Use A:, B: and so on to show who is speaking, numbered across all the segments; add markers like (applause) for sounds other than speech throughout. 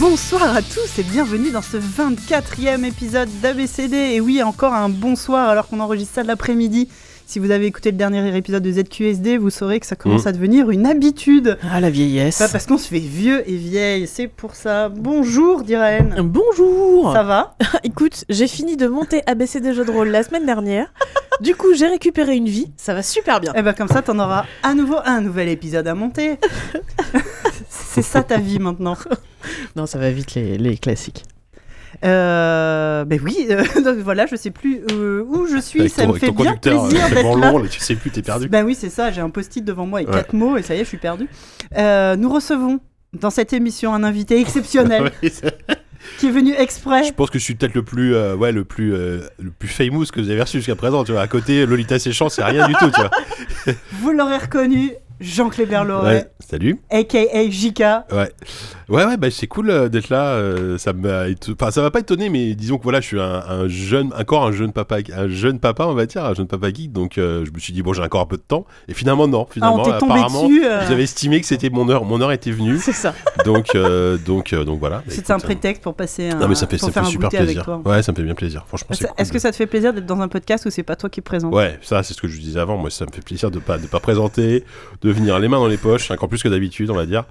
A: Bonsoir à tous et bienvenue dans ce 24e épisode d'ABCD. Et oui, encore un bonsoir alors qu'on enregistre ça de l'après-midi. Si vous avez écouté le dernier épisode de ZQSD, vous saurez que ça commence
B: Mm.
A: à devenir une habitude.
C: Ah la vieillesse.
A: Pas parce qu'on se fait vieux et vieille, c'est pour ça. Bonjour, Diraen.
C: Bonjour.
A: Ça va
C: Ah, Écoute, j'ai fini de monter ABC des jeux de rôle la semaine dernière. du coup, j'ai récupéré une vie. Ça va super bien.
A: Eh ben comme ça, t'en auras à nouveau un nouvel épisode à
B: (laughs)
A: monter. c'est ça ta vie maintenant.
C: Non, ça va vite les, les classiques.
A: Euh, ben oui, euh, (laughs) donc voilà, je sais plus euh, où je suis.
B: Avec
A: ça
B: ton,
A: me
B: avec
A: fait
B: ton
A: bien
B: conducteur euh,
A: plaisir d'être
B: tellement
A: là.
B: long, là, tu sais plus, t'es perdu.
A: Ben oui, c'est ça, j'ai un post-it devant moi et
B: Ouais.
A: quatre mots, et ça y est, je suis perdu. Euh, nous recevons dans cette émission un invité exceptionnel
B: (laughs) Ouais, c'est-
A: qui est venu exprès.
B: je pense que je suis peut-être le plus, euh, ouais, le plus, euh, le plus famous que vous avez reçu jusqu'à présent. Tu vois, à côté, Lolita Séchant, c'est rien du tout. Tu vois.
A: (laughs) Vous l'aurez reconnu, Jean Clébert Loret,
B: Ouais, salut.
A: aka JK.
B: Ouais, ouais, ouais. Bah, c'est cool euh, d'être là. euh, ça m'a, éto- enfin, ça m'a pas étonné, mais disons que voilà, je suis un, un jeune, encore un jeune papa, un jeune papa, on va dire, un jeune papa geek. Donc, euh, je me suis dit bon, j'ai encore un peu de temps. Et finalement, non.
A: Ah,
B: Finalement,
A: on t'est tombé
B: apparemment,
A: dessus. euh,
B: vous avez estimé que c'était mon heure, mon heure était venue.
C: C'est ça.
B: donc, euh, donc, euh, donc voilà. Bah,
A: C'était
B: écoute,
A: un
B: euh,
A: prétexte pour passer un.
B: Non mais ça fait,
A: pour
B: ça
A: faire
B: fait
A: un
B: super
A: goûter avec
B: plaisir.
A: toi.
B: Ouais, ça me fait bien plaisir. Franchement,
A: Est-ce
B: c'est cool
A: est-ce que
B: de-
A: ça te fait plaisir d'être dans un podcast où c'est pas toi qui présente
B: Ouais, ça c'est ce que je disais avant. Moi, ça me fait plaisir de pas de pas présenter, de venir les mains dans les poches, encore plus que d'habitude, on
A: (laughs)
B: va dire.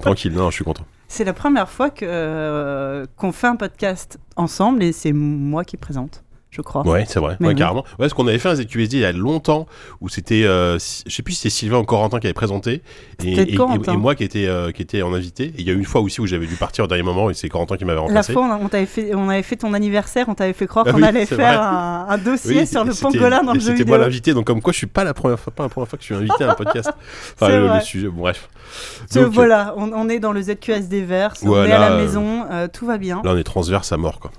B: Tranquille, non, je suis content.
A: C'est la première fois que, euh, qu'on fait un podcast ensemble et c'est moi qui présente, je crois.
B: Ouais, c'est vrai,
A: Oh. Mais
B: ouais,
A: oui.
B: carrément. Ouais, ce qu'on avait fait un ZQSD il y a longtemps, où c'était, euh, si- je sais plus si c'était Sylvain ou Corentin qui avait présenté, et,
A: C'était hein
B: et- et-
A: Corentin.
B: et moi qui était euh, qui était en invité. Et il y a eu une fois aussi où j'avais dû partir au dernier moment et c'est Corentin qui m'avait
A: La
B: remplacé.
A: fois, on, a- on t'avait fait, on avait fait ton anniversaire, on t'avait fait croire
B: Ah
A: qu'on
B: oui,
A: allait
B: c'est
A: faire
B: vrai.
A: un, un
B: Oui,
A: dossier sur le
B: c'était-
A: pangolin dans
B: et
A: le jeu
B: C'était
A: vidéo.
B: moi l'invité, donc comme quoi je suis pas la première fois, pas la première fois que je suis
A: (laughs)
B: invité à un podcast. Enfin,
A: C'est
B: le, le
A: vrai.
B: sujet, bon, bref.
A: Te
B: Donc, euh,
A: voilà, on, on est dans le ZQSD verse, on est à
B: Voilà,
A: la
B: euh,
A: maison, euh, tout va bien.
B: Là, on est transverse à mort, quoi.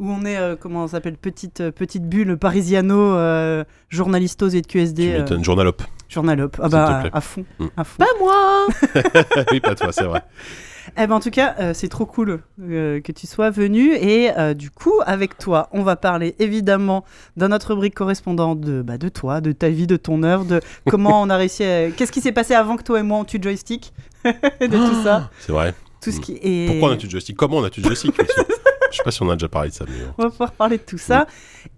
A: Où on est, euh, comment on s'appelle, petite, euh, petite bulle parisiano, euh, journalisto ZQSD,
B: Tu
A: euh,
B: m'étonnes, (laughs) journalope.
A: journalope. Ah
B: S'il te
A: bah,
B: plaît.
A: à fond,
B: Mm.
A: à fond.
C: Pas moi.
B: Ah oui, pas toi, c'est vrai.
A: Eh ben en tout cas, euh, c'est trop cool euh, que tu sois venu et euh, du coup, avec toi, on va parler évidemment dans notre rubrique correspondante de, bah, de toi, de ta vie, de ton œuvre,
B: (laughs)
A: de comment on a réussi à... Qu'est-ce qui s'est passé avant que toi et moi on tue joystick (laughs) De tout ça.
B: C'est vrai.
A: Tout ce qui est...
B: Ah Hmm. Pourquoi on a tué joystick Comment on a tué joystick aussi
C: (laughs)
B: Je sais pas si on a déjà parlé de ça, mais. euh,
A: (laughs) On va pouvoir parler de tout ça.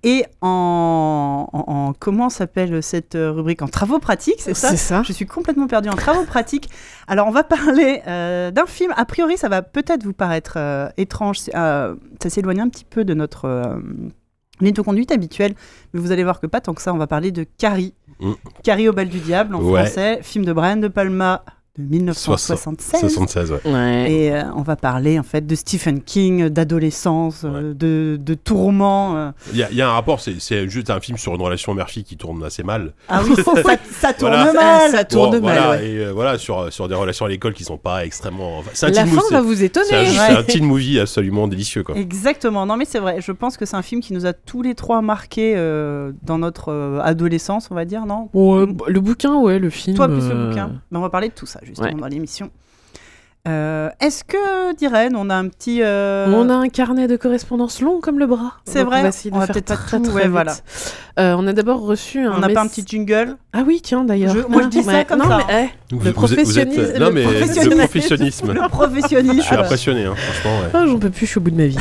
A: Et en... en- en- comment s'appelle cette euh, rubrique En travaux pratiques, c'est ça Je suis complètement perdue en travaux pratiques. Alors, on va parler euh, d'un film. A priori, ça va peut-être vous paraître euh, étrange. C'est, euh, ça s'éloigne un petit peu de notre euh, ligne de conduite habituelle. Mais vous allez voir que pas tant que ça, on va parler de Carrie.
B: Mm.
A: Carrie au bal du diable, en
B: Ouais.
A: français. Film de Brian De Palma de 1976.
B: 76, ouais.
C: Ouais.
A: Et euh, on va parler en fait de Stephen King, euh, d'adolescence, euh, de, de tourments. euh.
B: Il y, a- il y a un rapport, c'est- c'est juste un film sur une relation mère-fille qui tourne assez mal.
A: Ah
B: (laughs)
A: oui, ça, ça tourne
B: Voilà.
A: mal.
C: Ça tourne
B: Bon,
C: mal.
B: Voilà,
C: ouais.
B: et euh, voilà, sur, sur des relations à l'école qui sont pas extrêmement. enfin, c'est un
C: La
B: teen
C: fin
B: movie, c'est-
C: va vous
B: c'est un,
C: étonner.
B: c'est
A: Ouais.
B: un teen movie absolument délicieux, quoi.
A: Exactement, non mais c'est vrai, je pense que c'est un film qui nous a tous les trois marqués euh, dans notre euh, adolescence, on va dire, non
C: Ouais, b- le bouquin, ouais, le film.
A: Toi plus le
C: euh,
A: bouquin. Mais on va parler de tout ça justement
C: ouais.
A: dans l'émission. Euh, Est-ce que, Diren, on a un petit... euh,
C: On a un carnet de correspondance long comme le bras.
A: C'est
C: Donc,
A: vrai.
C: On va essayer de
A: On va
C: faire
A: peut-être pas
C: très,
A: tout,
C: très
A: ouais,
C: vite.
A: voilà.
C: Euh, on a d'abord reçu un.
A: on n'a pas un
C: mess-
A: petit
B: (laughs)
A: jingle
C: Ah oui, tiens d'ailleurs.
A: Je- moi, je dis ça
C: Ouais.
A: comme
C: non,
A: ça.
C: Mais, eh,
B: Vous-
C: Le
B: vous êtes- vous êtes- euh,
C: professionnalisme-
B: non,
C: le
B: mais
C: professionnalisme.
B: le professionnisme.
A: Le
B: Je
A: professionniste
B: suis impressionné, hein, franchement, ouais.
C: eh, oh, j'en peux plus, je suis au bout de ma vie.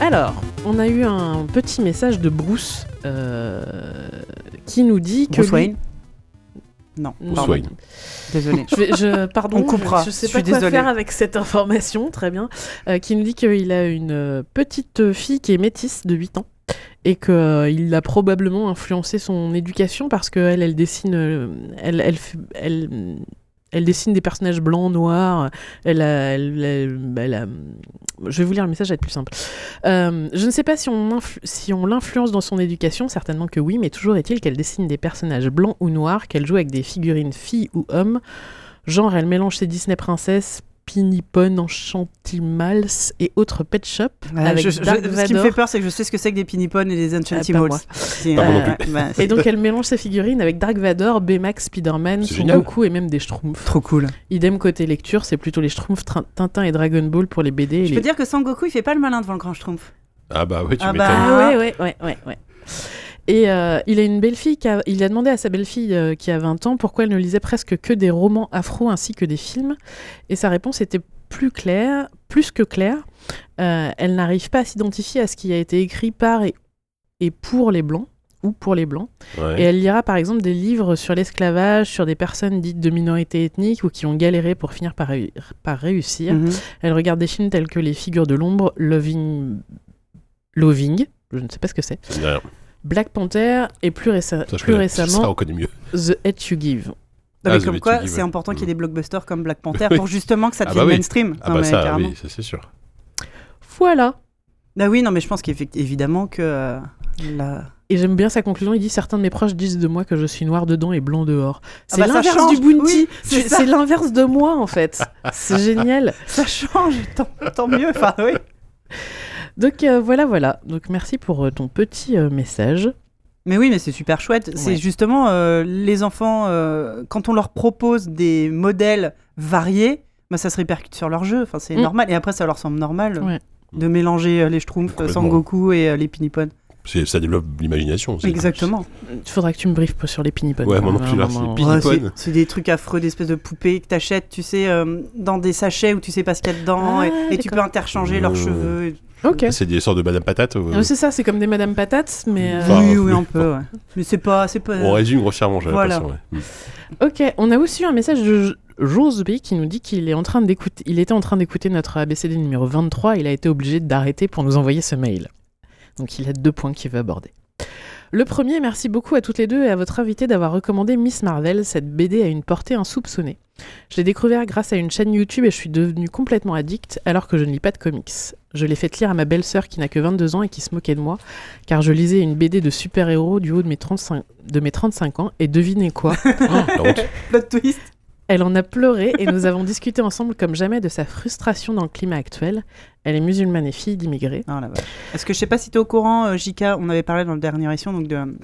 C: Alors, on a eu un petit message de Bruce euh, qui nous dit que.
A: Bruce
C: lui-
A: Wayne Non,
C: Non.
A: pardon,
B: Wayne.
A: désolé.
C: Je, vais-
A: (laughs)
C: je- pardon,
A: On coupera,
C: Je, je sais
A: je
C: pas
A: suis
C: quoi
A: désolée.
C: faire avec cette information, très bien. Euh, qui nous dit qu'il a une euh, petite fille qui est métisse de 8 ans et qu'il a probablement influencé son éducation parce qu'elle, elle dessine, euh, elle, elle, fait- elle, elle dessine des personnages blancs, noirs. Elle a- elle- elle- elle a- je vais vous lire le message, ça va être plus simple. Euh, je ne sais pas si on, influ- si on l'influence dans son éducation, certainement que oui, mais toujours est-il qu'elle dessine des personnages blancs ou noirs, qu'elle joue avec des figurines filles ou hommes. Genre, elle mélange ses Disney princesses, Pinipon, Enchantimals et autres pet shop
A: Voilà,
C: (laughs) avec
A: je- je-
C: Dark
A: ce qui me
C: Vador. Ah,
A: fait peur, c'est que je sais ce que c'est que des Pinipon et des Enchantimals.
C: moi.
A: C'est-
B: Pas moi non
A: euh, bah,
C: Et donc, elle mélange ses figurines avec Dark Vador, Baymax, Spider-Man,
B: C'est
C: Son
B: génial.
C: Goku et même des Schtroumpfs.
A: Trop cool.
C: Idem côté lecture, c'est plutôt les Schtroumpfs, Trin- Tintin et Dragon Ball pour les BD. et
A: Je
C: les-
A: peux dire que Sangoku, il fait pas le malin devant le grand Schtroumpf.
B: Ah bah ouais, tu
A: Ah bah.
B: m'étonnes.
C: Ah ouais, ouais, ouais, ouais, ouais. Et euh, il a une belle fille. Qui a- il a demandé à sa belle fille qui a 20 ans pourquoi elle ne lisait presque que des romans afro ainsi que des films. Et sa réponse était plus claire, plus que claire. Euh, elle n'arrive pas à s'identifier à ce qui a été écrit par et, et pour les blancs ou pour les blancs.
B: Ouais.
C: bah. Et elle lira par exemple des livres sur l'esclavage, sur des personnes dites de minorité ethnique ou qui ont galéré pour finir par, réu- par réussir.
A: Mhm.
C: Elle regarde des films tels que Les Figures de l'ombre, Loving, Loving, je ne sais pas ce que c'est,
B: Ça me dit rien.
C: Black Panther et plus, réce-
B: Ça, je
C: plus
B: connais- Ça, on
C: récemment
B: connaît mieux.
C: The Hate You Give.
A: Non,
B: Ah,
A: mais
B: The
A: comme
B: Way to
A: quoi,
B: Give,
A: c'est
B: ouais. Mm.
A: important qu'il y ait des blockbusters comme Black Panther
B: (laughs) Oui.
A: pour justement que ça
B: Ah
A: devienne
B: bah oui.
A: mainstream.
B: Ah
A: Non,
B: bah
A: mais
B: ça,
A: carrément.
B: oui, ça, c'est sûr.
C: Voilà.
A: Bah oui, non, mais je pense qu'évidemment que euh, la- (laughs)
C: Et j'aime bien sa conclusion, il dit certains de mes proches disent de moi que je suis noir dedans et blanc dehors. C'est
A: bah ça
C: l'inverse
A: change,
C: du Bounty.
A: oui,
C: c'est
A: c'est ça.
C: c'est l'inverse de moi en fait.
B: (laughs)
C: c'est génial.
A: ça change, tant, tant mieux. Enfin, oui.
C: Donc euh, voilà, voilà. Donc merci pour euh, ton petit euh, message.
A: Mais oui, mais c'est super chouette.
C: Ouais.
A: C'est justement euh, les enfants, euh, quand on leur propose des modèles variés, bah, ça se répercute sur leur jeu. Enfin, c'est
C: Mm.
A: normal. Et après, ça leur semble normal euh,
C: Ouais.
A: de mélanger euh, les Schtroumpfs, euh,
B: Complètement.
A: Sangoku et euh, les Pinipon.
B: C'est- Ça développe l'imagination. aussi.
A: Exactement.
C: Il faudra que tu me briefes sur les pinipones.
B: Ouais, moi non
C: Euh,
B: plus, là, c'est
C: vraiment.
B: les
A: Ouais,
B: Pinipon.
A: c'est- c'est des trucs affreux, des espèces de poupées que t'achètes, tu sais, euh, dans des sachets où tu sais pas ce qu'il y a dedans,
C: Ah,
A: et, et tu
C: d'accord.
A: peux interchanger leurs
B: Euh,
A: cheveux. et-
C: Ok.
B: C'est des sortes de Madame Patate. euh,
C: Ouais, c'est ça, c'est comme des Madame Patates, mais. euh,
B: Enfin,
A: oui, oui,
B: oui.
A: un peu. ouais. Mais c'est pas, c'est pas.
B: On résume grossièrement, j'ai
A: Voilà.
B: l'impression. ouais.
C: Ok, on a aussi eu un message de Jo- Jose B qui nous dit qu'il est en train d'écouter, il était en train d'écouter notre ABCD numéro 23, il a été obligé d'arrêter pour nous envoyer ce mail. Donc il a deux points qu'il veut aborder. Le premier, merci beaucoup à toutes les deux et à votre invité d'avoir recommandé Miss Marvel, cette BD à une portée insoupçonnée. Je l'ai découvert grâce à une chaîne YouTube et je suis devenue complètement addict alors que je ne lis pas de comics. Je l'ai fait lire à ma belle-sœur qui n'a que 22 ans et qui se moquait de moi car je lisais une BD de super-héros du haut de mes 35 de mes 35 ans et devinez quoi
B: La honte.
A: (laughs) Plot twist.
C: elle en a pleuré et nous avons discuté ensemble comme jamais de sa frustration dans le climat actuel. Elle est musulmane et fille d'immigrés. (clears throat)
A: Ah, la vache. Parce que je sais pas si t'es au courant, euh, Jika, on avait parlé dans la dernière émission, donc de,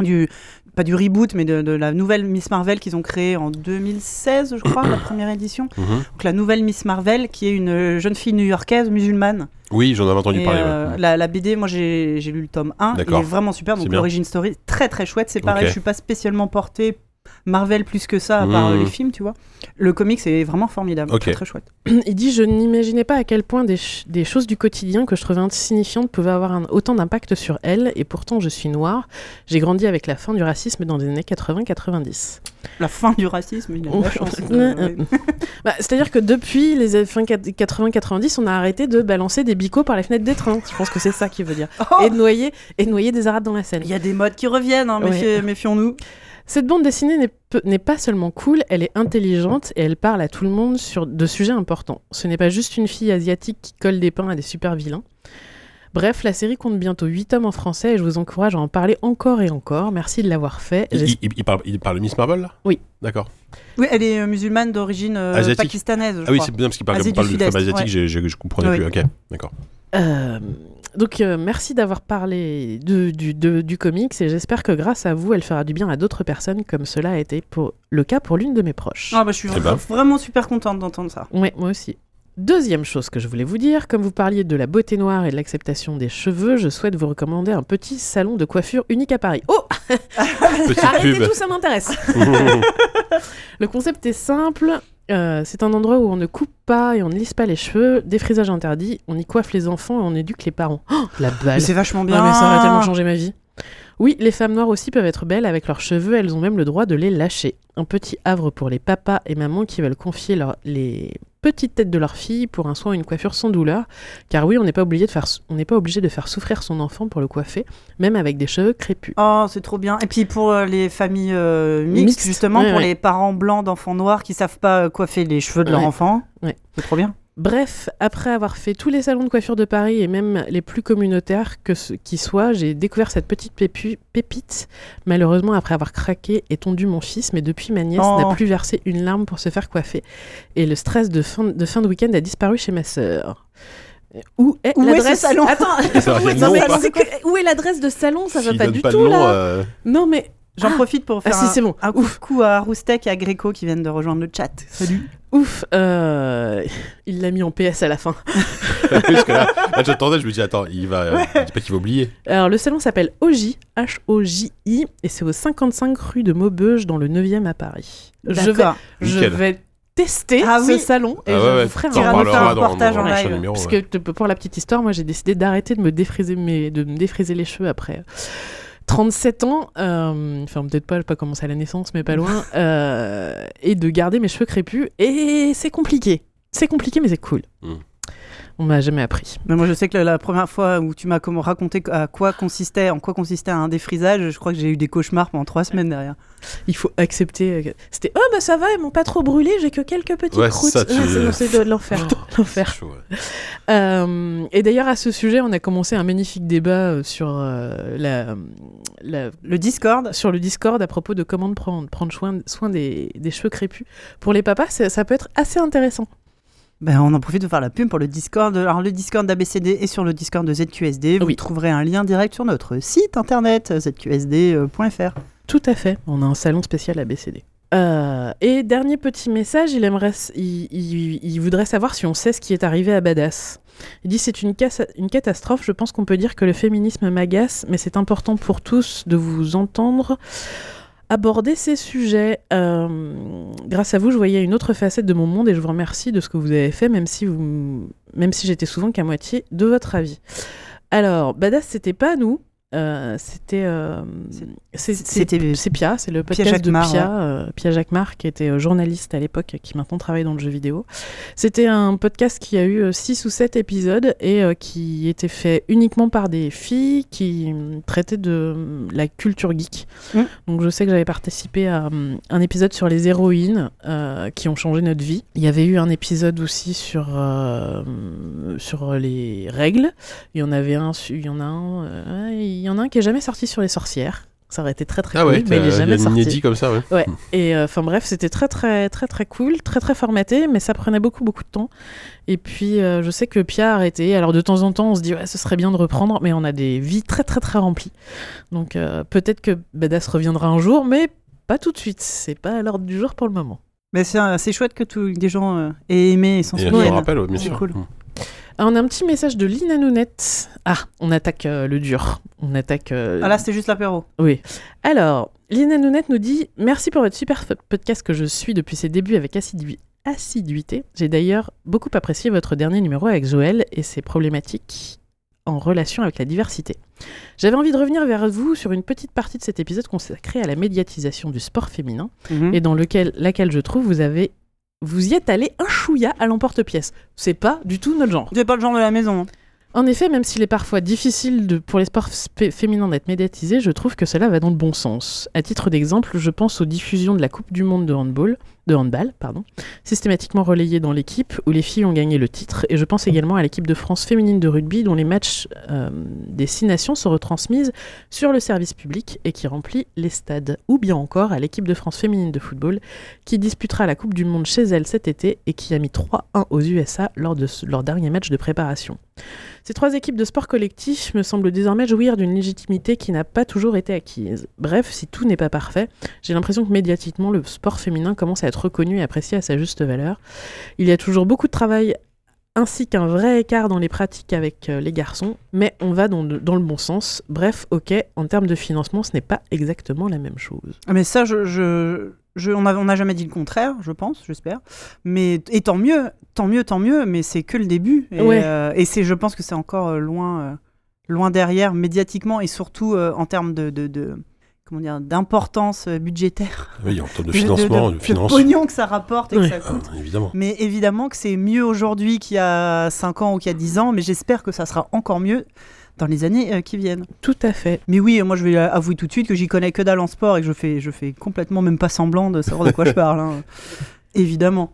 A: du, pas du reboot, mais de, de la nouvelle Miss Marvel qu'ils ont créée en 2016, je crois, la première édition.
B: Mhm.
A: Donc la nouvelle Miss Marvel, qui est une euh, jeune fille new-yorkaise musulmane.
B: Oui, j'en avais entendu
A: Et,
B: parler. ouais.
A: euh, la, la BD, moi j'ai j'ai lu le tome 1, il
B: D'accord.
A: est vraiment super,
B: C'est
A: donc
B: bien.
A: l'origin story, très très chouette, c'est pareil,
B: Ok.
A: je suis pas spécialement portée Marvel plus que ça, à part
B: Mmh.
A: euh, les films, tu vois. Le comic, c'est vraiment formidable,
B: Ok.
A: très, très chouette.
C: Il dit Je n'imaginais pas à quel point des, ch- des choses du quotidien que je trouvais insignifiantes pouvaient avoir un- autant d'impact sur elle, et pourtant je suis noire. J'ai grandi avec la fin du racisme dans les années 80-90.
A: La fin du racisme, il a de la chance.
C: (laughs)
A: euh, ouais.
C: Bah, C'est-à-dire que depuis les fins 80-90, on a arrêté de balancer des bicots par les fenêtres des trains. Je pense que c'est ça qu'il veut dire.
A: Oh
C: Et, de noyer, et de noyer des Arabes dans la Seine.
A: Il y a des modes qui reviennent, hein,
C: Ouais.
A: méfiez- méfions-nous.
C: Cette bande dessinée n'est pe- n'est pas seulement cool, elle est intelligente et elle parle à tout le monde sur de sujets importants. Ce n'est pas juste une fille asiatique qui colle des pains à des super vilains. Bref, la série compte bientôt 8 tomes en français et je vous encourage à en parler encore et encore. Merci de l'avoir fait.
B: Il,
C: J'es-
B: il- il parle, il parle de Miss Marvel là
C: Oui.
B: D'accord.
A: Oui, elle est euh, musulmane d'origine euh,
B: Asiatique.
A: pakistanaise, je
B: Ah oui,
A: crois.
B: c'est bien parce qu'il parle,
A: Asie
B: il parle
A: du
B: de femme
A: Sud-Est,
B: asiatique,
A: ouais.
B: j'ai- j'ai- je comprenais
A: Oui.
B: plus. Ok, d'accord.
C: Euh, donc, euh, merci d'avoir parlé de- du, de- du comics et j'espère que grâce à vous, elle fera du bien à d'autres personnes comme cela a été pour, le cas pour l'une de mes proches.
A: Ah bah, je suis
B: Eh
A: vra-
B: ben.
A: vraiment super contente d'entendre ça.
C: Ouais, moi aussi. Deuxième chose que je voulais vous dire, comme vous parliez de la beauté noire et de l'acceptation des cheveux, je souhaite vous recommander un petit salon de coiffure unique à Paris. Oh (laughs)
B: Petite
C: Arrêtez
B: pub.
C: tout, ça m'intéresse Le concept est simple. euh, c'est un endroit où on ne coupe pas et on ne lisse pas les cheveux, défrisage interdit, on y coiffe les enfants et on éduque les parents. Oh, la
A: Mais
C: balle
A: c'est vachement bien.
C: ah, mais ça aurait tellement changé ma vie. Oui, les femmes noires aussi peuvent être belles avec leurs cheveux, elles ont même le droit de les lâcher. Un petit havre pour les papas et mamans qui veulent confier leur- les petites têtes de leurs filles pour un soin ou une coiffure sans douleur. Car oui, on n'est pas, obligé de faire sou- on n'est pas obligé de faire souffrir son enfant pour le coiffer, même avec des cheveux crépus.
A: Oh, c'est trop bien. Et puis pour euh, les familles euh, mixtes,
C: Mixtes,
A: justement,
C: ouais,
A: pour
C: ouais.
A: les parents blancs d'enfants noirs qui savent pas euh, coiffer les cheveux de leur
C: Ouais.
A: enfant,
C: Ouais.
A: c'est trop bien.
C: Bref, après avoir fait tous les salons de coiffure de Paris et même les plus communautaires que ce- qui soient, j'ai découvert cette petite pépu- pépite. Malheureusement, après avoir craqué et tondu mon fils, mais depuis ma nièce
A: Oh.
C: n'a plus versé une larme pour se faire coiffer. Et le stress de fin de, fin de week-end a disparu chez ma sœur. Euh, Où est
A: Où est ce
C: l'adresse
A: salon
C: Attends, (laughs)
B: Ça a rien de
C: non,
B: nom,
C: mais
B: ou pas
C: c'est que- où est l'adresse de salon Ça va
B: S'il
C: pas
B: donne
C: du
B: pas de
C: tout
B: nom,
C: là.
B: euh,
C: Non mais
A: J'en profite pour
C: Ah
A: faire
C: si, c'est bon.
A: un, un
C: Ouf.
A: coucou à Roustek et à Gréco qui viennent de rejoindre le chat. Salut.
C: Ouf, euh, (laughs) il l'a mis en PS à la fin.
B: Parce que là, là, j'attendais, je me dis, attends, il va. euh, dis pas qu'il va oublier.
C: Alors, le salon s'appelle OJ, H-O-J-I, et c'est au 55 rue de Maubeuge, dans le 9e à Paris. Je vais,
A: D'accord.
C: je
B: Nickel.
C: vais tester
A: Ah
C: ce
A: oui.
C: salon et
B: Ah
C: je
B: ouais,
C: vous ferai
B: ouais,
A: t'en
C: un
A: parles.
C: reportage.
A: reportage en
B: prochain
A: live.
B: numéro,
C: Parce
B: ouais.
C: que t- pour la petite histoire, moi j'ai décidé d'arrêter de me défriser mes, de me défriser les cheveux après 37 ans, euh, enfin peut-être pas, j'ai pas commencé à la naissance, mais
B: (laughs)
C: pas loin, euh, et de garder mes cheveux crépus. Et c'est compliqué. C'est compliqué, mais c'est cool.
B: Mm.
C: On m'a jamais appris.
A: Mais moi, je sais que la, la première fois où tu m'as comment raconté à quoi consistait, en quoi consistait un défrisage, je crois que j'ai eu des cauchemars pendant trois semaines derrière.
C: Il faut accepter. euh, que- C'était oh bah ça va, ils m'ont pas trop brûlé, j'ai que quelques petites
B: Ouais,
C: croûtes. (laughs)
B: ça, tu-
C: Ouais, c'est non, c'est de, de
B: (laughs)
C: l'enfer, (laughs) l'enfer.
B: Chaud, ouais.
C: Euh, et d'ailleurs à ce sujet, on a commencé un magnifique débat euh, sur euh, la, la-
A: Le Discord,
C: sur le Discord à propos de comment prendre prendre soin, soin des, des cheveux crépus pour les papas. Ça, ça peut être assez intéressant.
A: ben, on en profite de faire la pub pour le Discord. Alors, le Discord d'ABCD et sur le Discord de ZQSD, vous
C: Oui.
A: trouverez un lien direct sur notre site internet euh, zqsd.fr.
C: Tout à fait. On a un salon spécial ABCD. Euh, et dernier petit message, il, aimerait, s- il, il- il voudrait savoir si on sait ce qui est arrivé à Badass. Il dit c'est une, casa- une catastrophe, je pense qu'on peut dire que le féminisme m'agace, mais c'est important pour tous de vous entendre aborder ces sujets. Euh, grâce à vous, je voyais une autre facette de mon monde et je vous remercie de ce que vous avez fait, même si, vous, m- même si j'étais souvent qu'à moitié de votre avis. Alors, Badass, c'était pas nous, euh, c'était... euh, c'est- c'est-
A: C'était
C: c'est Pia, c'est le podcast de
A: Jacquemart,
C: Pia, euh, Pia Jacquemart, qui était euh, journaliste à l'époque, qui maintenant travaille dans le jeu vidéo. C'était un podcast qui a eu 6 ou 7 épisodes et euh, qui était fait uniquement par des filles qui hum, traitaient de hum, la culture geek.
A: Mm.
C: Donc je sais que j'avais participé à hum, un épisode sur les héroïnes euh, qui ont changé notre vie. Il y avait eu un épisode aussi sur, euh, hum, sur les règles. Il y en avait un, su- il y en a un, euh, il y en a un qui est jamais sorti sur les sorcières. Ça aurait été très très
B: Ah
C: cool,
B: ouais,
C: mais il
B: t'as-
C: est jamais
B: y a une
C: sorti.
B: inédit comme ça, ouais.
C: Ouais. Et euh, enfin bref, c'était très très très très cool, très très formaté, mais ça prenait beaucoup beaucoup de temps. Et puis euh, je sais que Pia a arrêté. Alors de temps en temps, on se dit ouais, ce serait bien de reprendre, mais on a des vies très très très remplies. Donc euh, peut-être que Badass reviendra un jour, mais pas tout de suite. C'est pas à l'ordre du jour pour le moment.
A: Mais c'est euh, c'est chouette que tous des gens euh, aient aimé et s'en
B: Et je me
A: souviennent.
B: rappelle, ouais, bien
A: C'est
B: sûr.
A: cool.
B: Mm.
C: Ah, on a un petit message de Lina Nounette. Ah, on attaque euh, le dur. On attaque. euh,
A: Ah là, c'était juste l'apéro.
C: Oui. Alors, Lina Nounette nous dit Merci pour votre super fo- podcast que je suis depuis ses débuts avec assidu- assiduité. J'ai d'ailleurs beaucoup apprécié votre dernier numéro avec Joël et ses problématiques en relation avec la diversité. J'avais envie de revenir vers vous sur une petite partie de cet épisode consacré à la médiatisation du sport féminin
A: Mhm.
C: et dans lequel, laquelle je trouve vous avez vous y êtes allé un chouïa à l'emporte-pièce. C'est pas du tout notre genre.
A: C'est pas le genre de la maison. hein.
C: En effet, même s'il est parfois difficile de- pour les sports spé- féminins d'être médiatisés, je trouve que cela va dans le bon sens. À titre d'exemple, je pense aux diffusions de la Coupe du Monde de handball, de handball, pardon, systématiquement relayées dans l'équipe où les filles ont gagné le titre, et je pense également à l'équipe de France féminine de rugby dont les matchs euh, des six nations sont retransmises sur le service public et qui remplit les stades, ou bien encore à l'équipe de France féminine de football qui disputera la Coupe du Monde chez elle cet été et qui a mis 3-1 aux USA lors de ce- leur dernier match de préparation. Ces trois équipes de sport collectif me semblent désormais jouir d'une légitimité qui n'a pas toujours été acquise. Bref, si tout n'est pas parfait, j'ai l'impression que médiatiquement, le sport féminin commence à être reconnu et apprécié à sa juste valeur. Il y a toujours beaucoup de travail ainsi qu'un vrai écart dans les pratiques avec euh, les garçons, mais on va dans, dans le bon sens. Bref, ok, en termes de financement, ce n'est pas exactement la même chose.
A: Ah, Mais ça, je, je- je- on n'a on n'a jamais dit le contraire, je pense, j'espère. Mais et tant mieux, tant mieux, tant mieux. Mais c'est que le début. Et,
C: Ouais.
A: euh, et c'est, je pense que c'est encore euh, loin, euh, loin derrière médiatiquement et surtout euh, en termes de, de- de- comment dire, d'importance euh, budgétaire,
B: Oui, en termes de
A: (laughs)
B: financement,
A: de,
B: de finance.
A: pognon que ça rapporte et
C: Ouais.
A: que ça coûte.
B: Ah, Évidemment.
A: Mais évidemment que c'est mieux aujourd'hui qu'il y a 5 ans ou qu'il y a 10 ans, mais j'espère que ça sera encore mieux dans les années euh, qui viennent.
C: Tout à fait.
A: Mais oui, moi je vais avouer tout de suite que j'y connais que dalle en sport et que je fais, je fais complètement même pas semblant de savoir de quoi je parle.
C: (laughs)
A: hein. Évidemment.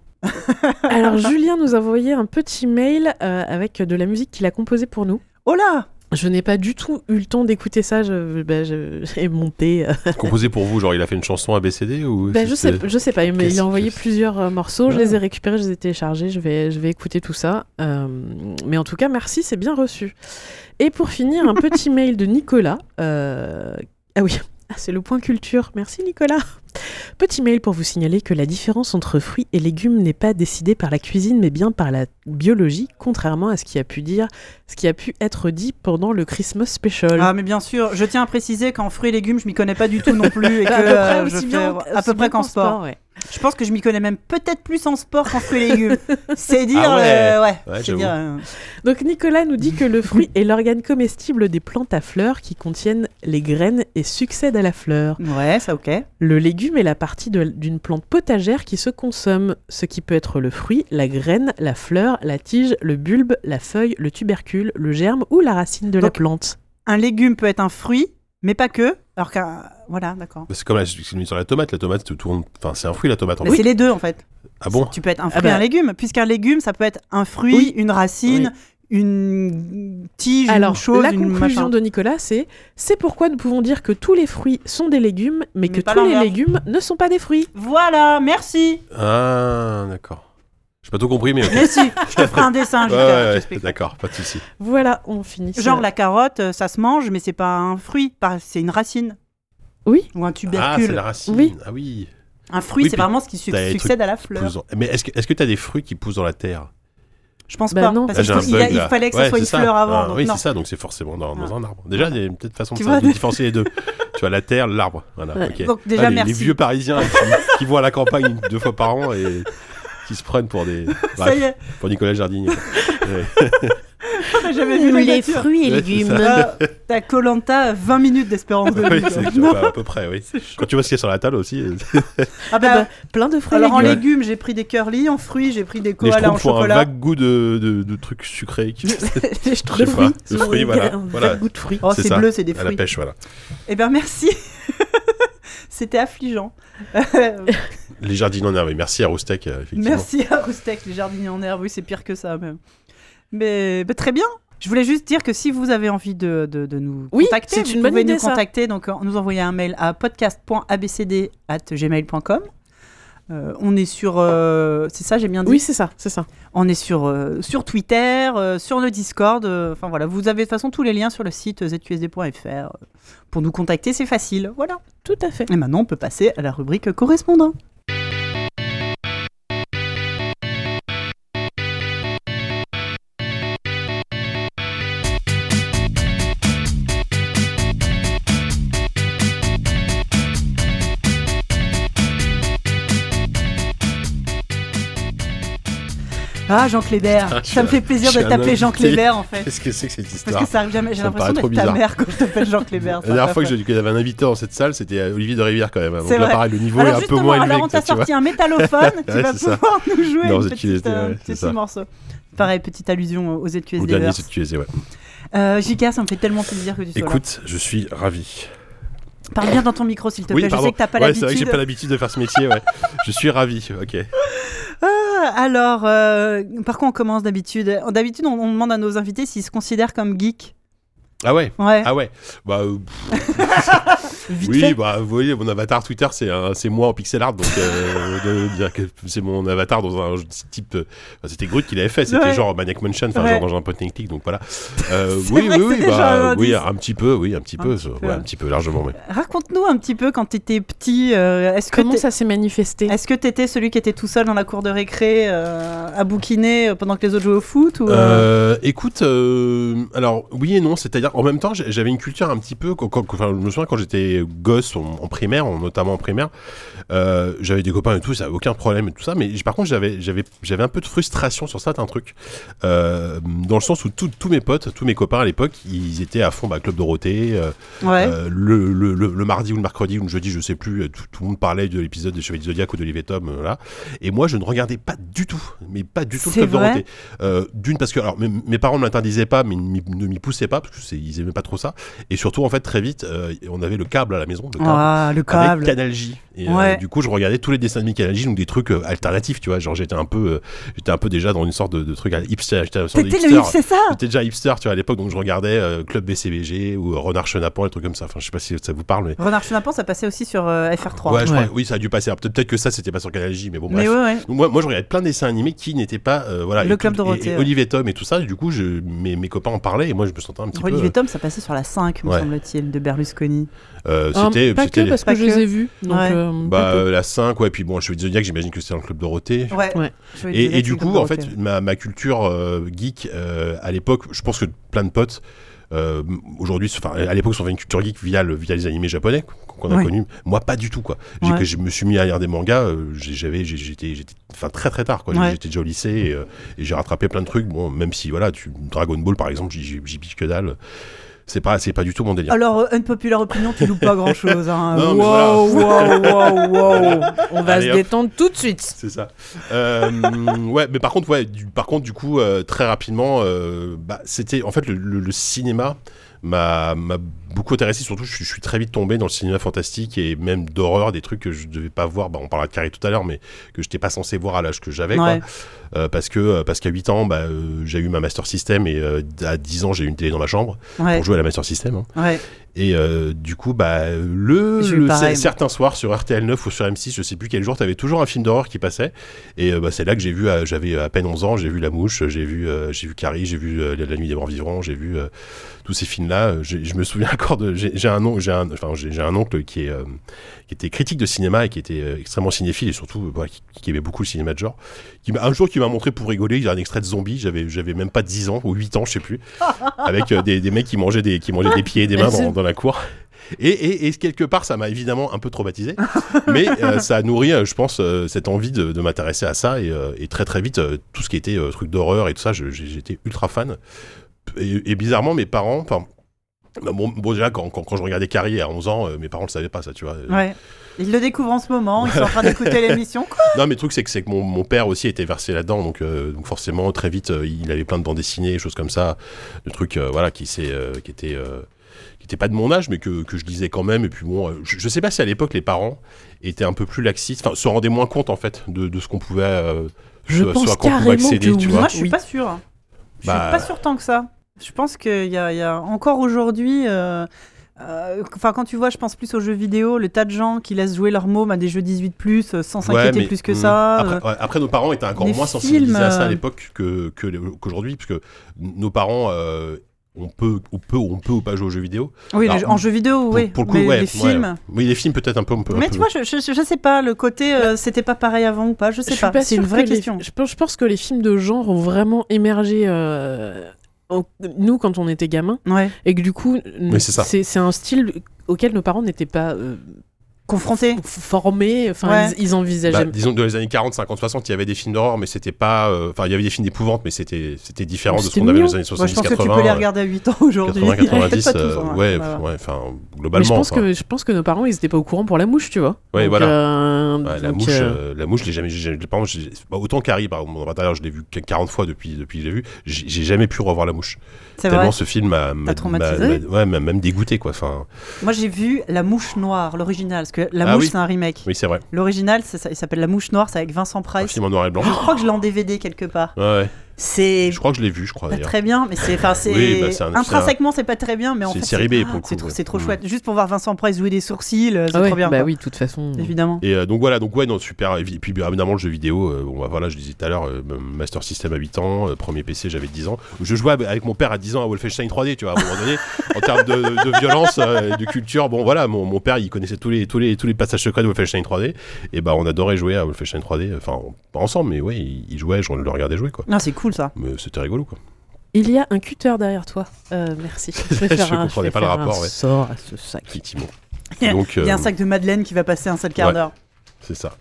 C: Alors Julien nous a envoyé un petit mail euh, avec de la musique qu'il a composée pour nous.
A: Oh là
C: Je n'ai pas du tout eu le temps d'écouter ça. Je, bah, je- (laughs) j'ai monté. euh,
B: Composé pour vous, genre il a fait une chanson ABCD ou
C: bah, je, sais,
B: c'était-
C: je sais pas, mais il
B: Qu'est-ce
C: a envoyé
B: que-
C: plusieurs euh, morceaux. Je
B: Ouais.
C: les ai récupérés, je les ai téléchargés. Je vais, je vais écouter tout ça. Euh, mais en tout cas, merci, c'est bien reçu. Et pour finir, un petit mail de Nicolas. euh, Ah oui. (laughs) Ah, c'est le point culture. Merci Nicolas. Petit mail pour vous signaler que la différence entre fruits et légumes n'est pas décidée par la cuisine mais bien par la biologie, contrairement à ce qui a pu dire, ce qui a pu être dit pendant le Christmas Special.
A: Ah, mais bien sûr, je tiens à préciser qu'en fruits et légumes, je m'y connais pas du tout non plus. Et que,
C: (laughs) à peu près
A: euh, je
C: aussi
A: fais-
C: bien,
A: à peu près qu'en sport.
C: ouais.
A: Je pense que je m'y connais même peut-être plus en sport qu'en fruits et
C: (laughs)
A: légumes. C'est dire.
B: Ah ouais.
A: euh, ouais.
B: Ouais,
A: c'est dire. euh,
C: Donc Nicolas nous dit que le fruit est l'organe comestible des plantes à fleurs qui contiennent les graines et succèdent à la fleur.
A: Ouais, ça ok.
C: Le légume est la partie de- d'une plante potagère qui se consomme, ce qui peut être le fruit, la graine, la fleur, la tige, le bulbe, la feuille, le tubercule, le germe ou la racine de la
A: Donc-
C: plante.
A: Un légume peut être un fruit, mais pas que. Alors qu'un. Voilà, d'accord.
B: Bah, C'est comme la, c'est comme sur la tomate, la tomate se tourne. Enfin, c'est un fruit la tomate en
A: Mais
B: fait.
A: c'est les deux en fait.
B: Ah bon
A: Tu peux être un fruit, et
C: bah.
A: un légume, puisqu'un légume, ça peut être un fruit,
C: Oui.
A: une racine, une tige,
C: Alors,
A: une chose,
C: la
A: une
C: conclusion
A: machin.
C: de Nicolas, c'est c'est pourquoi nous pouvons dire que tous les fruits sont des légumes, mais
A: Mais
C: que
A: pas
C: tous les
A: l'inverse.
C: légumes ne sont pas des fruits.
A: Voilà, merci.
B: Ah, d'accord. J'ai pas tout compris, mais. ok.
A: (laughs) Mais
B: (laughs)
A: si, je te ferai un dessin.
B: Ouais,
A: Jupiter, je
B: ouais, ouais,
A: t'explique.
B: d'accord, pas de soucis.
C: Voilà, on finit. sur-
A: Genre la carotte, euh, ça se mange, mais c'est pas un fruit, pas- c'est une racine.
C: Oui.
A: Ou un
B: Ah, c'est
A: tubercule.
B: la racine.
C: Oui.
B: Ah oui.
A: Un fruit,
B: Oui,
A: c'est
B: puis
A: vraiment ce qui su-
B: t'as les
A: succède à la fleur.
B: Pousse dans- Mais est-ce que est-ce que t'as des fruits qui poussent dans la terre
A: Je pense
C: Bah
A: pas.
C: non.
A: Parce
B: Là,
A: qu'il
B: Ah, j'ai un
A: faut- il, y a-
B: bug,
A: il
B: là.
A: fallait que
B: Ouais,
A: ça soit une
B: c'est ça.
A: fleur avant.
B: Ah,
A: donc
B: oui,
A: non.
B: c'est ça, donc c'est forcément dans, dans
A: Ah.
B: un arbre. Déjà, il y a une peut-être façon de,
A: Tu
B: ça-
A: vois,
B: de
A: des-
B: différencier
A: (laughs)
B: les deux. tu vois, la terre, l'arbre. Voilà,
C: Ouais.
B: ok.
A: Donc
B: Ah,
A: déjà,
B: les, les
A: merci.
B: vieux parisiens qui, qui vont à la campagne (laughs) une- deux fois par an et qui se prennent pour des.
A: Ça
B: Bref,
A: y est, (laughs)
B: pour Nicolas Jardinier. Ouais.
A: on a jamais vu la
D: les
A: nature.
D: fruits et
B: Ouais, c'est
D: légumes.
A: Là, Euh, T'as Colanta 20 minutes d'espérance de
B: Ah. (laughs) Oui,
A: vie. quoi.
B: c'est- bah, à peu près, oui. Quand tu vois ce qu'il y a sur la table aussi, euh,
A: Ah
C: Ah
A: bah,
C: bah, plein de fruits. et
A: alors en
C: légumes.
A: légumes, j'ai pris des curly, en fruits, j'ai pris des
B: les
A: koalas en
B: schtroumpfs font un
A: chocolat.
B: vague goût de, de, de trucs sucrés.
A: (laughs)
B: Qui...
C: Les
B: sais
C: fruits.
B: pas. Le fruit, voilà. Voilà.
C: goût de fruits.
A: Oh,
B: c'est
A: c'est
B: ça,
A: bleu, c'est des
B: à la
A: fruits.
B: pêche, voilà.
A: Eh ben merci. (laughs) C'était affligeant. (laughs)
B: Les jardiniers en herbe. Et Merci à Roustec, euh, effectivement.
A: Merci à Roustec, les jardiniers en herbe. Oui, c'est pire que ça, même. Mais bah, très bien. Je voulais juste dire que si vous avez envie de, de- de nous
C: Oui,
A: contacter,
C: c'est
A: vous
C: une bonne
A: pouvez
C: idée,
A: nous
C: ça.
A: contacter. Donc, en- nous envoyer un mail à podcast.abcd.gmail.com. Euh, on est sur. euh, c'est ça, j'ai bien dit
C: Oui, c'est ça, c'est ça.
A: On est sur, euh, sur Twitter, euh, sur le Discord. euh, Enfin, voilà. Vous avez de toute façon tous les liens sur le site zqsd.fr. euh, Pour nous contacter, c'est facile. Voilà.
C: Tout à fait.
A: Et maintenant, on peut passer à la rubrique correspondant. Ah, Jean Clébert,
B: Putain, je suis
A: ça me
B: un-
A: fait plaisir
B: je
A: de
B: suis un
A: t'appeler Jean
B: invité.
A: Clébert en fait.
B: Qu'est-ce que c'est que cette
A: Parce
B: histoire
A: que ça arrive jamais, j'ai
B: Ça me
A: l'impression
B: paraît trop
A: d'être ta
B: bizarre.
A: mère quand je t'appelle Jean Clébert.
B: La
A: c'est pas
B: dernière fois
A: vrai.
B: que j'ai dit qu'il y avait un invité dans cette salle, c'était euh, Olivier de Rivière quand même. Donc
A: C'est
B: là,
A: vrai.
B: pareil, le niveau
A: Alors
B: est un peu
A: justement,
B: moins élevé
A: alors on
B: que toi,
A: t'a
B: tu vois.
A: sorti
B: (laughs)
A: un métallophone, tu
B: Ouais,
A: vas
B: c'est ça.
A: pouvoir nous jouer
B: Dans
A: une
B: ZQSD,
A: petite, euh,
B: ouais, c'est
A: petit
B: ça.
A: morceau. Pareil, petite allusion au- aux
B: Au
A: ZQSD.
B: dernier,
A: Verse.
B: c'est tu ouais.
A: Euh, JK, ça me fait tellement plaisir que tu sois
B: Écoute, je suis ravi.
A: là. Parle bien dans ton micro, s'il te plaît. Je
B: pardon.
A: sais que t'as pas
B: ouais, c'est vrai que
A: l'habitude.
B: j'ai pas l'habitude de faire ce métier, ouais. je suis ravi, ok.
A: Ah, alors, euh, par quoi on commence d'habitude D'habitude, on, on demande à nos invités s'ils se considèrent comme geeks.
B: Ah ouais
A: Ouais.
B: Ah ouais Bah, euh,
C: Vite
B: oui,
C: fait.
B: bah, vous voyez, mon avatar Twitter, c'est un- c'est moi en pixel art, donc euh, de dire que c'est mon avatar dans un jeu de type. euh, enfin, c'était Groot qui l'avait fait, c'était
A: Ouais.
B: genre Maniac Mansion, enfin,
A: Ouais.
B: genre dans un point and click, donc
A: (laughs)
B: voilà. Euh,
A: C'est
B: oui,
A: vrai
B: oui,
A: que
B: oui,
A: c'était genre
B: bah,
A: un
B: oui,
A: indice.
B: un petit peu, oui, un petit
A: Un
B: peu,
A: petit
B: euh,
A: peu.
B: ouais, un petit peu, largement, oui.
A: Raconte-nous un petit peu quand t'étais petit. euh, Est-ce que
C: Comment
A: t'es-
C: ça s'est manifesté
A: Est-ce que t'étais celui qui était tout seul dans la cour de récré euh, à bouquiner euh, pendant que les autres jouaient au foot ou, euh,
B: Euh, écoute, euh, alors oui et non, c'est-à-dire en même temps j'ai- j'avais une culture un petit peu, quand- quand- enfin, je me souviens quand j'étais gosse en, en primaire, en- notamment en primaire, euh, j'avais des copains et tout, ça avait aucun problème et tout ça, mais j- par contre j'avais j'avais j'avais un peu de frustration sur certains trucs, Euh, dans le sens où tout- tous mes potes, tous mes copains à l'époque, ils étaient à fond bah, club Dorothée, euh,
A: Ouais.
B: euh, le, le- le- le mardi ou le mercredi ou le jeudi, je sais plus, euh, tout, tout le monde parlait de l'épisode des Chevaliers du Zodiac ou d'Olivier Tom. euh, là. Et moi, je ne regardais pas du tout, mais pas du tout le
A: C'est
B: Club
A: vrai
B: Dorothée. Euh, D'une, parce que alors, mes, mes parents ne m'interdisaient pas, mais ils ne m'y- ne m'y poussaient pas, parce qu'ils aimaient pas trop ça. Et surtout, en fait, très vite, euh, on avait le câble à la maison, le câble.
A: Ah, le câble.
B: euh, Avec Canal J. Et euh,
A: Ouais.
B: du coup, je regardais tous les dessins animés Canal J, donc des trucs euh, alternatifs, tu vois. Genre, j'étais un peu, euh, j'étais un peu déjà dans une sorte de, de truc à hipster. j'étais dans une sorte de
A: T'étais le
B: hipster.
A: hip, c'est ça
B: J'étais déjà hipster, tu vois, à l'époque, donc je regardais euh, Club BCBG ou euh, Renard Chenapan, des trucs comme ça. Enfin, je sais pas si ça vous parle, mais.
A: Renard Chenapan, ça passait aussi sur euh, FR3.
B: Ouais, je
C: Ouais.
B: crois- oui, ça a dû passer. Alors, Peut-être que ça, c'était pas sur Canal J, mais bon, bref.
A: Mais ouais, ouais.
B: Donc, Moi, moi, je regardais plein de dessins animés qui n'étaient pas. euh, voilà,
A: Le
B: et
A: Club
B: tout- et-
A: Dorothée,
B: et
A: ouais.
B: Olivier Tom et tout ça. Et du coup, je, mes, mes copains en parlaient et moi, je me sentais un petit peu.
A: Olivier vieux tomes, ça passait sur la 5, me
B: Ouais.
A: semble-t-il, de Berlusconi.
B: Euh,
C: Ah,
B: c'était
C: pas
B: c'était
C: que
B: les-
C: parce
A: Pas
C: que je les
A: que.
C: ai vus. donc,
A: Ouais.
C: euh,
B: bah,
C: pas que.
B: euh, la 5, ouais, puis bon, je suis Zodiac, j'imagine que c'était dans le club Dorothée.
A: Ouais.
C: Ouais.
A: Je vais
B: Et,
A: dire
B: et du
A: Club
B: coup, en
A: Dorothée.
B: fait, ma, ma culture euh, geek euh, à l'époque, je pense que plein de potes euh, aujourd'hui, enfin, à l'époque, sont fait une culture geek via, le, via les animés japonais qu'on a
A: Ouais.
B: connus. Moi, pas du tout, quoi. J'ai-
A: Ouais.
B: que je me suis mis à lire des mangas. euh, j'ai- j'avais, j'ai- j'étais, j'étais, enfin, très très tard, quoi. J'ai-
A: Ouais.
B: J'étais déjà au lycée et, euh, et j'ai rattrapé plein de trucs. Bon, même si, voilà, tu, Dragon Ball, par exemple, j'y- j'y j'y pige que dalle. C'est pas, c'est pas du tout mon délire.
A: Alors, euh, unpopular opinion, tu loues pas grand-chose. Hein.
B: (laughs) Non, mais
A: Wow, wow,
B: (laughs)
A: wow, wow.
C: On va
B: Allez,
C: se
B: hop.
C: détendre tout de suite.
B: C'est ça. Euh, (laughs) ouais, mais par contre, ouais, du, par contre, du coup, euh, très rapidement, euh, bah, c'était en fait le, le- le cinéma m'a m'a beaucoup intéressé. Surtout, je, suis- je suis très vite tombé dans le cinéma fantastique et même d'horreur, des trucs que je devais pas voir. Bah, on parlera de Carrie tout à l'heure, mais que j'étais pas censé voir à l'âge que j'avais. quoi.
A: Ouais.
B: Euh, parce que euh, parce qu'à 8 ans, bah, euh, j'ai eu ma Master System et euh, à 10 ans, j'ai eu une télé dans ma chambre
A: Ouais.
B: pour jouer à la Master System. hein.
A: ouais.
B: Et euh, du coup, bah, le,
A: J'ai eu
B: le-
A: pareil,
B: cer-
A: moi.
B: certains soirs sur RTL 9 ou sur M6, je sais plus quel jour, t'avais toujours un film d'horreur qui passait. Et euh, bah, c'est là que j'ai vu, euh, j'avais à peine 11 ans, j'ai vu La Mouche, j'ai vu, euh, j'ai vu Carrie, j'ai vu euh, La Nuit des Morts Vivants, j'ai vu euh, tous ces films-là. Euh, j'ai- Je me souviens (laughs) encore de, j'ai j'ai un oncle, j'ai un, enfin, j'ai j'ai un oncle qui est, euh, qui était critique de cinéma et qui était euh, extrêmement cinéphile et surtout euh, voilà, qui, qui aimait beaucoup le cinéma de genre. Qui m'a- un jour, qui m'a montré pour rigoler, il y a un extrait de Zombie, j'avais, j'avais même pas 10 ans ou 8 ans, je sais plus, avec euh, des, des mecs qui mangeaient des, qui mangeaient des pieds et des mains dans, dans la cour. Et, et, et quelque part, ça m'a évidemment un peu traumatisé, mais euh, ça a nourri, euh, je pense, euh, cette envie de, de m'intéresser à ça et, euh, et très très vite, euh, tout ce qui était euh, truc d'horreur et tout ça, je- j'ai- j'étais ultra fan. Et, et bizarrement, mes parents, enfin, bah, bon, bon, déjà quand, quand, quand je regardais Carrie à 11 ans, euh, mes parents le savaient pas ça, tu vois. Euh,
A: Ouais. Ils le découvrent en ce moment, ils sont en train
B: (laughs)
A: d'écouter l'émission. Quoi
B: Non, mais le truc, c'est que, c'est que mon, mon père aussi était versé là-dedans, donc, euh, donc forcément, très vite, euh, il avait plein de bandes dessinées, des choses comme ça, de trucs euh, voilà, qui, s'est, euh, qui étaient. euh, qui étaient pas de mon âge, mais que, que je lisais quand même. Et puis bon, euh, je, je sais pas si à l'époque les parents étaient un peu plus laxistes, enfin se rendaient moins compte en fait de, de ce qu'on pouvait, euh,
C: Je
B: ce-
C: pense
B: ce à quoi on pouvait
C: carrément
B: accéder,
C: que
B: tu
C: oui.
B: vois.
A: Moi, je suis
C: Oui.
A: pas sûre. Je
B: Bah-
A: suis pas sûre tant que ça. Je pense qu'il y a, il y a encore aujourd'hui. euh, euh, Enfin, quand tu vois, je pense plus aux jeux vidéo, le tas de gens qui laissent jouer leurs mômes à des jeux 18+, euh, sans
B: Ouais,
A: s'inquiéter
B: mais,
A: plus que
B: mm,
A: ça. euh,
B: Après, ouais, après, nos parents étaient encore
A: les
B: moins sensibilisés à ça à
A: films, euh,
B: l'époque que- que les- qu'aujourd'hui, parce que nos parents, euh, on, peut, on, peut, on peut ou pas jouer aux jeux vidéo.
A: Oui,
B: alors,
A: les jeux- en jeux vidéo, oui.
B: pour, pour le coup,
A: mais
B: ouais,
A: les
B: ouais.
A: films.
B: Oui, les films peut-être un peu. un peu- un
A: Mais
B: peu-
A: tu vois, je, je, je sais pas, le côté euh, c'était pas pareil avant ou pas, je sais
C: suis
A: pas. C'est une
C: sûre
A: vraie
C: que les-
A: question.
C: je, pense, je pense que les films de genre ont vraiment émergé. euh, au- Nous, quand on était gamins,
A: Ouais.
C: et que du coup, n-
B: Oui, c'est ça.
C: c'est c'est un style auquel nos parents n'étaient pas euh,
A: Confronté.
C: f- formés. Enfin,
A: Ouais.
C: ils, ils envisageaient.
B: Bah, disons que dans les années 40, 50, 60, il y avait des films d'horreur, mais c'était pas. euh, Enfin, il y avait des films d'épouvante, mais c'était c'était différent de ce
C: C'était
B: qu'on avait dans
C: mignon.
B: les années
A: Moi, je
B: 70,
A: pense que tu
B: 80.
A: peux les
B: euh,
A: regarder à 8 ans aujourd'hui. (laughs)
B: 80,
A: Ils arrêtent
B: 90,
A: pas tous,
B: euh,
A: hein.
B: ouais,
A: Voilà.
B: ouais, enfin,
C: mais je
B: globalement.
C: pense,
B: enfin.
C: que, je pense que nos parents, ils n'étaient pas au courant pour la mouche, tu vois.
B: Ouais,
C: Donc,
B: voilà.
C: euh,
B: Ouais, la,
C: donc,
B: mouche,
C: euh,
B: euh, la mouche, je l'ai jamais. j'ai- j'ai- par exemple, j'ai- bah, autant qu'Harry, par exemple, dans Batailleur, je l'ai vu que 40 fois depuis, depuis que j'ai vu. J'ai j'ai jamais pu revoir la mouche.
A: C'est
B: Tellement
A: vrai.
B: ce film m'a- m'a
A: T'as traumatisé
B: m'a- ouais, m'a même dégoûté, quoi. Enfin,
A: Moi, j'ai vu La Mouche Noire, l'original, parce que La
B: Ah
A: Mouche,
B: oui.
A: c'est un remake.
B: oui, Ah, c'est vrai.
A: L'original, c'est ça- il s'appelle La Mouche Noire, c'est avec Vincent
B: Un
A: Price. Ah.
B: film en noir et blanc.
A: Je crois que je l'ai en DVD quelque part.
B: Ouais, ouais.
A: C'est
B: Je crois que je l'ai vu, je crois
A: pas
B: d'ailleurs.
A: très bien, mais c'est. enfin, c'est-
B: Oui, bah, c'est un- c'est un-
A: intrinsèquement, c'est pas très bien, mais en
B: C'est
A: fait.
B: une série B, pour le
A: c'est
B: coup,
A: trop-
B: ouais.
A: C'est trop
B: Mm.
A: chouette. Juste pour voir Vincent Price jouer des sourcils, euh, c'est
C: ah ouais,
A: trop bien.
C: Bah
A: quoi.
C: oui, de toute façon.
A: Évidemment.
B: Et euh, donc voilà, donc ouais, non, super. Et puis- et puis bien évidemment, le jeu vidéo, euh, bon, bah, voilà, je disais tout à l'heure, euh, Master System à 8 ans, euh, premier PC, j'avais 10 ans. Je jouais avec- avec mon père à 10 ans à Wolfenstein 3D, tu vois, à un moment donné, en termes de, de violence, euh, de culture. Bon voilà, mon, mon père, il connaissait tous les, tous, les, tous les passages secrets de Wolfenstein 3D. Et bah, on adorait jouer à Wolfenstein 3D, enfin, on- pas ensemble, mais ouais, il, il jouait, je le regardais jouer, quoi.
A: Non, c'est cool ça.
B: Mais c'était rigolo, quoi.
C: Il y a un cutter derrière toi. Euh,
B: (laughs)
C: merci. Je, vais
B: Je
C: faire un-
B: comprenais
C: vais
B: pas le
C: faire un
B: rapport, ouais.
C: sort à ce sac.
B: Effectivement. Donc,
A: Il y a un
B: euh,
A: sac de Madeleine qui va passer un seul quart
B: ouais.
A: d'heure.
B: C'est ça.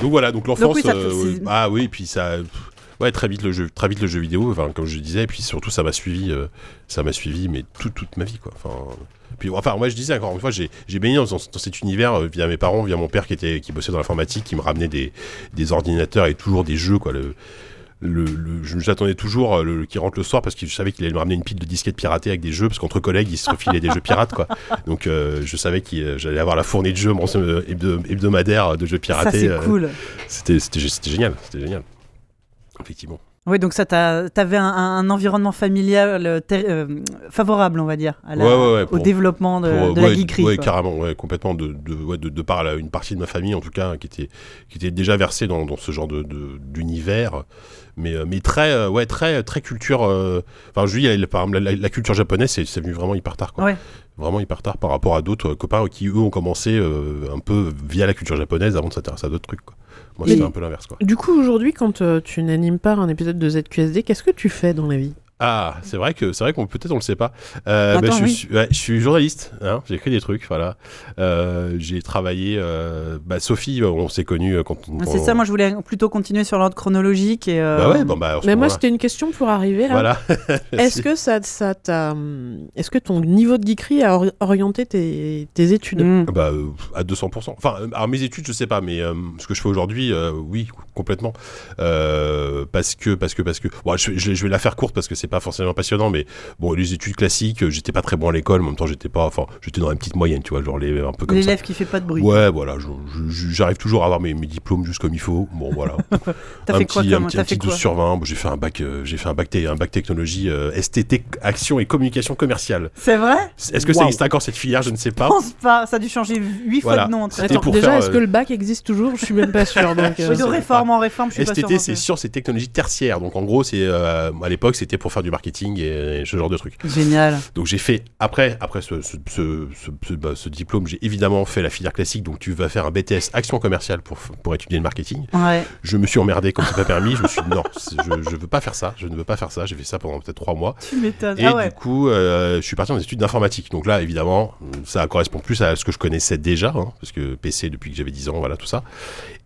B: Donc voilà, donc l'enfance.
A: Donc oui, ça te-
B: euh,
A: c'est-
B: ah oui, puis ça. pff, Ouais, très vite le jeu, très vite le jeu vidéo. Enfin, comme je disais, et puis surtout ça m'a suivi, euh, ça m'a suivi, mais toute toute ma vie quoi. Enfin, puis enfin moi je disais encore une fois, j'ai j'ai baigné dans, dans cet univers euh, via mes parents, via mon père qui était qui bossait dans l'informatique, qui me ramenait des des ordinateurs et toujours des jeux quoi. Le, le, le- je j'attendais toujours euh, le, qui rentre le soir parce que je savais qu'il allait me ramener une pile de disquettes piratées avec des jeux parce qu'entre collègues ils se refilaient des jeux pirates quoi. Donc euh, je savais que j'allais avoir la fournée de jeux mon- euh, hebdo- hebdomadaire de jeux
A: ça,
B: piratés.
A: c'est
B: euh,
A: cool.
B: c'était, c'était, gé- c'était génial, c'était génial. Effectivement.
A: Oui, donc ça, t'as- t'avais un, un- un environnement familial euh, ter- euh, favorable, on va dire, à la-
B: Ouais, ouais, ouais,
A: au
B: pour-
A: développement de,
B: Pour, euh,
A: de
B: ouais,
A: la geekerie.
B: ouais,
A: quoi.
B: carrément, ouais, complètement. De, de, ouais, de, de par la- hein, une partie de ma famille, en tout cas, qui était, qui était déjà versée dans, dans ce genre de, de- d'univers. mais euh, mais très euh, ouais très très culture euh, enfin je dis elle, par exemple, la, la- la culture japonaise c'est c'est venu vraiment hyper tard quoi
A: Ouais.
B: vraiment hyper tard par rapport à d'autres euh, copains qui eux ont commencé euh, un peu via la culture japonaise avant de s'intéresser à d'autres trucs quoi moi
C: Mais-
B: c'était un peu l'inverse quoi
C: Du coup, aujourd'hui, quand euh, tu n'animes pas un épisode de ZQSD, qu'est-ce que tu fais dans la vie
B: ah c'est vrai que c'est vrai qu'on peut-être on le sait pas Euh,
A: Attends,
B: bah, je,
A: oui.
B: suis, ouais, je suis journaliste hein, j'ai écrit des trucs voilà Euh, j'ai travaillé euh, bah, Sophie on s'est connus euh, quand on
A: Ah, C'est ça, moi je voulais plutôt continuer sur l'ordre chronologique. Et, euh,
B: bah ouais bon bah à ce
C: Mais moi,
B: moment-là.
C: c'était une question pour
A: hein.
C: arriver là.
B: voilà
C: Est-ce que ça, ça t'a, hum, est-ce que ton niveau de geekerie a or- orienté tes, tes études
A: Mm.
B: Ah Bah, euh, à 200%. Enfin, euh, alors mes études, je sais pas, mais euh, ce que je fais aujourd'hui, euh, oui, complètement. Euh, parce que, parce que, parce que. Bon, je, je- je vais la faire courte parce que c'est pas forcément passionnant, mais bon, les études classiques, euh, j'étais pas très bon à l'école, mais en même temps, j'étais pas. Enfin, j'étais dans la petite moyenne, tu vois, genre les, un peu comme ça.
A: L'élève qui fait pas de bruit.
B: Ouais, voilà, je- je- j'arrive toujours à avoir mes, mes diplômes juste comme il faut. Bon, voilà.
A: (laughs) T'as
B: un
A: fait
B: petit,
A: quoi
B: un
A: comme
B: petit,
A: T'as
B: un petit
A: fait
B: 12
A: quoi
B: sur 20. Bon, j'ai fait un bac, euh, j'ai fait un bac, T- un bac technologie euh, STT, action et communication commerciale.
A: C'est vrai
B: Est-ce que ça
C: Wow.
B: existe encore cette filière Je ne sais
A: Je
B: pas.
A: pense pas. Ça a dû changer huit fois
B: Ah. Voilà.
A: de nom entre
B: C'était
C: Attends,
B: pour
C: déjà,
B: faire,
C: est-ce
B: euh,
C: que le bac existe toujours Je suis même pas sûr. (laughs) Donc, euh,
A: Oui, de réforme en réforme, je suis pas sûre hein,
B: STT,
A: non
B: c'est
A: plus.
B: sciences et technologies tertiaires. Donc en gros, c'est euh, à l'époque, c'était pour faire du marketing et, ce genre de trucs.
A: Génial.
B: Donc j'ai fait après, après ce, ce- ce- ce- ce- bah, ce diplôme, j'ai évidemment fait la filière classique. Donc tu vas faire un BTS action commerciale pour f- pour étudier le marketing.
A: Ouais.
B: Je me suis emmerdé comme c'est pas permis. je me suis dit, non, c'est- je, je veux pas faire ça. Je ne veux pas faire ça. J'ai fait ça pendant peut-être trois mois.
A: Tu m'étonnes.
B: Et
A: Ah ouais.
B: du coup, euh, je suis parti en études d'informatique. Donc là, évidemment, ça correspond plus à ce que je connaissais déjà, hein, parce que PC depuis que j'avais 10 ans, voilà tout ça.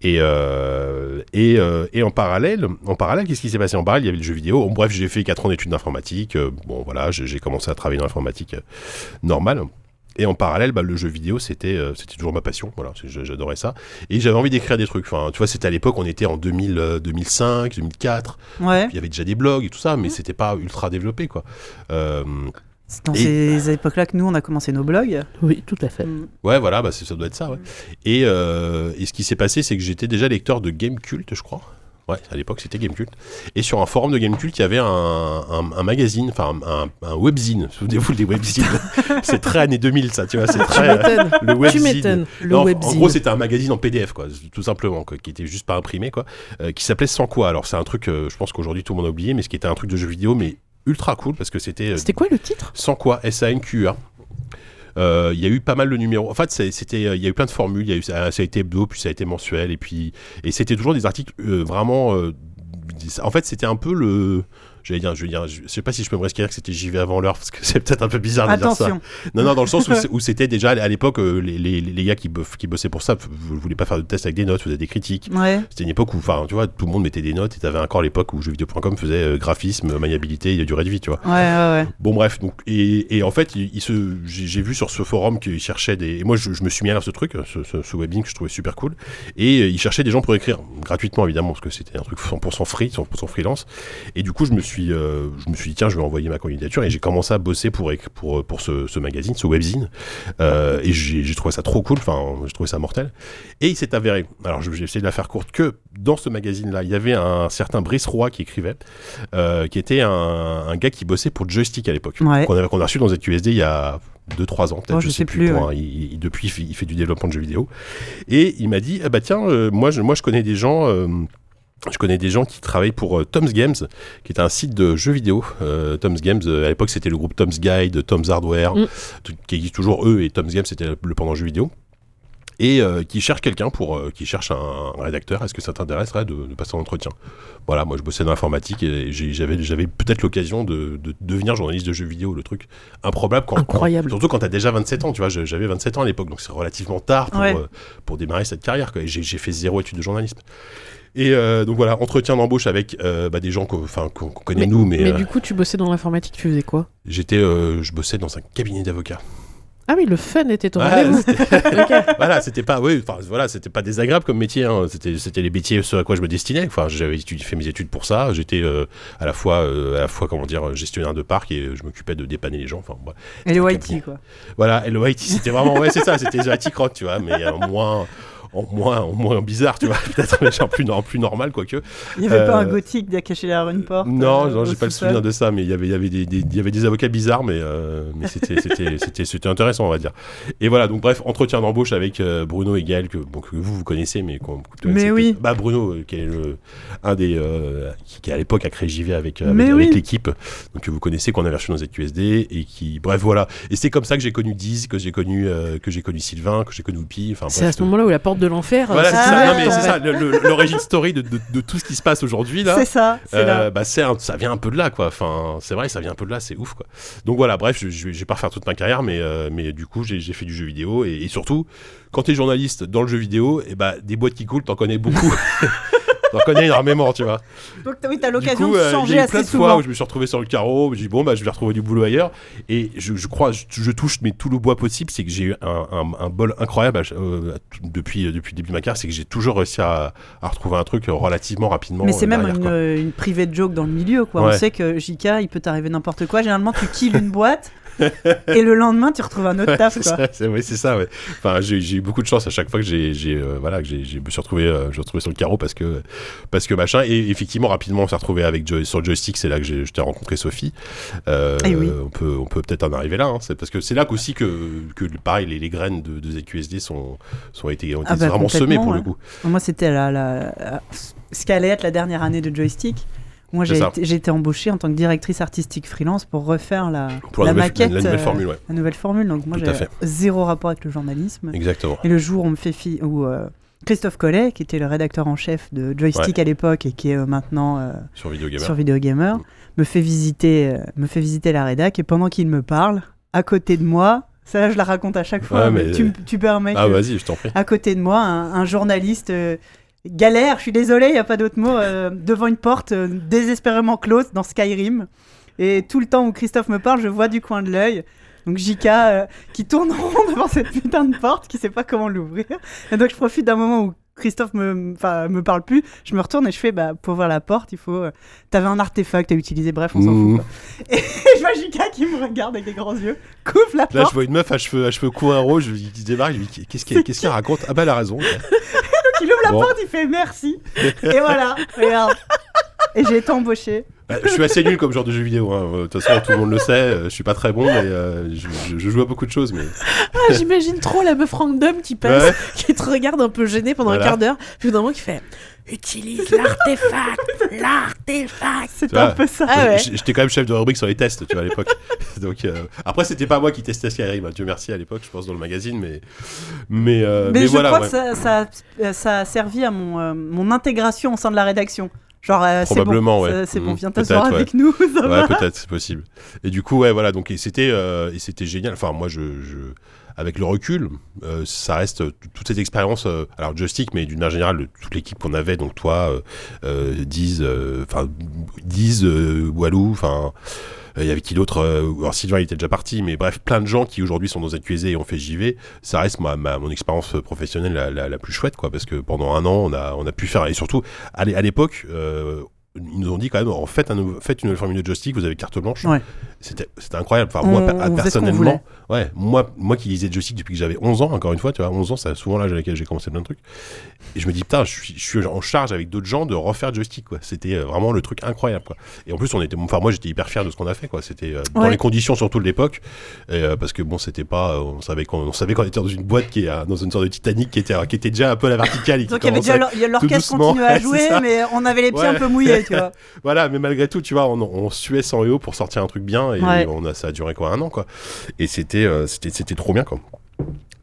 B: Et euh, et, euh, et en parallèle, en parallèle, qu'est-ce qui s'est passé en parallèle Il y avait le jeu vidéo. En bref, j'ai fait 4 ans d'études d'informatique. Euh, Bon, voilà, j'ai j'ai commencé à travailler dans l'informatique euh, normale. Et en parallèle, bah, le jeu vidéo, c'était euh, c'était toujours ma passion. Voilà, c'est- je- j'adorais ça. Et j'avais envie d'écrire des trucs. Enfin, tu vois, c'était à l'époque, on était en 2000, euh, 2005, 2004.
A: Ouais.
B: Il y avait déjà des blogs et tout ça, mais
C: Mhm.
B: c'était pas ultra développé, quoi. Euh,
A: C'est dans
B: Et- Ah,
A: ces époques-là que nous, on a commencé nos blogs.
C: Oui, tout à fait.
A: Mm.
B: Ouais, voilà, bah, c'est- ça doit être ça, ouais. Et, euh, et ce qui s'est passé, c'est que j'étais déjà lecteur de Game Cult, je crois. Ouais, à l'époque, c'était Game Cult. Et sur un forum de Game Cult, il y avait un, un- un magazine, enfin, un, un webzine. (laughs) Souvenez-vous des webzines. c'est très années 2000, ça, tu vois. C'est
C: (laughs) Tu
B: très. euh,
C: m'étonnes.
B: le
C: Tu
B: webzine.
C: m'étonnes. Le
B: Non, en-
C: webzine.
B: En gros, c'était un magazine en PDF, quoi, tout simplement, quoi, qui était juste pas imprimé, quoi, euh, qui s'appelait Sans quoi. Alors, c'est un truc, euh, je pense qu'aujourd'hui tout le monde a oublié, mais ce qui était un truc de jeu vidéo, mais ultra cool parce que c'était euh,
C: C'était quoi le titre
B: sans quoi S-A-N-Q-A. hein. Euh, Il y a eu pas mal de numéros. En fait, c'est- c'était, euh, il y a eu plein de formules. Il y a eu, ça, ça a été hebdo, puis ça a été mensuel, et puis et c'était toujours des articles euh, vraiment. euh, des- en fait, c'était un peu le. J'allais dire, je, vais dire, je sais pas si je peux me risquer à dire que c'était j'y vais avant l'heure parce que (laughs) c'est peut-être un peu bizarre de dire ça.
A: Attention.
B: Non, non, dans le sens où c'est- où c'était déjà à l'époque euh, les, les, les gars qui, bof- qui bossaient pour ça, vous voulez pas faire de tests avec des notes, vous avez des critiques.
A: Ouais.
B: C'était une époque où, enfin, tu vois, tout le monde mettait des notes et t'avais encore l'époque où jeuxvideo.com faisait euh, graphisme, maniabilité, et durée de vie, tu vois.
A: Ouais, ouais, ouais.
B: Bon bref, donc et, et en fait, il, il se, j'ai j'ai vu sur ce forum qu'ils cherchaient des. Et moi, je, je me suis mis à lire ce truc, ce, ce, ce webbing que je trouvais super cool. Et euh, ils cherchaient des gens pour écrire gratuitement évidemment, parce que c'était un truc 100% free, 100% freelance. Et du coup, je me suis, euh, je me suis dit tiens, je vais envoyer ma candidature et j'ai commencé à bosser pour éc- pour euh, pour ce, ce magazine, ce webzine. Euh, et j'ai j'ai trouvé ça trop cool. Enfin, j'ai trouvé ça mortel. Et il s'est avéré. Alors, je- j'ai essayé de la faire courte que dans ce magazine-là, il y avait un certain Brice Roy qui écrivait, euh, qui était un, un gars qui bossait pour Joystick à l'époque,
A: Ouais.
B: qu'on avait- qu'on a reçu dans ZQSD il y a 2-3 ans, peut-être,
A: Oh,
B: je, sais plus.
A: ouais.
B: bon, hein, il- il- depuis, il fait, il fait du développement de jeux vidéo. Et il m'a dit, ah bah tiens, euh, moi, je, moi je connais des gens... euh, je connais des gens qui travaillent pour euh, Tom's Games, qui est un site de jeux vidéo. Euh, Tom's Games, euh, à l'époque, c'était le groupe Tom's Guide, Tom's Hardware,
C: Mm.
B: tout- qui existe toujours eux, et Tom's Games, c'était le pendant jeux vidéo. Et euh, qui cherche quelqu'un pour, euh, qui cherche un, un rédacteur. Est-ce que ça t'intéresserait de, de passer un entretien Voilà, moi je bossais dans l'informatique et j'ai- j'avais, j'avais peut-être l'occasion de, de devenir journaliste de jeux vidéo, le truc improbable. Quand,
C: Incroyable.
B: quand- surtout quand t'as déjà 27 ans, tu vois. je- J'avais 27 ans à l'époque, donc c'est relativement tard pour,
A: Ouais.
B: euh, pour démarrer cette carrière. quoi. Et J'ai j'ai fait zéro étude de journalisme. Et euh, donc voilà, entretien d'embauche avec euh, bah, des gens qu'on enfin, qu'on- qu'on connaît nous, mais,
C: Mais
B: euh,
C: du coup, tu bossais dans l'informatique, tu faisais quoi
B: j'étais, euh, je bossais dans un cabinet d'avocats.
C: Ah oui, le fun était au
B: Ouais,
C: rendez-vous. Ok.
B: voilà, c'était (laughs) pas, ouais, enfin voilà, c'était pas désagréable comme métier. hein. C'était, c'était les métiers sur à quoi je me destinais. Enfin, j'avais étudié- fait mes études pour ça. J'étais euh, à la fois, euh, à la fois comment dire, gestionnaire de parc et euh, je m'occupais de dépanner les gens. Enfin, voilà.
A: Et le
B: un
A: Whitey,
B: cabinet.
A: quoi.
B: Voilà, et le Whitey, c'était vraiment, ouais, c'est ça, c'était The Haiti Croc, tu vois, mais euh, moins, en moins, en moins bizarre, tu vois, (laughs) peut-être, mais genre plus, nor- plus normal, quoique.
A: Il n'y avait pas
B: Euh,
A: un gothique d'Akashi Larenport
B: Non,
A: euh,
B: non,
A: au
B: j'ai pas le
A: sous-sol
B: souvenir de ça, mais il y avait, il y avait des, des- il y avait des avocats bizarres, mais, euh,
A: (laughs)
B: mais c'était, c'était, c'était, c'était intéressant, on va dire. Et voilà, donc bref, entretien d'embauche avec euh, Bruno et Gaël, que, bon, que vous, vous connaissez, mais qu'on qu'on-
A: Mais
B: c'est
A: oui.
B: peut-être- Bah, Bruno, euh, qui est le, un des, euh, qui, qui, à l'époque a créé JV avec, euh,
A: Mais
B: avec,
A: oui.
B: avec l'équipe, donc que vous connaissez, qu'on avait reçu dans ZQSD, et qui, bref, voilà. Et c'est comme ça que j'ai connu Diz, que j'ai connu, euh, que j'ai connu Sylvain, que j'ai connu Oupi, enfin,
C: C'est
B: bref,
C: à ce moment-là où la porte de l'enfer.
B: voilà,
C: euh,
B: c'est
C: s'est
B: ça,
A: Ah,
B: non, mais
C: ouverte,
B: c'est
C: en fait.
B: ça, le- le- l'origine story de, de, de tout ce qui se passe aujourd'hui, là.
A: C'est ça, c'est là.
B: Euh, bah c'est un- ça vient un peu de là quoi enfin c'est vrai ça vient un peu de là c'est ouf quoi donc voilà bref je, je, vais- je vais pas refaire toute ma carrière mais euh, mais du coup j'ai j'ai fait du jeu vidéo et, et surtout quand t'es journaliste dans le jeu vidéo et bah des boîtes qui coulent t'en
A: (laughs)
B: connais beaucoup t'en connais énormément tu vois
A: Donc t'as- oui, t'as
B: du
A: l'occasion
B: coup,
A: de
B: euh, il y
A: changer
B: a eu plein
A: assez
B: de fois
A: souvent.
B: où je me suis retrouvé sur le carreau, j'ai dit bon bah je vais retrouver du boulot ailleurs et je, je crois je, je touche mais tout le bois possible, c'est que j'ai eu un, un- un bol incroyable à ch- euh, à tout- depuis euh, depuis le début de ma carrière, c'est que j'ai toujours réussi à, à retrouver un truc euh, relativement rapidement.
A: Mais
B: euh,
A: c'est même
B: derrière,
A: une,
B: quoi.
A: euh, une privée de joke dans le milieu, quoi.
B: Ouais.
A: On sait que JK, il peut t'arriver n'importe quoi. Généralement, tu kills
B: (laughs)
A: une boîte et le lendemain, tu retrouves un autre taf,
B: C'est
A: quoi.
B: ça, c'est ouais, c'est ça. ouais. Enfin, j'ai j'ai eu beaucoup de chance à chaque fois que j'ai, j'ai, euh, voilà, que j'ai, j'ai- je me suis retrouvé, euh, je me suis retrouvé sur le carreau parce que, parce que machin. Et effectivement, rapidement, on s'est retrouvé avec Joy- sur joystick. C'est là que j'ai, je t'ai rencontré Sophie. Euh,
A: Eh oui.
B: On peut, on peut peut-être en arriver là. hein. C'est parce que c'est là qu'aussi que, que pareil, les, les graines de, de ZQSD sont, sont ont été, ont été
A: Ah bah,
B: vraiment semées
A: complètement,
B: pour le
A: ouais.
B: coup.
A: Moi, c'était la, la, la- ce qu'allait être la dernière année de joystick. Moi,
B: C'est
A: j'ai
B: ça.
A: été, j'ai été embauchée en tant que directrice artistique freelance pour refaire la,
B: Pour
A: la
B: nouvelle,
A: maquette,
B: la nouvelle
A: euh,
B: formule, ouais.
A: la nouvelle formule. Donc moi,
B: Tout à
A: j'ai
B: fait.
A: zéro rapport avec le journalisme.
B: Exactement.
A: Et le jour où on me fait fi où euh, Christophe Collet, qui était le rédacteur en chef de Joystick à l'époque et qui est euh, maintenant euh,
B: Sur Video Gamer.
A: sur Video Gamer,
B: Mm.
A: me fait visiter, euh, me fait visiter la rédac et pendant qu'il me parle, à côté de moi, ça je la raconte à chaque fois,
B: Ouais,
A: mais
B: mais-
A: tu, me- tu permets.
B: Ah,
A: que-
B: vas-y, je t'en prie.
A: à côté de moi, un, un journaliste. euh, Galère, je suis désolé, il n'y a pas d'autre mot, euh, devant une porte euh, désespérément close dans Skyrim. Et tout le temps où Christophe me parle, je vois du coin de l'œil. Donc JK euh, qui tourne en rond (laughs) devant cette putain de porte, qui sait pas comment l'ouvrir. Et donc je profite d'un moment où Christophe me, enfin, me parle plus, je me retourne et je fais, bah, pour ouvrir la porte, il faut... euh, T'avais un artefact à utiliser, bref, on s'en
B: Mhm.
A: fout. (laughs) quoi. Et je vois JK qui me regarde avec des grands yeux, coupe la
B: Là,
A: porte.
B: je vois une meuf à cheveux, à cheveux courts rouge qui débarque. Je lui dis Qu'est-ce qu'elle qu'est-ce qu'elle raconte Ah, bah, elle a raison.
A: Il ouvre la
B: Bon.
A: porte, il fait merci. Et voilà, regarde. Et j'ai été embauchée.
B: Bah, je suis assez nul comme genre de jeu vidéo. hein. Euh, De toute façon, tout le monde le sait. euh, Je suis pas très bon, mais euh, je, je- je joue à beaucoup de choses. Mais
C: Ah, J'imagine trop la meuf random qui passe,
B: Ouais.
C: qui te regarde un peu gênée pendant
B: Voilà.
C: un quart d'heure, puis au bout d'un moment qui fait Utilise l'artefact L'artefact
A: C'est
B: Tu vois,
A: un peu ça.
C: Ah ouais.
B: J- j'étais quand même chef de rubrique sur les tests, tu vois, à l'époque. (laughs) Donc euh, après, c'était pas moi qui testais Skyrim. hein, Dieu merci à l'époque, je pense dans le magazine, mais mais euh,
A: mais,
B: mais
A: je
B: voilà.
A: crois
B: ouais.
A: que ça, ça, euh, ça a servi à mon, euh, mon intégration au sein de la rédaction. Genre, euh, c'est
B: Probablement,
A: bon,
B: ouais.
A: ça- c'est bon,
B: Mhm,
A: viens
B: peut-être,
A: t'asseoir
B: ouais.
A: avec nous. ça va.
B: Ouais, peut-être, c'est possible. Et du coup, ouais, voilà. Donc, et c'était, euh, et c'était génial. Enfin, moi, je, je- avec le recul, euh, ça reste euh, toute cette expérience. euh, alors, Joystick, mais d'une manière générale, le- toute l'équipe qu'on avait. Donc, toi, euh, euh, Diz, euh, enfin, Diz, euh, Walou, enfin. euh, Il y avait qui d'autre euh, Alors Sylvain il était déjà parti, mais bref, plein de gens qui aujourd'hui sont dans ZQSD et ont fait JV, ça reste ma, ma- mon expérience professionnelle la, la- la plus chouette, quoi, parce que pendant un an, on a, on a pu faire, et surtout, à l'é- à l'époque, euh, ils nous ont dit quand même, en fait, un nouveau- faites une nouvelle formule de joystick, vous avez carte blanche.
A: Ouais.
B: C'était c'était incroyable. Enfin, moi,
A: On-
B: per-
A: on faisait ce qu'on voulait.
B: personnellement, ouais, moi, moi qui lisais joystick depuis que j'avais 11 ans, encore une fois, tu vois, 11 ans, c'est souvent l'âge à laquelle j'ai commencé plein de trucs. Et je me dis, putain, je suis, je suis en charge avec d'autres gens de refaire joystick, quoi. C'était euh, vraiment le truc incroyable, quoi. Et en plus, on était, enfin, moi, j'étais hyper fier de ce qu'on a fait, quoi. C'était euh, dans
A: Ouais.
B: les conditions, surtout de l'époque. Et, euh, parce que bon, c'était pas, euh, on savait qu'on on savait qu'on était dans une boîte qui est euh, dans une sorte de Titanic qui était, euh, qui était déjà un peu à la verticale. et qui
A: Donc il y avait
B: commençait à
A: déjà l'or- il y a l'orchestre
B: doucement,
A: continuait à
B: ouais, (laughs) c'est
A: jouer,
B: ça.
A: mais on avait les pieds
B: Ouais.
A: un peu mouillés, tu vois.
B: voilà, mais malgré tout, tu vois, on, on suait sans EO pour sortir un truc bien et
A: Ouais.
B: on a, ça a duré quoi un an quoi. Et c'était euh, c'était c'était trop bien quoi.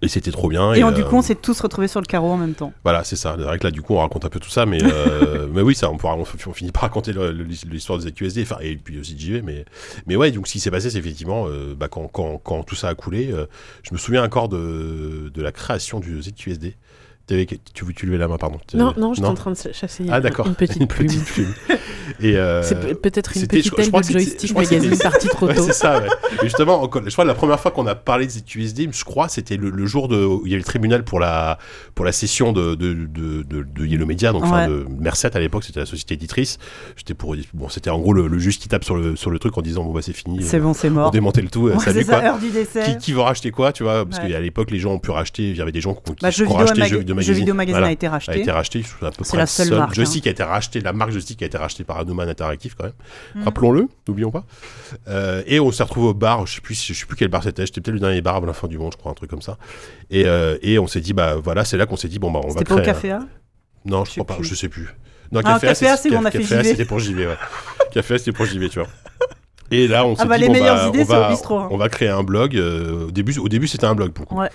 B: Et c'était trop bien.
A: Et, en- du
B: euh,
A: coup, on s'est tous retrouvés sur le carreau en même temps.
B: voilà, c'est ça. C'est vrai que là, du coup, on raconte un peu tout ça, mais
C: (laughs)
B: euh, mais oui, ça, on, pourra, on, on finit par raconter le- le- l'histoire des ZQSD, enfin et puis aussi de JV, mais mais ouais, donc ce qui s'est passé, c'est effectivement euh, bah, quand, quand, quand tout ça a coulé, euh, je me souviens encore de, de la création du ZQSD. T'avais- tu tu levais la main, pardon.
C: Non, non, j'étais en train de chasser
B: Ah d'accord.
C: une petite plume.
B: plume. Et (laughs) euh,
C: C'est pe- peut-être une
B: c'était- je-
C: petite
B: je
C: aile
B: crois
C: de
B: que c'était- je
C: joystick
B: crois que c'était-
C: magazine partie trop
B: (laughs) Ouais,
C: tôt.
B: c'est ça, ouais. Et justement, encore- je crois que la première fois qu'on a parlé de ZQSD, je crois, c'était le, le jour de, où il y avait le tribunal pour la, pour la session de, de, de, de, de Yellow Media, donc enfin,
A: Ouais.
B: de Merced à l'époque, c'était la société éditrice. J'étais pour, bon, c'était en gros le, le juge qui tape sur le, sur le truc en disant, bon, bah, c'est fini,
A: C'est
B: euh,
A: bon, c'est
B: on
A: mort.
B: démantèle le tout, euh,
A: Ouais,
B: salut
A: C'est
B: quoi.
A: ça, heure du
B: Qui,
A: dessert.
B: qui veut racheter quoi, tu vois Parce
A: Ouais.
B: qu'à l'époque, les gens ont pu racheter, il y avait des gens qui, qui
A: Bah, jeux
B: ont
A: vidéo
B: racheté
A: maga-
B: jeux vidéo magazine,
A: Jeux Vidéo Magazine
B: voilà,
A: a été
B: a
A: racheté.
B: été racheté. je trouve à peu
A: C'est
B: près
A: la seule
B: seul-
A: marque, hein.
B: joystick a été racheté, la marque joystick a été rachetée par Anoman Interactive quand même.
A: Mm.
B: Rappelons-le, n'oublions pas. Euh, et on s'est retrouvé au bar, je sais plus, si- je sais plus quel bar c'était, c'était peut-être le dernier bar avant la fin du monde, je crois, un truc comme ça. Et, euh, et on s'est dit, bah voilà, c'est là qu'on s'est dit, bon bah on va
A: C'était pas
B: créer.
A: au
B: un-
A: café A
B: Non, je
A: Je sais
B: crois pas,
A: plus.
B: je sais plus. Non,
A: Ah,
B: A,
A: Café A, c'est où on a fait
B: Café A,
A: JV.
B: c'était pour JV, ouais. (laughs) Café A, c'était pour JV, tu vois. Et là, on s'est
A: bah,
B: dit,
A: les
B: bon,
A: meilleures
B: bah,
A: idées,
B: on
A: c'est au
B: va,
A: bistrot, hein.
B: on va créer un blog. euh, au début, au début c'était un blog, pour le coup.
A: Ouais.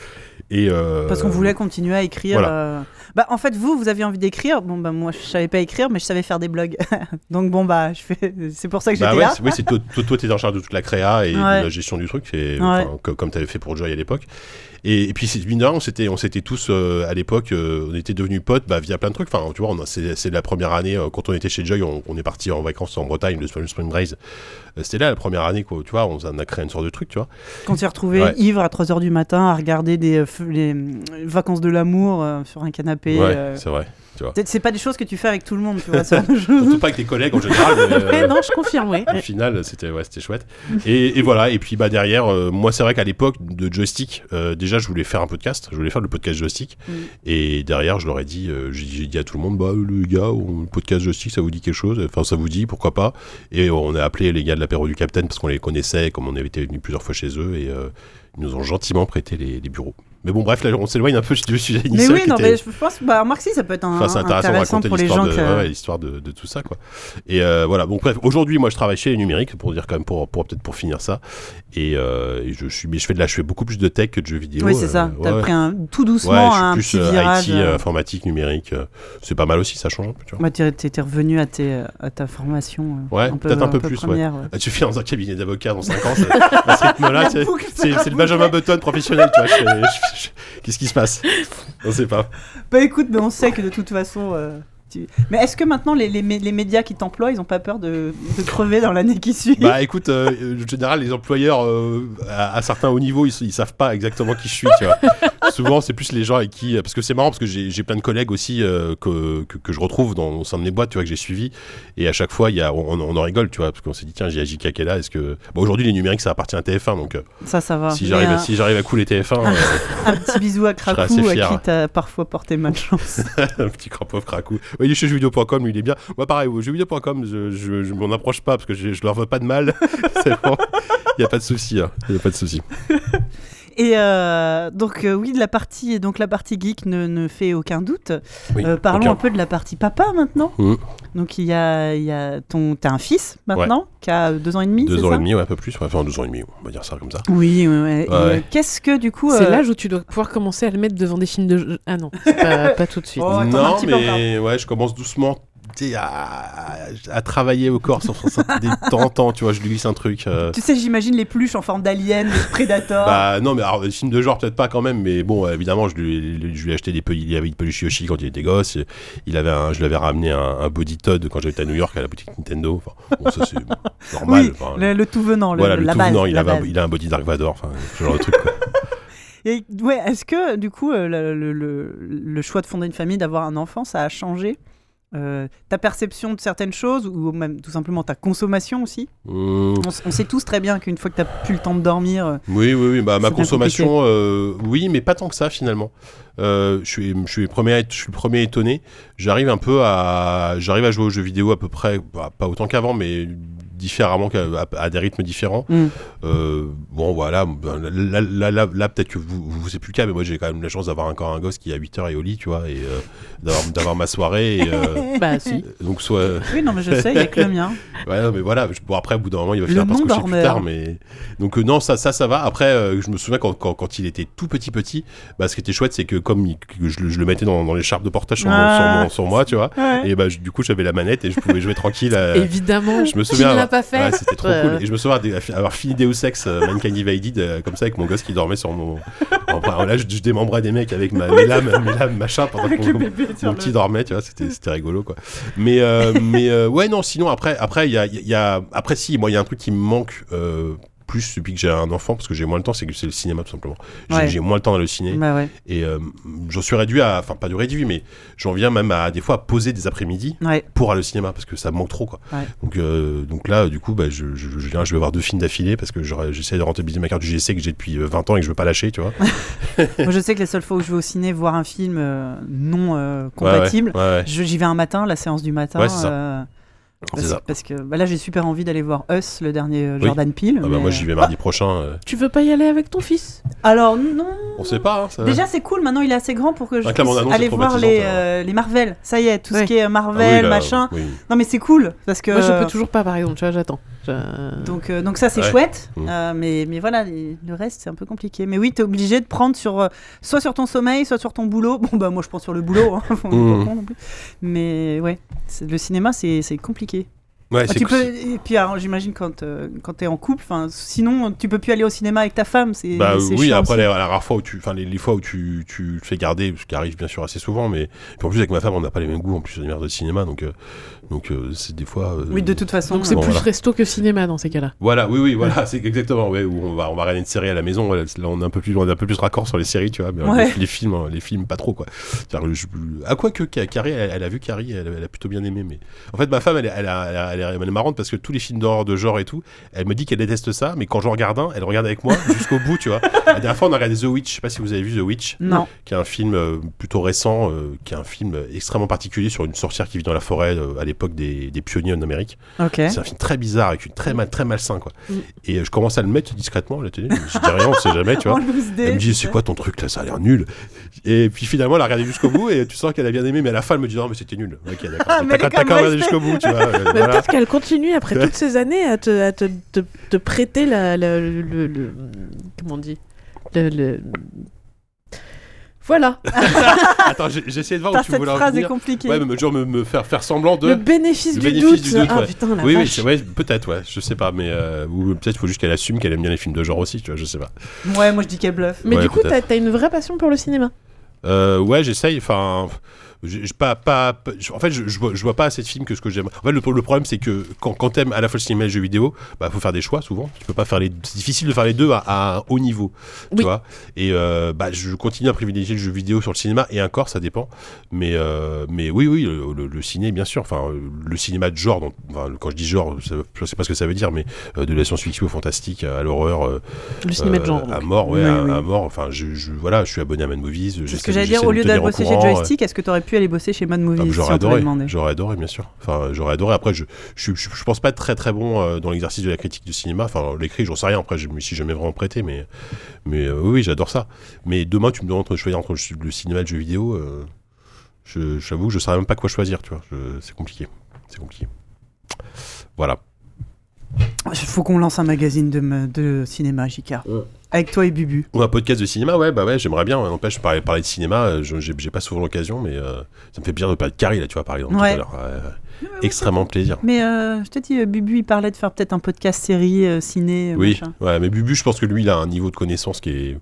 B: Et, euh,
A: Parce qu'on voulait continuer à écrire.
B: voilà.
A: euh, Bah, en fait, vous, vous aviez envie d'écrire. Bon, bah, moi, je savais pas écrire, mais je savais faire des blogs. (laughs) Donc, bon, bah, je fais... c'est pour ça que j'étais
B: Bah ouais,
A: là.
B: c'est- oui, c'est toi, toi, toi, t'es en charge de toute la créa et de
A: Ouais.
B: la gestion du truc, c'est
A: Ouais.
B: enfin, co- comme t'avais fait pour Joy à l'époque. Et, et puis c'est mine de rien, on s'était, on s'était tous euh, à l'époque, euh, on était devenus potes bah, via plein de trucs. Enfin, tu vois, on a- c'est, c'est la première année euh, quand on était chez Joy, on, on est parti en vacances en Bretagne, le Spring, spring Breeze. Euh, C'était là la première année, quoi. Tu vois, on en a créé une sorte de truc, tu vois.
A: Quand on s'est retrouvé
B: Ouais.
A: ivre à 3h du matin à regarder des euh, f- les mm, vacances de l'amour euh, sur un canapé.
B: ouais,
A: euh,
B: c'est vrai.
A: c'est- C'est pas des choses que tu fais avec tout le monde, tu vois. ça.
B: (laughs)
A: (laughs)
B: Surtout pas avec tes collègues en général. mais, euh,
C: Ouais, non, je confirme,
B: (laughs)
C: ouais.
B: Au final, c'était ouais, c'était chouette. Et, et voilà. Et puis bah derrière, euh, moi c'est vrai qu'à l'époque de Joystick, euh, déjà je voulais faire un podcast. Je voulais faire le podcast Joystick.
A: Mm.
B: Et derrière, je leur ai dit, euh, j'ai j'ai dit à tout le monde, bah le gars, on- le podcast Joystick, ça vous dit quelque chose Enfin, ça vous dit, pourquoi pas Et on a appelé les gars de l'apéro du Capitaine parce qu'on les connaissait, comme on avait été venus plusieurs fois chez eux, et euh, ils nous ont gentiment prêté les, les bureaux. Mais bon, bref, là, on s'éloigne un peu du sujet
A: mais
B: initial.
A: oui,
B: qui
A: non,
B: était-
A: mais je pense, bah, remarque si, ça peut être un-
B: Enfin, c'est intéressant,
A: intéressant
B: de raconter
A: pour les
B: l'histoire
A: gens
B: de,
A: que.
B: ouais, l'histoire de, de tout ça, quoi. Et euh, voilà. Bon, bref, aujourd'hui, moi, je travaille chez les numériques pour dire quand même pour, pour peut-être pour finir ça. Et, euh, et je suis, mais je fais de la, je fais beaucoup plus de tech que de jeux vidéo.
A: oui, c'est ça.
B: euh,
A: T'as
B: ouais.
A: pris un, tout doucement
B: Ouais, je suis
A: un
B: plus
A: petit
B: euh,
A: virage.
B: IT,
A: euh.
B: euh, informatique, numérique. euh, c'est pas mal aussi, ça change un peu, tu vois.
A: Bah, t'es t'es- t'es revenu à, tes, euh, à ta formation. euh,
B: Ouais,
A: un peu,
B: peut-être un peu plus, ouais.
A: première, ouais.
B: Ah, Tu fais dans un cabinet d'avocat dans 5
A: (laughs)
B: ans, ça- à ce rythme-là, tu sais,
A: boucle
B: c'est
A: sera
B: c'est le Benjamin Button professionnel, tu vois. je fais- je- je- Qu'est-ce qui se passe On sait pas.
A: Bah écoute, mais on sait que de toute façon. euh, tu- Mais est-ce que maintenant les, les mé- les médias qui t'emploient, ils ont pas peur de, de crever dans l'année qui suit
B: Bah écoute, euh, euh, en général, les employeurs euh, à, à certains hauts niveaux, ils, s- ils savent pas exactement qui je suis, tu vois. Souvent, c'est plus les gens avec qui. Parce que c'est marrant, parce que j'ai j'ai plein de collègues aussi euh, que, que, que je retrouve dans, au sein de mes boîtes, tu vois, que j'ai suivi. Et à chaque fois, il y a, on, on en rigole, tu vois, parce qu'on s'est dit, tiens, j'ai agi est là, est-ce que. Bon, aujourd'hui, les numériques, ça appartient à TF1, donc euh,
A: Ça, ça va.
B: si
A: Mais
B: j'arrive
A: un,
B: à- si j'arrive à couler TF1, euh, (laughs)
A: un petit bisou à Krakou, à
B: assez fier.
A: qui t'as parfois porté malchance.
B: un petit grand pauvre cracou. Ouais, il est chez jeuxvideo.com, lui il est bien. Moi pareil, au jeuxvideo.com, je, je, je m'en approche pas parce que je, je leur veux pas de mal. (laughs) C'est bon. Il n'y a pas de souci. hein. Il y a pas de souci.
A: (laughs) Et euh, donc euh, oui, de la partie donc la partie geek ne, ne fait aucun doute.
B: Oui,
A: Euh, parlons
B: aucun-
A: un peu de la partie papa maintenant.
B: Mhm.
A: Donc il y a, il y a ton t'as un fils maintenant qui a deux ans et demi.
B: Deux
A: c'est
B: ans
A: ça
B: et demi, ouais, un peu plus. ouais. Enfin, deux ans et demi, on va dire ça comme ça.
A: Oui. ouais, ouais. Et,
B: Ouais.
A: euh, Qu'est-ce que du coup
C: C'est
A: euh,
C: l'âge où tu dois pouvoir commencer à le mettre devant des films de. jeu- Ah non, c'est pas, pas tout
B: (laughs)
C: de suite.
A: Oh, attends, un
B: non,
A: petit peu
B: mais ouais, je commence doucement tu sais, à, à travailler au corps sur, sur- sur- des temps en temps, tu vois, je lui glisse un truc. euh,
A: Tu sais, j'imagine les pluches en forme d'alien, de prédator.
B: Bah non, mais alors, des films de genre, peut-être pas quand même, mais bon, euh, évidemment, je lui, je lui ai acheté des peluches, il avait une peluche Yoshi quand il était gosse, et il avait un, je lui avais ramené un, un body Todd quand j'étais à New York à la boutique Nintendo. Enfin,
A: (laughs)
B: bon, ça c'est normal.
A: Oui,
B: enfin,
A: le, le tout venant, le,
B: voilà, le
A: la
B: tout
A: base.
B: venant, il,
A: la
B: avait un-
A: base.
B: il a un body Dark Vador, enfin, ce genre
A: (laughs)
B: de truc. quoi.
A: Et ouais, est-ce que du coup, euh, le, le- le- le choix de fonder une famille, d'avoir un enfant, ça a changé euh, ta perception de certaines choses ou même tout simplement ta consommation aussi
B: Hum.
A: on, s- on sait tous très bien qu'une fois que t'as plus le temps de dormir, euh,
B: Oui, oui, oui. Bah, ma
A: C'est bien
B: consommation, euh, oui, mais pas tant que ça finalement. Euh, je suis, je suis premier, à être- je suis le premier étonné. J'arrive un peu à, j'arrive à jouer aux jeux vidéo à peu près, bah, pas autant qu'avant, mais différemment, qu'à- à, à des rythmes différents.
A: Mm.
B: Euh, bon, voilà. ben, Là, là, là, là, peut-être que vous, vous c'est plus le cas, mais moi, j'ai quand même la chance d'avoir encore un gosse qui à 8 h est au lit, tu vois, et euh, d'avoir, d'avoir ma soirée. et,
A: (laughs)
B: euh,
C: Bah si.
B: donc soit.
A: oui, non, mais je sais, il y a que le mien.
B: Ouais, non, mais voilà, je- bon, après, au bout d'un moment, il va
A: Le
B: finir par se coucher plus
A: non-dormeur.
B: tard, mais. Donc, euh, non, ça, ça, ça va. Après, euh, je me souviens quand, quand, quand il était tout petit, petit, bah, ce qui était chouette, c'est que comme il- que je, le- je le mettais dans, dans l'écharpe de portage sur, mon-
A: Ah.
B: sur mon- sur moi, tu vois,
A: Ouais.
B: (laughs) et bah, je- du coup, j'avais la manette et je pouvais jouer tranquille.
C: (laughs)
B: euh,
C: Évidemment,
B: je me souviens.
C: Tu ne l'as
B: avoir-
C: pas fait.
B: Ouais, c'était trop
C: Ouais.
B: cool. Et je me souviens avoir- avoir fini Deus Ex euh, Mankind Divided euh, comme ça avec mon gosse qui dormait sur mon. Enfin, là, je, je démembrais des mecs avec ma, mes, lames, mes lames, machin, pendant
A: Avec
B: qu'on-
A: le bébé sur
B: mon
A: le-
B: petit dormait, tu vois, c'était c'était rigolo quoi. (laughs) Mais euh, mais euh, ouais non, sinon après après il y a, il y a- après si moi il y a un truc qui me manque euh, plus depuis que j'ai un enfant, parce que j'ai moins le temps, c'est que c'est le cinéma tout simplement. J'ai
A: Ouais.
B: j'ai moins le temps à le ciné.
A: Bah ouais.
B: Et euh, j'en suis réduit à, enfin pas du réduit, mais j'en viens même à des fois à poser des après-midi
A: Ouais.
B: pour aller au cinéma parce que ça me manque trop quoi.
A: Ouais.
B: Donc, euh, donc là, du coup, bah, je, je, je viens, je vais voir deux films d'affilée parce que j'aurais- j'essaie de rentabiliser ma carte du GSC que j'ai depuis euh, 20 ans et que je veux pas lâcher, tu
A: (laughs)
B: vois.
A: Moi, je sais que les seules fois où je vais au ciné voir un film euh, non euh,
B: Ouais, ouais,
A: compatible,
B: Ouais, ouais,
A: je- j'y vais un matin, la séance du matin.
B: Ouais, c'est ça.
A: euh,
B: c'est
A: parce,
B: ça.
A: parce que bah là, j'ai super envie d'aller voir Us, le dernier euh,
B: Oui.
A: Jordan Peele.
B: Ah bah,
A: mais-
B: moi j'y vais mardi prochain. euh,
C: Tu veux pas y aller avec ton fils
A: Alors, non.
B: on sait pas. Hein, ça...
A: Déjà, c'est cool. Maintenant, il est assez grand pour que je
B: Avec la
A: puisse
B: bande-annonce,
A: aller
B: c'est
A: voir
B: traumatisant,
A: les,
B: ça,
A: euh, les Marvel. Ça y est, tout ce
C: Ouais.
A: qui est
B: Ah oui,
A: Marvel,
B: là,
A: machin.
B: oui.
A: Non, mais c'est cool parce que.
C: Moi, je peux toujours pas, par exemple. Tu vois, j'attends. Je-
A: Donc, euh, donc ça c'est
B: Ouais.
A: chouette,
B: Mm.
A: euh, mais, mais voilà, les- le reste c'est un peu compliqué. Mais oui, t'es obligé de prendre sur, euh, soit sur ton sommeil, soit sur ton boulot. (laughs) Bon bah moi je prends sur le boulot, hein, (laughs) on est
B: Mm.
A: pas con non plus. mais ouais, c'est- le cinéma c'est c'est compliqué.
B: Ouais,
A: Ah,
B: c'est
A: tu
B: cool.
A: peux, et puis alors, j'imagine quand, euh, quand t'es en couple, 'fin, sinon tu peux plus aller au cinéma avec ta femme, c'est
B: Bah
A: c'est
B: oui,
A: chiant
B: après
A: aussi.
B: la, la rare fois où tu, enfin les, les fois où tu, tu te fais garder, ce qui arrive bien sûr assez souvent, mais puis en plus avec ma femme on n'a pas les mêmes goûts en plus merde de cinéma, donc euh, donc euh, c'est des fois. euh,
A: Oui, de toute façon.
C: Donc, c'est
B: Bon,
C: plus
B: voilà.
C: resto que cinéma dans ces cas-là.
B: Voilà, oui, oui, voilà, c'est exactement. Ouais, où on va, on va regarder une série à la maison. voilà, là, on est un peu plus, on est un peu plus raccord sur les séries, tu vois. Mais euh,
A: Ouais.
B: les, les films, hein, les films, pas trop quoi. C'est-à-dire, le- je- à quoi que Ca- Carrie, elle, elle a vu Carrie, elle, elle a plutôt bien aimé. Mais en fait, ma femme, elle, est- elle, a- elle, a- elle est- elle est marrante parce que tous les films d'horreur de genre et tout, elle me dit qu'elle déteste ça, mais quand j'en regarde un, elle regarde avec moi jusqu'au bout, tu vois. La dernière fois, on a regardé The Witch. Je sais pas si vous avez vu The Witch
A: Non,
B: qui est un film euh, plutôt récent, euh, qui est un film extrêmement particulier sur une sorcière qui vit dans la forêt euh, à l'époque des, des pionniers en Amérique.
A: ok.
B: C'est un film très bizarre, avec une très mal, très malsain quoi.
C: Mm.
B: Et euh, je commence à le mettre discrètement à la télé. Je dis rien, on sait jamais,
A: (laughs)
B: tu vois.
A: En loose day,
B: Elle me dit, c'est quoi ton truc là Ça a l'air nul. Et puis finalement, elle a regardé jusqu'au bout et tu sens qu'elle a bien aimé, mais à la fin, elle me dit, non, mais c'était nul. Ok, d'accord. T'as
A: Mais elle
B: t'as
A: est
B: quand même
A: quand même
B: regardé jusqu'au bout, tu vois. euh,
C: (laughs) Mais
B: voilà.
C: peut-être qu'elle continue après toutes ces années à te, à te, te, te prêter la, la- le, le- le- Comment on dit le, le- Voilà,
B: Attends, j'ai j'ai essayé de voir
A: Putain,
B: où Oh, tu
A: cette
B: voulais en
A: phrase est
B: venir.
A: compliquée.
B: Ouais, mais genre me, me faire, faire semblant de.
C: le bénéfice,
B: Le
C: du,
B: bénéfice
C: doute.
B: du doute,
C: Ah
B: ouais.
C: putain,
B: Oui,
C: la
B: oui,
C: vache.
B: c'est- ouais, peut-être, ouais, je sais pas, mais euh, ou peut-être faut juste qu'elle assume qu'elle aime bien les films de genre aussi, tu vois, je sais pas.
A: Ouais, moi je dis qu'elle bluffe.
C: Mais
B: Ouais,
C: du coup, t'as
B: peut-être.
C: t'as une vraie passion pour le cinéma.
B: Euh, ouais, j'essaye. Enfin, je je- pas, pas, pas- je- en fait, je, je, vois, je vois pas assez de films que ce que j'aime. En fait, le, le problème, c'est que quand, quand t'aimes à la fois le cinéma et les jeux vidéo, bah, faut faire des choix souvent. Tu peux pas faire les. C'est difficile de faire les deux à, à un haut niveau,
C: Oui.
B: tu vois. Et euh, bah, je continue à privilégier le jeu vidéo sur le cinéma et encore, ça dépend. Mais, euh, mais oui, oui, le, le- le ciné, bien sûr. Enfin, le cinéma de genre. donc, enfin, quand je dis genre, ça- je sais pas ce que ça veut dire, mais euh, de la science-fiction au fantastique à l'horreur. euh,
C: Le cinéma de
B: euh,
C: genre.
B: à
C: donc.
B: mort, ouais,
A: Oui,
B: à,
A: oui.
B: à mort. Enfin, je, je- voilà, je suis abonné à Mad Movies.
A: C'est ce
B: j'essaie-
A: que j'allais
B: j'essaie
A: dire,
B: de
A: au
B: me
A: lieu
B: tenir
A: d'aller
B: au
A: bosser chez
B: courant, ouais.
A: Joystick, est-ce que t'aurais pu aller bosser chez Mad
B: Ah, mais
A: Movies si
B: j'aurais
A: on t'avait
B: adoré,
A: demandé
B: j'aurais adoré, bien sûr. Enfin, j'aurais adoré. Après, je, je, je, je pense pas être très très bon euh, dans l'exercice de la critique du cinéma. Enfin, l'écrit, j'en sais rien. Après, je me suis jamais vraiment prêté, mais, mais euh, oui, j'adore ça. Mais demain, tu me demandes de choisir entre le cinéma et le jeu vidéo. euh, je, j'avoue, que je saurais même pas quoi choisir. Tu vois, Je- c'est compliqué. C'est compliqué. Voilà.
A: Il faut qu'on lance un magazine de, me- de cinéma, JK. Avec toi et Bubu.
B: Ou un podcast de cinéma, ouais, bah ouais, j'aimerais bien. ouais. N'empêche, parler, parler de cinéma, euh, je- j'ai j'ai pas souvent l'occasion, mais euh, ça me fait bien de parler de Carrie, là, tu vois, par exemple,
A: Ouais.
B: tout à l'heure. Ouais, ouais. Extrêmement plaisir.
A: Mais euh, je te dis, euh, Bubu, il parlait de faire peut-être un podcast série, euh, ciné, euh,
B: Oui,
A: machin.
B: ouais, mais Bubu, je pense que lui, il a un niveau de connaissance qui est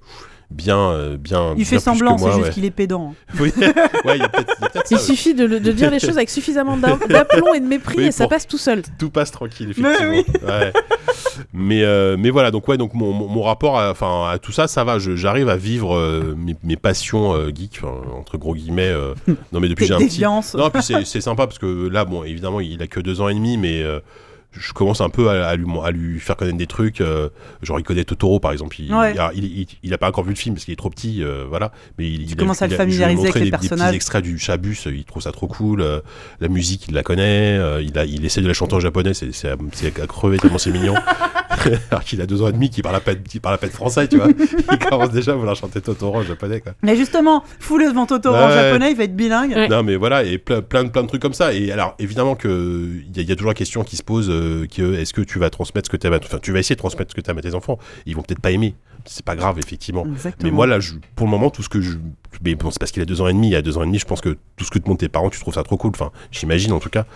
B: bien. euh, bien
A: Il
B: bien
A: fait
B: plus que
A: semblant, c'est
B: moi,
A: juste
B: ouais.
A: qu'il est pédant. hein.
B: (laughs) Oui, ouais, il y a peut-être il y
A: (laughs)
B: a peut-être ça.
C: Il
B: ouais.
C: suffit de, le-
B: (laughs)
C: de dire les choses avec suffisamment d'a- d'aplomb et de mépris
B: Oui,
C: et ça
B: pour-
C: passe tout seul.
B: tout passe tranquille
A: Mais
B: effectivement. Ouais. mais euh, mais voilà donc ouais donc mon, mon, mon rapport à, enfin à tout ça ça va je- j'arrive à vivre euh, mes, mes passions euh, geek enfin, entre gros guillemets
A: (laughs)
B: euh, non mais depuis que j'ai
A: T'es
B: un petit
A: déviance.
B: non puis c'est c'est sympa parce que là bon évidemment il a que deux ans et demi mais euh, je commence un peu à, à lui, à lui faire connaître des trucs. euh, genre, il connaît Totoro, par exemple. Il,
A: Ouais.
B: il, a- il, il- il a pas encore vu le film parce qu'il est trop petit, euh, voilà. Mais il, il a-
A: commences à
B: il
A: le
B: a- je lui ai
A: familiariser avec
B: montré
A: les
B: des- des petits
A: personnages.
B: extraits du Chabus, euh, il trouve ça trop cool. euh, la musique, il la connaît. euh, il, a, il essaie de la chanter en japonais. C'est, c'est, à- c'est à crever tellement c'est mignon. (laughs) Alors qu'il a deux ans et demi, qu'il parle à peine, qu'il parle à peine français, tu vois. (laughs) il commence déjà à vouloir chanter Totoro en japonais, quoi.
A: Mais justement, foule devant Totoro en
B: Ouais.
A: japonais, il va être bilingue.
C: Ouais.
B: Non, mais voilà, et plein, plein, de- plein de trucs comme ça. Et alors, évidemment que il y, a- il y a toujours la question qui se pose, euh, qui est, est-ce que tu vas transmettre ce que t'aimes à, enfin, tu vas essayer de transmettre ce que t'aimes à tes enfants. Ils vont peut-être pas aimer. C'est pas grave, effectivement.
A: Exactement.
B: Mais moi, là, je, pour le moment, tout ce que je. Mais bon, c'est parce qu'il a deux ans et demi. Il y a deux ans et demi, je pense que tout ce que te montrent tes parents, tu trouves ça trop cool. Enfin, j'imagine en tout cas.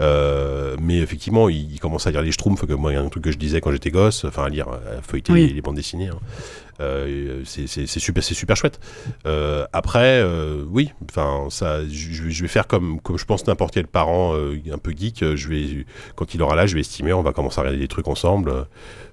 B: Euh, mais effectivement, il, il commence à lire les Schtroumpfs, comme moi, il y a un truc que je disais quand j'étais gosse. Enfin, à lire, à feuilleter
A: Oui.
B: les, les bandes dessinées. hein. Euh, c'est- c'est c'est super, c'est super chouette. Euh, après, euh, oui, enfin, ça, je je vais- je vais faire comme, comme je pense n'importe quel parent euh, un peu geek. euh, Je vais, quand il aura là, je vais estimer, on va commencer à regarder des trucs ensemble. euh,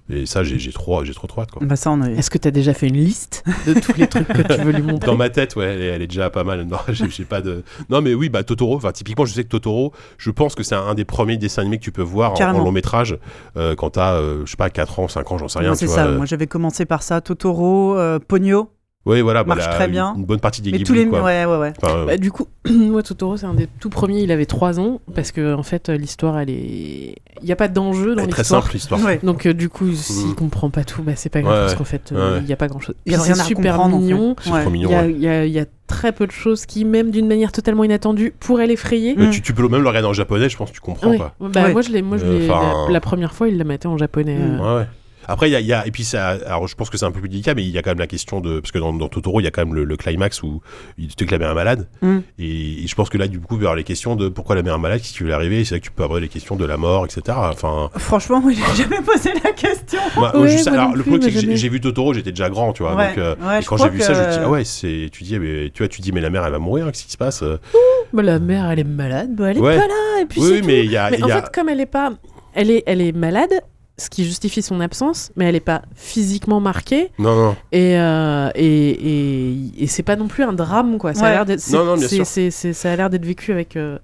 B: Et ça, j'ai j'ai trop, j'ai trop trop hâte. Quoi.
A: Bah ça, on a...
C: (laughs) Est-ce que t'as déjà fait une liste de tous les trucs que tu veux lui montrer
B: Dans ma tête, ouais, elle est, elle est déjà pas mal. (laughs) Non, j'ai j'ai pas de. Non, mais oui, bah Totoro. Enfin, typiquement, je sais que Totoro, je pense que c'est un, un des premiers dessins animés que tu peux voir en- en,
A: Carrément.
B: long métrage euh, quand t'as, euh, je sais pas, 4 ans, 5 ans, j'en sais rien.
A: Moi,
B: tu
A: c'est
B: vois,
A: ça.
B: euh,
A: Moi, j'avais commencé par ça. Totoro, euh, Pogno,
B: Oui, voilà,
A: Marche
B: voilà,
A: très
B: une-
A: bien.
B: Une, bonne partie des
A: mais
B: Ghibli,
A: tous les.
B: quoi.
A: Ouais, ouais, ouais.
B: Enfin, euh,
C: Bah, du coup, (clears throat) moi, Totoro, c'est un des tout premiers. Il avait 3 ans parce que, en fait, euh, l'histoire, elle est. Il n'y a pas d'enjeu dans
B: elle est très
C: l'histoire.
B: simple l'histoire.
A: Ouais.
C: Donc, euh, du coup, s'il
B: Mm.
C: comprend pas tout, bah, c'est pas grave
B: Ouais,
C: parce
B: ouais.
C: qu'en fait, euh, il
B: Ouais.
C: n'y a pas grand chose.
A: Il y a
C: c'est
A: rien à
C: super
A: comprendre, en fait.
C: mignon.
B: C'est
A: Ouais.
B: trop mignon. hein. ouais.
C: Il y, a- il y a- il y a très peu de choses qui, même d'une manière totalement inattendue, pourraient l'effrayer.
A: Mm.
B: Mais Euh, tu, tu peux même le regarder en japonais, Mm, je pense que tu comprends
C: Ouais.
B: quoi.
C: Bah,
A: Ouais.
C: Moi, je l'ai, moi, je
B: Euh,
C: l'ai-
B: enfin-
C: la, la première fois, il la mettait en japonais.
A: Mm.
C: euh.
B: Ouais, ouais. Après, il y a, il y a- et puis ça, alors je pense que c'est un peu plus délicat, mais il y a quand même la question de, parce que dans, dans Totoro, il y a quand même le, le climax où il déclame un malade,
A: Mm.
B: et, et je pense que là, du coup, il y aura les questions de pourquoi la mère est malade, si tu veux l'arriver, c'est là que tu peux aborder les questions de la mort, etc. Enfin,
A: Franchement, moi, j'ai jamais posé la question.
B: moi,
C: Ouais,
B: juste-
C: moi non
B: alors le
C: plus,
B: problème, c'est
C: mais
B: que j'ai-
C: jamais.
B: j'ai vu Totoro, j'étais déjà grand, tu vois,
A: Ouais,
B: donc euh,
A: ouais,
B: et
A: je
B: quand
A: crois
B: j'ai vu ça, je me dis,
A: que-
B: ah ouais, c'est, tu dis, eh, mais, tu vois, tu dis, mais la mère, elle va mourir, qu'est-ce qui se passe euh,
C: Bah, la mère, elle est malade. Bah, elle est
B: Ouais.
C: pas là. Et puis,
B: Oui,
C: c'est
B: oui,
C: tout.
B: mais il y a,
C: Mais
B: Ah, il
C: en
B: y a-
C: fait, comme elle est pas, elle est, elle est malade, ce qui justifie son absence, mais elle est pas physiquement marquée
B: non, non,
C: et euh, et, et, et c'est pas non plus un drame quoi. Ça
A: Ouais.
C: a l'air d'être, c'est-
B: Non, non, bien
C: c'est-
B: sûr.
C: c'est- c'est- ça a l'air d'être vécu avec euh,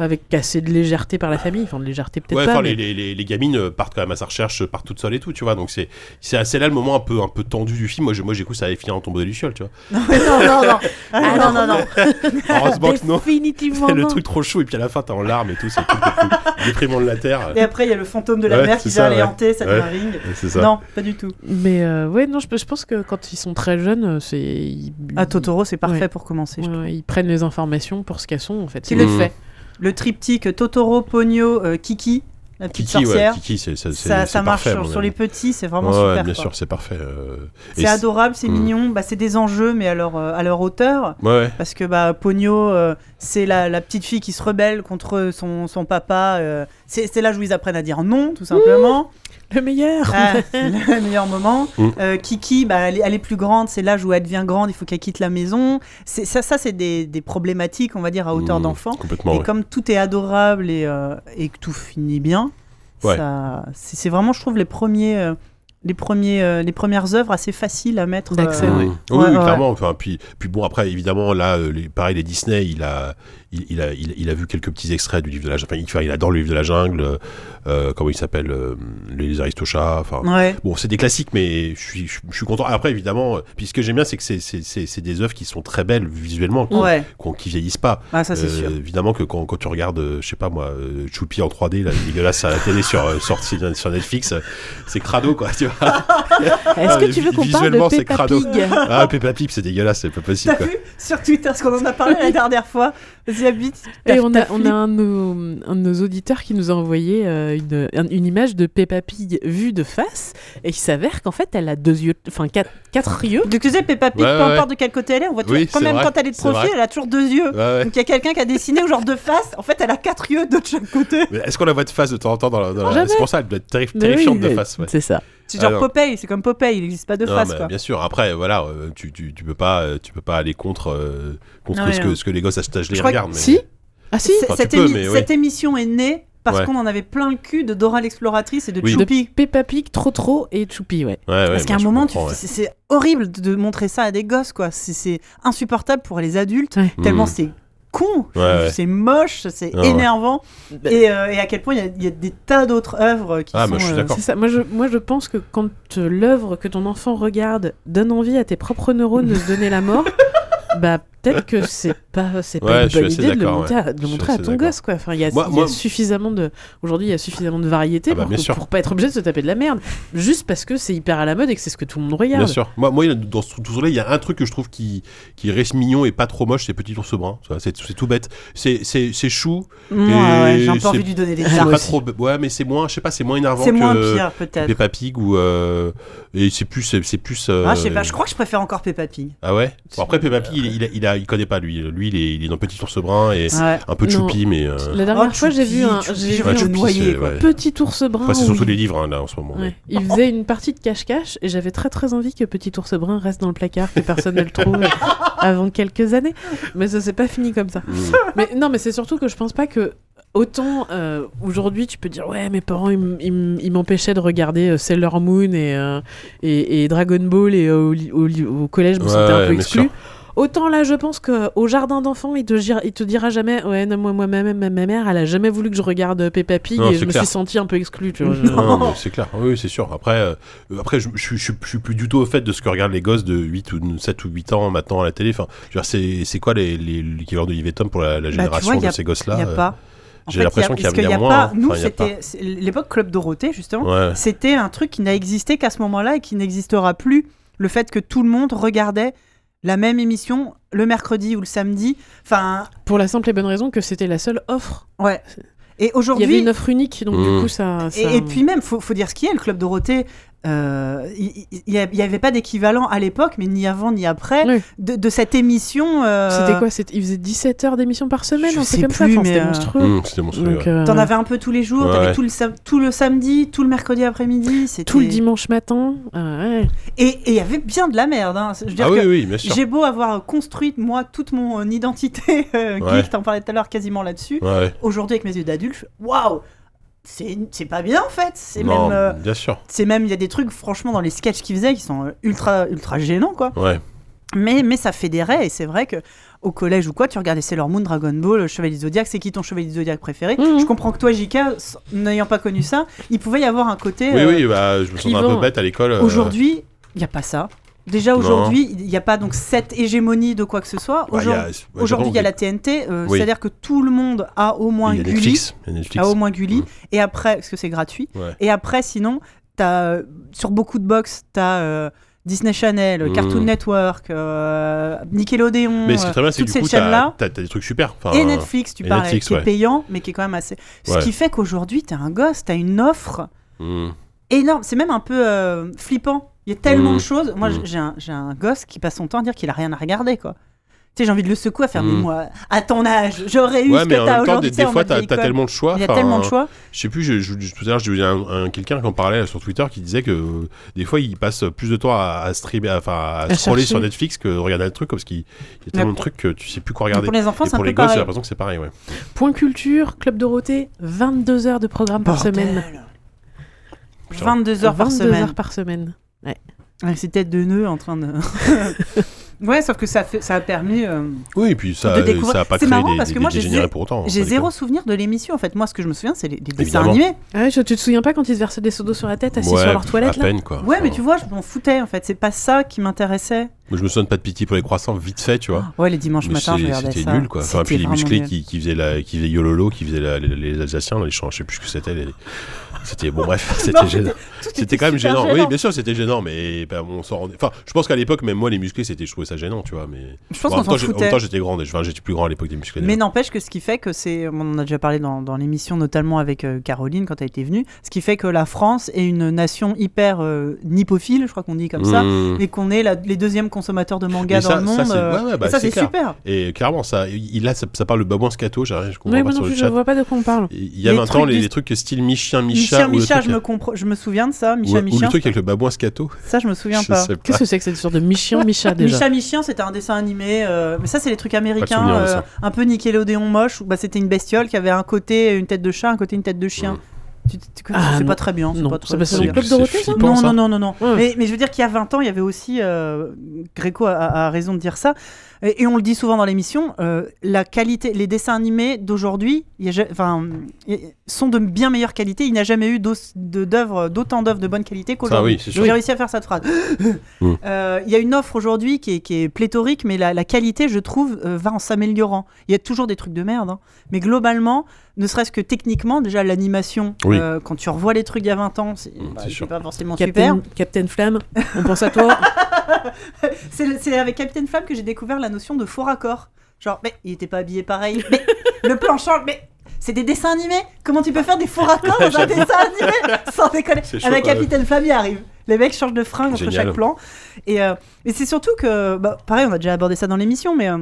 C: avec assez de légèreté par la famille, enfin de légèreté peut-être
B: Ouais,
C: pas.
B: enfin,
C: mais-
B: les, les, les, les gamines euh, partent quand même à sa recherche, euh, partent toutes seules et tout, tu vois. Donc c'est c'est assez là le moment un peu un peu tendu du film. Moi, j'ai moi, j'ai cru que ça allait finir en tombeau des lucioles, tu
A: (laughs)
B: vois.
C: non, non,
B: (laughs)
C: non.
A: Ah, non, non, non.
B: Heureusement que non. (laughs)
C: Définitivement
B: C'est le
C: non.
B: truc trop chaud et puis à la fin t'es en larmes et tout, c'est le truc le
A: (laughs)
B: plus déprimant de la terre.
A: Et après, il y a le fantôme de la
B: Ouais,
A: mère
B: c'est
A: qui
B: ça,
A: vient les
B: ouais.
A: hanter, ça
B: Ouais.
A: devient un ring.
B: C'est ça.
A: Non, pas du tout.
C: Mais euh, ouais, non, je, je pense que quand ils sont très jeunes, euh, c'est ils,
A: Ah, Totoro, c'est parfait
C: Ouais.
A: pour commencer.
C: ils- ouais, ils prennent les informations pour ce qu'elles sont en fait.
A: Tu
C: Ils
B: le-
C: fait.
A: Le triptyque Totoro, Pogno, euh, Kiki, la petite
B: Kiki, ouais,
A: sorcière.
B: Kiki, c'est c'est- c'est-
A: ça
B: c'est
A: ça marche
B: parfait, à
A: sur,
B: mon
A: sur
B: avis.
A: les petits, c'est vraiment
B: Ouais, ouais,
A: super.
B: bien
A: quoi.
B: sûr, c'est parfait. euh, et
A: C'est adorable, c'est
B: Mm.
A: mignon. Bah, c'est des enjeux, mais à leur, euh, à leur hauteur.
B: Ouais, ouais.
A: Parce que bah, Pogno, euh, c'est la, la petite fille qui se rebelle contre son, son papa. euh, c'est c'est là où ils apprennent à dire non, tout simplement.
C: Le meilleur.
A: Ah, c'est (laughs) le meilleur moment.
B: Mm.
A: Euh, Kiki, bah, elle, est, elle est plus grande, c'est l'âge où elle devient grande, il faut qu'elle quitte la maison. C'est- Ça, ça c'est des, des problématiques, on va dire, à hauteur
B: Mm,
A: d'enfant.
B: Complètement.
A: Et
B: ouais.
A: comme tout est adorable et, euh, et que tout finit bien,
B: Ouais.
A: ça- c'est c'est vraiment, je trouve, les premiers, euh, les premiers, euh, les premières œuvres assez faciles à mettre. euh,
C: D'accès,
B: Mmh.
C: ouais.
B: Oui,
A: Ouais,
B: oui,
A: ouais.
B: clairement. Enfin, puis, puis bon, après, évidemment, là, euh, les, pareil, les Disney, il a, il, il a, il, il a vu quelques petits extraits du livre de la jungle. Enfin, il- enfin, il adore le livre de la jungle. euh, euh, comment il s'appelle euh, Les Aristochats. Enfin,
A: Ouais.
B: Bon, c'est des classiques, mais je suis, je, je suis content. Après, évidemment, euh, puis ce que j'aime bien, c'est que c'est- c'est c'est- c'est des œuvres qui sont très belles visuellement, qui,
A: Ouais,
B: qu'on- qui vieillissent pas.
A: ah, ça c'est
B: Euh,
A: sûr.
B: Évidemment que quand, quand tu regardes, euh, je sais pas moi, euh, Choupi en 3D, là, dégueulasse à la télé sur, euh, sur, sur Netflix, euh, c'est crado, quoi, tu
A: (laughs)
B: vois.
C: Est-ce que
B: mais
C: tu veux
B: vi-
C: qu'on parle
B: Ah, visuellement,
C: de
B: c'est
C: Peppa
B: crado.
C: Pig
B: Ah, Peppa Pig, c'est dégueulasse, c'est pas possible,
A: T'as
B: quoi.
A: vu sur Twitter ce qu'on en a parlé
C: (laughs)
A: la dernière fois Vas-y, habite.
C: Et on a, on a un, de nos, un de nos auditeurs qui nous a envoyé euh, une, un- une image de Peppa Pig vue de face et il s'avère qu'en fait elle a deux yeux, enfin quatre, quatre yeux.
A: Donc tu sais, Peppa Pig,
B: Ouais, ouais,
A: peu
B: ouais.
A: importe de quel côté elle est, on voit toujours-
B: Oui,
A: quand
B: c'est
A: même
B: vrai,
A: quand elle est de
B: c'est
A: profil,
B: vrai.
A: elle a toujours deux yeux.
B: Ouais, ouais.
A: Donc il y a quelqu'un qui a dessiné ou genre de face. En fait, elle a quatre yeux, deux de chaque côté.
B: Mais Est-ce qu'on la voit de face de temps en temps dans la, dans la-
C: Jamais.
B: C'est pour ça, elle doit être terri-
C: Mais
B: terrifiante
C: oui,
B: de
C: mais
B: face. Ouais.
C: C'est ça.
A: C'est genre
B: Alors.
A: Popeye, c'est comme Popeye, il n'existe pas de
B: Non,
A: face
B: mais
A: quoi.
B: bien sûr. Après, voilà, euh, tu, tu, tu peux pas, euh, tu peux pas aller contre, euh, contre
A: Non, mais
B: ce, que,
A: non.
B: ce que les gosses à cet âge-là
A: hein. Je crois que-
B: regardent. mais-
C: Si Ah si
A: C'est-
B: Enfin, tu
A: cette,
B: peux,
A: émi-
B: mais oui.
A: cette émission est née parce
B: Ouais.
A: qu'on en avait plein le cul de Dora l'exploratrice et de
B: Oui.
A: Choupi.
C: De Peppa Pig, trop trop et Choupi, ouais.
B: Ouais, ouais,
A: Parce
B: moi,
A: qu'à un
B: je
A: moment, tu-
B: comprends, ouais.
A: c'est c'est horrible de- de montrer ça à des gosses, quoi. C'est- C'est insupportable pour les adultes,
C: Ouais.
A: tellement
B: Mm.
A: c'est con,
B: Ouais, ouais.
A: c'est moche, c'est
B: Ah, ouais.
A: énervant. Et, euh, et à quel point il y a- il y, a des tas d'autres œuvres qui
B: Ah,
A: sont.
B: moi, je suis
A: euh,
B: d'accord.
C: C'est ça. Moi je, moi, je pense que quand euh, l'œuvre que ton enfant regarde donne envie à tes propres neurones de se donner
B: (laughs)
C: la mort, bah peut-être que c'est pas, c'est
B: Ouais,
C: pas une
B: je suis
C: bonne
B: assez
C: idée de le
B: d'accord,
C: montrer, à, de
B: Je suis
C: montrer à
B: assez
C: ton
B: d'accord.
C: gosse, quoi. Enfin, il y a,
B: Moi-
C: il y a
B: moi-
C: suffisamment de. Aujourd'hui, il y a suffisamment de variété
B: Ah bah,
C: pour,
B: bien
C: que-
B: sûr.
C: pour pas être obligé de se taper de la merde, juste parce que c'est hyper à la mode et que c'est ce que tout le monde
B: Bien
C: regarde.
B: sûr. Moi, moi, il y a- dans ce tour là il y a un truc que je trouve qui, qui reste mignon et pas trop moche, c'est Petit Ours Brun. Ça, C'est c'est tout bête. C'est- C'est c'est chou.
A: Ah, ouais, euh, ouais, j'ai un
B: Et
A: peu envie
B: c'est-
A: de lui donner des
B: C'est
A: tartes.
B: pas trop. Ouais, mais c'est moins, je sais pas, c'est moins énervant
A: C'est moins
B: que
A: pire, peut-être.
B: Peppa Pig ou. euh, Et c'est plus. c'est- C'est plus. euh,
A: Ah, je sais pas, je crois que je préfère encore Peppa Pig.
B: Ah ouais Bon, Après, Peppa Pig, il, il a, il, a, a- il connaît pas lui. Lui, il est, il est dans Petit Ours Brun et
A: Ouais.
B: un peu
C: Non.
B: choupi, mais. euh,
C: La dernière
A: Oh,
C: fois, j'ai
A: Choupi,
C: vu un,
A: Choupi,
C: j'ai vu
A: ouais,
C: un
B: Choupi,
A: noyer,
B: c'est-
A: quoi.
B: ouais.
C: petit ours brun.
B: Enfin, c'est
C: où
B: surtout
C: il-
B: les livres, hein, là, en ce moment. mais-
C: Ouais. Il faisait une partie de cache-cache et j'avais très très envie que Petit Ours Brun reste dans le placard, que personne ne
B: (laughs)
C: le trouve avant quelques années. Mais ça s'est pas fini comme ça.
A: (laughs)
B: Mm.
C: Mais non, mais c'est surtout que je pense pas que. Autant euh, aujourd'hui, tu peux dire ouais, mes parents ils m- ils m- ils m'empêchaient de regarder euh, Sailor Moon et, euh, et, et Dragon Ball et euh, au, li- au li- au collège, je me
B: Ouais,
C: sentais un
B: ouais,
C: peu
B: bien
C: exclu.
B: sûr.
C: Autant là, je pense qu'au jardin d'enfants, il, te gira- il te dira jamais ouais, non, moi, moi ma, ma- ma mère, elle a jamais voulu que je regarde Peppa Pig
B: Non,
C: et
B: c'est
C: je me
B: clair.
C: suis senti un peu exclu. Tu vois, je-
B: Non, non, mais c'est clair, oui, c'est sûr. Après, euh, après je, je, suis- je suis- je suis plus du tout au fait de ce que regardent les gosses de 8 ou 7 ou 8 ans maintenant à la télé. Enfin, je veux dire, c'est, c'est quoi les, les, l'équivalent de Yves et Tom pour la, la
A: Bah, tu
B: génération
A: vois, y a-
B: de ces
A: Il
B: gosses-là
A: n'y a
B: euh,
A: pas. En
B: j'ai
A: fait,
B: l'impression
A: y a-
B: qu'il y a-
A: parce
B: il y a
A: y a
B: moins,
A: pas.
B: hein.
A: Nous,
B: Enfin, il y a pas.
A: c'était c'est l'époque Club Dorothée, justement.
B: Ouais.
A: C'était un truc qui n'a existé qu'à ce moment-là et qui n'existera plus. Le fait que tout le monde regardait la même émission le mercredi ou le samedi. Enfin,
C: Pour la simple et bonne raison que c'était la seule offre.
A: ouais. Et
C: Il y avait une hein.
A: aujourd'hui.
C: offre unique, donc
B: Mm.
C: du coup, ça. ça-
A: Et, et puis même, faut, faut dire ce qu'il y a, le Club Dorothée, euh, il n'y avait pas d'équivalent à l'époque, mais ni avant ni après,
C: Oui.
A: de, de cette émission. euh,
C: C'était quoi c'était- Il faisait 17 heures d'émission par semaine,
A: Je
C: un truc
A: sais
C: comme ça.
A: plus,
C: Enfin,
A: mais,
C: c'était
A: euh,
C: monstrueux.
B: Mm, c'était monstrueux.
C: Donc,
B: ouais.
C: euh,
A: T'en avais un peu tous les jours,
B: Ouais,
A: t'avais
B: ouais.
A: tout, le sam- tout le samedi, tout le mercredi après-midi. c'était-
C: tout le dimanche matin. euh, ouais.
A: Et et il y avait bien de la merde. hein. Je veux dire
B: Ah
A: que
B: oui, oui, bien sûr.
A: J'ai beau avoir construit, moi, toute mon euh, identité euh,
B: Ouais.
A: geek, t'en parlais tout à l'heure quasiment là-dessus.
B: Ouais, ouais.
A: Aujourd'hui, avec mes yeux d'adulte, je fais, waouh! C'est c'est pas bien en fait! C'est
B: Non,
A: même. euh,
B: bien sûr.
A: c'est même, il y a des trucs, franchement, dans les sketchs qu'ils faisaient qui sont euh, ultra, ultra gênants, quoi.
B: Ouais.
A: Mais, mais ça fédérait, et c'est vrai que au collège ou quoi, tu regardais Sailor Moon, Dragon Ball, euh, Chevalier du Zodiac, c'est qui ton Chevalier du Zodiac préféré?
C: Mhm.
A: Je comprends que toi, JK, s- n'ayant pas connu ça, il pouvait y avoir un côté.
B: Oui,
A: euh,
B: oui, bah, je me sens un peu
C: clivant.
B: bête à l'école. euh,
A: Aujourd'hui, il n'y a pas ça. Déjà
B: Non.
A: aujourd'hui, il n'y a pas donc cette hégémonie de quoi que ce soit.
B: bah, il y a-
A: Aujourd'hui,
B: ouais,
A: Aujourd'hui, il y a la
B: j'avoue,
A: TNT, euh,
B: Oui.
A: c'est-à-dire que tout le monde a au moins
B: Il y a
A: Gulli,
B: Netflix. Il y a Netflix.
A: a au moins Gulli,
B: Mm.
A: et après, parce que c'est gratuit,
B: Ouais.
A: et après, sinon, t'as, euh, sur beaucoup de box, t'as euh, Disney Channel,
B: Mm.
A: Cartoon Network, euh, Nickelodeon,
B: Mais ce qui est très bien, c'est
A: toutes
B: que
A: ces
B: du coup, t'as
A: chaînes-là.
B: t'as- t'as des trucs super. Enfin,
A: et Netflix, tu
B: et
A: parles,
B: Netflix,
A: qui est
B: ouais.
A: payant, mais qui est quand même assez. Ce
B: Ouais.
A: qui fait qu'aujourd'hui, t'es un gosse, t'as une offre
B: mm.
A: énorme. C'est même un peu euh, flippant. Il y a tellement
B: Mm.
A: de choses. Moi,
B: Mm.
A: j'ai un, j'ai un gosse qui passe son temps à dire qu'il a rien à regarder, quoi. Tu sais, j'ai envie de le secouer à faire, mais
B: Mm.
A: moi, à ton âge, j'aurais eu
B: Ouais,
A: ce
B: mais
A: que t'as
B: en même temps,
A: aujourd'hui.
B: des,
A: tu
B: des
A: sais, en
B: fois,
A: mode
B: t'as
A: vieille
B: t'as
A: conne.
B: tellement de choix.
A: Il y a
B: enfin,
A: tellement de choix.
B: Je sais plus, je, je- tout à l'heure, j'ai eu un, un- quelqu'un qui en parlait sur Twitter qui disait que euh, des fois, il passe plus de temps à, à streamer, à- enfin, à, scroller
C: chercher.
B: sur Netflix que de regarder un truc parce qu'il y a tellement de trucs que tu sais plus quoi
A: Mais
B: regarder.
A: pour les enfants,
B: Et
A: c'est un
B: pour
A: peu
B: les gosses, j'ai
A: pareil.
B: l'impression que c'est pareil, ouais.
C: Point culture, Club Dorothée, 22 heures de programme par semaine.
A: 22 heures par
C: 22
A: semaine.
C: heures par semaine.
A: Ouais, c'est peut-être deux nœuds en train de. (laughs) ouais, sauf que ça, fait, ça a permis. euh,
B: Oui, et puis ça,
A: De découvrir-
B: ça a pas
A: C'est
B: créé
A: marrant
B: des,
A: parce
B: des,
A: que moi,
B: des
A: j'ai
B: dégénérés
A: zé-
B: pour autant. hein,
A: J'ai
B: enfin,
A: zéro
B: des
A: souvenir de l'émission en fait. Moi, ce que je me souviens, c'est les, les dessins
B: Évidemment.
A: animés.
C: Ah ouais, je- tu te souviens pas quand ils se versaient des seaux d'eau sur la tête, assis
B: cons.
C: sur
B: Ouais,
C: leur toilette
B: à
C: là
B: peine, quoi.
A: Ouais, mais
B: Enfin,
A: tu vois, je m'en foutais en fait. C'est pas ça qui m'intéressait.
B: moi, Je me souviens de pas de pitié pour les croissants, vite fait, tu vois.
A: Ouais, les dimanches
B: Mais
A: matins, je
B: c'est-
A: regardais ça.
B: c'était nul, quoi. Enfin,
A: C'était
B: puis les
A: vraiment
B: musclés
A: nul.
B: qui, qui faisaient la, qui faisaient Yololo, qui faisaient la- les, les Alsaciens, les chants, je sais plus ce que c'était. les- C'était bon, bref, (laughs) c'était
A: Non,
B: gênant.
A: Tout
B: C'était
A: était
B: quand même
A: super
B: gênant. Oui, bien sûr, c'était gênant, mais ben, on s'en rendait. Enfin, je pense qu'à l'époque, même moi, les musclés, c'était, je trouvais ça gênant, tu vois. Mais
A: Je pense
B: Bon, en, même
A: qu'on
B: temps,
A: s'en
B: j'ai- en
A: foutait.
B: même temps, j'étais grand, enfin, j'étais plus grand à l'époque des musclés.
A: Mais n'empêche que ce qui fait que c'est, on en a déjà parlé dans, dans l'émission notamment avec euh, Caroline quand elle était venue, ce qui fait que la France est une nation hyper euh, nipophile, je crois qu'on dit comme ça,
B: Mmh.
A: et qu'on est la- les deuxièmes consommateurs de manga
B: Mais
A: dans
B: ça-
A: le
B: ça,
A: monde.
B: c'est-
A: euh,
B: ouais, ouais, bah,
A: et ça
B: c'est
A: c'est
B: clair.
A: super.
B: Et clairement, ça, il, là, ça, ça parle le babouin scato, j'arrive, je comprends
C: Oui,
B: pas
C: moi non
B: sur
C: plus,
B: le
C: je
B: chat.
C: vois pas de quoi on parle.
B: Il y avait
A: Les
B: un temps
A: trucs
B: les,
A: du-
B: les trucs style Michin, Michin.
A: Micha,
B: ou le
A: Micha,
B: truc-
A: je me compre- je me souviens de ça.
B: ou-
A: Micha,
B: ou
A: Micha.
B: le truc avec le babouin scato.
A: Ça je me souviens
B: Je
A: pas.
B: sais pas.
C: Qu'est-ce que c'est que cette sorte de Michien Micha déjà
A: Micha Michien, c'était un dessin animé. euh, mais ça, c'est les trucs américains,
B: souvenir de
A: euh,
B: ça.
A: un peu Nickelodeon moche. Où, bah, c'était une bestiole qui avait un côté une tête de chat, un côté une tête de chien.
B: Mm.
A: Tu, tu- tu-
C: Ah,
A: c'est
C: non.
A: pas très bien. c'est
C: Non,
A: pas
C: ça
A: très-
C: passe
A: très
C: sur
A: bien.
C: le club Dorothée, ça
B: flippant,
A: Non,
B: ça.
A: non, non, non, non.
C: Ouais.
A: Mais, mais je veux dire qu'il y a 20 ans, il y avait aussi, euh, Gréco a, a- a raison de dire ça, et, et on le dit souvent dans l'émission, euh, la qualité, les dessins animés d'aujourd'hui il y a ja- enfin, y- sont de bien meilleure qualité. Il n'y a jamais eu d'aus- de- d'œuvres, d'autant d'œuvres de bonne qualité
B: Ah
A: qu'aujourd'hui.
B: oui, c'est
A: J'ai
B: sûr. Mm.
A: réussi à faire cette phrase. (laughs) Euh, Il y a une offre aujourd'hui qui, est- qui est pléthorique, mais la, la qualité, je trouve, euh, va en s'améliorant. Il y a toujours des trucs de merde, hein. mais globalement, ne serait-ce que techniquement, déjà l'animation,
B: Oui.
A: euh, quand tu revois les trucs il y a 20 ans, c'est
B: Mm,
A: bah,
B: c'est
A: c'est
B: sûr.
A: pas forcément super.
C: Captain, Captain Flamme, on pense à toi.
A: C'est le- C'est avec Captain Flamme que j'ai découvert la notion de faux raccord. Genre, mais il était pas habillé pareil, mais (laughs) le plan change, mais c'est des dessins animés. Comment tu peux faire des faux raccords
B: (laughs)
A: dans un
B: J'avoue.
A: dessin animé Sans déconner.
B: C'est chaud,
A: Avec
B: quand même.
A: Captain Flamme, il arrive. Les mecs changent de fringue entre
B: Génial.
A: chaque plan. Et, euh, et c'est surtout que, bah, pareil, on a déjà abordé ça dans l'émission, mais euh,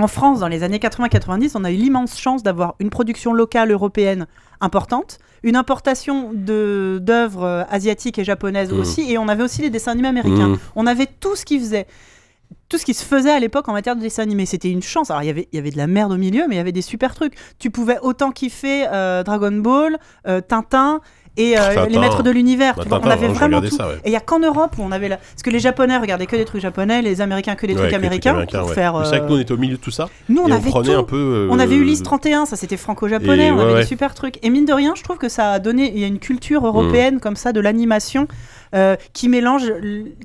A: En France, dans les années 80-90, on a eu l'immense chance d'avoir une production locale européenne importante, une importation de- d'œuvres euh, asiatiques et japonaises
B: Mm.
A: aussi, et on avait aussi les dessins animés américains.
B: Mm.
A: On avait tout ce qui faisait. Tout ce qui se faisait à l'époque en matière de dessin animé, c'était une chance. Alors il y avait- il y avait de la merde au milieu, mais il y avait des super trucs. Tu pouvais autant kiffer euh, Dragon Ball, euh, Tintin et euh,
B: Tintin.
A: les maîtres de l'univers.
B: Bah,
A: tu vois.
B: Tintin,
A: on avait
B: vraiment, je
A: vraiment
B: regardais
A: tout.
B: ça, ouais.
A: Et il y a qu'en Europe où on avait la... parce que les Japonais regardaient que des trucs japonais, les Américains que des
B: Ouais,
A: trucs
B: que les
A: américains pour
B: ouais.
A: faire.
B: Mais C'est vrai que
A: euh,
B: nous on était au milieu de tout ça.
A: nous, on
B: et on
A: avait
B: prenait
A: tout.
B: un peu. euh,
A: On avait Ulysse 31, ça c'était franco-japonais,
B: et
A: on
B: ouais,
A: avait
B: ouais.
A: des super trucs. Et mine de rien, je trouve que ça a donné, il y a une culture
B: Mm.
A: européenne comme ça de l'animation euh, qui, mélange,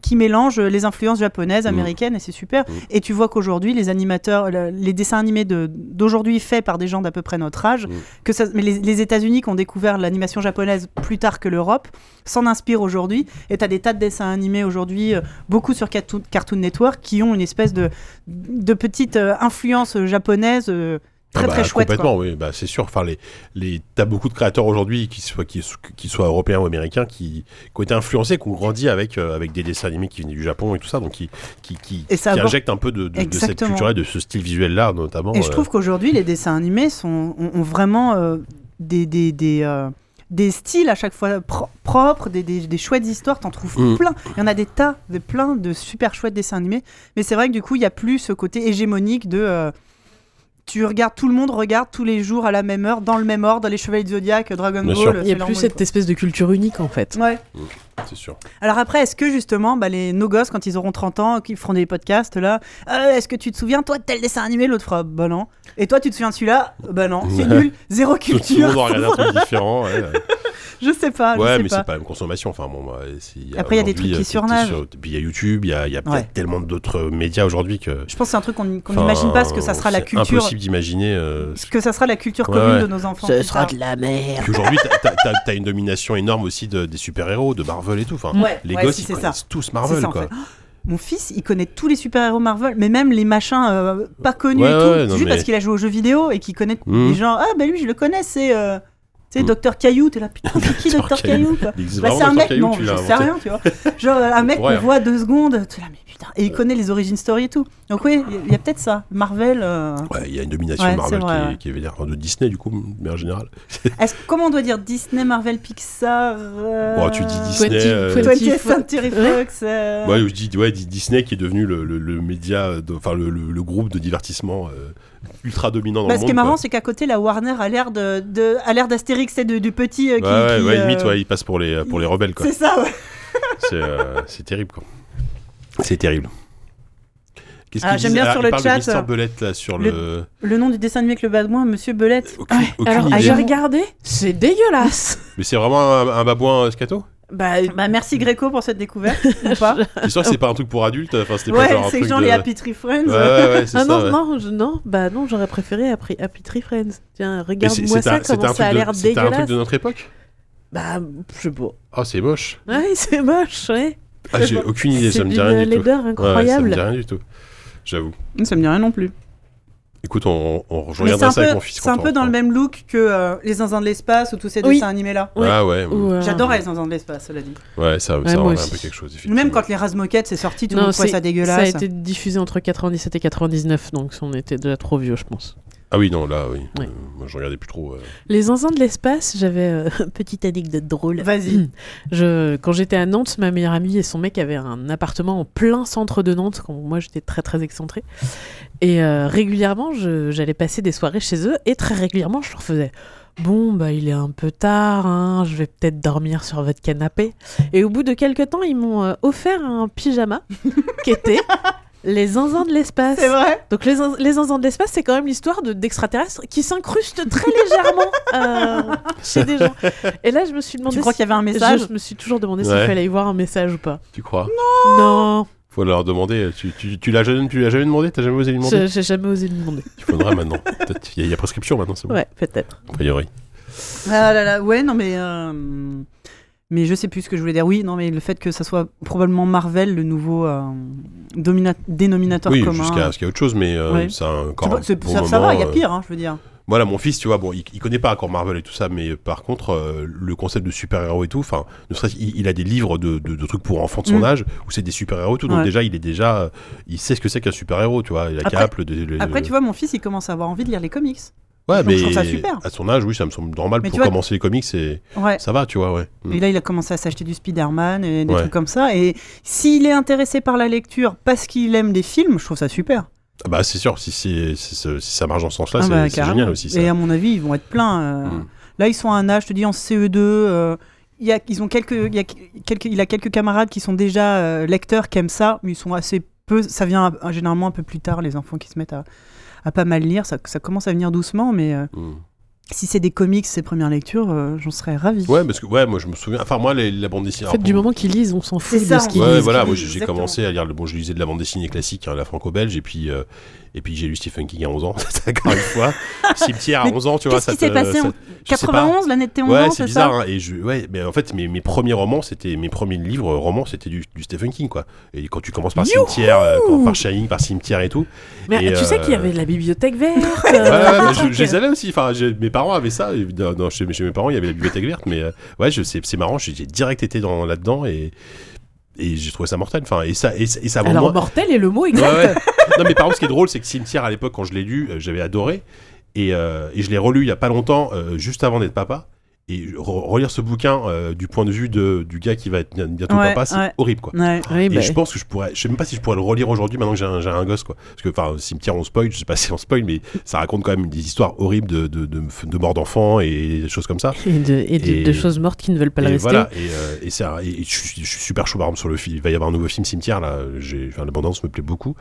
A: qui mélange les influences japonaises, américaines, et c'est super.
B: Mm.
A: Et tu vois qu'aujourd'hui, les animateurs, le- les dessins animés de- d'aujourd'hui faits par des gens d'à peu près notre âge,
B: Mm.
A: que ça, mais les, les États-Unis qui ont découvert l'animation japonaise plus tard que l'Europe, s'en inspirent aujourd'hui. Et tu as des tas de dessins animés aujourd'hui, euh, beaucoup sur Cartoon, Cartoon Network, qui ont une espèce de, de petite euh, influence japonaise. euh,
B: Ah
A: très
B: bah,
A: très chouette. quoi.
B: Complètement, oui, bah, c'est sûr. Enfin, les, les, t'as beaucoup de créateurs aujourd'hui, qui soient, qui, qui soient européens ou américains, qui, qui ont été influencés, qui ont grandi avec, euh, avec des dessins animés qui venaient du Japon et tout ça, donc qui, qui, qui,
A: Et ça
B: qui
A: aborde-
B: injectent un peu de, de- de cette
A: Exactement.
B: culture-là, de ce style visuel-là, notamment.
A: Et je
B: euh,
A: trouve qu'aujourd'hui, les dessins animés sont, ont, ont vraiment euh, des, des, des, euh, des styles à chaque fois pro- propres, des, des, des chouettes histoires, t'en trouves
B: Mm.
A: plein. Il y en a des tas, des, plein de super chouettes dessins animés. Mais c'est vrai que du coup, il n'y a plus ce côté hégémonique de... euh, tu regardes, tout le monde regarde tous les jours à la même heure, dans le même ordre, les Chevaliers du Zodiac, Dragon
B: Bien
A: Ball.
B: sûr.
C: Il n'y a
A: Sailor
C: plus
A: Moon,
C: cette
A: quoi.
C: espèce de culture unique en fait.
A: Ouais.
B: c'est sûr.
A: Alors après, est-ce que justement, bah, les, nos gosses, quand ils auront 30 ans, qu'ils feront des podcasts, là, Euh, est-ce que tu te souviens, toi, de tel dessin animé L'autre fera, bah non. Et toi, tu te souviens de celui-là Bah non, c'est
B: Ouais.
A: nul, zéro
B: Tout le monde
A: culture.
B: doit regarder un truc différent. Ouais, ouais.
A: (laughs) je sais pas, je
B: Ouais,
A: sais
B: mais
A: pas.
B: c'est pas la même consommation. Enfin, bon, bah, c'est- y
A: Après, il y a des
B: aujourd'hui,
A: trucs qui
B: euh, t'es- t'es
A: surnagent.
B: sur- Puis il y a YouTube, il y a, il y a peut-être
A: Ouais.
B: tellement d'autres euh, médias aujourd'hui que.
A: Je pense que c'est un truc qu'on qu'on
B: enfin,
A: n'imagine pas, ce que ça sera la
B: c'est
A: culture,
B: impossible d'imaginer. euh,
A: ce que ça sera la culture
B: Ouais,
A: commune
B: ouais.
A: de nos enfants.
D: Ce
A: plus
D: sera
A: tard.
D: de la merde.
B: Puis aujourd'hui, t'as- t'as- t'as t'as une domination énorme aussi de- des super-héros, de Marvel et tout. Enfin,
A: Ouais,
B: les
A: ouais,
B: gosses,
A: si,
B: ils
A: c'est ça.
B: connaissent tous
A: C'est
B: Marvel,
A: ça, en
B: quoi.
A: fait. (gasps) Mon fils, il connaît tous les super-héros Marvel, mais même les machins euh, pas connus
B: Ouais,
A: et
B: ouais,
A: tout,
B: non,
A: juste
B: mais-
A: parce qu'il a joué aux jeux vidéo et qu'il connaît
B: Mm.
A: les gens. Ah, bah lui, je le connais, c'est. euh, Tu sais,
B: Mm.
A: Docteur Caillou, t'es là, putain,
B: (laughs)
A: c'est qui
B: Dr.
A: Docteur Caillou quoi
B: Il existe
A: Bah,
B: vraiment
A: c'est un
B: Dr.
A: mec,
B: Caillou,
A: non,
B: tu
A: je
B: l'as
A: sais
B: inventé.
A: rien, tu vois. Genre, un mec
B: Ouais.
A: qu'on voit deux secondes, tu es là, mais putain, et il connaît les origin story et tout. Donc, oui, il y a- il y a peut-être ça. Marvel. euh,
B: Ouais, il y a une domination
A: Ouais,
B: Marvel
A: c'est
B: qui
A: vrai,
B: est,
A: ouais.
B: qui est vénère. Enfin, de Disney, du coup, mais en général.
A: Est-ce comment on doit dire Disney, Marvel, Pixar euh,
B: Bon, Oh, tu dis Disney.
C: 20,
B: euh,
C: 20.
A: 20th Century Fox. euh,
B: Ouais, je dis ouais, dis Disney qui est devenu le, le- le média, euh, de- enfin le, le- le groupe de divertissement euh, ultra dominant dans
A: Bah,
B: le
A: ce
B: monde.
A: qui est marrant,
B: quoi.
A: c'est qu'à côté, la Warner a l'air de, de- a l'air d'Astérix, c'est de- du petit euh, qui.
B: ouais, ouais,
A: qui,
B: ouais,
A: euh,
B: limite, ouais, ils passent pour les pour les rebelles, quoi.
A: C'est ça, ouais.
B: C'est euh, c'est terrible, quoi. C'est terrible. Qu'est-ce
A: Ah,
B: qu'ils
A: j'aime
B: disent
A: bien
B: Ah,
A: sur
B: ils
A: le
B: parlent
A: chat,
B: de Mister
A: euh,
B: Belette là sur le.
A: le- Le nom du dessin animé avec le bas de moi, Monsieur Belette. Ah,
B: Aucune, aucune
C: Alors,
B: idée.
C: j'ai regardé, c'est dégueulasse.
B: Mais c'est vraiment un, un babouin euh, scato
C: Bah,
A: (laughs) Bah, merci Gréco pour cette
C: (laughs)
A: découverte, ou pas
B: C'est sûr que c'est pas un truc pour adultes. Enfin, c'était pas genre
A: Ouais,
B: un
A: c'est
B: truc
A: genre
B: de-
A: les Happy Tree Friends.
B: Ouais, ouais, ouais, c'est
C: ah
B: ça.
C: non,
B: ouais.
C: non, je- non, bah non, j'aurais préféré après Happy Tree Friends. Tiens,
B: Mais c'est-
C: regarde-moi
B: c'était
C: ça,
B: un- c'était un
C: comment
B: truc
C: ça a
B: de-
C: l'air
B: C'était un truc
C: dégueulasse.
B: de notre époque
C: Bah, je sais pas.
B: Ah, c'est moche.
C: Ouais, (laughs) c'est moche, ouais.
B: Ah, j'ai aucune idée,
C: C'est
B: ça me
C: d'une
B: dit rien du tout. Ouais,
C: laideur
B: ça me
C: incroyable.
B: dit rien du tout. J'avoue.
A: Ça me dit rien non plus.
B: Écoute, on, on, je
A: Mais c'est
B: regarderai
A: un
B: ça avec
A: peu,
B: mon fils.
A: c'est un
B: quand
A: peu
B: on-
A: dans le même look que euh, Les Zinzins de l'espace ou tous ces
C: Oui.
A: dessins animés-là.
C: Ouais.
B: Ah ouais,
C: Ou, euh,
A: J'adorais Les Zinzins de l'espace, cela dit.
B: ouais, ça,
C: Ouais,
B: ça
C: moi
B: en a un
C: aussi.
B: peu quelque chose.
A: Même quand Les Razmoquettes, c'est sorti, tout le
C: Non,
A: monde trouvait
C: c'est-
A: ça
C: Ça a
A: dégueulasse.
C: été diffusé entre 97 et 99, donc on était déjà trop vieux, je pense.
B: Ah oui, non, là, oui.
C: Ouais.
B: Euh, moi, je regardais plus trop. euh.
C: Les zinzins de l'espace, j'avais euh, (laughs) petite anecdote drôle.
A: (clears throat)
C: (clears throat)
A: Vas-y.
C: Je, quand j'étais à Nantes, ma meilleure amie et son mec avaient un appartement en plein centre de Nantes, quand moi j'étais très très excentrée. Et euh, régulièrement, je- j'allais passer des soirées chez eux et très régulièrement, je leur faisais Bon, bah il est un peu tard, hein, je vais peut-être dormir sur votre canapé. Et au bout de quelques temps, ils m'ont euh, offert un pyjama
A: (laughs)
C: qui était Les zinzins de l'espace.
A: C'est vrai
C: Donc les, zin- les zinzins de l'espace, c'est quand même l'histoire de- d'extraterrestres qui s'incrustent très légèrement euh, chez des gens. Et là, je me suis demandé.
A: Tu crois
C: si-
A: qu'il y avait un
C: je-
A: message
C: Je, me suis toujours demandé
B: Ouais.
C: s'il fallait y voir un message ou pas.
B: Tu crois
C: Non,
B: Faut leur demander. euh, Tu, tu, tu l'as jamais, tu l'as jamais demandé T'as jamais osé lui demander
C: je- j'ai jamais osé lui demander.
B: Il faudra maintenant. Peut-être- Il y, a- il y a prescription maintenant, c'est bon.
C: Ouais, peut-être.
B: A priori.
A: Ah là là, ouais, non mais. euh, Mais je sais plus ce que je voulais dire. Oui, non, mais le fait que ça soit probablement Marvel, le nouveau euh, domina- dénominateur
B: Oui,
A: commun.
B: jusqu'à ce qu'il y a autre chose, mais euh,
A: Ouais.
B: c'est encore
A: C'est
B: un
A: pas- c'est-
B: bon
A: ça, ça va, il y a
B: moment, euh,
A: pire, hein, je veux dire.
B: Voilà, mon fils, tu vois, bon, il, il connaît pas encore Marvel et tout ça, mais par contre, euh, le concept de super-héros et tout, enfin, ne serait-ce il, il a des livres de, de- de trucs pour enfants de son
A: Mm.
B: âge où c'est des super-héros et tout, donc
A: Ouais.
B: déjà, il est déjà. euh, Il sait ce que c'est qu'un super-héros, tu vois. Il a
A: Après-
B: cap, le. le- le-
A: Après, tu vois, mon fils, il commence à avoir envie de lire les comics.
B: ouais,
A: je
B: mais
A: trouve ça super.
B: à son âge, oui, ça me semble normal
A: Mais
B: pour
A: tu vois-
B: commencer les comics, c'est
A: Ouais.
B: ça va, tu vois, ouais. Mm.
A: Et là, il a commencé à s'acheter du Spider-Man et des
B: Ouais.
A: trucs comme ça. Et s'il est intéressé par la lecture parce qu'il aime les films, je trouve ça super.
B: Ah bah, c'est sûr, si, si, si- si ça marche dans ce sens-là,
A: Ah
B: c'est-
A: bah,
B: c'est
A: carrément.
B: génial aussi. Ça.
A: Et à mon avis, ils vont être pleins. euh.
B: Mm.
A: Là, ils sont à un âge, je te dis, en CE2. euh, il y a, ils ont quelques, il, y a quelques, il a quelques camarades qui sont déjà euh, lecteurs, qui aiment ça, mais ils sont assez peu. Ça vient euh, généralement un peu plus tard, les enfants qui se mettent à, à pas mal lire. Ça, ça commence à venir doucement, mais euh,
B: Mm.
A: si c'est des comics, ces premières lectures, euh, j'en serais ravie.
B: Ouais, parce que ouais, moi je me souviens. Enfin, moi, les- la bande dessinée.
C: En fait,
B: alors,
C: du
B: pour-
C: moment qu'ils lisent, on s'en fout
A: C'est
C: de
A: ça, on
C: ce qu'ils
A: s'en
B: Ouais,
A: lisent,
C: lisent.
B: voilà, moi
A: lisent,
B: j'ai
A: exactement.
B: commencé à lire. le- Bon, je lisais de la bande dessinée classique, hein, la franco-belge, et puis euh, et puis j'ai lu Stephen King à 11 ans. (laughs) c'est Encore une fois, cimetière à
A: Mais
B: 11 ans, tu vois.
A: Qu'est-ce
B: ça
A: qui s'est
B: te-
A: passé
B: ça-
A: en
B: je sais pas.
A: 91, l'année de tes 11
B: Ouais,
A: ans,
B: c'est
A: c'est
B: bizarre.
A: ça
B: hein, et je, ouais, mais en fait, mes, mes premiers romans, c'était mes premiers livres euh, romans, c'était du, du Stephen King, quoi. Et quand tu commences par
C: Youhou
B: cimetière, euh, quand- par Shining, par cimetière et tout.
D: Mais
B: Et,
D: tu sais
B: euh,
D: qu'il y avait de la bibliothèque verte.
B: Ouais,
A: (laughs)
B: ouais, mais
D: euh,
B: je, je les avais aussi. Enfin, j'ai- mes parents avaient ça. et- Non, non, chez, chez mes parents, il y avait la bibliothèque verte, mais euh, ouais, je- c'est c'est marrant. J'ai j'ai direct été dans là-dedans et et j'ai trouvé ça mortel. Enfin, et ça, et, ça- et ça vraiment-
D: Alors, mortel est le mot
A: bah,
D: exact.
B: ah, Ouais, ouais. non, mais par contre, ce qui est drôle, c'est que Cimetière, à l'époque, quand je l'ai lu, euh, j'avais adoré. Et, euh, et je l'ai relu il y a pas longtemps, euh, juste avant d'être papa. Et re- relire ce bouquin euh, du point de vue de, du gars qui va être bien- bientôt
A: Ouais,
B: papa, c'est
A: ouais.
B: horrible, quoi.
A: Ouais.
C: Oui,
B: Et
C: bah,
B: je pense que je pourrais, je sais même pas si je pourrais le relire aujourd'hui maintenant que j'ai un, j'ai un gosse quoi. Parce que, enfin, cimetière on spoil, je sais pas (laughs) si on spoil, mais ça raconte quand même des histoires horribles de, de, de, de morts d'enfants et des choses comme ça.
C: Et, de, et de-
B: Et-
C: de choses mortes qui ne veulent pas le
B: et
C: rester.
B: voilà, et, euh, et, c'est un- et- et je, suis- je suis super chaud par exemple, sur le film. Il va y avoir un nouveau film cimetière là. J'ai enfin, l'abondance me plaît beaucoup.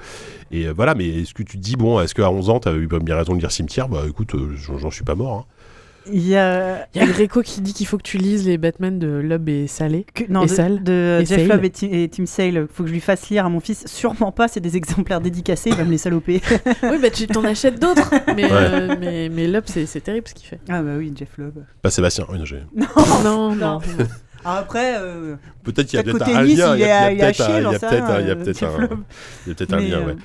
B: Et euh, voilà, mais est-ce que tu te dis bon, est-ce qu'à 11 ans t'avais eu bien raison de dire cimetière Bah écoute, euh, j'en j'en suis pas mort. hein.
A: Il y a.
C: Il y a Gréco qui dit qu'il faut que tu lises les Batman de Loeb et Salé.
A: que- non,
C: Et
A: de,
C: Sale.
A: de euh,
C: Et
A: Jeff
C: Sale.
A: Loeb et, Tim- et Tim Sale, faut que je lui fasse lire à mon fils. Sûrement pas, c'est des (laughs) exemplaires dédicacés, il va me les saloper. (laughs)
D: Oui, bah tu t'en achètes d'autres.
C: Mais, euh, mais, mais Loeb, c'est c'est terrible ce qu'il fait.
A: ah bah oui, Jeff Loeb.
B: Pas Sébastien. Oui, non, j'ai-
C: non,
A: non.
C: non.
A: Ah, après, euh,
B: peut-être il y a
A: Peut-être
B: peut-être
A: côté
B: un
A: Nice,
B: lien.
A: il
B: y a-
A: est
B: il y
A: à- il est à
B: a peut-être un- il y
A: chier,
B: a peut-être un- il y a
A: j'en sais
B: peut-être
A: rien,
B: un-
A: euh,
B: il y a peut-être un
A: mais,
B: lien.
A: euh,
B: ouais.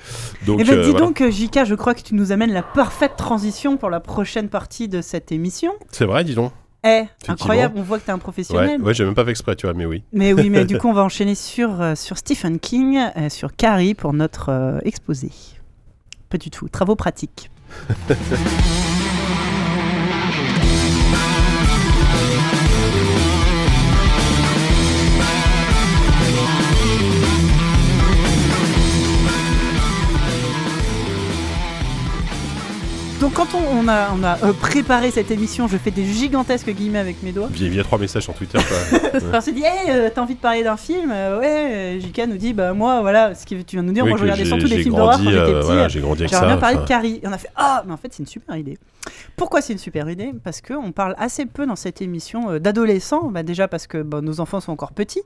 B: Donc,
A: Eh ben,
B: euh,
A: dis
B: voilà.
A: donc, euh, JK, je crois que tu nous amènes la parfaite transition pour la prochaine partie de cette émission.
B: c'est vrai, dis donc.
A: Eh, incroyable, on voit que t'es un
B: Ouais,
A: professionnel.
B: ouais j'ai même pas fait exprès, tu vois, mais oui.
A: Mais oui, mais du coup, on va enchaîner sur, euh, sur Stephen King, euh, sur Carrie pour notre euh, exposé. Pas du tout, travaux pratiques. Donc quand on, on a, on a euh, préparé cette émission, je fais des gigantesques guillemets avec mes doigts.
B: Via, via trois messages sur Twitter. quoi.
A: (laughs) On se dit, hey, euh, t'as envie de parler d'un film Euh, Ouais, euh, JK nous dit, bah moi, voilà, ce que tu viens de nous dire,
B: Oui,
A: moi je
B: que
A: regardais
B: j'ai-
A: surtout des
B: j'ai
A: films d'horreur
B: grandi,
A: quand j'étais
B: euh,
A: petit.
B: voilà, j'ai grandi avec
A: J'aurais
B: ça.
A: bien parlé de
B: enfin.
A: Carrie. Et on a fait, ah, mais en fait, c'est une super idée. Pourquoi c'est une super idée Parce qu'on parle assez peu dans cette émission euh, d'adolescents. Bah, déjà parce que bah, nos enfants sont encore petits.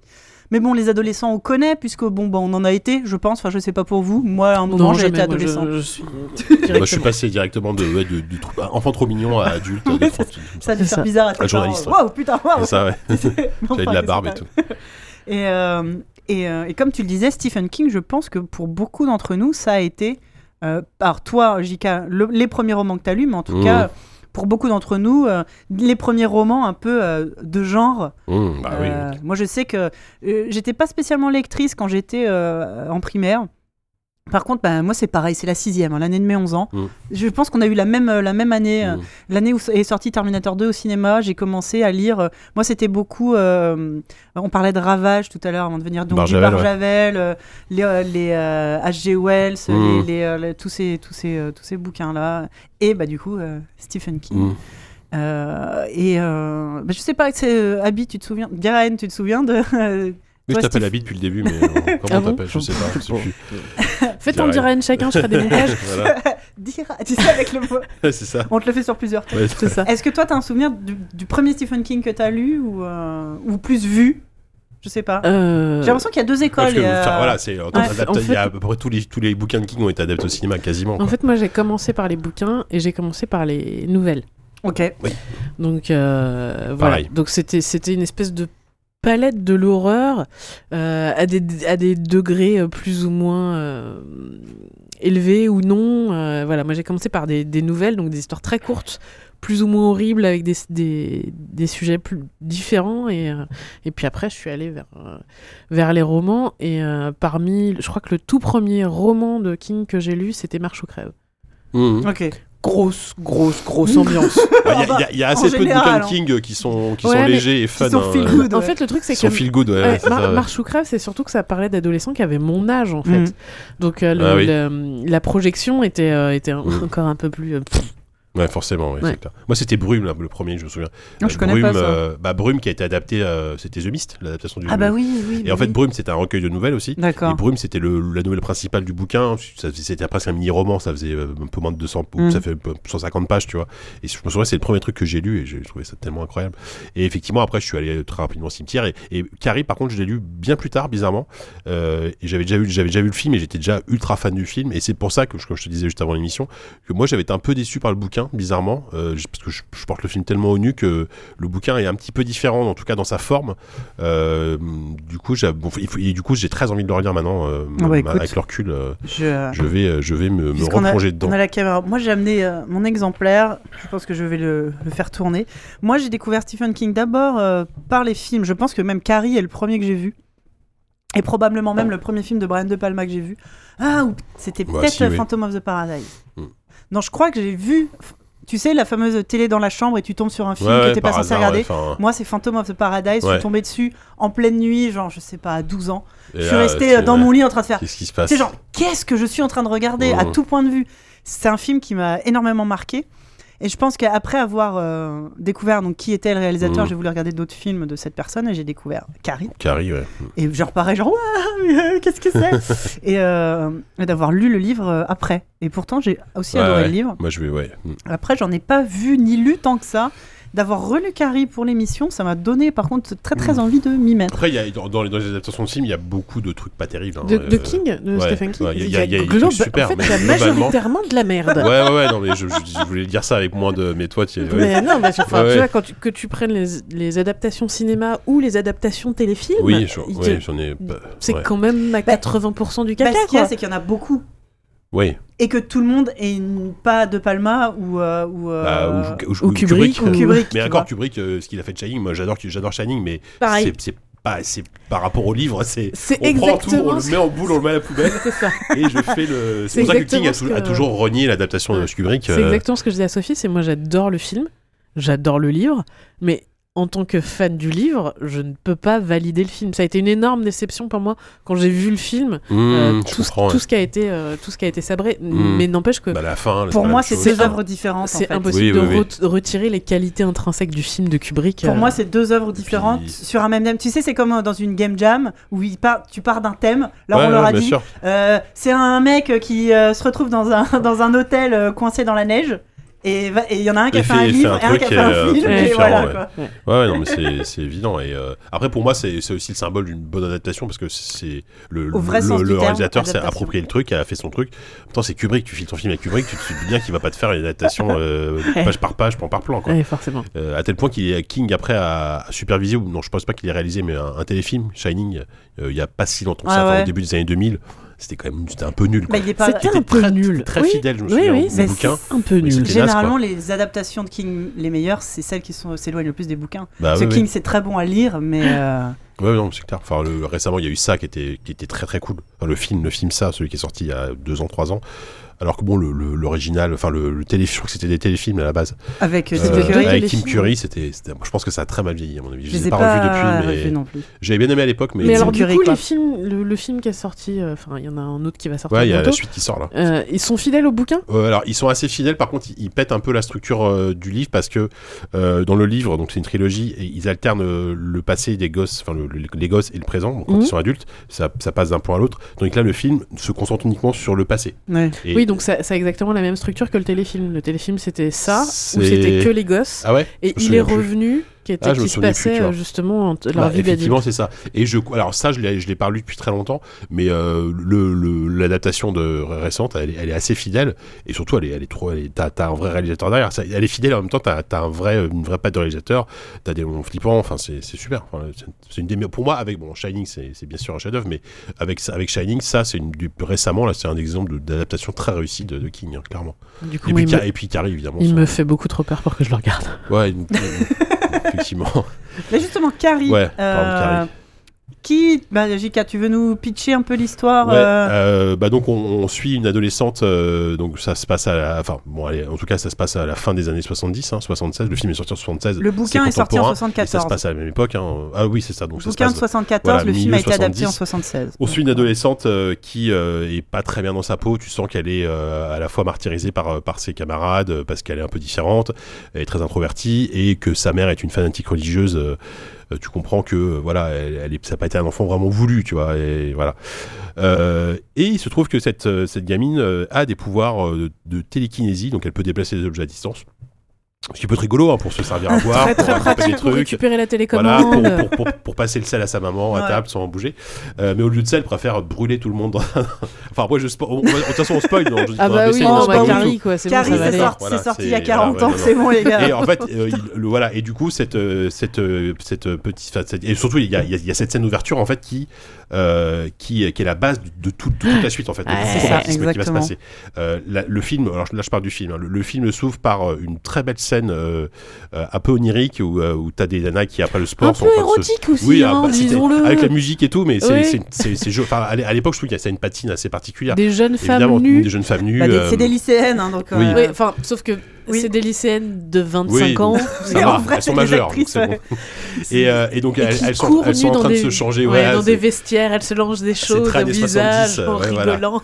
A: Mais bon, les adolescents, on connaît, puisque bon, bah, on en a été, je pense. Enfin, je sais pas pour vous. Moi, à un moment, j'ai été adolescent.
C: Je, suis
B: Moi, je suis passé directement de, ouais, de- du trou- enfant trop mignon à adulte.
A: Ouais,
B: des
A: c'est-
B: trucs comme ça.
A: Ça a dû
C: C'est
A: faire
C: ça.
A: bizarre à tes
B: Un journaliste,
A: parents. Waouh, putain, waouh
B: Et ça, ouais.
A: Mais
B: J'avais de
A: (laughs) enfin,
B: la
A: qu'est-ce
B: barbe
A: que
B: et tout.
A: Et, euh, et, euh, et comme tu le disais, Stephen King, je pense que pour beaucoup d'entre nous, ça a été, euh, par toi, J.K., le- les premiers romans que tu as lus, mais en tout
B: Mmh.
A: cas, pour beaucoup d'entre nous, euh, les premiers romans un peu euh, de genre.
B: Mmh, bah oui.
A: Euh, Moi, je sais que euh, j'étais pas spécialement lectrice quand j'étais euh, en primaire. Par contre, bah, moi, c'est pareil, c'est la sixième, hein, l'année de mes 11 ans.
B: Mmh.
A: Je pense qu'on a eu la même, euh, la même année. euh,
B: Mmh.
A: L'année où est sorti Terminator 2 au cinéma, j'ai commencé à lire. euh, Moi, c'était beaucoup. euh, on parlait de Ravage tout à l'heure avant de venir donc
B: Barjavel,
A: du
B: ouais.
A: Barjavel, euh, les, euh, les euh, H.G. Wells,
B: Mm.
A: les, les, euh, les- tous ces, tous ces, euh, tous ces bouquins-là. Et bah, du coup, euh, Stephen King.
B: Mmh.
A: Euh, et euh, bah, je sais pas, c'est euh, Abby, tu te souviens Garen, tu te souviens de. euh,
B: Oui,
A: Toi,
B: je t'appelle
A: Steve-
B: Abby depuis le début, mais euh, comment
C: Ah
B: on
C: bon
B: t'appelle Je sais pas. Je sais plus. (laughs)
C: Faites en direct chacun, je ferai des montages.
B: Voilà,
A: (laughs) Dira, tu sais, avec le mot.
B: c'est ça.
A: On te le fait sur plusieurs.
B: Ouais,
C: C'est ça.
A: Est-ce que toi, t'as un souvenir du, du premier Stephen King que t'as lu ou, euh, ou plus vu Je sais pas.
C: Euh,
A: J'ai l'impression qu'il y a deux écoles. euh,
B: Parce que,
A: il y a-
B: enfin, voilà, c'est, on
C: Ouais.
B: adapte-
C: En
B: il y a
C: fait-
B: à peu près tous les, tous les bouquins de King ont été adaptés au cinéma quasiment.
C: En
B: quoi.
C: fait, moi, j'ai commencé par les bouquins et j'ai commencé par les nouvelles.
A: Ok.
C: Donc euh, voilà.
B: Pareil.
C: Donc c'était c'était une espèce de palette de l'horreur euh, à des à des degrés euh, plus ou moins euh, élevées ou non. Euh, voilà, moi j'ai commencé par des, des nouvelles, donc des histoires très courtes, plus ou moins horribles, avec des, des, des sujets plus différents. Et, euh, et puis après, je suis allée vers, euh, vers les romans. Et euh, parmi, je crois que le tout premier roman de King que j'ai lu, c'était Marche ou crève.
B: Mhm.
A: Ok.
C: Grosse, grosse, grosse ambiance.
B: Ah, Il y a- il y, a- il y a assez
A: en
B: peu de
A: général, hein.
B: bouquins
A: on-
B: de King euh, qui sont, qui sont
C: Ouais, mais
B: légers et fun.
A: sont
B: hein,
A: feel
B: ouais.
A: good.
C: en fait, le truc, c'est
B: Qui sont
C: que
B: feel good, ouais.
C: Ouais,
B: ouais, euh,
A: bah,
B: c'est
C: Mar-
B: ça, ouais.
C: Marche ou crève, c'est surtout que ça parlait d'adolescents qui avaient mon âge en fait.
A: Mhm.
C: Donc euh, le-
B: Ah oui.
C: le- la projection était, euh, était un-
B: Mhm.
C: encore un peu plus. euh,
B: Ouais, forcément, ouais,
C: Ouais.
B: c'est clair. Moi, c'était Brume, là, le premier, je me souviens.
A: Non, je
B: Euh,
A: connais
B: Brume,
A: pas ça.
B: euh, bah, Brume qui a été adapté, euh, c'était The Mist, l'adaptation du.
A: Ah bah oui, oui.
B: Et en
A: bah
B: fait,
A: oui.
B: Brume, c'était un recueil de nouvelles aussi. Et
A: D'accord.
B: Brume, c'était le- la nouvelle principale du bouquin. Ça faisait- C'était presque un mini-roman, ça faisait euh, un peu moins de 200, ou
A: Mm.
B: ça fait un peu 150 pages, tu vois. Et je me souviens, c'est le premier truc que j'ai lu et j'ai trouvé ça tellement incroyable. Et effectivement, après, je suis allé très rapidement au cimetière. Et, et Carrie, par contre, je l'ai lu bien plus tard, bizarrement. Euh, et j'avais déjà, vu- j'avais déjà vu le film et j'étais déjà ultra fan du film. Et c'est pour ça que, je- comme je te disais juste avant l'émission, que moi, j'avais été un peu déçu par le bouquin, bizarrement. euh, je- parce que je, je porte le film tellement au nu que le bouquin est un petit peu différent, en tout cas dans sa forme. Euh, du coup, j'ai bon, il faut- et du coup, j'ai très envie de le relire maintenant. euh,
A: Ah bah,
B: ma-
A: écoute.
B: avec le recul, euh,
A: Je...
B: je vais, euh, je vais me, me
A: Puisqu'on a-
B: replonger dedans.
A: On a la caméra. Moi, j'ai amené euh, mon exemplaire. Je pense que je vais le, le faire tourner. Moi, j'ai découvert Stephen King d'abord euh, par les films. Je pense que même Carrie est le premier que j'ai vu. Et probablement même le premier film de Brian De Palma que j'ai vu. Ah, ou c'était
B: Bah,
A: peut-être
B: si, oui.
A: Phantom of the Paradise.
B: Hmm.
A: Non, je crois que j'ai vu. Tu sais, la fameuse télé dans la chambre et tu tombes sur un film
B: Ouais,
A: que
B: ouais,
A: t'es pas
B: par
A: censé
B: hasard,
A: regarder.
B: ouais, enfin,
A: Moi, c'est Phantom of the Paradise. Je
B: Ouais.
A: suis tombée dessus en pleine nuit, genre, je sais pas, à 12 ans.
B: et
A: je suis
B: là,
A: restée
B: c'est-
A: euh, dans mon lit en train de faire.
B: Qu'est-ce qui se passe
A: C'est genre, qu'est-ce que je suis en train de regarder à
B: Mhm.
A: tout point de vue C'est un film qui m'a énormément marqué. Et je pense qu'après avoir euh, découvert donc, qui était le réalisateur,
B: Mhm.
A: j'ai voulu regarder d'autres films de cette personne et j'ai découvert Carrie.
B: Carrie, ouais.
A: Et genre, pareil, genre, Ouah, mais, euh, qu'est-ce que
B: (laughs)
A: c'est Et euh, et d'avoir lu le livre euh, après. Et pourtant, j'ai aussi
B: Ouais,
A: adoré
B: ouais.
A: le livre.
B: Moi, je vais, ouais. Mm.
A: Après, j'en ai pas vu ni lu tant que ça. D'avoir relu Carrie pour l'émission, ça m'a donné par contre très très
B: Mhm.
A: envie de m'y mettre.
B: Après, il y a, dans, dans les, dans les adaptations de films, il y a beaucoup de trucs pas terribles. hein,
C: de, de
B: euh,
C: King, de
B: ouais,
C: Stephen King.
B: ouais, il y a- il y a des
C: globa-
B: trucs super,
C: en fait,
B: mais
C: il y a
B: globalement-
C: majoritairement de la merde.
B: Ouais, ouais, ouais, non, mais je, je- je voulais dire ça avec moins de. Mais toi, tu es. ouais.
C: Mais euh, non, mais c'est- enfin,
B: Ouais,
C: tu
B: ouais.
C: vois, quand tu- que tu prennes les, les adaptations cinéma ou les adaptations téléfilm,
B: Oui, je-
C: il te-
B: ouais, j'en ai. bah, pas-
C: c'est
B: ouais.
C: quand même à 80% du caca.
A: Bah, ce qu'il y a,
C: quoi.
A: c'est qu'il y en a beaucoup.
B: Ouais.
A: et que tout le monde est une- pas de Palma ou euh, ou, euh,
B: Bah, ou- ou- euh,
C: ou Kubrick,
A: ou Kubrick,
B: Mais
A: tu
B: encore
A: vois.
B: Kubrick, euh, ce qu'il a fait de Shining, moi j'adore, j'adore Shining, mais
C: Pareil.
B: c'est c'est pas, c'est par rapport au livre, c'est
C: C'est
B: on prend tout, on
C: exactement
B: le
C: ce
B: met en boule, on le met à la poubelle
C: c'est ça.
B: et je fais le. C'est
C: C'est
B: pour ça que
C: exactement
B: King a,
C: ce
B: tou- a
C: que-
B: toujours renié l'adaptation de
C: Ouais.
B: Kubrick.
C: C'est
B: euh,
C: exactement ce que je disais à Sophie, c'est moi j'adore le film, j'adore le livre, mais en tant que fan du livre, je ne peux pas valider le film. Ça a été une énorme déception pour moi quand j'ai vu le film, euh,
B: hmm, je
C: tout, ce-
B: comprends,
C: tout
B: ouais.
C: ce qui a été, euh, tout ce qui a été sabré,
B: Mm.
C: mais n'empêche que
B: Bah, la fin. là,
A: Pour
B: pas la
A: moi,
B: même
A: c'est
B: chose.
A: deux œuvres différentes. en
C: c'est
A: fait.
C: impossible
B: Oui, oui, oui.
C: de re- retirer les qualités intrinsèques du film de Kubrick.
A: Pour
C: euh,
A: moi, c'est deux œuvres
B: puis-
A: différentes sur un même thème. Tu sais, c'est comme euh, dans une game jam où il part, tu pars d'un thème. Là,
B: Ouais,
A: on leur
B: ouais,
A: a
B: bien
A: dit,
B: sûr.
A: euh, c'est un mec qui euh, se retrouve dans un (laughs) dans un hôtel euh, coincé dans la neige. Et va- et il y en a un qui
B: Il
A: a fait,
B: fait-
A: un
B: il fait
A: livre
B: un
A: et un qui a
B: truc
A: fait
B: et, euh,
A: un film.
C: un truc
A: et
B: différent,
A: voilà,
B: ouais.
A: quoi.
B: Ouais, ouais, non, mais c'est c'est évident. Et euh, après, pour moi, c'est c'est aussi le symbole d'une bonne adaptation parce que c'est le,
A: Au vrai
B: le,
A: sens
B: le
A: du terme,
B: réalisateur s'est
A: adaptation.
B: approprié le truc, a fait son truc. En même temps, c'est Kubrick. Tu files ton film à Kubrick, tu te dis bien qu'il va pas te faire une adaptation
A: (laughs)
B: euh, page par page, plan par plan. Quoi.
C: ouais, forcément.
B: Euh, à tel point qu'il est King après à superviser ou non, je pense pas qu'il ait réalisé, mais un, un téléfilm Shining. euh, Il y a pas si longtemps, que ça,
A: Ah
B: enfin,
A: ouais.
B: au début des années 2000, c'était quand même c'était un peu nul. quoi.
A: Bah, il est pas-
C: C'était
B: C'était
C: un peu
B: très-
C: nul.
B: très
C: Oui,
B: fidèle, je me
C: oui,
B: souviens,
C: oui,
B: au
C: c'est-
B: bouquin.
C: c'est un peu
B: Mais
C: nul.
B: c'était- naze,
A: Généralement, les adaptations de King les meilleures, c'est celles qui sont s'éloignent le plus des bouquins.
B: Bah,
A: Parce
B: ouais,
A: que
B: ouais.
A: King, c'est très bon à lire, mais euh,
B: Ouais, non, c'est clair. Enfin, le- récemment, il y a eu ça qui était, qui était très très cool. Enfin, le film, le film ça, celui qui est sorti il y a deux ans, trois ans. Alors que bon, le- le- l'original, enfin le, le télé, je crois que c'était des téléfilms à la base.
A: avec Tim
C: C'était
B: Euh,
A: Curry,
C: deux
B: avec Tim
C: téléfilms.
B: Curry, c'était, c'était- je pense que ça a très mal vieilli à mon avis. Je,
A: je
B: les
A: les ai
B: ai pas,
A: pas
B: revus
A: revus
B: depuis, mais
A: non plus.
B: j'avais bien aimé à l'époque. Mais,
C: Mais alors du
A: Curry,
C: coup,
A: quoi.
C: les films, le, le film qui est sorti, euh, enfin il y en a un autre qui va sortir
B: ouais, il y a la
C: bientôt.
B: suite qui sort là.
C: euh, ils sont fidèles au bouquin.
B: Euh, alors ils sont assez fidèles, par contre ils, ils pètent un peu la structure euh, du livre parce que euh, dans le livre, donc c'est une trilogie, et ils alternent euh, le passé des gosses, enfin le- le- les gosses et le présent. Donc, quand
C: Mhm.
B: ils sont adultes, ça, ça passe d'un point à l'autre. Donc là le film se concentre uniquement sur le passé.
A: Ouais.
B: Et-
C: Oui, donc ça, ça a exactement la même structure que le téléfilm. Le téléfilm, c'était ça, ou
B: C'est-
C: c'était que les gosses.
B: Ah ouais
C: et
B: je me
C: il est
B: souviens plus.
C: revenu qui, était,
B: Ah, je me
C: qui se
B: souvenais plus,
C: passait
B: tu vois.
C: euh, justement entre leur
B: Bah,
C: vie d'adulte.
B: effectivement, c'est ça. Et je, alors ça, je l'ai je l'ai pas lu depuis très longtemps, mais euh, le- le- l'adaptation de récente, elle, est- elle est assez fidèle, et surtout, elle est, elle est trop, elle est- t'as t'as un vrai réalisateur derrière. Ça- elle est fidèle en même temps, t'as t'as un vrai, une vraie patte de réalisateur, t'as des moments flippants. Enfin, c'est c'est super. Enfin, c'est- c'est une des meilleures- pour moi avec bon Shining, c'est c'est bien sûr un chef-d'œuvre, mais avec ça- avec Shining, ça, c'est une du, récemment là, c'est un exemple de- d'adaptation très réussie de, de King, hein, clairement.
C: Du coup,
B: Et puis,
C: il, me,
B: Car- et puis Carrie, évidemment.
C: il
B: ça-
C: me fait beaucoup trop peur pour que je le regarde.
B: Ouais, une- (laughs) effectivement.
A: Mais justement, Carrie. euh,
B: Ouais, pardon, Carrie.
A: Qui, bah, JK, tu veux nous pitcher un peu l'histoire
B: Ouais,
A: euh,
B: euh, bah donc on, on suit une adolescente, euh, donc ça se passe à la, enfin bon allez, en tout cas ça se passe à la fin des années 70, hein, 76, le film est sorti en 76.
A: Le bouquin est sorti en
B: contemporain, et ça
A: 74.
B: se passe à la même époque, hein. ah oui c'est ça, donc
A: le
B: ça se
A: bouquin
B: passe
A: de 74,
B: voilà,
A: le film a été
B: milieu
A: adapté en
B: 70.
A: 76.
B: on suit une adolescente euh, qui euh, est pas très bien dans sa peau. Tu sens qu'elle est euh, à la fois martyrisée par, euh, par ses camarades euh, parce qu'elle est un peu différente, elle est très introvertie et que sa mère est une fanatique religieuse. euh, euh, tu comprends que euh, voilà, elle, elle est- ça n'a pas été un enfant vraiment voulu, tu vois. Et voilà. Euh, et il se trouve que cette, euh, cette gamine euh, a des pouvoirs euh, de, de télékinésie, donc elle peut déplacer des objets à distance. Ce qui peut être rigolo hein, pour se servir à boire,
D: Très
B: pour
D: très
B: attraper
D: pratique
B: des
D: pour
B: trucs.
D: récupérer la
B: Voilà, pour,
D: télécommande.
B: pour, pour- pour passer le sel à sa maman
A: Ouais.
B: à table sans en bouger. Euh, mais au lieu de ça, elle préfère brûler tout le monde. (laughs) dans- enfin, après, je spo- on- on va- De toute façon, on spoil. donc je-
C: Ah
B: on
C: bah
B: va
C: oui,
B: baisser,
A: non,
B: on
C: non,
A: bah,
B: spoil
C: bah,
B: du
C: Carrie, quoi, c'est bon,
A: Carrie,
C: ça va
A: c'est
C: aller.
A: sorti,
B: Voilà,
A: c'est sorti
B: c'est-
A: il y a 40
B: voilà,
A: ans,
B: ouais, non,
A: c'est bon les
B: tout.
A: gars.
B: Et en fait, euh, il- le, voilà. Et du coup, cette, euh, cette, euh, cette euh, petite, enfin, cette- et surtout, il y, a, il y a- il y a cette scène d'ouverture en fait qui, euh, qui, qui est la base de, de tout- de toute la suite en fait, de
C: Ouais,
B: tout
C: c'est
B: le
C: ça,
B: romantisme qui va se
A: exactement.
B: passer. Euh, la- le film, alors là, je parle du film. hein, le, le film s'ouvre par euh, une très belle scène euh, euh, un peu onirique où, euh, où t'as des nanas qui après le sport
D: Un
B: sont
D: peu
B: en train de se-
D: érotique aussi,
B: oui, ah,
D: hein,
B: bah, c'était-
D: disons-le.
B: avec la musique et tout, mais c'est-
D: Oui.
B: c'est- c'est c'est joli. Enfin, à l'é- à l'époque, je trouve qu'il y a ça a une patine assez particulière.
C: Des jeunes
B: Évidemment,
C: femmes nues.
B: des jeunes femmes nues.
A: Bah, des-
B: euh,
A: c'est des lycéennes, hein, donc.
B: oui.
A: euh,
C: Oui, enfin, sauf que
A: Oui.
C: c'est des lycéennes de 25
B: Oui,
C: ans.
B: ça
A: Mais
B: va,
A: en vrai,
B: elles sont
A: c'est des
B: majeures.
A: actrices,
B: donc c'est bon. et, euh, et donc,
C: (laughs) Et
B: elles,
C: qui
B: elles sont,
C: courent
B: elles sont
C: nues
B: en
C: dans
B: train
C: des...
B: de se changer.
C: ouais,
B: Ouais,
C: dans
B: c'est-
C: des vestiaires, elles se lancent des choses
B: très
C: au
B: années
C: visage
B: 70, euh,
C: en
B: ouais, voilà.
C: rigolant.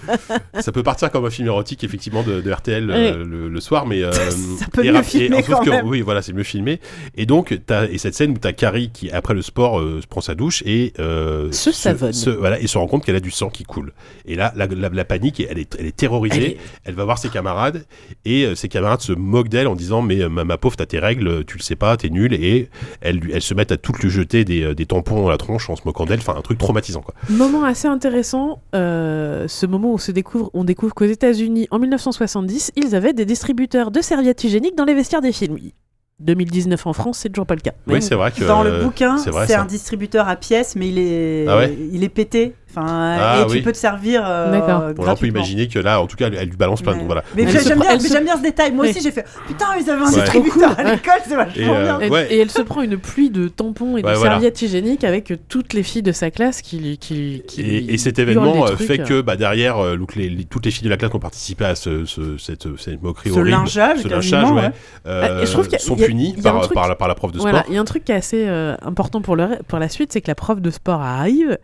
B: ça peut partir comme un film érotique, effectivement, de, de RTL euh, le, le soir,
C: (laughs)
B: mais. euh,
A: Ça peut
B: et
A: mieux
B: rap- et-
A: filmer
B: sauf
A: quand
B: que-
A: même.
B: Oui, voilà, c'est mieux filmé. Et donc, t'as, et cette scène où t'as Carrie qui, après le sport, euh, se prend sa douche et. euh,
C: Se savonne.
B: voilà, et se rend compte qu'elle a du sang qui coule. Et là, la, la- la panique, elle est, elle est terrorisée.
C: Elle
B: Elle,
C: est-
B: va voir ses camarades et euh, ses camarades se moquent d'elle en disant Mais euh, ma, ma pauvre, t'as tes règles, euh, tu le sais pas, t'es nulle. Et elles, lui- elles se mettent à toutes lui jeter des, euh, des tampons à la tronche en se moquant d'elle. Enfin, un truc traumatisant, quoi.
C: Moment assez intéressant, euh, ce moment où on, se découvre, on découvre qu'aux États-Unis, en 1970, ils avaient des distributeurs de serviettes hygiéniques dans les vestiaires des films. 2019 en France, c'est toujours pas le cas.
B: Oui, c'est vrai que.
A: Dans
B: euh,
A: le bouquin,
B: c'est vrai,
A: c'est
B: ça.
A: un distributeur à pièces, mais il est,
B: Ah ouais
A: il est pété. Enfin,
B: Ah
A: et
B: oui.
A: tu peux te servir. euh,
C: D'accord.
A: gratuitement.
B: Bon, là, on peut imaginer que là, en tout cas, elle, elle lui balance plein de
A: Ouais.
B: voilà.
A: Mais
C: Elle
A: j'aime
C: se
A: bien,
C: prend- elle
A: mais
C: se-
A: j'aime bien ce détail. Moi
C: Oui.
A: aussi, j'ai fait Putain, ils avaient un
B: C'est trop
A: distributeur
C: cool,
A: à l'école, c'est vachement
B: Et, euh,
A: bien.
C: Et,
B: Ouais.
C: et elle se prend une pluie de tampons et
B: Ouais,
C: de
B: voilà.
C: serviettes hygiéniques avec toutes les filles de sa classe qui lui- qui, qui
B: Et, et cet
C: hurlent des
B: événement euh,
C: trucs,
B: fait
C: euh.
B: que bah, derrière, euh, donc, les, les- toutes les filles de la classe qui ont participé à ce, ce- cette, cette moquerie
A: Ce
B: horrible,
A: lingeage,
B: ce
A: quasiment,
B: linchage, ouais,
A: ouais.
B: euh,
C: Ah, et je trouve qu'il y a-
B: sont
C: il y a-
B: punies
C: il y a un
B: par,
C: truc-
B: par la, par la prof de
C: Voilà,
B: sport.
C: il y a un truc qui est assez euh, important pour, le, pour la suite, c'est que la prof de sport arrive,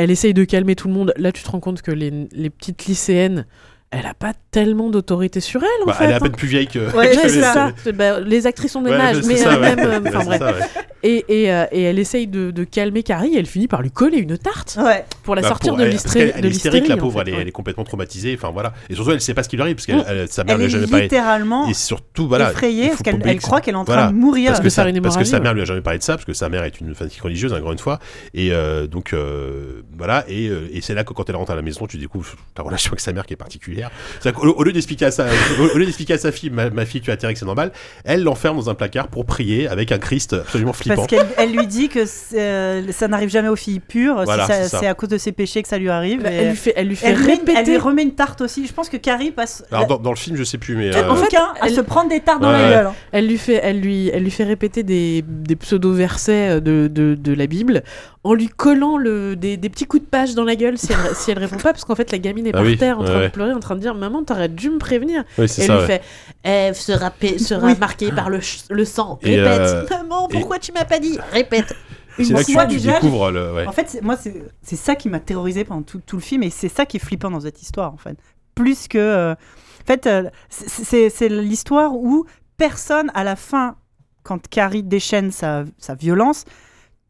C: elle essaye de calmer tout le monde. Là, tu te rends compte que les, les petites lycéennes, elle a pas tellement d'autorité sur elle, en
B: Bah,
C: fait.
B: elle est à
C: hein.
B: peine plus vieille que.
A: Ouais,
B: que
C: Ouais,
B: les-
C: c'est ça. C'est- bah, les actrices ont le même
B: Ouais,
C: âge,
B: c'est
C: mais
B: ça,
C: euh,
B: ouais.
C: même, euh,
B: Ouais,
C: enfin,
B: c'est
C: bref.
B: ça, ouais.
C: Et, et, euh, et elle essaye de, de calmer Carrie, et elle finit par lui coller une tarte
A: Ouais.
C: pour la
B: Bah,
C: sortir
B: pour-
C: de
B: elle- parce qu'elle-
C: l'hystérie.
B: Elle
C: de
B: est hystérique, la
C: l'hystérie, en
B: pauvre,
C: fait,
B: elle est-
C: ouais.
B: elle est complètement traumatisée. Enfin, voilà. Et surtout, elle sait pas ce qui lui arrive, parce que
A: Mm.
B: elle- sa mère
A: Elle
B: lui
A: est
B: a jamais parlé.
A: littéralement
B: Et surtout, voilà.
A: effrayée
B: il
A: parce
B: faut
A: qu'elle
B: oublier
A: elle
B: que
A: croit qu'elle est en
B: Voilà.
A: train de mourir.
B: Parce
C: de
B: que, sa,
C: faire une
B: parce que
C: hémorragie,
B: sa mère lui a jamais parlé de ça, parce que sa mère est une fanatique religieuse, encore une fois. Et euh, donc, euh, voilà. Et, euh, et c'est là que quand elle rentre à la maison, tu découvres ta relation avec sa mère qui est particulière. C'est-à-dire qu'au- au, lieu d'expliquer à sa, au, au lieu d'expliquer à sa fille, ma, ma fille, tu as atterri, que c'est normal, elle l'enferme dans un placard pour prier avec un Christ absolument flippant.
A: Parce qu'elle elle lui dit que c'est, euh, ça n'arrive jamais aux filles pures, si
B: Voilà,
A: ça-
B: c'est ça.
A: c'est à cause de ses péchés que ça lui arrive.
C: Bah,
A: et-
C: Elle lui fait, elle lui fait
A: elle, lui- elle
C: répéter.
A: lui remet une tarte aussi. Je pense que Carrie passe
B: Alors, dans, dans le film, je sais plus, mais.
A: tout
B: euh,
A: le bouquin à
C: elle-
A: se prendre des tartes dans
B: Ouais,
A: la
B: ouais.
A: gueule. hein.
C: Elle lui fait, elle lui, elle lui fait répéter des, des pseudo-versets euh, de, de, de la Bible en lui collant le, des, des petits coups de page dans la gueule si elle, si elle répond pas, parce qu'en fait la gamine est
B: Ah
C: par
B: oui,
C: terre en train
B: ouais,
C: de
B: ouais.
C: pleurer, en train de dire Maman, t'aurais dû me prévenir.
B: oui,
C: Et
B: c'est
C: elle
B: ça.
C: lui
B: ouais.
C: fait Ève sera, pa- sera
A: Oui.
C: marquée par le, ch- le sang.
B: Et,
C: Répète,
B: euh,
C: Maman,
B: et-
C: pourquoi tu m'as pas dit Répète.
B: Et C'est
A: Une
B: là que
A: fois
B: tu- tu,
A: déjà,
B: découvres le. ouais.
A: En fait, c'est- moi, c'est c'est ça qui m'a terrorisé pendant tout, tout le film et c'est ça qui est flippant dans cette histoire, en fait. Plus que. euh, en fait, euh, c'est- c'est c'est l'histoire où personne, à la fin, quand Carrie déchaîne sa, sa
B: Hmm.
A: violence,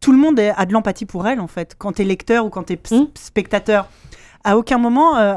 A: tout le monde est- a de l'empathie pour elle, en fait, quand t'es lecteur ou quand t'es es
C: Mm.
A: spectateur. à aucun moment, euh,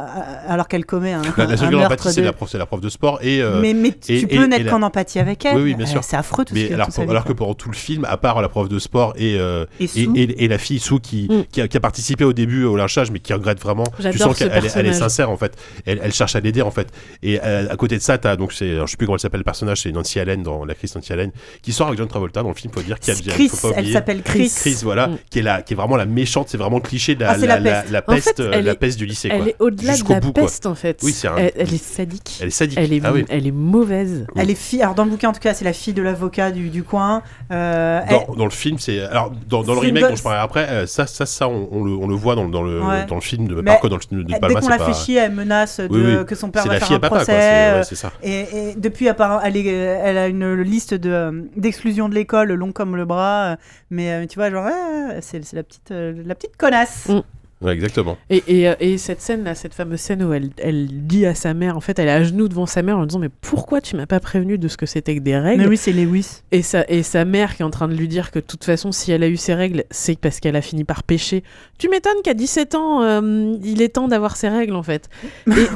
A: alors qu'elle commet un,
B: La, la
A: un
B: seule qui en
A: meurtre
B: empathie, c'est
A: de-
B: la, prof- c'est la prof de sport et. euh,
A: mais, mais tu
B: et-
A: peux
B: et-
A: n'être
B: et la-
A: qu'en empathie avec elle.
B: Oui, oui, bien
A: Euh,
B: sûr.
A: C'est affreux tout ce
B: Mais
A: que
B: alors,
A: tout ça
B: pour-
A: lui
B: alors que
A: fait.
B: pendant tout le film, à part la prof de sport et, euh,
A: Et
B: et,
A: Sue,
B: et- et la fille Sou qui,
C: Mm.
B: qui, a, qui a participé au début au lynchage mais qui regrette vraiment tu
C: J'adore
B: sens
C: ce
B: qu'elle elle est, elle est
C: personnage.
B: sincère en fait elle, elle cherche à l'aider en fait et euh, à côté de ça t'as donc c'est alors, je sais plus comment elle s'appelle le personnage c'est Nancy Allen dans l'actrice Nancy Allen qui sort avec John Travolta dans le film faut dire qu'il y a
A: Chris,
B: faut pas
A: elle
B: oublier
A: s'appelle Chris.
B: Chris voilà
C: Mm.
B: qui est la qui est vraiment la méchante c'est vraiment le cliché de la,
A: Ah, c'est la
B: la, la-
A: peste.
B: la
C: En fait,
B: peste euh,
C: elle
B: la
C: est-
B: peste du lycée
C: Elle
B: quoi
C: est au-delà de
B: Jusqu'au
C: la
B: bout, quoi.
C: peste en fait.
B: Oui, c'est un-
C: elle, elle est sadique.
B: elle est sadique
C: Elle est,
B: ah oui
C: elle est mauvaise.
A: Elle est fille, alors dans le bouquin en tout cas, c'est la fille de l'avocat du, du coin. Euh, elle-
B: dans, dans le film, c'est alors dans, dans le
A: C'est une
B: remake
A: bonne-
B: dont je parlais après, euh, ça, ça, ça, on, on le, on le voit dans, le- dans le
A: Ouais.
B: dans le film de
A: Mais
B: par contre, dans le film de
A: elle- dès
B: Palma,
A: qu'on
B: c'est
A: la
B: pas-
A: fait chier, elle menace de,
B: Oui, oui.
A: que son père
B: C'est
A: va
B: la
A: faire
B: fille
A: un
B: à papa, quoi.
A: procès.
B: C'est ouais,
A: euh,
B: c'est ça.
A: Et, et depuis, apparemment, elle, est- elle a une liste de, euh, d'exclusion de l'école, long comme le bras. euh, Mais euh, tu vois, genre, ah, c'est, c'est la, petite, euh, la petite connasse.
C: Mm.
B: Ouais, exactement.
C: Et, et, euh, et cette scène là, cette fameuse scène où elle, elle dit à sa mère, en fait, elle est à genoux devant sa mère en lui disant mais pourquoi tu m'as pas prévenu de ce que c'était que des règles
A: Mais oui, c'est Lewis.
C: et, sa, et sa mère qui est en train de lui dire que de toute façon si elle a eu ses règles c'est parce qu'elle a fini par pécher. Tu m'étonnes qu'à 17 ans euh, il est temps d'avoir ses règles
A: (laughs)
C: en fait.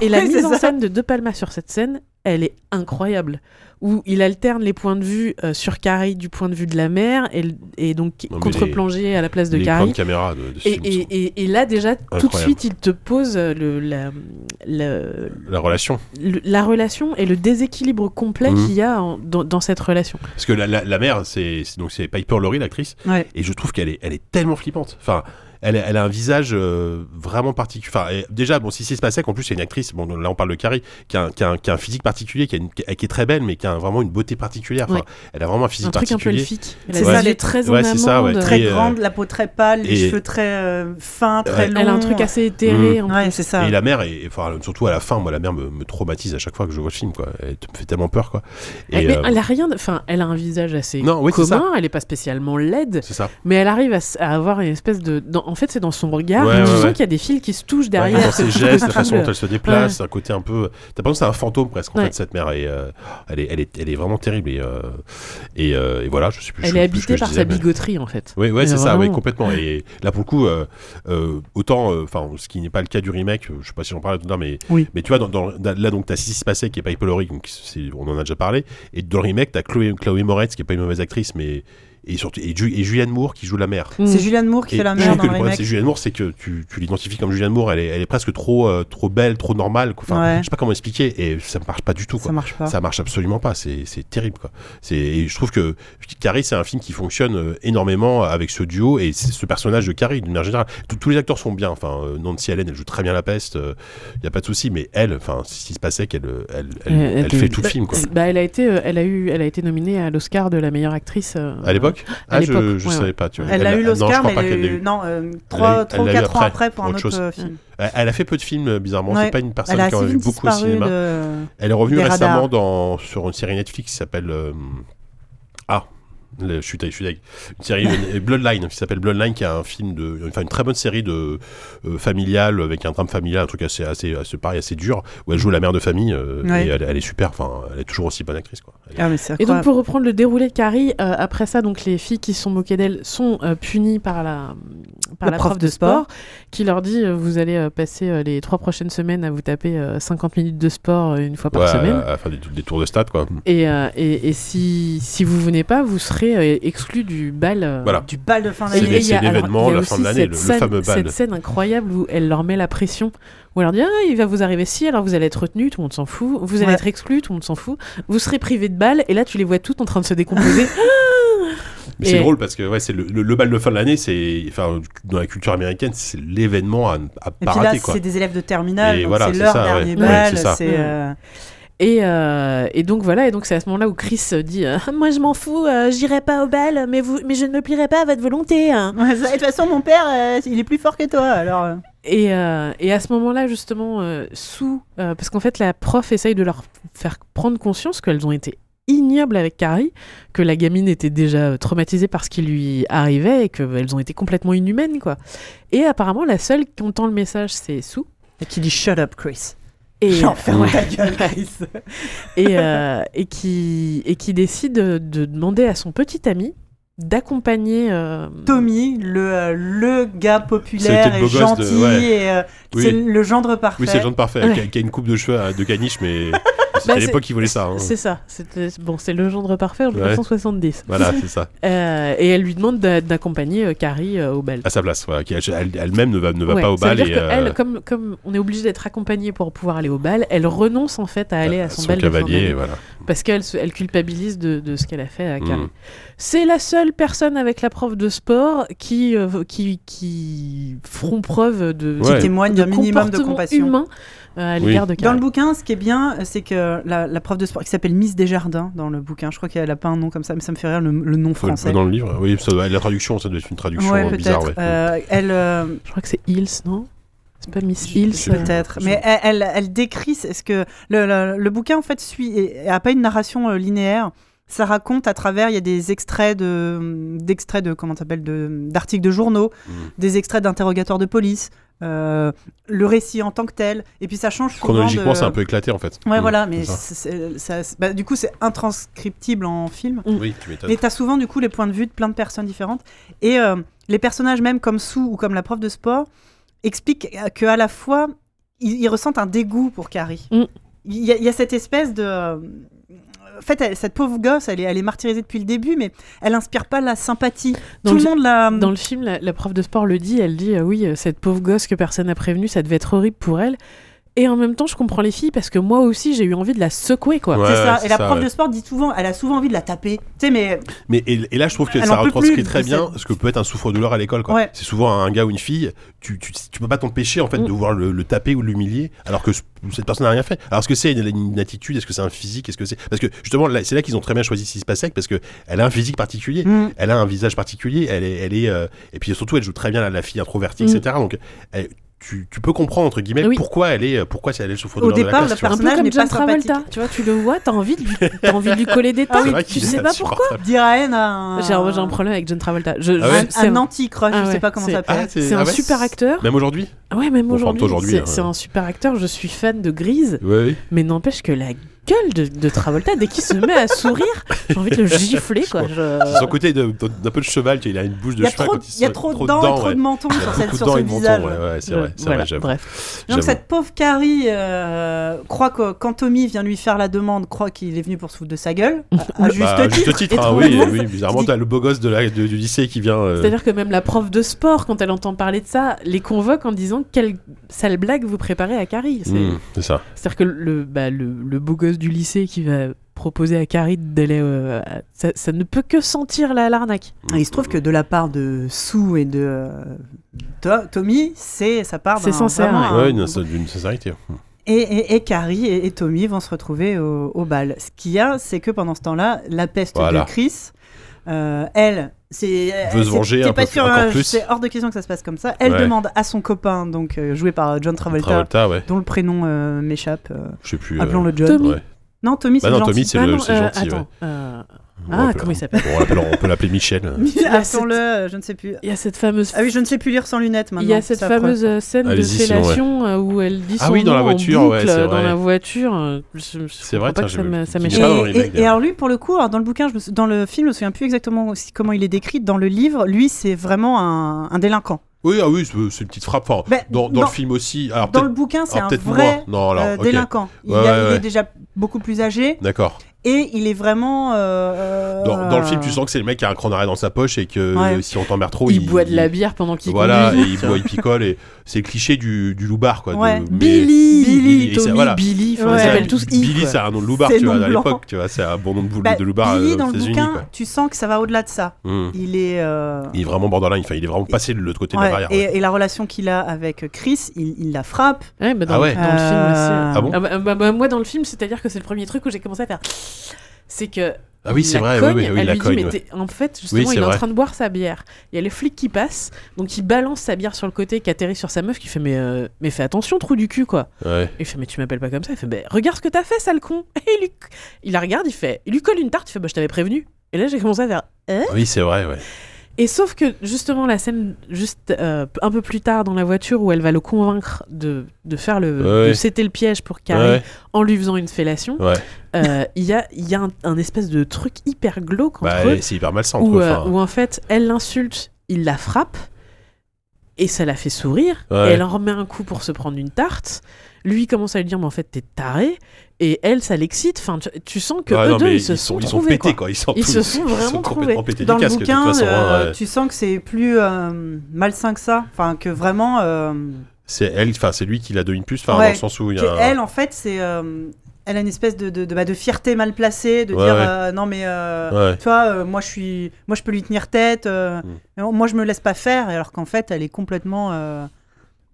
C: Et, et la
A: Oui,
C: mise
A: c'est
C: en
A: ça.
C: scène de De Palma sur cette scène elle est incroyable où il alterne les points de vue euh, sur Carrie du point de vue de la mère et, le- et donc
B: Non, mais
C: contre-plongée à la place de
B: les
C: Carrie.
B: grandes caméras de, de ce
C: Et,
B: film
C: et- et- et là, déjà, tout de
B: Incroyable.
C: suite, il te pose euh, le, la, la-
B: sont- la relation.
C: le- la relation et le déséquilibre complet
B: Mhm.
C: qu'il y a en- dans, dans cette relation.
B: Parce que la, la, la mère, c'est c'est- donc c'est Piper Laurie, l'actrice,
A: Ouais.
B: et je trouve qu'elle est, elle est tellement flippante. Enfin, elle, a- elle a un visage euh, vraiment particulier. Enfin, et déjà, bon, si c'est passé, qu'en plus c'est une actrice. Bon, là on parle de Carrie, qui a, un- qui a un- qui a un physique particulier, qui, a une- qui est très belle, mais qui a vraiment une beauté particulière. Enfin,
C: Ouais.
B: Elle a vraiment un physique
C: Un truc un peu
B: particulier.
C: elfique. Elle a
A: C'est
C: des
A: ça,
C: yeux
A: les-
C: très
B: ouais,
C: en
B: c'est ça, ouais,
C: amande.
A: Très
B: Et, euh,
A: grande, la peau très pâle, les
B: et-
A: cheveux très euh, fins, très
B: Ouais.
A: longs.
C: Elle a un truc assez éthéré.
B: Mm.
C: en-
A: Ouais, c'est ça.
B: Et
C: euh.
B: la mère, est, enfin, surtout à la fin, moi, la mère me, me traumatise à chaque fois que je vois le film, quoi. Elle te- me fait tellement peur, quoi. Et,
C: mais
B: euh,
C: elle a rien. de- Enfin, elle a un visage assez
B: Non, oui, c'est
C: commun. Elle est pas spécialement laide,
B: c'est ça.
C: mais elle arrive à, s- à avoir une espèce de. dans- en fait, c'est dans son regard.
B: Ouais,
C: tu
B: ouais,
C: sens
B: ouais.
C: qu'il y a des fils qui se touchent
B: Ouais,
C: derrière.
B: dans ses
C: ce (laughs) truc
B: gestes,
C: de
B: la façon dont
C: trouble.
B: elle se déplace, un côté un peu. T'as l'impression que c'est un fantôme presque en
C: Ouais.
B: fait cette mère et euh, elle, est, elle est elle est vraiment terrible et euh, et, euh, et voilà je sais plus. je
C: Elle
B: sais
C: est
B: plus ce
C: habitée
B: que je
C: par
B: disais,
C: sa
B: mais-
C: bigoterie, en fait.
B: Oui, ouais,
C: Mais
B: c'est ça, oui,
C: vraiment.
B: complètement. Et là, pour le coup, euh, euh, autant, euh, enfin, ce qui n'est pas le cas du remake, euh, je sais pas si j'en parle tout à l'heure, mais,
A: Oui.
B: mais tu vois, dans, dans- là, donc, t'as Sissy Spacek qui est pas Laurie, donc c'est- on en a déjà parlé, et dans le remake, t'as Chloé, Chloé Moretz qui est pas une mauvaise actrice, mais et surtout et, Ju- et Julianne Moore qui joue la mère.
C: Mm.
A: C'est Julianne Moore qui
B: Et
A: fait la
B: je
A: mère
B: trouve que
A: dans
B: le
A: le
B: problème,
A: remake.
B: c'est Julianne Moore, c'est que tu, tu l'identifies comme Julianne Moore, elle est, elle est presque trop, euh, trop belle, trop normale. quoi. Enfin,
A: Ouais.
B: je sais pas comment expliquer, et ça ne marche pas du tout. Quoi.
A: Ça marche pas.
B: Ça marche absolument pas, c'est c'est terrible quoi. C'est et je trouve que Carrie c'est un film qui fonctionne euh, énormément avec ce duo et c'est ce personnage de Carrie d'une manière générale. Tous- tous les acteurs sont bien, enfin euh, Nancy Allen elle joue très bien la peste, il y a pas de souci, mais elle, enfin s'il se passait qu'elle euh, elle, elle,
C: Euh,
B: elle
C: euh,
B: fait tout le
C: bah,
B: film quoi.
C: c'est- Bah, elle a été, euh, elle a eu, elle a été nominée à l'Oscar de la meilleure actrice. euh,
B: À l'époque
C: à
B: Ah je,
C: l'époque,
B: je
C: ouais,
B: savais
C: ouais.
B: pas. Tu vois.
A: Elle a eu
B: non, je
A: l'Oscar,
B: crois
A: mais
B: pas
A: elle
B: qu'elle
A: a
B: l'ait
A: eu.
B: eu.
A: Non, euh, 3
B: elle
A: ou
B: l'a eu
A: 4 ans
B: après,
A: après pour un
B: autre
A: autre
B: chose.
A: euh, film.
B: Elle, elle a fait peu de films euh, bizarrement,
A: Ouais.
B: c'est pas une personne
A: Elle a
B: qui en a
A: assez
B: vu
A: vite
B: beaucoup au
A: disparu
B: cinéma.
A: de.
B: Elle est revenue
A: Des
B: récemment
A: radars.
B: dans, sur une série Netflix qui s'appelle. euh, ah, le- je suis deg- je suis deg. Une série une- Bloodline, qui s'appelle Bloodline, qui est un film de. Enfin, une très bonne série de euh, familiale, avec un drame familial, un truc assez, assez, assez pareil, assez dur, où elle joue la mère de famille, euh,
A: Ouais.
B: et elle, elle est super, enfin, elle est toujours aussi bonne actrice, quoi. Elle est-
A: Ah, mais c'est
C: Et donc
A: incroyable.
C: pour reprendre le déroulé de Carrie, euh, après ça, donc les filles qui se sont moquées d'elle sont euh, punies par la par
A: La
C: la,
A: prof
C: prof,
A: de
C: de sport, qui leur dit euh, vous allez euh, passer euh, les trois prochaines semaines à vous taper euh, 50 minutes de sport euh,
A: Ah,
C: une fois par
B: Ouais,
C: semaine.
B: à- à faire des, des tours de stade, quoi.
C: Et, euh, et, et si si vous venez pas, vous serez euh, exclus du bal. euh,
B: Voilà.
A: Du bal de fin
B: C'est
A: d'année.
B: des-
C: il y a- alors,
B: l'événement,
C: il y a
B: la fin de
C: aussi
B: l'année,
C: cette
B: le- le
C: scène-
B: fameux bal.
C: Cette scène incroyable où elle leur met la pression, où elle leur dit Ah, il va vous arriver si, alors vous allez être retenu, tout le monde s'en fout, vous allez
A: Ouais.
C: être exclu, tout le monde s'en fout, vous serez privé de balles, et là tu les vois toutes en train de se décomposer.
B: Mais c'est
C: Et-
B: drôle parce que, ouais, c'est le, le- le bal de fin de l'année, c'est. Enfin, dans la culture américaine, c'est l'événement à, ne- à
A: Et
B: pas
A: puis là,
B: rater, quoi.
A: c'est des élèves de terminale,
B: Et
A: donc
B: voilà,
A: c'est
B: c'est
A: leur
B: ça, ouais.
A: dernier
B: Ouais,
A: bal.
B: c'est ça.
A: c'est, euh,
C: et, euh, et donc voilà, et donc c'est à ce moment-là où Chris dit euh, (laughs) Moi je m'en fous, euh, j'irai pas au bal, mais, vous, mais je ne me plierai pas à votre volonté. hein.
A: (laughs) Ouais, ça- et de toute façon, mon père, euh, il est plus fort que toi. Alors, euh,
C: Et, euh, et à ce moment-là, justement, euh, sous. euh, parce qu'en fait, la prof essaye de leur faire prendre conscience qu'elles ont été ignobles avec Carrie, que la gamine était déjà traumatisée par ce qui lui arrivait et qu'elles ont été complètement inhumaines, quoi. Et apparemment, la seule qui entend le message, c'est Sue.
A: et qui dit Shut up, Chris.
C: Et,
A: Genre, ferme
C: Ouais.
A: ta gueule, (laughs) Chris.
C: et, euh, et qui, et qui décide de demander à son petit ami d'accompagner euh,
A: Tommy, le, euh, le gars
B: C'était
A: populaire
B: le
A: et
B: beau gosse
A: gentil,
B: de- ouais.
A: et, euh,
B: Oui.
A: c'est le gendre parfait.
B: Oui, c'est le genre de parfait,
C: Ouais. Bah,
B: qui, a, qui a une coupe de cheveux à- de caniche,
C: (laughs)
B: mais c'était à
C: c'est-
B: l'époque, ils voulaient ça. hein.
C: C'est ça. C'était- Bon, c'est le gendre parfait en
B: Ouais.
C: 1970.
B: Voilà, c'est ça.
C: Euh, et elle lui demande d'a- d'accompagner euh, Carrie euh, au bal.
B: À sa place, voilà, qui- elle- elle-même ne va, ne va
C: Ouais,
B: pas au
C: ça veut
B: bal.
C: dire
B: et,
C: que
B: euh,
C: elle, comme, comme on est obligé d'être accompagné pour pouvoir aller au bal, elle renonce en fait à aller à
B: Bah,
C: son,
B: son
C: bal de fin d'année
B: cavalier, voilà.
C: parce qu'elle se- elle culpabilise de, de ce qu'elle a fait à Carrie.
B: Mm.
C: C'est la seule personne avec la prof de sport qui euh, qui, qui feront preuve de,
A: Qui
B: Ouais.
A: témoigne
C: de
A: d'un minimum de
C: comportement
A: compassion.
C: humain euh, à
B: Oui.
C: l'égard de
A: Dans le
C: Carrie.
A: bouquin, ce qui est bien, euh, c'est que la, la prof de sport, qui s'appelle Miss Desjardins dans le bouquin, je crois qu'elle a pas un nom comme ça, mais ça me fait rire le, le nom
B: Hmm. Faut le-
A: français.
B: Dans le livre, oui, ça doit- la traduction, ça doit être une traduction
A: Ouais,
B: bizarre.
A: peut-être.
B: ouais.
A: Euh, elle, euh,
C: Je crois que c'est Hills, non C'est pas Miss
A: Je-
C: Hills. euh,
A: peut-être.
B: je-
A: Mais elle, elle, elle décrit ce ce que le, le- le bouquin en fait suit et- et a pas une narration euh, linéaire. Ça raconte à travers, il y a des extraits de d'extraits de comment ça s'appelle de d'articles de journaux,
B: Mm.
A: des extraits d'interrogatoires de police, euh, le récit en tant que tel. Et puis ça change souvent
B: Chronologiquement,
A: de-
B: c'est un peu éclaté en fait.
A: Ouais,
B: Mm,
A: voilà, mais
B: c'est ça.
A: c'est- c'est- ça- c'est- bah, du coup, c'est intranscriptible en film.
B: Oui, tu m'étonnes.
A: Mais t'as souvent du coup les points de vue de plein de personnes différentes. Et euh, les personnages même comme Sue ou comme la prof de sport expliquent euh, que à la fois ils, ils ressentent un dégoût pour Carrie.
C: Mm.
A: Il y, a- il y a cette espèce de euh, en fait, elle- cette pauvre gosse, elle est, elle est martyrisée depuis le début, mais elle inspire pas la sympathie.
C: Dans
A: Tout
C: le-
A: le monde la.
C: Dans le film, la, la prof de sport le dit, elle dit euh, oui, euh, cette pauvre gosse que personne n'a prévenue, ça devait être horrible pour elle. Et en même temps, je comprends les filles parce que moi aussi, j'ai eu envie de la secouer, quoi.
B: Ouais,
A: c'est ça.
B: ouais, c'est
A: et la
B: ça,
A: prof
B: ouais.
A: de sport dit souvent, elle a souvent envie de la taper. Tu sais, mais
B: Mais et, et là, je trouve que
A: Elle
B: ça
A: en peut
B: retranscrit
A: plus de
B: très bien
A: cette-
B: ce que peut être un souffre-douleur à l'école. quoi.
A: Ouais.
B: C'est souvent un gars ou une fille, tu, tu, tu peux pas t'empêcher en fait
C: Mm.
B: de voir le, le taper ou l'humilier, alors que ce- cette personne n'a rien fait. Alors est-ce que c'est une, une attitude, est-ce que c'est un physique, est-ce que c'est parce que justement là, c'est là qu'ils ont très bien choisi Six Passec parce que elle a un physique particulier,
A: Mm.
B: elle a un visage particulier, elle est, elle est euh, et puis surtout elle joue très bien la, la fille introvertie,
C: Mm.
B: etc. Donc elle- tu, tu peux comprendre entre guillemets
C: Oui.
B: pourquoi elle est, pourquoi elle est le
A: au
B: souffre-douleur de la
A: départ,
B: classe.
A: le
B: tu vois.
C: Un peu
A: personnage
C: comme
A: n'est
C: John
A: pas
C: Travolta,
A: sympathique. Ah
C: tu vois, tu le vois, t'as envie de lui, t'as envie de lui coller des tas,
B: C'est vrai
C: tu
B: qu'il est
C: sais pas pourquoi.
B: insupportable.
A: Dire à Anne a un,
C: J'ai un, j'ai un problème avec John Travolta. Je,
B: Ah ouais
A: un-
C: je- c'est
A: un
C: un,
A: anti-crush,
C: Ah
A: je sais
C: ouais,
A: pas comment
C: c'est-
A: ça s'appelle.
B: Ah,
C: c'est
B: ah
C: un
B: ouais,
C: super acteur.
B: Même aujourd'hui.
C: Ah Ouais, même
B: Bon, enfin,
C: aujourd'hui,
B: aujourd'hui,
C: c'est
B: hein.
C: c'est un super acteur. Je suis fan de Grise,
B: Oui.
C: mais n'empêche que la gueule de, de Travolta, dès qu'il se met à sourire, j'ai envie de
B: (laughs)
C: le gifler, quoi. Je-
B: Son côté de- d'un peu de cheval, tu vois, il a une bouche de
A: Il y a
B: cheval
A: trop,
B: quand il
A: il y a
B: se-
A: trop de dents et trop
B: ouais.
A: de menton
B: Il y a
A: sur, cette,
B: beaucoup de
A: sur
B: dents
A: ce
B: et de menton,
A: visage.
B: ouais, ouais, c'est
C: je-
B: vrai, c'est
C: voilà,
B: vrai, j'avoue.
C: bref.
A: Donc
B: j'avoue.
A: cette pauvre Carrie euh, croit que quand Tommy vient lui faire la demande, croit qu'il est venu pour se foutre de sa
B: (laughs)
A: gueule, à, à
B: Bah,
A: juste titre. et
B: ah
A: trouve
B: oui,
A: le mot.
B: oui, bizarrement,
A: Dis-
B: t'as le beau gosse de la, de- du lycée qui vient. euh,
C: C'est-à-dire que même la prof de sport, quand elle entend parler de ça, les convoque en disant quelle sale blague vous préparez à Carrie. C'est-
B: hmm, C'est ça.
C: C'est-à-dire que le, bah, le, le beau gosse du lycée qui va proposer à Carrie d'aller. euh, à- ça, ça ne peut que sentir la l'arnaque.
A: Et il se trouve que de la part de Sue et de euh, To- Tommy, c'est ça part
C: C'est
A: d'un-
C: sincère,
A: vraiment
B: Ouais,
A: un-
B: une- c'est d'une Hmm. sincérité.
A: Et, et- et Carrie et, et Tommy vont se retrouver au, au bal. Ce qu'il y a, c'est que pendant ce temps-là, la peste
B: Voilà.
A: de Chris, euh, elle, c'est.
B: Veut se
A: c'est-
B: venger
A: t'es
B: un
A: pas
B: peu plus-
A: sûre,
B: encore
A: euh,
B: plus.
A: C'est hors de question que ça se passe comme ça. Elle
B: Ouais.
A: demande à son copain, donc euh, joué par John Travolta,
B: Travolta, ouais.
A: dont le prénom euh, m'échappe. euh,
B: Je sais plus. euh,
A: Appelons-le John.
C: Tommy.
B: ouais.
A: Non, Tommy,
B: Bah
A: c'est
B: non,
A: gentil.
B: Tommy, c'est
C: Ah
B: le-
C: non,
B: c'est
C: euh,
B: gentil. ouais.
C: attends, euh,
B: On
C: ah,
B: l'appelle-
C: comment il s'appelle
B: Bon, on l'appelle- on peut l'appeler Michel.
A: (laughs)
B: euh.
C: Il y a cette-
A: Appelons-le, euh, je ne sais plus.
C: il y a cette fameuse.
A: Ah oui, je ne sais plus lire sans lunettes maintenant.
C: il y a cette
A: c'est affreux.
C: fameuse euh, scène de
B: Allez-y, sinon,
C: fellation euh, où elle dit
B: Ah
C: son
B: oui, dans la
C: nom
B: voiture,
C: en
B: ouais,
C: boucle,
B: c'est
C: euh, dans
B: vrai.
C: la voiture. euh, je- je
B: C'est
C: comprends
B: vrai,
C: pas
B: tiens,
C: que ça
B: j'avais-
C: me- ça
B: qui-
A: Et,
B: Je sais
C: m'échappe.
B: pas dans le
A: et-
B: remake,
A: et alors lui, pour le coup, alors dans le bouquin, je me sou- dans le film, je me souviens plus exactement aussi comment il est décrit. Dans le livre, lui, c'est vraiment un, un délinquant.
B: Oui, ah oui, c'est c'est une petite frappe. Enfin,
A: Mais
B: dans, dans
A: Bah, dans-
B: le film aussi. Alors
A: Dans
B: peut-être
A: le bouquin, c'est
B: alors,
A: un
B: peut-être
A: vrai
B: moins. Non,
A: euh,
B: alors, ok.
A: délinquant. Il,
B: Ouais,
A: a-
B: ouais,
A: il
B: ouais.
A: est déjà beaucoup plus âgé
B: D'accord.
A: et il est vraiment. euh,
B: Dans, dans le film, tu sens que c'est le mec qui a un cran d'arrêt dans sa poche et que
A: Ouais.
B: si on t'emmerde trop,
C: Il boit de la bière pendant qu'il
B: Voilà, et
C: conduit.
B: il boit, il picole. Et c'est le cliché du, du loupard, quoi. de-
A: Ouais.
B: mais-
C: Billy,
B: Billy,
C: Billy,
B: et ça,
C: Tommy,
B: voilà.
C: Billy, enfin,
A: Ouais.
C: ils s'appellent
B: Bi-
C: tous I.
B: Billy,
C: quoi.
B: c'est un nom de loupard,
A: C'est
B: tu vois,
A: nom
B: à
A: blanc.
B: l'époque, tu vois, c'est un bon nom de, bou-
A: Bah,
B: de loupard
A: Billy,
B: euh,
A: dans
B: aux
A: le
B: États-Unis,
A: bouquin,
B: quoi.
A: tu sens que ça va au-delà de ça.
B: Mm.
A: Il est. euh,
B: Il est vraiment borderline, enfin, il est vraiment passé de l'autre côté
A: ouais,
B: de la barrière. ouais.
A: et, et la relation qu'il a avec Chris, il- il la frappe.
C: Ouais, bah, dans,
B: Ah ouais.
C: dans le film aussi.
A: Euh,
B: Ah bon
C: Ah bah, bah, bah, moi, dans le film, c'est-à-dire que c'est le premier truc où j'ai commencé à faire. C'est que.
B: Ah oui,
C: il
B: c'est vrai, oui,
C: la cogne,
B: oui, oui,
C: elle
B: il la
C: lui dit,
B: cogne.
C: mais
B: ouais.
C: t'es- En fait, justement,
B: c'est
C: il est en
B: vrai.
C: train de boire sa bière. Il y a les flics qui passent, donc il balance sa bière sur le côté, qui atterrit sur sa meuf, qui fait Mais, euh, mais fais attention, trou du cul, quoi.
B: Ouais.
C: Et il fait Mais tu m'appelles pas comme ça. Il fait bah, Regarde ce que t'as fait, sale con. (laughs) Et il, lui- il la regarde, il fait Il lui colle une tarte, il fait Bah, je t'avais prévenu. Et là, j'ai commencé à faire. Hein
B: Oui, c'est vrai, ouais.
C: Et sauf que justement la scène juste euh, un peu plus tard dans la voiture où elle va le convaincre de, de faire le
B: Ouais.
C: de céder le piège pour Carrie
B: Ouais,
C: en lui faisant une fellation,
B: ouais.
C: euh, il y a il y a un, un espèce de truc hyper glauque entre
B: Bah,
C: eux
B: c'est hyper malsain.
C: où,
B: quoi,
C: euh,
B: enfin.
C: où en fait elle l'insulte, il la frappe et ça la fait sourire.
B: Ouais.
C: Et elle en remet un coup pour se prendre une tarte. Lui commence à lui dire mais en fait t'es taré et elle ça l'excite. Enfin tu, tu sens que
B: Ah,
C: eux
B: non,
C: deux
B: mais
C: ils se sont
B: sont, ils sont
C: trouvés.
B: pétés,
C: quoi.
B: quoi. Ils, sont
C: Ils
B: tous-
C: se sont
B: ils
C: vraiment
B: sont complètement
C: trouvés.
B: pétés
A: Dans
B: du
A: le
B: casque, de
A: bouquin,
B: toute façon. hein,
A: euh,
B: ouais.
A: tu sens que c'est plus euh, malsain que ça. Enfin, que vraiment. euh,
B: C'est elle, enfin, c'est lui qui la donne une puce, enfin,
A: Ouais.
B: dans le sens où il y a.
A: que
B: un-
A: Elle, en fait, c'est. euh, elle a une espèce de, de, de- bah, de fierté mal placée, de
B: Ouais,
A: dire
B: ouais.
A: euh, non mais euh,
B: Ouais.
A: tu vois, euh, moi je suis, moi je peux lui tenir tête, euh,
B: Mm.
A: mais moi je me laisse pas faire, alors qu'en fait elle est complètement. euh,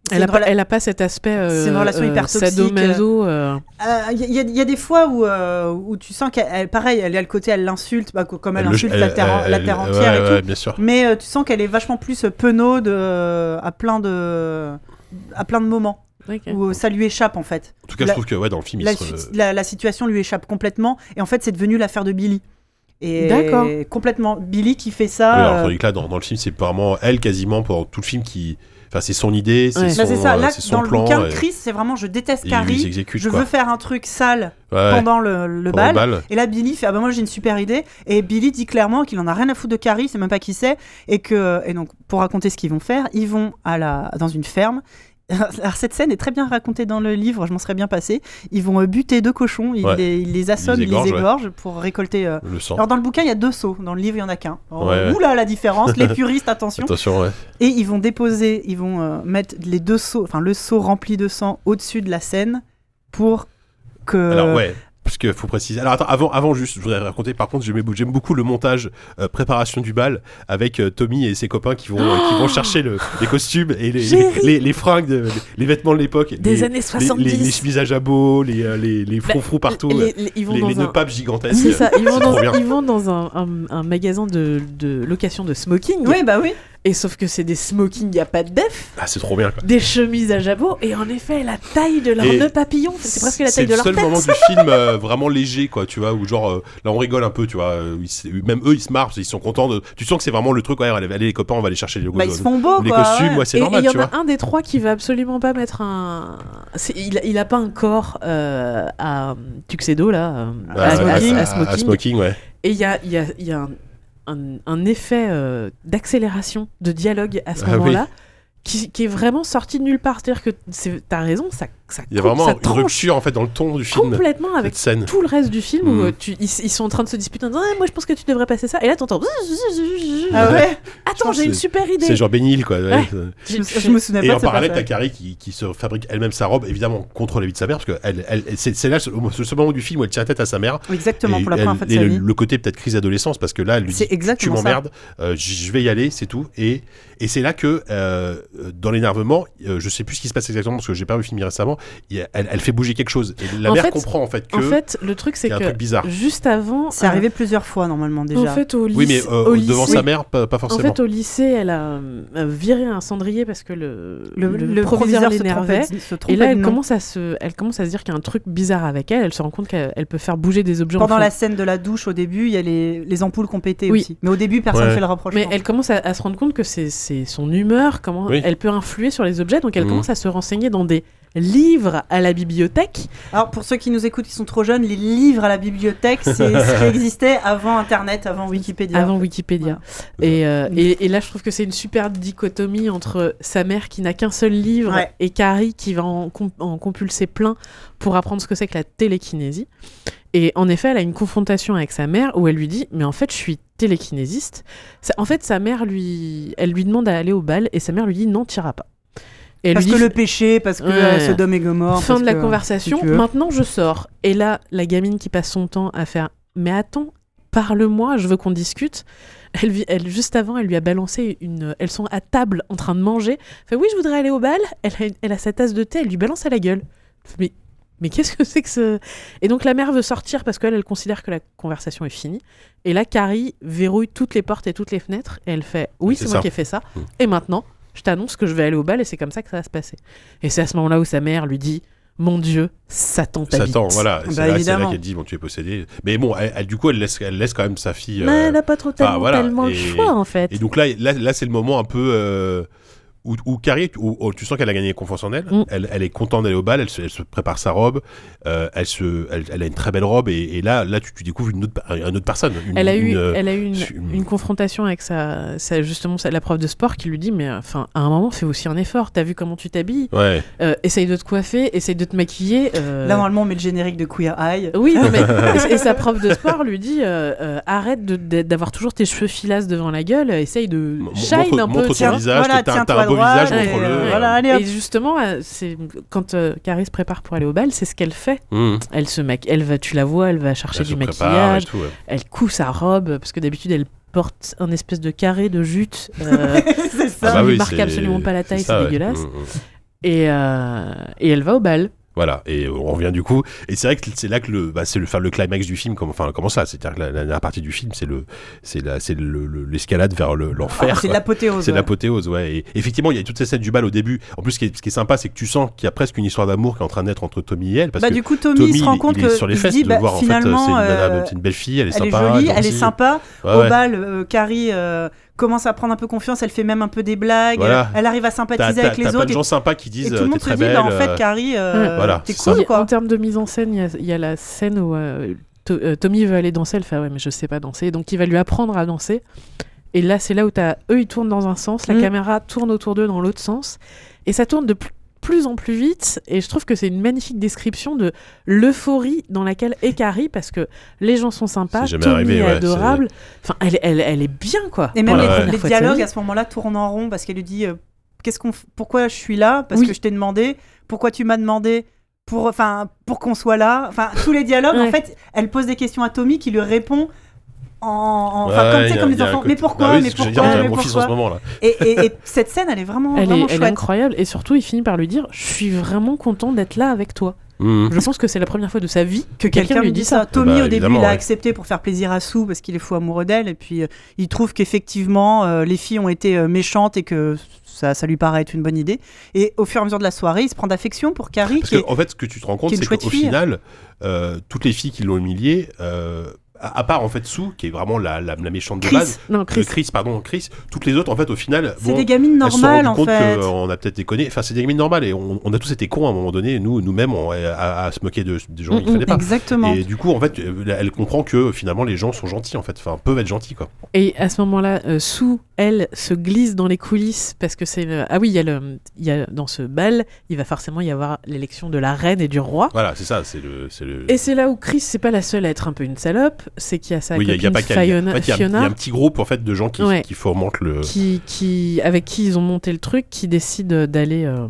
A: c'est
C: Elle a,
A: une
C: pas,
A: rela-
C: elle a pas cet aspect euh,
A: C'est une relation
C: euh,
A: hyper toxique,
C: sadomaso, euh,
A: Euh, Il y, a- il y a des fois où, euh, où tu sens qu'elle, elle- pareil, elle est à le côté, elle l'insulte, bah, co- comme elle,
B: le-
A: insulte la terre, en- la
B: elle-
A: terre
B: ouais,
A: entière et
B: ouais,
A: tout.
B: bien sûr.
A: Mais euh, tu sens qu'elle est vachement plus euh, penaude euh, à plein de à plein de moments
C: ok.
A: où euh, ça lui échappe en fait.
B: En tout cas,
A: La-
B: je trouve que ouais, dans le film,
A: La,
B: il se.
A: su- la- la situation lui échappe complètement et en fait c'est devenu l'affaire de Billy. Et
C: D'accord.
A: Complètement Billy qui fait
B: Oui,
A: ça.
B: alors,
A: euh,
B: tandis que là, dans, dans le film, c'est vraiment elle quasiment pour tout le film qui. Enfin, c'est son idée, c'est
C: Ouais.
B: son,
A: bah, c'est ça.
B: euh,
A: Là
B: c'est son
A: dans
B: plan.
A: le bouquin,
B: et-
A: Chris c'est vraiment je déteste
B: et il
A: Carrie.
B: s'exécute,
A: Je
B: quoi.
A: veux faire un truc sale
B: Ouais,
A: pendant le, le
B: pendant
A: bal.
B: le bal.
A: Et là, Billy fait Ah bah moi j'ai une super idée. Et Billy dit clairement qu'il en a rien à foutre de Carrie, c'est même pas qui c'est. Et que et donc pour raconter ce qu'ils vont faire, ils vont à la dans une ferme. (laughs) Alors cette scène est très bien racontée dans le livre, je m'en serais bien passé. Ils vont euh, buter deux cochons, ils,
B: Ouais.
A: les, ils les assomment, ils les égorgent,
B: égorgent, ouais.
A: pour récolter. euh.
B: Le sang.
A: Alors dans le bouquin il y a deux seaux, dans le livre il y en a qu'un. Alors,
B: Ouais, ouais.
A: Oula la différence,
B: (laughs)
A: les puristes attention.
B: Attention, ouais.
A: Et ils vont déposer, ils vont euh, mettre les deux seaux, enfin le seau rempli de sang au-dessus de la scène pour que.
B: Alors ouais. Parce que faut préciser. Alors attends, avant, avant juste, je voudrais raconter. Par contre, j'aime, j'aime beaucoup le montage euh, préparation du bal avec euh, Tommy et ses copains qui vont, euh, qui
A: (gasps)
B: vont chercher le, les costumes et les,
D: J'ai
B: les,
D: ri.
B: les- les fringues, de- les, les vêtements de l'époque,
D: Des
B: les,
D: années
B: les,
D: 70.
B: les- les chemises à jabot, les, euh, les,
A: Bah,
B: les froufrous partout, euh,
C: Les- les- ils vont
B: les,
C: dans
B: les
C: un-
B: nœuds papes gigantesques.
C: C'est ça, ils vont,
B: C'est trop
C: dans,
B: bien.
C: ils vont dans un, un- un magasin de, de location de smoking.
A: Oui bah oui.
C: Et sauf que c'est des smoking à pas de def,
B: Ah, c'est trop bien. quoi.
C: des chemises à jabot, et en effet, la taille de leur
B: Et
C: nœud papillon, c'est presque la taille de leur
B: C'est le seul moment
C: (laughs) tête.
B: du film euh, vraiment léger, quoi, tu vois, où genre, euh, là on rigole un peu, tu vois, euh, ils se- même eux ils se marrent, parce qu'ils sont contents de. Tu sens que c'est vraiment le truc, ouais, allez, allez, les copains, on va aller chercher les, euh,
A: Bah, ils se font beaux
B: les
A: quoi.
B: costumes,
A: ouais.
B: ouais, c'est
C: Et et
B: normal,
C: il y
B: tu
C: en
B: vois.
C: a un des trois qui va absolument pas mettre un. c'est- Il, il a pas un corps euh, à Tuxedo, là, euh,
B: Ouais,
C: à,
B: ouais,
C: à- à
B: à- à- à
C: smoking.
B: smoking, ouais.
C: Et il y a, il y a- il y a un, un- un effet euh, d'accélération, de dialogue à ce
B: Ah oui.
C: moment-là, qui, qui est vraiment sorti de nulle part. C'est-à-dire que c'est- t'as raison, ça, ça,
B: Il y a
C: coupe,
B: vraiment
C: ça
B: une
C: tranche
B: rupture en fait dans le ton du film.
C: complètement avec
B: Cette scène.
C: tout le reste du film
B: Mm.
C: où euh, tu- ils, ils sont en train de se disputer en disant Ah, moi je pense que tu devrais passer ça et là t'entends
A: Ah ouais
C: attends
B: pense
C: j'ai
B: que
C: une super idée
B: C'est genre Bénil quoi. ouais.
C: Ouais.
A: je, me- je me souvenais
B: Et
A: pas
B: en
A: de ce
B: parallèle, t'as
A: passage.
B: Carrie qui, qui se fabrique elle-même sa robe, évidemment contre l'avis de sa mère, parce que elle, elle, elle- c'est c'est là ce, au- ce moment du film où elle tient tête à sa mère.
A: Exactement,
B: et
A: pour la
B: elle-
A: première fois de
B: et
A: sa
B: le,
A: vie.
B: le côté peut-être crise d'adolescence, parce que là, elle lui dit
A: C'est
B: tu
A: exactement ça.
B: m'emmerdes, euh, j- je vais y aller, c'est tout. Et, et c'est là que, euh, dans l'énervement, euh, je sais plus ce qui se passe exactement parce que j'ai pas vu le film récemment, il y a- elle, elle fait bouger quelque chose. Et la
C: En
B: mère
C: fait-
B: comprend en fait que
C: en fait le truc
B: qu'il
C: c'est
B: y a un truc
C: que
B: bizarre.
C: juste avant
A: C'est
C: euh,
A: arrivé plusieurs fois normalement déjà.
C: en fait au lycée,
B: Oui, mais euh,
C: au
B: devant
C: lycée-
B: sa mère, pas, pas
C: en
B: forcément.
C: fait au lycée elle a euh, viré un cendrier parce que le,
A: le,
C: le
A: le
C: proviseur
A: se
C: l'énervait
A: trompait, se trompait
C: et là
A: de
C: elle
A: nom.
C: commence à se elle commence à se dire qu'il y a un truc bizarre avec elle elle se rend compte qu'elle elle peut faire bouger des objets en
A: Pendant
C: fond.
A: la scène de la douche, au début, il y a les, les ampoules qui ont pété
C: Oui.
A: aussi. Mais au début, personne ne
B: Ouais.
A: fait le rapprochement.
C: Mais elle commence à, à se rendre compte que c'est c'est son humeur, comment
B: Oui.
C: elle peut influer sur les objets, donc elle
B: Mhm.
C: commence à se renseigner dans des livres à la bibliothèque.
A: Alors pour ceux qui nous écoutent, qui sont trop jeunes, les livres à la bibliothèque,
B: (laughs)
A: c'est ce qui existait avant Internet, avant Wikipédia.
C: Avant Wikipédia. Et, euh, et, et là, je trouve que c'est une super dichotomie entre sa mère qui n'a qu'un seul livre
A: Ouais.
C: et Carrie qui va en, com- en compulser plein pour apprendre ce que c'est que la télékinésie. Et en effet, elle a une confrontation avec sa mère où elle lui dit Mais en fait, je suis télékinésiste. Ça- en fait, sa mère lui, elle lui demande à aller au bal et sa mère lui dit Non, t'iras pas. Et elle
A: Parce
C: lui
A: que
C: dit,
A: le péché, parce que
C: Ouais.
A: euh, Sodome et Gomorre.
C: Fin
A: parce
C: de la
A: que- euh,
C: conversation.
A: si tu veux.
C: Maintenant, je sors. Et là, la gamine qui passe son temps à faire Mais attends, parle-moi, je veux qu'on discute. Elle, vit- elle, juste avant, elle lui a balancé une. Elles sont à table en train de manger. Elle fait Oui, je voudrais aller au bal. Elle a, une- elle a sa tasse de thé, elle lui balance à la gueule. Elle fait, Mais, mais qu'est-ce que c'est que ce. Et donc, la mère veut sortir parce qu'elle, elle considère que la conversation est finie. Et là, Carrie verrouille toutes les portes et toutes les fenêtres. Et elle fait Oui,
B: C'est
C: c'est moi
B: ça.
C: qui ai fait ça.
B: Mm.
C: Et maintenant, je t'annonce que je vais aller au bal et c'est comme ça que ça va se passer. Et c'est à ce moment-là où sa mère lui dit mon Dieu, Satan t'habite.
B: Satan, voilà.
A: Bah,
B: c'est là, c'est là
A: évidemment.
B: qu'elle dit, bon, tu es possédé. Mais bon, elle, elle, du coup, elle laisse, elle laisse quand même sa fille. euh,
C: Mais Ah, elle n'a pas trop
B: enfin,
C: tellement,
B: voilà,
C: tellement le
B: et-
C: choix en fait.
B: Et donc là, là, là, c'est le moment un peu euh, où, où Carrie, où, où tu sens qu'elle a gagné confiance en elle.
C: Mm.
B: Elle, elle est contente d'aller au bal, elle se, elle se prépare sa robe, euh, elle, se, elle, elle a une très belle robe, et, et là, là, tu, tu découvres une autre, une autre personne. Une-
C: Elle a
B: une,
C: eu,
B: euh,
C: elle a eu une,
B: une-
C: une confrontation avec sa, sa- justement sa- la prof de sport qui lui dit mais euh, enfin à un moment fais aussi un effort. T'as vu comment tu t'habilles
B: Ouais.
C: Euh, Essaye de te coiffer, essaye de te maquiller. euh,
A: Là, normalement, on met le générique de Queer Eye.
C: Oui, non, (laughs) mais et, et sa prof de sport lui dit euh, euh, arrête de- de- d'avoir toujours tes cheveux filasses devant la gueule, essaye de
B: Mo-
C: shine
B: montre
C: un
B: montre
C: peu.
B: ton
C: tiens.
B: visage,
A: voilà,
B: t'as-
A: tiens-toi
B: t'as un beau
A: droit,
B: visage,
C: et,
B: montre-le.
C: euh,
A: voilà, allez, hop.
C: Et justement, euh, c'est quand euh, Caris se prépare pour aller au bal, c'est ce qu'elle fait.
B: Mm.
C: Elle se maqu- elle va, tu la vois, elle va chercher
B: Elle se
C: du
B: prépare et
C: maquillage,
B: tout, ouais.
C: elle coud sa robe parce que d'habitude elle porte un espèce de carré de jute. euh,
B: (laughs)
A: (laughs) c'est ça.
B: Ah
C: Ça
B: bah
C: lui
B: oui,
C: marque
B: c'est-
C: absolument pas la taille,
B: ça,
C: c'est
B: ouais.
C: dégueulasse.
B: Mm, mm.
C: Et, euh, et elle va au bal.
B: Voilà, et on revient du coup. Et c'est vrai que c'est là que le, bah, c'est le, enfin, le climax du film, comme, enfin, comment ça C'est-à-dire que la, la dernière partie du film, c'est le, c'est la, c'est le- le- l'escalade vers le- l'enfer.
A: Ah, C'est
B: quoi.
A: l'apothéose.
B: C'est
A: ouais.
B: l'apothéose, ouais. Et effectivement, il y a toutes ces scènes du bal au début. En plus, ce qui est, ce qui est sympa, c'est que tu sens qu'il y a presque une histoire d'amour qui est en train de naître entre Tommy et elle. Parce
A: Bah,
B: que
A: du coup, Tommy,
B: Tommy,
A: il se
B: il-
A: rend
B: il
A: compte
B: est
A: que
B: sur les
A: il se
B: fesses
A: dit,
B: de
A: bah,
B: voir, en fait, euh, c'est une,
A: finalement,
B: nana,
A: euh,
B: c'est une belle fille, elle est
A: elle est
B: sympa.
A: jolie, elle est
B: gentille.
A: sympa.
B: Ouais,
A: Au
B: ouais.
A: bal, euh, Carrie euh, commence à prendre un peu confiance, elle fait même un peu des blagues,
B: Voilà.
A: elle arrive à
B: T'as,
A: sympathiser
B: t'as,
A: avec
B: t'as
A: les
B: plein
A: autres.
B: de
A: et-
B: gens sympas qui
A: Et,
B: disent
A: tout le
B: euh, t'es
A: monde se
B: très
A: dit,
B: belle.
A: bah, en fait,
B: euh,
A: Carrie, euh,
B: Voilà,
A: t'es
B: c'est ça.
A: cool,
C: En
A: quoi.
C: termes de mise en scène, il y a- il y, a la scène où euh, To- euh, Tommy veut aller danser. Elle fait Ah ouais, mais je sais pas danser. Donc il va lui apprendre à danser. Et là, c'est là où as, eux, ils tournent dans un sens, la
A: Mm.
C: caméra tourne autour d'eux dans l'autre sens. Et ça tourne de pl- plus en plus vite. Et je trouve que c'est une magnifique description de l'euphorie dans laquelle est Carrie, parce que les gens sont sympas,
B: C'est jamais
C: Tommy
B: arrivé,
C: est
B: ouais,
C: adorable. Enfin, elle, elle, elle est bien, quoi.
A: Et
C: pour
A: même
C: la
B: Ouais.
A: les-
C: première
A: les,
C: fois de sa
A: dialogues
C: vie.
A: à ce moment-là tournent en rond parce qu'elle lui dit euh, qu'est-ce qu'on f- pourquoi je suis là parce
C: Oui.
A: que je t'ai demandé pourquoi tu m'as demandé pour enfin pour qu'on soit là enfin tous les dialogues
C: Ouais.
A: en fait elle pose des questions à Tommy qui lui répond en, en-
B: ouais,
A: enfin, comme, tu sais,
B: il y a-
A: comme
B: il
A: les
B: y a un
A: enfants
B: côté-
A: mais pourquoi
B: Bah oui, c'est
A: mais
B: ce que j'allais
A: pourquoi
B: dire, on dirait
A: mais
B: mon fils en ce
A: pourquoi
B: moment là.
A: et, et- et cette scène elle est vraiment
C: Elle est,
A: vraiment
C: elle est
A: chouette
C: incroyable et surtout il finit par lui dire je suis vraiment content d'être là avec toi.
B: Mm.
C: Je pense que c'est la première fois de sa vie que
A: Quelqu'un, lui dit ça. Tommy,
B: Bah,
A: au début,
B: évidemment,
A: il a
B: ouais.
A: accepté pour faire plaisir à Sue parce qu'il est fou amoureux d'elle. Et puis, euh, il trouve qu'effectivement, euh, les filles ont été euh, méchantes et que ça, ça lui paraît être une bonne idée. Et au fur et à mesure de la soirée, il se prend d'affection pour Carrie.
B: Parce
A: qui
B: que,
A: est-
B: en fait, ce que tu te rends compte,
A: qui est une
B: c'est
A: chouette
B: qu'au
A: fille.
B: final, euh, toutes les filles qui l'ont humilié, euh, à, à part en fait Sue, qui est vraiment la, la, la méchante de
C: Chris.
B: base,
C: Non,
B: euh,
C: Chris.
B: Chris, pardon, Chris, toutes les autres, en fait, au final,
A: C'est
B: bon,
A: des gamines
B: elles se sont rendues
A: normales, en
B: compte euh,
A: fait.
B: qu'on a peut-être déconné. Enfin, c'est des gamines normales et on, on a tous été cons à un moment donné, nous, nous-mêmes, on- eh, à, à se moquer de, des gens
C: Mm,
B: qu'il fallait pas.
A: Exactement.
B: Et du coup, en fait, euh, elle comprend que finalement, les gens sont gentils, en fait, enfin, peuvent être gentils, quoi.
C: Et à ce moment-là, euh, Sue, elle, se glisse dans les coulisses parce que c'est. le- Ah oui, il y a le, il y a, dans ce bal, il va forcément y avoir l'élection de la reine et du roi.
B: Voilà, c'est ça, c'est le, c'est le.
C: Et c'est là où Chris, c'est pas la seule à être un peu une salope, c'est qu'il y a sa
B: Oui, il y a- il y a
C: copine
B: pas qu'elle. Il y a-
C: Fiona,
B: en fait, il y a- il y, a
C: Fiona
B: un petit groupe, en fait, de gens qui,
C: Ouais.
B: qui fomentent le.
C: qui, qui, avec qui ils ont monté le truc, qui décide d'aller. euh,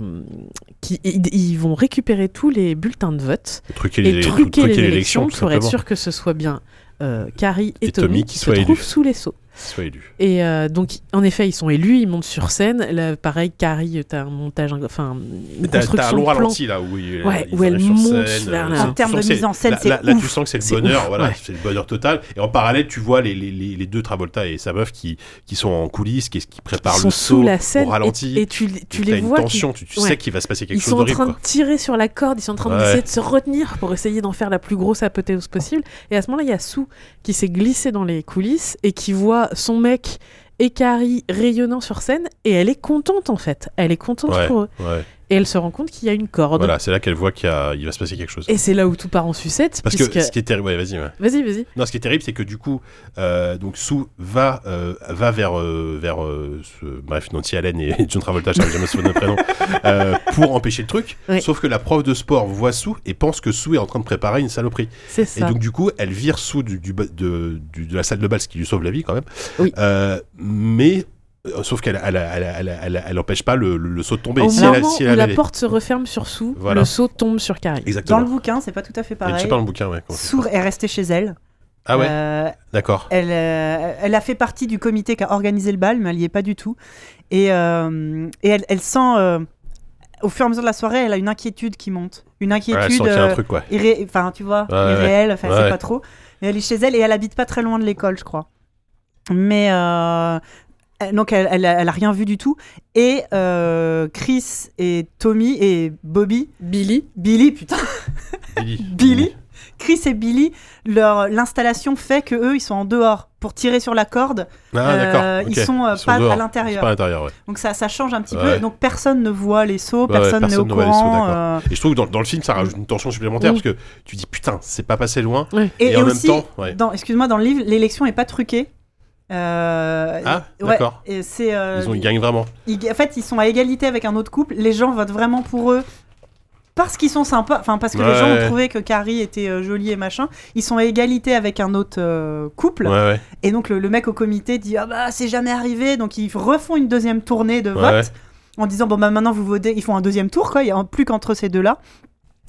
C: qui, ils, ils vont récupérer tous les bulletins de vote.
B: Truquer
C: et
B: les-
C: truquer, les
B: l'élection,
C: élections
B: tout
C: pour être
B: simplement,
C: sûr que ce soit bien euh, Carrie et,
B: Et
C: Tommy,
B: Tommy
C: qui
B: qui
C: se
B: soient élus.
C: trouvent sous les seaux.
B: soit élu.
C: Et euh, donc, en effet, ils sont élus, ils montent sur scène. Là, pareil, Carrie, t'as un montage, enfin, une
B: T'as t'as un
C: construction
B: long
C: de plan.
B: ralenti là où, il,
C: Ouais,
B: ils
C: où elle
B: arrivent sur
C: monte
B: scène,
C: vers
B: euh,
C: la-
B: tu
C: En
B: sens
A: termes de
B: que c'est-
A: mise en scène,
B: là-
A: c'est
B: là, là, tu
A: ouf.
B: sens que c'est
C: C'est
B: le bonheur,
C: ouf,
B: voilà,
C: ouais.
B: c'est le bonheur total. Et en parallèle, tu vois les, les, les, les deux Travolta et sa meuf qui, qui sont en coulisses, qui, qui
C: Ils
B: préparent
C: sont
B: le
C: sous
B: saut
C: la
B: au
C: scène
B: ralenti.
C: et, et tu, tu
B: T'as
C: les
B: une
C: vois. qui-
B: tension, tu, tu
C: ouais.
B: sais qu'il va se passer quelque
C: Ils
B: chose
C: sont en
B: d'horrible.
C: train de
B: quoi.
C: tirer sur la corde, ils sont en train
B: Ouais.
C: d'essayer de se retenir pour essayer d'en faire la plus grosse apothéose possible. Et à ce moment-là, il y a Sue qui s'est glissée dans les coulisses et qui voit son mec et Carrie rayonnant sur scène et elle est contente en fait. Elle est contente
B: Ouais,
C: pour eux.
B: ouais.
C: Et elle se rend compte qu'il y a une corde.
B: Voilà, c'est là qu'elle voit qu'il y a- il va se passer quelque chose.
C: Et c'est là où tout part en sucette.
B: Parce
C: puisque...
B: que ce qui est terrible, ouais, vas-y. ouais.
C: Vas-y, vas-y.
B: Non, ce qui est terrible, c'est que du coup, euh, donc Sue va, euh, va vers, euh, vers euh, ce- bref, Nancy Allen et (laughs) John Travolta, j'arrive jamais à me souvenir de prénom, euh, pour empêcher le truc.
C: Oui.
B: Sauf que la prof de sport voit Sue et pense que Sue est en train de préparer une saloperie.
C: C'est
B: Et
C: ça.
B: donc, du coup, elle vire Sue du, du ba- de, du- de la salle de bal, ce qui lui sauve la vie quand même.
C: Oui.
B: Euh, mais. euh, Sauf qu'elle elle, elle, elle, elle, elle- elle empêche pas le, le- le saut de tomber.
C: Au
B: Si elle-
C: moment
B: si
C: où
B: elle
C: la
B: avait-
C: porte se referme sur Sue,
B: Voilà.
C: le seau tombe sur Carrie.
A: Dans
B: Exactement.
A: le bouquin, c'est pas tout à fait
B: Et Je
A: pareil.
B: sais pas dans le bouquin, ouais. comment c'est.
A: Sour est restée chez elle.
B: Ah ouais,
A: Euh,
B: d'accord.
A: Elle, euh, elle a fait partie du comité qui a organisé le bal, mais elle n'y est pas du tout. Et, euh, et elle, elle sent, euh, au fur et à mesure de la soirée, elle a une inquiétude qui monte. Une
B: Ouais,
A: inquiétude.
B: elle sent qu'il y a un
A: euh,
B: truc, ouais.
A: irré- enfin tu vois,
B: Ouais, ouais.
A: irréel, enfin
B: Ouais.
A: c'est pas trop. Et elle est chez elle et elle habite pas très loin de l'école, je crois. Mais euh, Euh, Donc elle, elle, a- elle a rien vu du tout. Et euh, Chris et Tommy et Bobby,
C: Billy,
A: Billy, putain, (laughs)
B: Billy.
A: Billy Chris et Billy, leur l'installation fait que eux ils sont en dehors pour tirer sur la corde.
B: Ah,
A: Euh,
B: d'accord. ok.
A: ils sont, euh, pas à
B: dehors.
A: l'intérieur.
B: Ils sont pas à l'intérieur, ouais.
A: Donc ça, ça change un petit
B: Ouais.
A: peu. Donc personne ne voit les sauts,
B: Ouais, ouais,
A: personne n'est
B: personne
A: au
B: ne voit les sauts,
A: courant.
B: d'accord.
A: euh,
B: Et je trouve que dans, dans le film, ça rajoute une tension supplémentaire
C: Mm.
B: parce que tu dis putain, c'est pas passé loin.
A: Et,
B: Et,
A: et
B: en
A: aussi,
B: même temps, ouais.
A: dans- excuse-moi, dans le livre, l'élection est pas truquée. Euh,
B: Ah,
A: ouais,
B: d'accord.
A: et c'est, euh,
B: Ils, ont, ils gagnent vraiment.
A: ils- en fait, ils sont à égalité avec un autre couple. Les gens votent vraiment pour eux parce qu'ils sont sympas. Enfin, parce que les
B: Ouais,
A: gens
B: ouais.
A: ont trouvé que Carrie était euh, jolie et machin. Ils sont à égalité avec un autre euh, couple.
B: Ouais, ouais.
A: Et donc le, le mec au comité dit ah bah c'est jamais arrivé donc ils refont une deuxième tournée de vote
B: Ouais.
A: en disant bon bah maintenant vous votez ils font un deuxième tour quoi il y a plus qu'entre ces deux là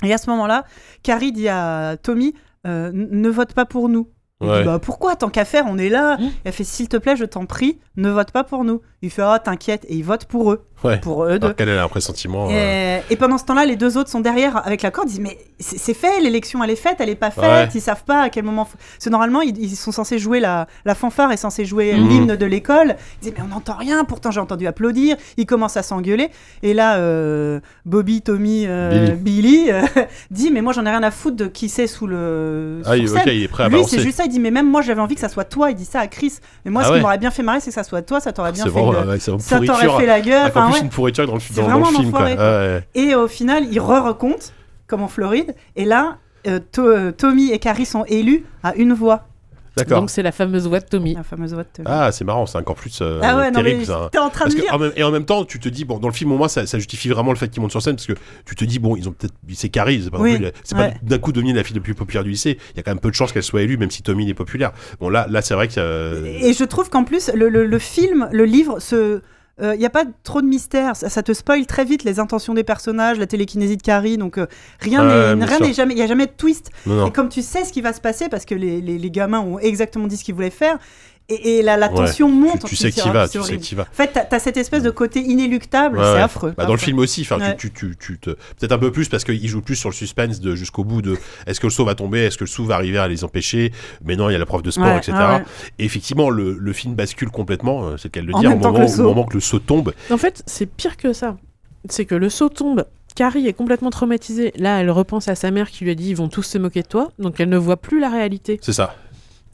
A: et à ce moment là Carrie dit à Tommy Euh, n- ne vote pas pour nous il
B: Ouais.
A: dit bah pourquoi tant qu'à faire on est là
C: Mmh.
A: elle fait s'il te plaît je t'en prie ne vote pas pour nous il fait ah t'inquiète et il vote pour eux
B: Ouais.
A: pour eux deux
B: Alors qu'elle elle a un pressentiment. euh,
A: et, et pendant ce temps-là, les deux autres sont derrière avec la corde. Ils disent Mais c'est c'est fait, l'élection elle est faite, elle est pas faite.
B: Ouais.
A: Ils savent pas à quel moment. faut- Parce que normalement, ils, ils sont censés jouer la, la fanfare est censée jouer
B: Mhm.
A: l'hymne de l'école. Ils disent Mais on n'entend rien, pourtant j'ai entendu applaudir. Ils commencent à s'engueuler. Et là, euh, Bobby, Tommy, euh, Billy, euh, (laughs) dit Mais moi j'en ai rien à foutre de qui c'est sous le.
B: Ah,
A: sur
B: il-
A: scène.
B: ok, il est prêt à
A: Lui, c'est
B: balancer.
A: juste ça. Il dit Mais même moi j'avais envie que ça soit toi. Il dit ça à Chris. Mais moi,
B: Ah
A: ce
B: ouais. Ah,
A: qui m'aurait bien fait marrer, c'est que ça soit toi. Ça t'aurait bien
B: C'est euh,
A: fait.
B: vraiment
A: gueule.
B: ouais, c'est une
A: Ça
B: pourriture.
A: t'aurait fait la gueule. Enfin,
B: Encore Ah, plus
A: ouais.
B: une pourriture dans le, fi-
A: C'est
B: dans, dans le
A: vraiment un
B: film. Quoi.
A: enfoiré, quoi.
B: Ouais, ouais.
A: Et au final, ils re-recomptent, comme en Floride. Et là, euh, To- euh, Tommy et Carrie sont élus à une voix.
B: D'accord.
C: donc c'est la fameuse voix de Tommy.
A: La fameuse voix de Tommy.
B: Ah, c'est marrant, c'est encore plus euh,
A: Ah ouais, non,
B: terrible.
A: mais
B: ça.
A: t'es en train
B: Parce
A: de
B: que,
A: dire.
B: en même- et en même temps, tu te dis, bon, dans le film, au moins, ça, ça justifie vraiment le fait qu'il monte sur scène, parce que tu te dis, bon, ils ont peut-être. C'est Carrie, c'est pas, non
A: Oui,
B: plus la- c'est
A: ouais.
B: pas d'un coup devenu la fille la plus populaire du lycée. Il y a quand même peu de chances qu'elle soit élue, même si Tommy il est populaire. Bon, là, là c'est vrai que. euh,
A: Et je trouve qu'en plus, le, le- le film, le livre, se. Il n'y a pas trop de mystère, ça, ça te spoil très vite les intentions des personnages, la télékinésie de Carrie, donc euh, rien
B: Ouais,
A: n'est
B: bien
A: rien
B: sûr.
A: n'est jamais, il n'y a jamais de twist.
B: non, non.
A: Et comme tu sais ce qui va se passer, parce que les, les- les gamins ont exactement dit ce qu'ils voulaient faire, et, et la, la
B: Ouais.
A: tension
B: Tu,
A: monte.
B: tu
A: ensuite,
B: sais qui
A: c'est-
B: va,
A: c'est
B: tu sais
A: horrible.
B: qui va.
A: En fait, t'as as cette espèce de côté inéluctable,
B: Ouais,
A: c'est
B: ouais.
A: affreux.
B: Bah, dans le
A: Affreux.
B: film aussi, enfin, tu-
A: Ah, Ouais.
B: tu, tu, tu te- peut-être un peu plus parce qu'il joue plus sur le suspense de jusqu'au bout de est-ce que le saut va tomber, est-ce que le saut va arriver à les empêcher, mais non, il y a la prof de sport,
A: Ouais,
B: etc.
A: ouais, ouais.
B: Et effectivement, le, le film bascule complètement, euh, c'est le cas de le
A: En
B: dire, au
A: même temps que
B: moment,
A: le
B: au
A: saut.
B: moment que le saut tombe.
C: En fait, c'est pire que ça. C'est que le saut tombe. Carrie est complètement traumatisée. Là, elle repense à sa mère qui lui a dit ils vont tous se moquer de toi. Donc elle ne voit plus la réalité.
B: C'est ça.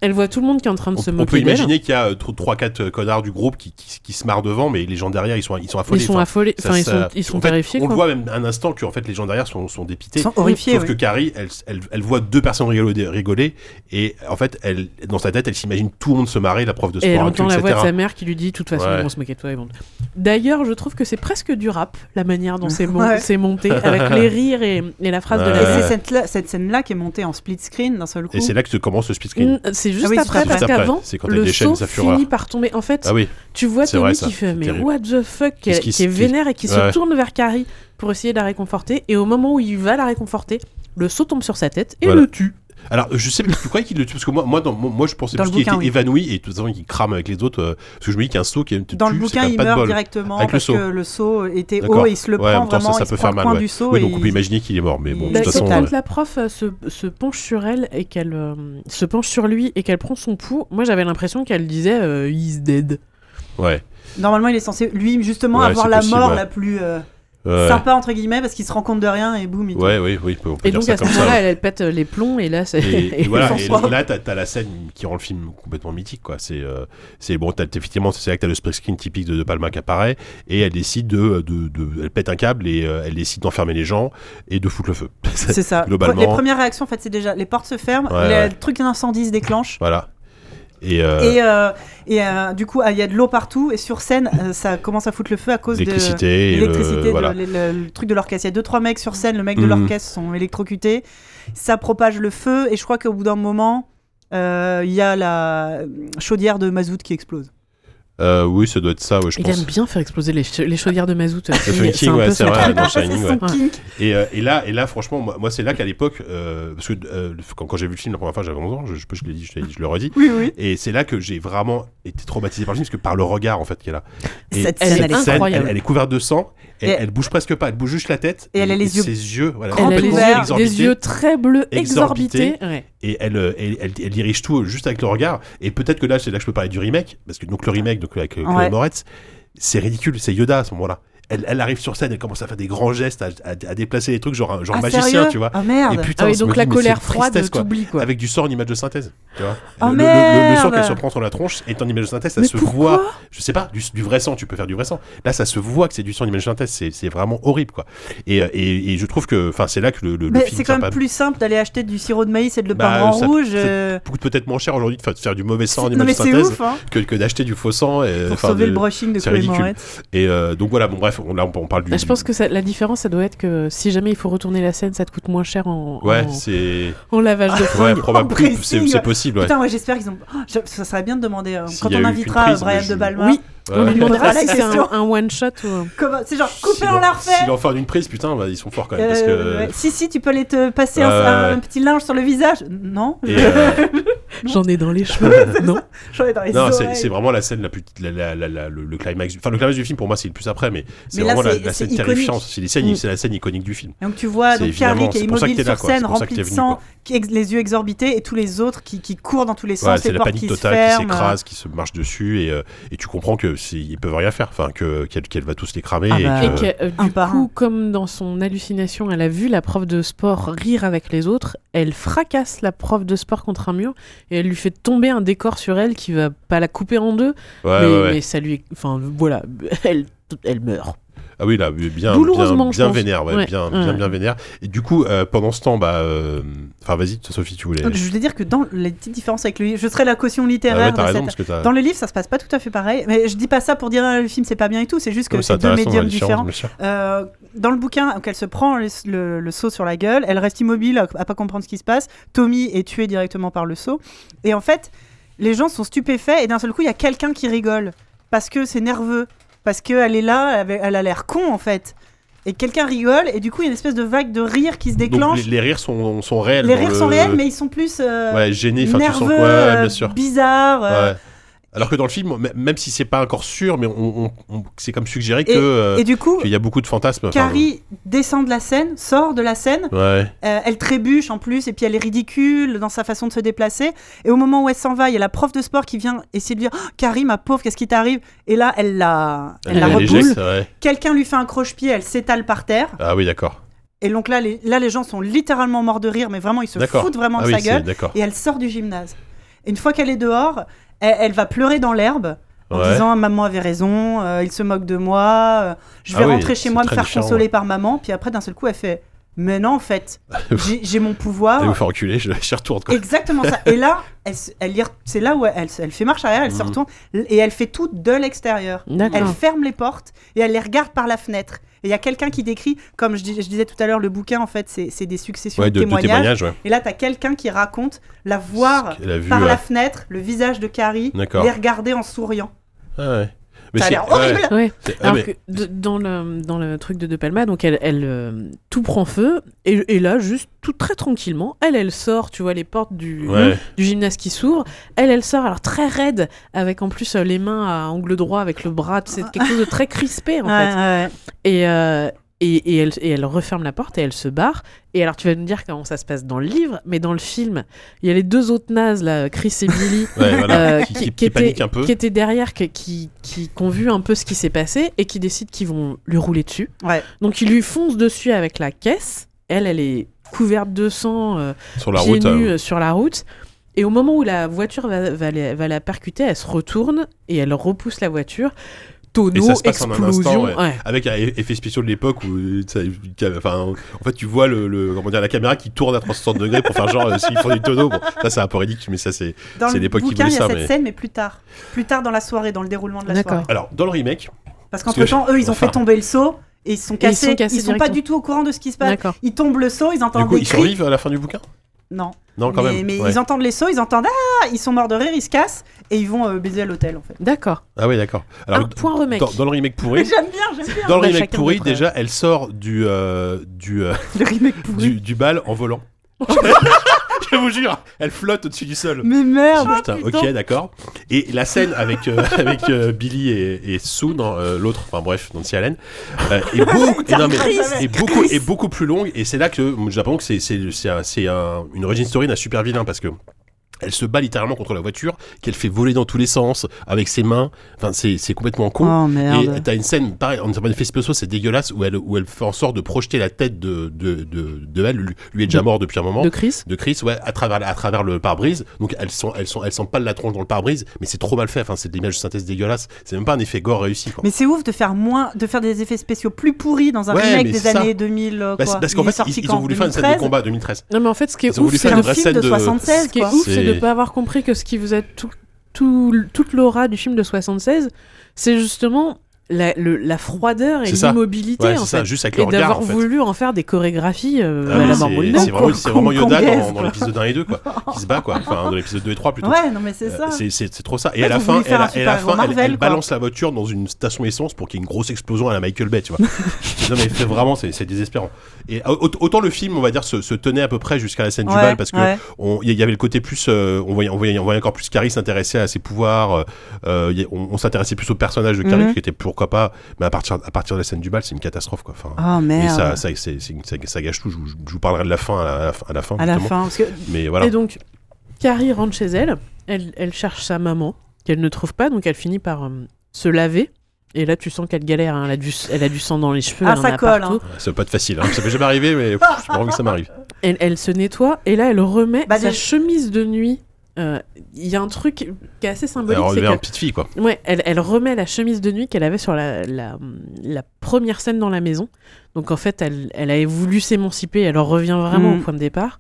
C: Elle voit tout le monde qui est en train de
B: On,
C: se
B: on
C: moquer
B: peut
C: d'elle.
B: imaginer qu'il y a euh, 3-4 connards du groupe qui, qui- qui se marrent devant, mais les gens derrière, ils sont, ils sont affolés.
C: Ils sont
B: Enfin,
C: affolés.
B: ça-
C: Enfin, ils
B: ça-
C: sont, ils sont
B: en fait,
C: terrifiés.
B: On le voit
C: quoi.
B: même un instant que en fait, les gens derrière sont, sont dépités.
A: Ils sont horrifiés.
B: Sauf
A: ouais.
B: que Carrie, elle, elle, elle voit deux personnes rigoler, rigoler, et en fait, elle, dans sa tête, elle s'imagine tout le monde se marrer, la prof de
C: Et
B: sport,
C: elle
B: un
C: entend
B: peu,
C: la voix de
B: etc.
C: sa mère qui lui dit, de toute façon,
B: Ouais.
C: ils vont se moquer de toi, ils vont. D'ailleurs, je trouve que c'est presque du rap, la manière dont c'est mon-
A: Ouais.
C: c'est monté, avec
B: (laughs)
C: les rires et, et la phrase de
A: Et
C: la
B: Ouais.
A: c'est cette, là- cette scène-là qui est montée en split screen d'un seul coup.
B: euh, Et c'est là que se commence le speed screen.
C: Mm, C'est juste
A: Ah oui, c'est
C: après,
A: juste
C: parce
B: après.
C: qu'avant,
B: C'est quand elle
C: le
B: déchaîne
C: saut
B: sa fureur.
C: finit par tomber. En fait,
B: Ah oui,
C: tu vois
B: c'est
C: Tommy
B: vrai, ça.
C: qui fait,
B: C'est
C: mais
B: terrible.
C: what the fuck, qui,
B: Qu'est-ce qui
C: qui est
B: se-
C: vénère et qui
B: Ouais.
C: se tourne vers Carrie pour essayer de la réconforter. Et au moment où il va la réconforter, le saut tombe sur sa tête et
B: Voilà.
C: le tue.
B: alors je sais plus, tu croyais qu'il le tue Parce que moi, moi, dans- moi, moi, je pensais
A: Dans
B: plus
A: le
B: qu'il était
A: bouquin, oui.
B: évanoui et tout simplement qu'il crame avec les autres. euh, parce que je me dis qu'un saut qui te
A: Dans le
B: tue, c'est quand
A: bouquin,
B: même
A: il
B: pas de
A: meurt
B: bol.
A: directement
B: Avec le
A: parce
B: saut.
A: que le saut était
B: D'accord.
A: haut et il se le
B: Ouais,
A: prend
B: en même temps, ça,
A: vraiment.
B: ça
A: il se
B: peut
A: prend
B: faire
A: le
B: mal,
A: coin
B: ouais.
A: du saut.
B: Oui,
A: et
B: donc on peut
A: il-
B: imaginer qu'il est mort, mais bon, de
A: Bah,
B: toute
C: D'ailleurs,
B: façon.
A: total.
B: euh,
C: quand la prof euh, se, se penche sur elle et qu'elle euh, se penche sur lui et qu'elle prend son pouls, moi j'avais l'impression qu'elle disait euh, he's dead.
B: euh, Ouais.
A: Normalement, il est censé, lui, justement,
B: Ouais,
A: avoir
B: c'est
A: la
B: possible,
A: mort
B: ouais.
A: la plus euh,
B: Ouais.
A: sympa, entre guillemets, parce qu'il se rend compte de rien et boum, il tombe.
B: Ouais, oui, oui, on peut
C: Et
B: dire
C: donc
B: ça
C: à ce
B: comme ça.
C: moment-là, elle, elle pète euh, les plombs et là c'est. (laughs)
B: Et, et voilà, et
A: Sans
B: là, t'as t'as la scène qui rend le film complètement mythique, quoi. C'est, euh, c'est bon, t'as- effectivement, c'est là que t'as le split screen typique de De Palma qui apparaît, et elle décide de, de, de- elle pète un câble et euh, elle décide d'enfermer les gens et de foutre le feu.
A: (laughs)
B: (laughs)
A: C'est ça.
B: Globalement.
A: Les premières réactions, en fait, c'est déjà les portes se ferment,
B: Ouais,
A: le
B: ouais.
A: truc d'incendie se déclenche.
B: voilà. Et, euh,
A: Et, euh, et euh, du coup, ah, il y a de l'eau partout. Et sur scène, euh, ça commence à foutre le feu à cause de,
B: l'électricité, et le-
A: L'électricité, le-
B: voilà.
A: le, le- le truc de l'orchestre. Il y a deux, trois mecs sur scène, le mec de
B: Mhm.
A: l'orchestre sont électrocutés. Ça propage le feu, et je crois qu'au bout d'un moment, euh, il y a la chaudière de mazout qui explose.
B: Euh, oui, ça doit être ça, ouais, je
C: Il
B: pense.
C: aime bien faire exploser les, ch- les chaudières de mazout. euh,
B: Stephen King, ouais, c'est vrai, dans Shining, ouais.
A: Son kink.
B: Et, euh, et là, et là, franchement, moi, moi, c'est là qu'à l'époque, euh, parce que euh, quand, quand j'ai vu le film la première fois, j'avais 11 ans, je, je, je l'ai dit, je, l'ai dit, je le redis.
A: Oui, oui.
B: Et c'est là que j'ai vraiment été traumatisé par le film, parce que par le regard en fait qu'elle a. Et
A: Cette
C: scène, elle est
B: elle,
C: incroyable.
B: elle est couverte de sang, et
A: Et-
B: elle bouge presque pas, elle bouge juste la tête.
A: Et elle a les yeux
B: Ses yeux, voilà,
C: Elle a
A: Grand
C: les
B: complètement
A: ouvert,
C: yeux, des
B: exorbités.
C: yeux très bleus,
B: Exorbités.
C: exorbités. Ouais.
B: et elle, euh, elle, elle- elle dirige tout euh, juste avec le regard. Et peut-être que là, c'est là que je peux parler du remake, parce que donc le remake donc, avec euh, Chloé
A: Ouais.
B: Moretz, c'est ridicule, c'est Yoda à ce moment-là. Elle, elle arrive sur scène, elle commence à faire des grands gestes, à, à- à déplacer les trucs, genre, un- genre
A: Ah,
B: magicien,
A: sérieux
B: tu vois.
A: Oh merde.
B: Et putain,
C: Ah oui,
B: je
C: donc
B: me
C: la
B: dis, mais c'est
C: colère
B: une tristesse,
C: froide,
B: quoi.
C: t'oublies quoi. Ah,
B: Avec du sang en image de synthèse. Tu vois
A: Oh
B: le, le- le- le sang
A: merde
B: qu'elle se prend sur la tronche est en image de synthèse, ça
A: Mais
B: se
A: pourquoi
B: voit. Je sais pas, du, du vrai sang, tu peux faire du vrai sang. Là, ça se voit que c'est du sang en image de synthèse, c'est c'est vraiment horrible, quoi. Et, euh, et, et je trouve que, enfin, c'est là que le, le, le
A: Mais
B: film
A: c'est
B: tient
A: quand
B: pas
A: même plus simple d'aller acheter du sirop de maïs et de le
B: Bah,
A: peindre en
B: ça-
A: rouge.
B: c'est
A: euh,
B: beaucoup- peut-être moins cher aujourd'hui de fa- de faire du mauvais sang en
A: non
B: image de
A: mais c'est
B: synthèse
A: ouf, hein,
B: que, que d'acheter du faux sang. Et,
A: pour
B: enfin,
A: sauver
B: de-
A: le brushing de
B: c'est
A: Chloé
B: ridicule.
A: Moretz.
B: et euh, donc voilà, bon bref, on, là on, on parle du.
C: Bah, je pense que ça- la différence, ça doit être que si jamais il faut retourner la scène, ça te coûte moins cher en,
B: Ouais,
C: en-
B: c'est.
C: en
A: Ah,
C: lavage de
B: Ouais,
C: fringues.
B: probable.
A: pressing,
B: C'est
A: ouais.
B: c'est possible, ouais.
A: Putain, ouais, j'espère qu'ils ont. Oh, je- Ça serait bien de demander euh,
B: S'il
A: quand
B: y a
A: on
B: eu
A: invitera
B: qu'une prise,
A: euh, Brian
B: je-
A: de Balma.
C: Oui.
B: Ah, Ouais.
C: On lui demandera
A: Voilà
C: si
A: la
C: c'est un,
A: question.
C: un one shot ou. un-
A: Comment- C'est genre coupé
B: S'il
A: on la
B: en-
A: refait.
B: S'il en fait une prise, putain, bah, ils sont forts quand même. parce que...
A: Euh, ouais. Si si, tu peux les te passer un,
B: Ouais.
A: un petit linge sur le visage. Non,
B: Et, euh,
C: J'en ai dans les cheveux. non.
A: (laughs) j'en ai dans les
B: non, c'est
A: oreilles.
B: c'est vraiment la scène la plus. la- la- la- la- le, le climax. du- Enfin, le climax du film pour moi, c'est le plus après, mais c'est
A: Mais là,
B: vraiment la,
A: c'est-
B: la
A: c'est
B: scène
A: iconique.
B: terrifiante. C'est les scènes-
C: Mm.
B: c'est la scène iconique du film.
A: Donc tu vois
B: C'est
A: donc Charlie
B: évidemment-
A: qui est
B: c'est pour ça que
A: immobile
B: t'es là,
A: sur
B: quoi. C'est
A: scène,
B: pour ça que
A: rempli
B: t'es
A: de
B: venu,
A: sang,
B: quoi.
A: qui ex- les yeux exorbités et tous les autres qui, qui courent dans tous les sens,
B: Ouais,
A: les
B: c'est la
A: portes
B: panique
A: qui se
B: totale qui
A: ferment.
B: s'écrase, qui se marche dessus, et, euh, et tu comprends que c'est- ils peuvent rien faire, enfin que qu'elle qu'elle va tous les cramer.
A: Ah
B: et
A: bah.
B: que-
C: Et que, euh,
A: Un
C: du
A: par
C: coup,
A: un.
C: comme dans son hallucination, elle a vu la prof de sport rire avec les autres, elle fracasse la prof de sport contre un mur et elle lui fait tomber un décor sur elle qui va pas la couper en deux,
B: Ouais,
C: mais,
B: ouais, ouais.
C: mais ça lui. Enfin, voilà, (laughs) elle, elle meurt.
B: Ah oui, là, bien, bien,
C: Douloureusement, je
B: bien
C: pense.
B: vénère, ouais,
C: Ouais,
B: bien,
C: ouais.
B: bien, bien vénère. Et du coup, euh, pendant ce temps, bah, euh, enfin, vas-y, Sophie, tu voulais.
A: Donc, je voulais dire que dans les petites différences avec le livre, je serais la caution
B: Ah ouais,
A: littéraire
B: t'as
A: de
B: raison
A: cette
B: parce que t'as.
A: Dans le livre, ça se passe pas tout à fait pareil. Mais je dis pas ça pour dire ah, le film c'est pas bien et tout. C'est juste que
B: comme ça,
A: c'est
B: t'as
A: deux
B: raison, dans
A: médiums
B: la différence,
A: différents.
B: bien
A: Euh,
B: sûr.
A: dans le bouquin, donc, elle se prend le, le- le seau sur la gueule, elle reste immobile à, à pas comprendre ce qui se passe. Tommy est tué directement par le seau. Et en fait, les gens sont stupéfaits et d'un seul coup, il y a quelqu'un qui rigole parce que c'est nerveux, parce qu'elle est là, elle, avait- elle a l'air con en fait. Et quelqu'un rigole et du coup, il y a une espèce de vague de rire qui se
B: Donc,
A: déclenche.
B: les, les rires sont, sont réels.
A: les
B: dans
A: rires
B: le-
A: sont réels, mais ils sont plus euh,
B: Ouais, gênés, enfin, tu
A: nerveux,
B: sens quoi, ouais,
A: euh,
B: bien sûr.
A: bizarres. euh,
B: Ouais. Alors que dans le film, m- même si c'est pas encore sûr, mais on, on- on- c'est comme suggéré que euh,
A: Et du coup,
B: qu'il y a beaucoup de fantasmes. enfin,
A: Carrie descend de la scène, sort de la scène,
B: Ouais.
A: euh, elle trébuche en plus, et puis elle est ridicule dans sa façon de se déplacer. Et au moment où elle s'en va, il y a la prof de sport qui vient essayer de lui dire Oh, Carrie, ma pauvre, qu'est-ce qui t'arrive Et là, elle la, elle
C: Elle
A: la
C: la
A: repousse.
B: l'éjecte, ouais.
A: Quelqu'un lui fait un croche-pied, elle s'étale par terre.
B: Ah oui, d'accord.
A: Et donc là les, là, les gens sont littéralement morts de rire, mais vraiment, ils se
B: D'accord.
A: foutent vraiment
B: Ah
A: de
B: oui,
A: sa
B: c'est
A: gueule.
B: d'accord.
A: Et elle sort du gymnase. Et une fois qu'elle est dehors, elle, elle va pleurer dans l'herbe en
B: Ouais.
A: disant maman avait raison, euh, il se moque de moi, euh, je vais
B: Ah oui,
A: rentrer chez
B: c'est
A: moi me
B: très
A: faire
B: différent,
A: consoler
B: ouais.
A: par maman, puis après d'un seul coup elle fait mais non en
B: (laughs)
A: fait j'ai j'ai mon
B: Elle vous
A: pouvoir
B: fait reculer, je, j'y retourne quoi.
A: exactement ça et là elle, se- elle y re- c'est là où elle, elle se- elle fait marche arrière elle se
B: Mhm.
A: retourne et elle fait tout de l'extérieur elle
C: D'accord.
A: ferme les portes et elle les regarde par la fenêtre et il y a quelqu'un qui décrit comme je, dis- je disais tout à l'heure le bouquin en fait c'est c'est des successions
B: Ouais,
A: de,
B: de, de
A: témoignages
B: témoignages, ouais.
A: et là, t'as quelqu'un qui raconte la voir
B: Ce qu'elle a vu,
A: par
B: ouais.
A: la fenêtre, le visage de Carrie,
B: D'accord.
A: les regarder en souriant.
B: Ah ouais. Mais
A: ça a
B: c'est-
A: l'air horrible
C: Ouais.
B: c'est- ah,
C: Alors
B: mais-
C: que de- dans, le, dans le truc de De Palma, donc elle, elle euh, tout prend feu et, et là juste tout très tranquillement, elle elle sort, tu vois les portes du,
B: Ouais.
C: du gymnase qui s'ouvrent, elle elle sort alors très raide avec en plus euh, les mains à angle droit avec le bras, c'est quelque chose de très crispé en fait. Et, euh, et, et elle, et elle referme la porte et elle se barre. Et alors, tu vas nous dire comment ça se passe dans le livre, mais dans le film, il y a les deux autres nazes, là, Chris
B: (laughs)
C: et Billy,
A: (laughs)
B: Ouais, voilà.
C: euh,
B: qui, qui- qui panique un peu.
C: qui étaient derrière, que- qui, qui, qui ont vu un peu ce qui s'est passé et qui décident qu'ils vont lui rouler dessus.
A: Ouais.
C: Donc, ils lui foncent dessus avec la caisse. Elle, elle est couverte de sang, euh,
B: Sur la
C: pieds
B: route.
C: nus
B: euh,
C: euh, sur la route. Et au moment où la voiture va, va la- va la percuter, elle se retourne et elle repousse la voiture. Tonneau,
B: ça se passe en un
C: explosion.
B: instant, ouais.
C: ouais.
B: Avec un eff- effet spécial de l'époque où euh, ça- qui- enfin, en fait tu vois le, le- comment dire la caméra qui tourne à 360 degrés pour faire genre euh, s'ils font du tonneau bon ça c'est un peu ridicule mais ça c'est
A: Dans
B: C'est
A: le
B: l'époque qui
A: bouquin,
B: voulait
A: il y a
B: ça,
A: cette
B: mais-
A: scène, mais plus tard. Plus tard dans la soirée, dans le déroulement de la
C: D'accord.
A: soirée.
B: alors dans le remake
A: Parce
B: Parce
A: qu'entre temps, eux, ils ont
B: enfin-
A: fait tomber le seau et ils se sont
C: ils
A: cassés.
C: sont cassés
A: pas
C: directement.
A: du tout au courant de ce qui se passe.
C: D'accord.
A: Ils tombent le seau, ils
B: du
A: entendent
B: coup
A: des
B: ils
A: cris.
B: survivent à la fin du bouquin
A: Non.
B: non quand
A: mais
B: même
A: mais
B: ouais.
A: ils entendent les sauts, ils entendent ah, ils sont morts de rire, ils se cassent et ils vont euh, baiser à l'hôtel
B: (laughs)
A: en fait.
C: D'accord.
B: ah oui d'accord alors
C: Un point remake.
B: dans, dans le remake
A: (laughs)
B: pourri
A: J'aime bien, j'aime bien.
B: dans le
C: Bah,
B: remake
C: chacun
B: pourri
C: notre-
B: déjà elle sort du euh, du, euh,
A: Le remake pourri.
B: du du bal en volant (laughs) Je vous jure, elle flotte au-dessus du sol.
A: Mais merde
B: Putain, ok, d'accord. Et la scène avec, euh, (laughs) avec euh, Billy et, et Sue dans euh, l'autre, enfin bref, dans Nancy Allen, euh,
A: (laughs)
B: est, beaucoup, et non, mais-
A: Chris,
B: est beaucoup, est beaucoup plus longue. Et c'est là que moi, j'apprends que c'est- c'est c'est un- c'est un- une origin story d'un super vilain parce que. Elle se bat littéralement contre la voiture, qu'elle fait voler dans tous les sens, avec ses mains. Enfin, c'est c'est complètement con.
A: Oh
B: Et
A: merde.
B: t'as une scène, pareil, en effet spéciaux, c'est dégueulasse, où elle, où elle fait en sorte de projeter la tête de, de, de, de elle, lui, lui est déjà
C: De-
B: mort depuis un moment,
C: de
B: de,
C: Chris.
B: Chris, ouais, à travers, à travers le pare-brise. Donc elle sent, elle sent, elle sent pas la tronche dans le pare-brise, mais c'est trop mal fait. Enfin, c'est de l'image de synthèse dégueulasse. C'est même pas un effet gore réussi, quoi.
A: Mais c'est ouf de faire moins, de faire des effets spéciaux plus pourris dans un
B: Ouais,
A: remake
B: mais
A: des
B: c'est ça.
A: années 2000. euh,
B: Bah,
A: quoi.
B: c'est- parce qu'en
A: Il est
B: fait,
A: sorti
B: ils, ils
A: quand,
B: ont voulu faire une scène de
A: 2013?
B: combat 2013.
C: Non, mais en fait, ce qui est
B: Ils ont
C: ouf,
B: voulu
A: C'est
B: faire
A: un
B: une vraie
A: film
B: scène
A: de
B: de-
A: 76,
C: Ce qui est
A: quoi.
C: ouf, c'est
B: C'est-
C: de ne pas avoir compris que ce qui vous a tout, tout- toute l'aura du film de 76, c'est justement la, le- la froideur et
B: C'est ça.
C: l'immobilité
B: Ouais,
C: en
B: c'est ça,
C: fait.
B: juste avec le
C: Et
B: regard.
C: d'avoir
B: En fait.
C: voulu en faire des chorégraphies euh,
B: Ah,
C: à
B: mais
C: la
B: c'est-
C: Marmoline.
B: c'est vraiment, c'est vraiment Yoda
A: Congolaise,
B: dans, dans
A: quoi.
B: l'épisode 1 et 2, quoi. Qui se bat, quoi. Enfin, dans l'épisode 2 et 3 plutôt.
A: Ouais, non mais c'est
B: Euh,
A: ça.
B: C'est c'est- c'est trop ça. Et
A: Ouais,
B: à la
A: ils ont
B: fin,
A: voulu faire
B: elle,
A: un
B: elle- à la
A: super-héros
B: fin, elle- elle
A: Marvel, quoi.
B: balance la voiture dans une station essence pour qu'il y ait une grosse explosion à la Michael Bay,
A: (laughs)
B: tu vois. non mais c'est- vraiment, c'est c'est désespérant. Et au- autant le film, on va dire, se, se tenait à peu près jusqu'à la scène du
A: Ouais,
B: bal parce que
A: ouais.
B: on- il y avait le côté plus, euh, on, voyait, on, voyait, on voyait encore plus Carrie s'intéresser à ses pouvoirs. euh, euh, il y a- on on s'intéressait plus au personnage de Carrie
A: Mhm.
B: qui était pourquoi pas, mais à partir à partir de la scène du bal, c'est une catastrophe, quoi. Enfin,
A: Oh
B: mais
A: merde.
B: ça, ça, c'est- c'est- ça- ça gâche tout. Je vous, je vous parlerai de la fin à la, à la fin- à la fin.
A: à la
B: justement.
A: fin, parce que
B: Mais voilà.
C: Et donc, Carrie rentre chez elle, elle, elle cherche sa maman, qu'elle ne trouve pas, donc elle finit par euh, se laver. Et là, tu sens qu'elle galère, hein, elle, a du, elle a du sang dans les cheveux,
A: Ah,
C: elle en
A: ça
C: a
A: colle,
C: partout.
B: Ça peut être facile. Hein. Ça m'est jamais arrivé, mais pff, j'ai pas envie que ça
A: (laughs)
B: m'arrive.
C: Elle, elle se nettoie, et là, elle remet
A: Bah,
C: sa
A: déjà-
C: chemise de nuit. Euh, Il y a un truc qui est assez symbolique,
B: Alors,
C: c'est
B: elle
C: qu'elle
B: en petite fille, quoi.
C: Ouais, elle, elle remet la chemise de nuit qu'elle avait sur la, la, la première scène dans la maison. Donc en fait, elle, elle avait voulu s'émanciper, elle en revient vraiment
A: Mm.
C: au point de départ.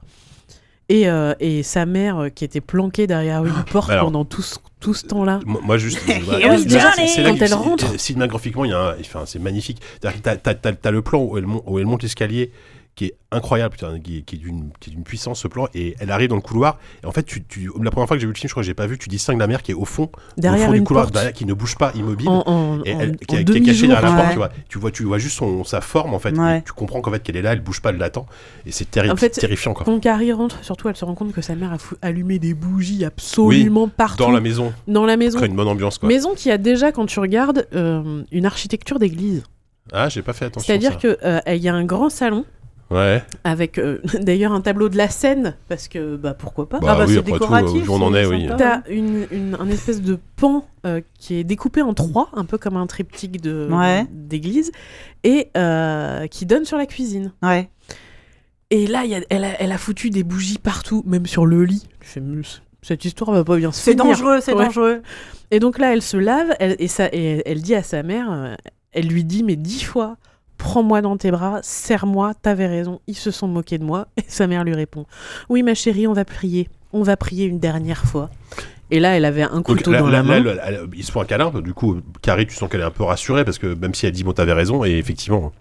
C: Et, euh, et sa mère, euh, qui était planquée
B: (gasps)
C: derrière une porte
B: alors-
C: pendant tout ce, tout ce temps-là.
B: Moi, moi, juste. je- voilà,
A: Here we
B: c'est- c'est-
A: go,
B: c'est là
C: Quand
B: que-
C: elle
B: c'est-
C: rentre.
B: euh, Cinématographiquement, il y a un- enfin, c'est magnifique. C'est-à-dire que T'as, t'as- t'as- t'as le plan où elle, mon- où elle monte l'escalier qui est incroyable, putain, qui, est- qui est d'une, qui est d'une puissance ce plan, et elle arrive dans le couloir, et en fait, tu, tu- la première fois que j'ai vu le film, je crois que j'ai pas vu, tu distingues la mère qui est au fond, au
C: Derrière
B: fond du
C: une
B: couloir,
C: porte.
B: derrière, qui ne bouge pas, immobile,
C: En, en,
B: et
C: en-
B: elle,
C: en
B: qui, est- qui est
C: demi-jour.
B: cachée derrière la
A: ouais.
B: porte, tu vois. Tu vois, tu vois juste son, sa forme, en fait,
A: Ouais.
B: et tu comprends qu'en fait, qu'elle est là, elle bouge pas de latent, et c'est terri-
C: En fait,
B: c'est terrifiant, quoi.
C: Quand Carrie rentre, surtout, elle se rend compte que sa mère a fou- allumé des bougies absolument partout
B: Dans la maison,
C: dans la maison.
B: crée une bonne ambiance, quoi.
C: Maison qui a déjà, quand tu regardes, euh, une architecture d'église.
B: Ah, j'ai pas fait attention.
C: C'est-à-dire
B: ça.
C: qu'il y a un grand salon
B: Ouais.
C: avec euh, (laughs) d'ailleurs un tableau de la scène, parce que bah pourquoi pas.
B: Bah
A: bah,
B: oui,
A: c'est
B: après tout,
A: décoratif,
B: euh, on en
A: c'est
B: est, oui.
A: sympa.
C: T'as une, une- un espèce de pan euh, qui est découpé en trois, un peu comme un triptyque de
A: Ouais.
C: d'église, et euh, qui donne sur la cuisine.
A: ouais.
C: Et là, il y a- elle, a, elle a foutu des bougies partout, même sur le lit. Je fais, mais c- cette histoire va pas bien se
A: C'est
C: finir.
A: dangereux, c'est
C: Ouais.
A: dangereux.
C: Et donc là, elle se lave elle- et, ça, et elle dit à sa mère, euh, elle lui dit mais dix fois, prends-moi dans tes bras, serre-moi, t'avais raison, ils se sont moqués de moi. (laughs) Et sa mère lui répond, oui ma chérie, on va prier, on va prier une dernière fois. Et là, elle avait un
B: Donc,
C: couteau
B: là-
C: dans
B: là-
C: la main.
B: là, elle- elle- ils se font un câlin, du coup, Carrie, tu sens qu'elle est un peu rassurée parce que même si elle dit bon, t'avais raison, et effectivement,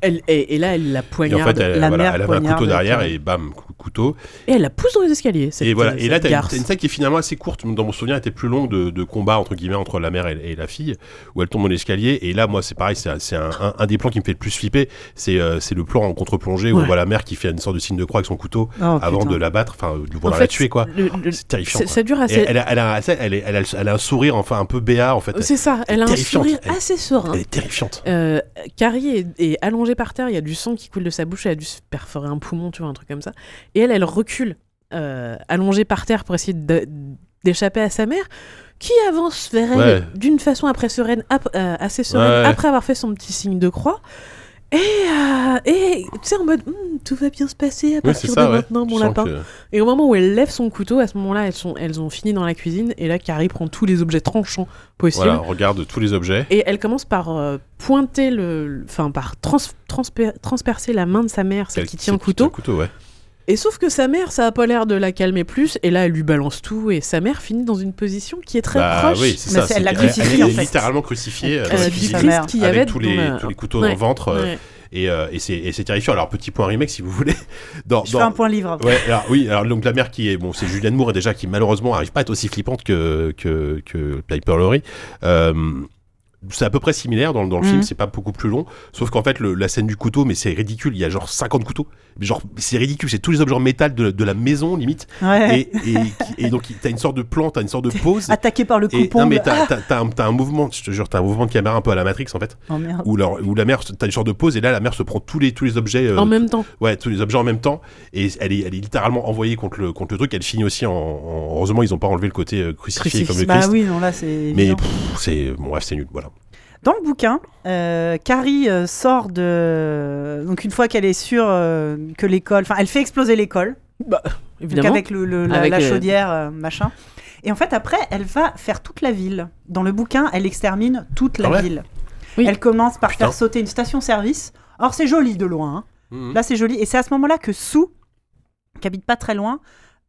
C: Elle, et, et là, elle la
B: et en
C: poignarde.
B: fait, elle,
A: la
B: voilà,
A: mère
B: elle avait un
A: poignarde,
B: couteau derrière
A: ouais.
B: et bam, cou- couteau.
C: Et elle la pousse dans les escaliers. Cette, euh,
B: et voilà. Et là,
C: cette
B: t'as une,
C: garce.
B: t'as une scène qui est finalement assez courte. Dans mon souvenir, elle était plus longue de, de combat entre guillemets entre la mère et, et la fille, où elle tombe dans l'escalier. Et là, moi, c'est pareil, c'est un- c'est un, un- un des plans qui me fait le plus flipper. C'est euh, c'est le plan en contre-plongée où
C: Ouais.
B: on voit la mère qui fait une sorte de signe de croix avec son couteau
A: Oh,
B: avant
A: putain.
B: de la battre, enfin, de vouloir
C: En
B: la
C: fait,
B: tuer, quoi. Ah,
C: le- le-
B: C'est terrifiant.
C: c'est-
B: quoi.
C: ça dure
B: Et
C: assez.
B: Elle, a, elle, a, elle, a- elle a- elle a un sourire enfin un peu béat en fait.
C: C'est ça, elle a un
B: terrifiante,
C: sourire
B: elle.
C: assez serein.
B: Elle est terrifiante.
C: Euh, Carrie est, est allongée par terre, il y a du sang qui coule de sa bouche, elle a dû se perforer un poumon, tu vois, un truc comme ça. Et elle, elle recule, euh, allongée par terre pour essayer de- d'échapper à sa mère, qui avance vers elle
B: Ouais.
C: d'une façon après sereine, ap- euh, assez sereine,
B: Ouais, ouais.
C: après avoir fait son petit signe de croix. Et, euh, et tu sais, en mode, Hum, tout va bien se passer à
B: Ouais,
C: partir de
B: ouais.
C: maintenant,
B: Tu
C: mon
B: sens
C: lapin.
B: que-
C: Et au moment où elle lève son couteau, à ce moment-là, elles, sont, elles ont fini dans la cuisine, et là, Carrie prend tous les objets tranchants possibles.
B: Voilà, on regarde tous les objets.
C: Et elle commence par euh, pointer le. le- Enfin, par trans- transper- transpercer la main de sa mère, celle
B: Celle
C: qui tient le
B: celle qui
C: couteau.
B: ouais.
C: Et sauf que sa mère, ça a pas l'air de la calmer plus. Et là, elle lui balance tout. Et sa mère finit dans une position qui est très
B: Bah
C: proche
B: oui, c'est
A: Mais
B: ça.
A: c'est- elle l'a
B: que-
A: crucifiée,
B: elle est
A: en fait.
B: littéralement crucifiée. euh,
C: euh,
B: dans la
A: Ouais,
C: du
A: sa
B: cuisine,
A: mère.
C: Christ qu'il y avait
B: avec tous
C: dans
B: les,
C: la-
B: tous les couteaux dans
C: Ouais.
B: le ventre. euh,
C: Ouais.
B: Et, euh, et c'est et c'est terrifiant. Alors, petit point remake si vous voulez. (laughs) Dans,
A: Je
B: dans-
A: fais un point livre. après.
B: Ouais, alors, oui, alors donc la mère qui est. Bon, c'est Julianne Moore déjà qui malheureusement arrive pas à être aussi flippante que, que, que Piper Laurie. Euh, c'est à peu près similaire dans, le- dans le
A: Mhm.
B: film, c'est pas beaucoup plus long. Sauf qu'en fait, le- la scène du couteau, mais c'est ridicule, il y a genre 50 couteaux. Mais Genre, c'est ridicule, c'est tous les objets en métal de, de la maison, limite.
A: (laughs) Ouais.
B: Et, et, et donc, t'as une sorte de plan, t'as une sorte de
A: (laughs)
B: pause.
A: Attaqué par le
B: Et,
A: coupon.
B: non, mais
A: de- (laughs)
B: t'as t'as- t'as un, t'as un mouvement, je te jure, t'as un mouvement de caméra un peu à la Matrix, en fait,
A: Oh merde.
B: où, leur- où la mère, t'as une sorte de pause, et là, la mère se prend tous les, tous les objets. euh,
C: En même temps.
B: Ouais, tous les objets en même temps. Et elle est, elle est littéralement envoyée contre le, contre le truc. Elle finit aussi en, en- Heureusement, ils ont pas enlevé le côté euh, crucifié
C: Crucifix.
B: comme le
A: Bah
B: Christ.
A: oui, non, là, c'est.
B: Mais
A: évident.
B: pff, c'est. Bon, bref, c'est nul. Voilà.
A: Dans le bouquin, euh, Carrie euh, sort de. Donc, une fois qu'elle est sûre euh, que l'école. Enfin, elle fait exploser l'école. Donc,
C: bah, Évidemment.
A: avec, le, le- la,
C: Avec
A: la
C: le-
A: chaudière, euh, machin. Et en fait, après, elle va faire toute la ville. Dans le bouquin, elle extermine toute la
B: Ah ouais
A: ville.
C: Oui.
A: Elle commence par
B: Putain.
A: faire sauter une station-service. Or, c'est joli de loin. hein.
B: Mmh.
A: Là, c'est joli. Et c'est à ce moment-là que Sou, qui habite pas très loin,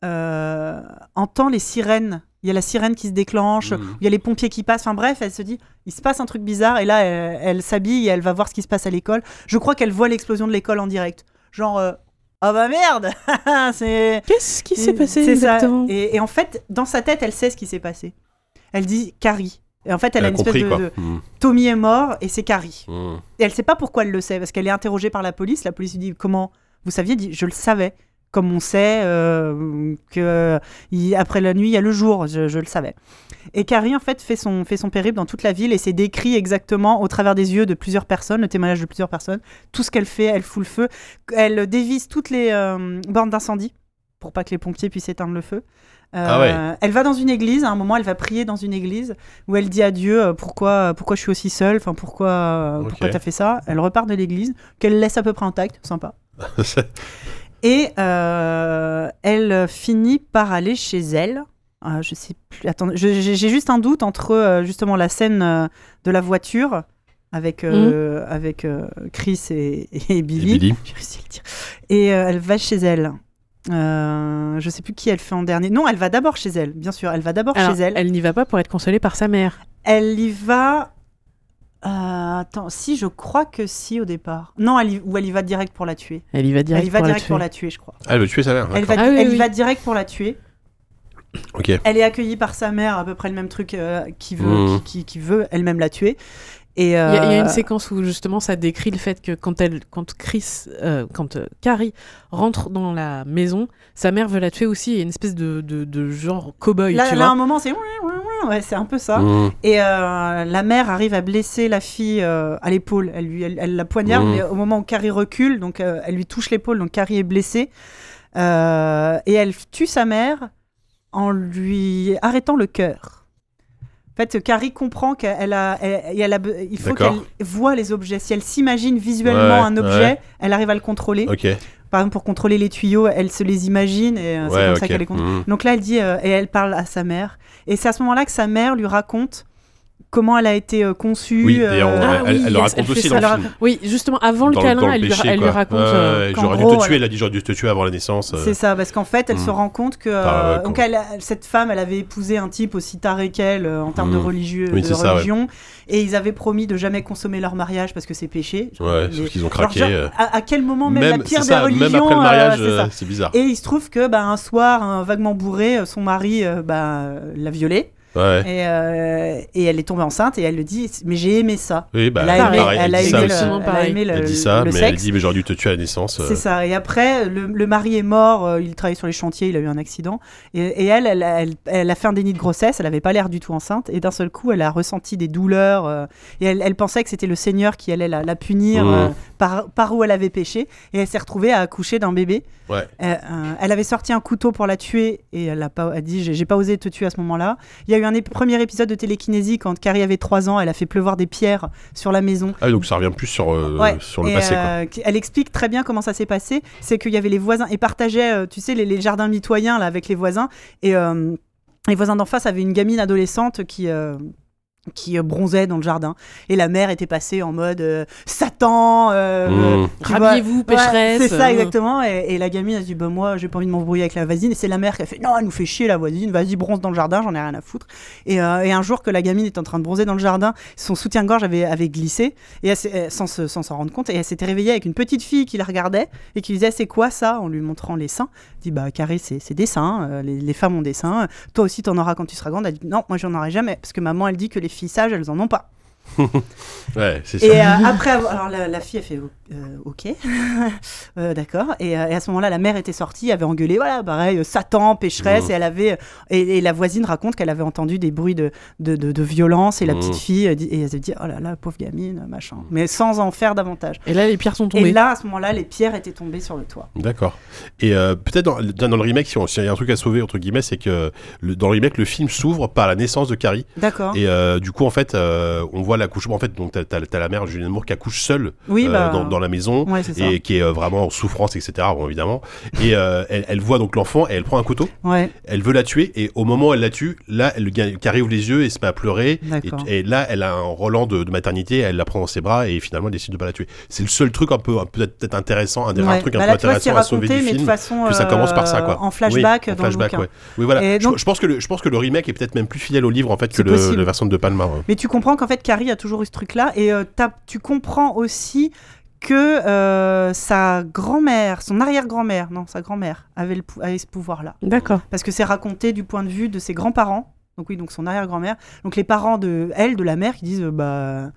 A: euh, entend les sirènes. Il y a la sirène qui se déclenche,
B: Mhm.
A: il y a les pompiers qui passent. Enfin bref, elle se dit, il se passe un truc bizarre. Et là, elle, elle s'habille et elle va voir ce qui se passe à l'école. Je crois qu'elle voit l'explosion de l'école en direct. Genre, euh, ah bah merde (laughs) C'est.
C: Qu'est-ce qui s'est passé
A: Mm. C'est ça.
C: exactement
A: Et, et en fait, dans sa tête, elle sait ce qui s'est passé. Elle dit Carrie. Et en fait, elle,
B: Elle
A: a
B: a
A: une
B: compris,
A: espèce
B: quoi.
A: de, de
B: Mhm.
A: Tommy est mort et c'est Carrie.
B: Mhm.
A: Et elle sait pas pourquoi elle le sait, parce qu'elle est interrogée par la police. La police lui dit Comment Vous saviez Elle dit Je le savais. Comme on sait euh, que il- après la nuit, il y a le jour. Je, je le savais. Et Carrie, en fait, fait son, fait son périple dans toute la ville et c'est décrit exactement au travers des yeux de plusieurs personnes, le témoignage de plusieurs personnes. Tout ce qu'elle fait, elle fout le feu. Elle dévisse toutes les euh, bornes d'incendie pour pas que les pompiers puissent éteindre le feu. Euh,
B: Ah ouais.
A: Elle va dans une église, à un moment elle va prier dans une église où elle dit à Dieu euh, pourquoi, pourquoi je suis aussi seule, enfin pourquoi, euh,
B: Ok.
A: pourquoi t'as fait ça. Elle repart de l'église, qu'elle laisse à peu près intacte, sympa. Et euh, elle finit par aller chez elle. Euh, je sais plus. Attendez, je- j'ai j'ai juste un doute entre euh, justement la scène euh, de la voiture avec, euh, avec euh, Chris et, et
B: Et
A: Billy.
B: Billy.
A: (laughs) J'ai réussi à le dire. Et euh, elle va chez elle. Euh, je sais plus qui elle fait en dernier. Non, elle va d'abord chez elle, bien sûr. Elle va d'abord
C: Alors,
A: chez elle. elle.
C: n'y va pas pour être consolée par sa mère.
A: y va. euh, attends, si, je crois que si au départ. Non, elle y- ou elle y va direct pour la tuer.
C: Elle y va direct,
A: elle y va
C: pour,
A: direct
C: la
A: pour
C: tuer.
A: la tuer, je crois.
B: Ah, elle veut tuer sa mère.
A: Elle, va,
C: Ah oui,
A: elle y
C: oui.
A: va direct pour la tuer.
B: Ok.
A: Elle est accueillie par sa mère, à peu près le même truc euh, qui veut,
B: Mhm.
A: qui, qui- qui veut elle-même la tuer. Et
C: Il y, a- il y a une
A: euh,
C: séquence où justement ça décrit le fait que quand elle, quand Chris, euh, quand euh, Carrie rentre dans la maison, sa mère veut la tuer aussi. Il y a une espèce de, de, de genre cow-boy,
A: là,
C: tu
A: là, à un
C: vois.
A: moment, c'est ouais, c'est un peu ça.
B: Mhm.
A: Et euh, la mère arrive à blesser la fille euh, à l'épaule. Elle, lui- elle, elle la poignarde,
B: Mhm.
A: mais au moment où Carrie recule, donc euh, elle lui touche l'épaule, donc Carrie est blessée. Euh, et elle tue sa mère en lui arrêtant le cœur. En fait, Carrie comprend qu'elle a, elle- elle a be- il faut qu'elle
B: D'accord.
A: voit les objets. Si elle s'imagine visuellement
B: Ouais,
A: un objet, elle arrive à le contrôler.
B: Ok. Ouais,
A: Par exemple, pour contrôler les tuyaux, elle se les imagine et euh, c'est comme ça
B: ok.
A: qu'elle les contrôle.
B: Mhm.
A: Donc là, elle dit euh, et elle parle à sa mère. Et c'est à ce moment-là que sa mère lui raconte comment elle a été euh, conçue.
B: Oui, d'ailleurs,
A: euh,
B: on-
C: ah
B: elle,
C: oui,
B: elle le
C: yes,
B: raconte
C: elle fait
B: aussi
C: ça,
B: dans
A: elle
B: le film.
C: Oui, justement avant
B: Dans
C: le câlin,
B: dans
C: elle, lui,
B: péché,
C: elle lui
B: quoi.
C: raconte.
B: Ouais,
C: euh,
B: ouais,
A: qu'en
B: J'aurais dû
A: gros,
B: te tuer,
A: elle-
B: elle a dit j'aurais dû te tuer avant la naissance. euh.
A: C'est ça, parce qu'en fait, elle
B: Mm.
A: se rend compte que
B: Par,
A: euh,
B: ouais,
A: donc
B: con-
A: elle- elle- cette femme, elle avait épousé un type aussi taré qu'elle euh, en termes de
B: Mm.
A: religieux,
B: Oui,
A: de
B: c'est ça, ouais.
A: religion, et ils avaient promis de jamais consommer leur mariage parce que c'est péché.
B: Ouais,
A: Mais-
B: sauf qu'ils ont
A: Alors,
B: craqué.
A: genre,
B: euh.
A: à, à quel moment même, la pire
B: c'est ça,
A: des religions,
B: même après le
A: euh,
B: mariage,
A: c'est ça.
B: euh, c'est bizarre.
A: Et il se trouve que bah, un soir, un vaguement bourré, euh, son mari euh, bah, euh, l'a violée
B: Ouais.
A: et, euh, et elle est tombée enceinte et elle le dit, mais j'ai aimé ça.
B: Oui, bah,
A: elle a aimé,
B: pareil,
A: elle a
B: dit
A: aimé
B: ça
A: le,
B: aussi.
A: elle a
C: Pareil.
A: aimé le-
B: Elle dit ça,
A: le
B: mais elle
A: sexe.
B: dit mais j'aurais dû te tuer à la naissance. euh.
A: C'est ça. Et après, le, le mari est mort, euh, il travaillait sur les chantiers, il a eu un accident. Et, et elle, elle, elle- elle a fait un déni de grossesse, elle n'avait pas l'air du tout enceinte. Et d'un seul coup, elle a ressenti des douleurs. euh, et elle, elle pensait que c'était le Seigneur qui allait la, la punir
B: Mmh.
A: euh, par, par où elle avait péché. Et elle s'est retrouvée à accoucher d'un bébé.
B: Ouais.
A: Euh, euh, elle avait sorti un couteau pour la tuer et elle a pas elle a dit j'ai j'ai pas osé te tuer à ce moment-là. Il y a eu un ép- premier épisode de télékinésie quand Carrie avait 3 ans, elle a fait pleuvoir des pierres sur la maison.
B: Ah, donc ça revient plus sur, euh,
A: Ouais,
B: sur le
A: et,
B: passé. Quoi.
A: euh, qui- elle explique très bien comment ça s'est passé. C'est qu'il y avait les voisins et partageaient, euh, tu sais, les, les jardins mitoyens là avec les voisins. Et euh, les voisins d'en face avaient une gamine adolescente qui. euh, qui euh, bronzait dans le jardin et la mère était passée en mode euh, Satan euh,
B: Mmh.
A: tu vois.
C: Rhabillez-vous,
A: Ouais,
C: pécheresse.
A: c'est ça
C: euh,
A: exactement et, et la gamine a dit bah moi j'ai pas envie de m'embrouiller avec la voisine et c'est la mère qui a fait non elle nous fait chier la voisine vas-y bronze dans le jardin j'en ai rien à foutre et, euh, et un jour que la gamine est en train de bronzer dans le jardin son soutien-gorge avait, avait glissé et elle s'est- elle- sans se- sans s'en rendre compte et elle s'était réveillée avec une petite fille qui la regardait et qui lui disait c'est quoi ça en lui montrant les seins Elle dit bah carré c'est c'est des seins euh, les, les femmes ont des seins toi aussi t'en auras quand tu seras grande elle dit non moi j'en aurai jamais parce que maman elle dit que les filles sages elles en ont pas
B: Ouais, c'est ça.
A: Et euh, après, avoir- alors la, la fille a fait euh, OK, (laughs) Euh, d'accord. Et, euh, et à ce moment-là, la mère était sortie, avait engueulé, voilà, pareil, euh, Satan, pécheresse,
B: Mhm.
A: et elle avait, euh, et, et la voisine raconte qu'elle avait entendu des bruits de, de, de- de violence, et la
B: Mhm.
A: petite fille, euh, dit- et elle s'est dit, oh là là, pauvre gamine, machin.
B: Mm.
A: Mais sans en faire davantage.
C: Et là, les pierres sont
A: Et
C: tombées.
A: là, à ce moment-là, les pierres étaient tombées sur le toit.
B: D'accord. Et euh, peut-être dans, dans dans le remake, si on- s'il y a un truc à sauver, entre guillemets, c'est que le- dans le remake, le film s'ouvre par la naissance de Carrie.
A: D'accord.
B: Et euh, du coup, en fait, euh, on voit l'accouchement. En fait, donc, t'as, t'as- t'as la mère, Julianne Moore, qui accouche seule
A: Oui,
B: euh,
A: bah.
B: dans, dans la maison.
A: Ouais, c'est ça.
B: Et qui est euh, vraiment en souffrance, etc. Bon, évidemment. Et euh, elle, elle voit donc l'enfant et elle prend un couteau.
A: Ouais.
B: Elle veut la tuer et au moment où elle la tue, là, elle, Carrie ouvre les yeux et se met à pleurer. Et,
A: D'accord.
B: et là, elle a un Roland de, de maternité, elle la prend dans ses bras et finalement elle décide de pas la tuer. C'est le seul truc un peu un- peut-être peut-être intéressant, un des rares
A: Ouais.
B: trucs
A: Bah
B: un peu
A: là, tu vois, c'est
B: intéressant à sauver
A: raconté,
B: du
A: mais de
B: film.
A: façon.
B: Que ça commence par ça,
A: euh,
B: quoi.
A: En flashback
B: Oui, en
A: dans le
B: flashback,
A: bouquin.
B: ouais. Oui, voilà.
A: Et
B: Je-
A: donc-
B: je, pense que le, je pense que le remake est peut-être même plus fidèle au livre en fait que
C: C'est
B: le,
C: possible.
B: la version de Palma. ouais.
A: Mais tu comprends qu'en fait, Carrie a toujours eu ce truc-là. Et euh, t'as- tu comprends aussi que euh, sa grand-mère, son arrière-grand-mère, non, sa grand-mère, avait, le pou- avait ce pouvoir-là.
C: D'accord.
A: Parce que c'est raconté du point de vue de ses grands-parents. Donc oui, donc son arrière-grand-mère. Donc les parents de elle, de la mère, qui disent, euh, bah...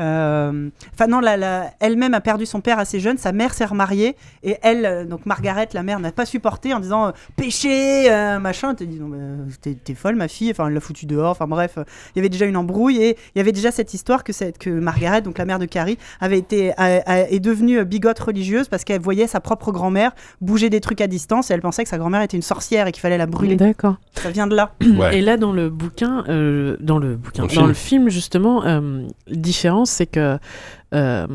A: euh, Enfin non, la- la- elle-même a perdu son père assez jeune, sa mère s'est remariée et elle, euh, donc Margaret, la mère, n'a pas supporté en disant euh, péché, euh, machin. Elle te dit non, mais, euh, t'es t'es folle ma fille. Enfin, elle l'a foutue dehors. Enfin bref, euh, il y avait déjà une embrouille et il y avait déjà cette histoire que cette que Margaret, donc la mère de Carrie, avait été a- a- est devenue euh, bigote religieuse parce qu'elle voyait sa propre grand-mère bouger des trucs à distance et elle pensait que sa grand-mère était une sorcière et qu'il fallait la brûler.
C: D'accord.
A: Ça vient de là.
B: Ouais.
C: Et là, dans le bouquin, euh, dans le bouquin,
B: Dans
C: dans,
B: le
C: le,
B: film.
C: film justement, euh, la différence, c'est que euh,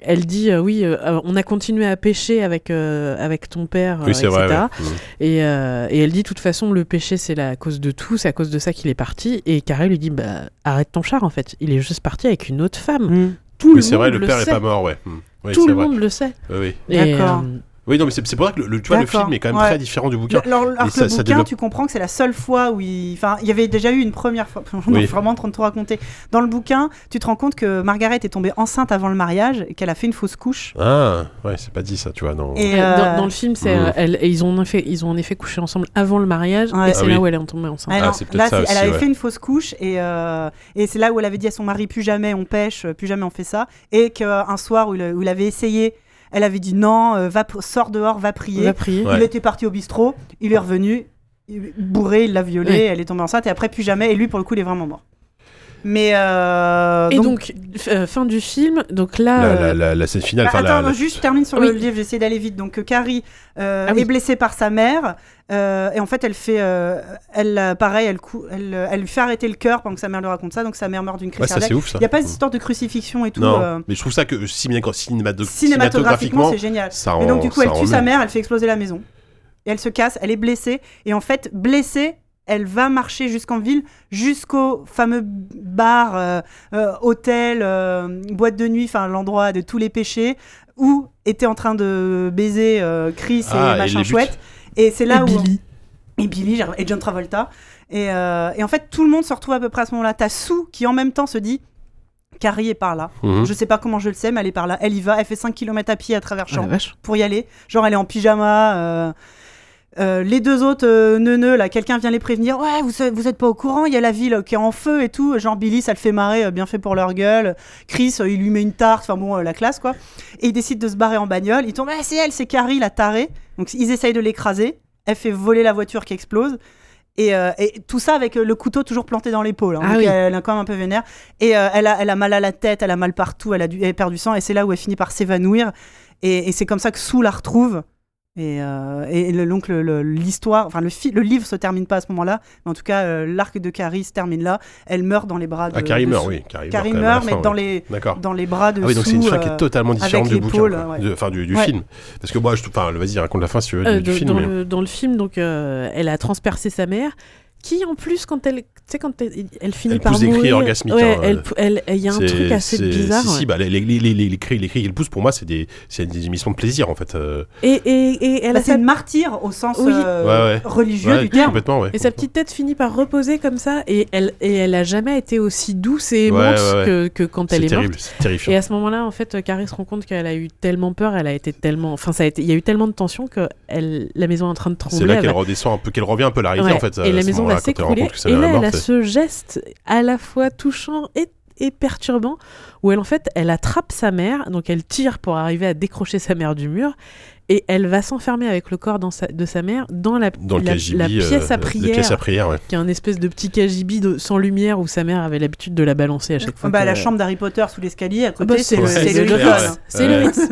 C: elle dit euh, oui, euh, euh, on a continué à pécher avec euh, avec ton père, euh,
B: Oui, c'est
C: etc.
B: vrai. ouais. Mm.
C: Et, euh, et elle dit de toute façon le péché c'est la cause de tout, c'est à cause de ça qu'il est parti. Et Carré lui dit bah arrête ton char en fait, il est juste parti avec une autre femme. Tout
B: Oui,
C: le
B: c'est vrai,
C: monde
B: le
C: le
B: père est
C: sait.
B: pas mort, ouais. Mm. Oui,
C: Tout
B: c'est
C: le
B: vrai.
C: monde le sait.
B: Oui, oui.
C: Et,
A: D'accord.
C: euh,
B: Oui, non, mais c'est c'est pour ça que le, le- tu vois, le
A: D'accord.
B: film est quand même
A: Ouais.
B: très différent du bouquin.
A: Alors, alors
B: Et
A: que
B: ça-
A: le
B: ça
A: bouquin,
B: développe-
A: tu comprends que c'est la seule fois où il. Enfin, il y avait déjà eu une première fois. (laughs) On
B: Oui.
A: est vraiment en train de tout raconter. Dans le bouquin, tu te rends compte que Margaret est tombée enceinte avant le mariage et qu'elle a fait une fausse couche.
B: Ah, ouais, c'est pas dit ça, tu vois, non.
A: Et,
C: euh,
A: euh,
C: dans, dans le film, c'est,
B: Mm.
C: euh, elle- et ils ont en effet, ils ont en effet couché ensemble avant le mariage,
A: Ouais.
C: et c'est
B: Ah
C: là
B: oui.
C: où elle est tombée enceinte.
A: Ah
B: Ah,
A: non,
B: c'est peut-être
A: là,
B: ça
A: c'est-
B: aussi,
A: elle avait
B: ouais.
A: fait une fausse couche et, euh, et c'est là où elle avait dit à son mari plus jamais on pêche, plus jamais on fait ça. Et qu'un soir où il, où il avait essayé, elle avait dit non, euh, va, pr- sors dehors, va prier.
C: Va prier.
B: Ouais.
A: Il était parti au bistrot, il est revenu, il- bourré, il l'a violée,
C: Ouais.
A: elle est tombée enceinte et après plus jamais. Et lui, pour le coup, il est vraiment mort. Mais euh,
C: Et donc, f- euh, fin du film, donc là,
B: La, la,
C: euh,
B: la- la scène finale.
A: Bah,
B: enfin, la-
A: attends,
B: la-
A: juste je termine sur
C: Oui.
A: le livre, j'essaie d'aller vite. Donc euh, Carrie euh,
C: Ah oui.
A: est blessée par sa mère euh, et en fait elle fait, euh, elle euh, pareil, elle, cou- elle, euh, elle lui fait arrêter le cœur pendant que sa mère lui raconte ça, donc sa mère meurt d'une
B: Ouais,
A: crise
B: ça, c'est
A: cardiaque.
B: ouf, ça.
A: Il n'y a pas
B: Mm.
A: cette histoire de crucifixion et tout.
B: Non,
A: euh,
B: mais je trouve ça que cinémato- cinémato-
A: cinématographiquement c'est génial.
B: ça
A: Et
B: en-
A: donc du coup
B: Oh, ça
A: elle
B: en
A: tue sa
B: met.
A: mère, elle fait exploser la maison et elle se casse, elle est blessée et en fait blessée. Elle va marcher jusqu'en ville, jusqu'au fameux bar, euh, euh, hôtel, euh, boîte de nuit, enfin l'endroit de tous les péchés, où était en train de baiser euh, Chris
B: Ah, et
A: et machin
B: les buts.
A: chouette. Et c'est là
C: et
A: où
C: Billy.
A: et Billy j'ai- et John Travolta. Et, euh, et en fait tout le monde se retrouve à peu près à ce moment-là. T'as Sue qui en même temps se dit Carrie est par là.
B: Mhm.
A: Je sais pas comment je le sais, mais elle est par là. Elle y va, elle fait 5 km à pied à travers
C: Ah, la
A: champs
C: vache.
A: pour y aller. Genre, elle est en pyjama. euh, euh, les deux autres euh, neuneux, là, quelqu'un vient les prévenir. Ouais, vous, sa- vous êtes pas au courant, il y a la ville euh, qui est en feu et tout. Genre, Billy, ça le fait marrer, euh, bien fait pour leur gueule. Chris, euh, il lui met une tarte, enfin bon, euh, la classe quoi. Et ils décident de se barrer en bagnole. Ils tombent, ah, c'est elle, c'est Carrie, la tarée. Donc, ils essayent de l'écraser. Elle fait voler la voiture qui explose. Et, euh, et tout ça avec euh, le couteau toujours planté dans l'épaule. hein.
C: Ah
A: Donc,
C: oui.
A: Elle est quand même un peu vénère. Et euh, elle, a, elle a mal à la tête, elle a mal partout, elle a, du, elle a perdu sang. Et c'est là où elle finit par s'évanouir. Et, et c'est comme ça que Sue la retrouve. Et, euh, et le- donc le- le- l'histoire, enfin le, fi- le livre se termine pas à ce moment-là, mais en tout cas euh, l'arc de Carrie se termine là. Elle meurt dans les bras de.
B: Ah, Carrie
A: de
B: meurt,
A: Sue.
B: oui. Carrie meurt,
A: Carrie
B: quand même à
A: meurt,
B: la
A: mais
B: fin,
A: dans
B: ouais.
A: les
B: D'accord.
A: dans les bras de.
B: Ah oui, donc c'est une
A: Sue,
B: fin qui est
A: euh,
B: totalement différente
A: avec
B: du
A: les
B: bouquin.
A: pôles,
B: quoi.
A: ouais.
B: De- Enfin, du, du
A: Ouais.
B: film. Parce que moi, je, enfin, vas-y, raconte la fin si tu veux,
C: Euh,
B: du, du
C: dans-
B: film. hein.
C: dans,
B: mais-
C: le, dans le film, donc, euh, elle a transpercé sa mère, qui en plus, quand elle, tu sais, quand elle, elle finit
B: Elle
C: par
B: pousse des cris
C: mourir,
B: orgasmiques,
C: ouais,
B: hein,
C: elle
B: euh,
C: pou- elle- il y a un
B: C'est-
C: truc assez
B: c'est-
C: bizarre.
B: Si, si,
C: ouais.
B: bah, les, les, les, les, les cris, les cris qu'il pousse, pour moi, c'est des, c'est des émissions de plaisir, en fait. euh.
C: Et, et- et elle
A: Bah,
C: a
A: c'est
C: sa,
A: une martyr au sens
C: Oui.
A: euh,
B: Ouais, ouais.
A: religieux
B: Ouais,
A: du terme.
B: Complètement, ouais.
C: et sa petite tête finit par reposer comme ça, et elle, et elle a jamais été aussi douce et aimante
B: Ouais, ouais, ouais.
C: Que, que quand
B: C'est
C: elle est morte.
B: terrible, c'est terrifiant.
C: Et à ce moment-là, en fait, Carrie se rend compte qu'elle a eu tellement peur, elle a été tellement, enfin, ça a été, il y a eu tellement de tension que elle, la maison est en train de trembler.
B: C'est là
C: elle
B: qu'elle
C: va-
B: redescend un peu, qu'elle revient un peu à la réalité,
C: Ouais.
B: en fait. à
C: et la
B: ce
C: maison
B: moment-là,
C: va
B: quand elle
C: s'écrouler.
B: rencontre que sa
C: Et
B: mère
C: là,
B: est
C: elle a
B: morte.
C: ce geste à la fois touchant et, et perturbant où elle en fait elle attrape sa mère, donc elle tire pour arriver à décrocher sa mère du mur et elle va s'enfermer avec le corps dans sa- de sa mère dans la,
B: Dans le
C: la-
B: KGB,
C: la
B: euh,
C: pièce à
B: la
C: prière,
B: pièce à prière, ouais.
C: qui est un espèce de petit cagibi de, sans lumière où sa mère avait l'habitude de la balancer à chaque fois.
A: Bah, La
C: que-
A: chambre d'Harry Potter sous l'escalier, à
C: Ah bah,
A: côté, c'est le-
B: ouais,
A: c'est
B: c'est
A: le
B: clair,
A: Ritz.
B: ouais.
C: C'est le
B: Ouais.
C: Ritz.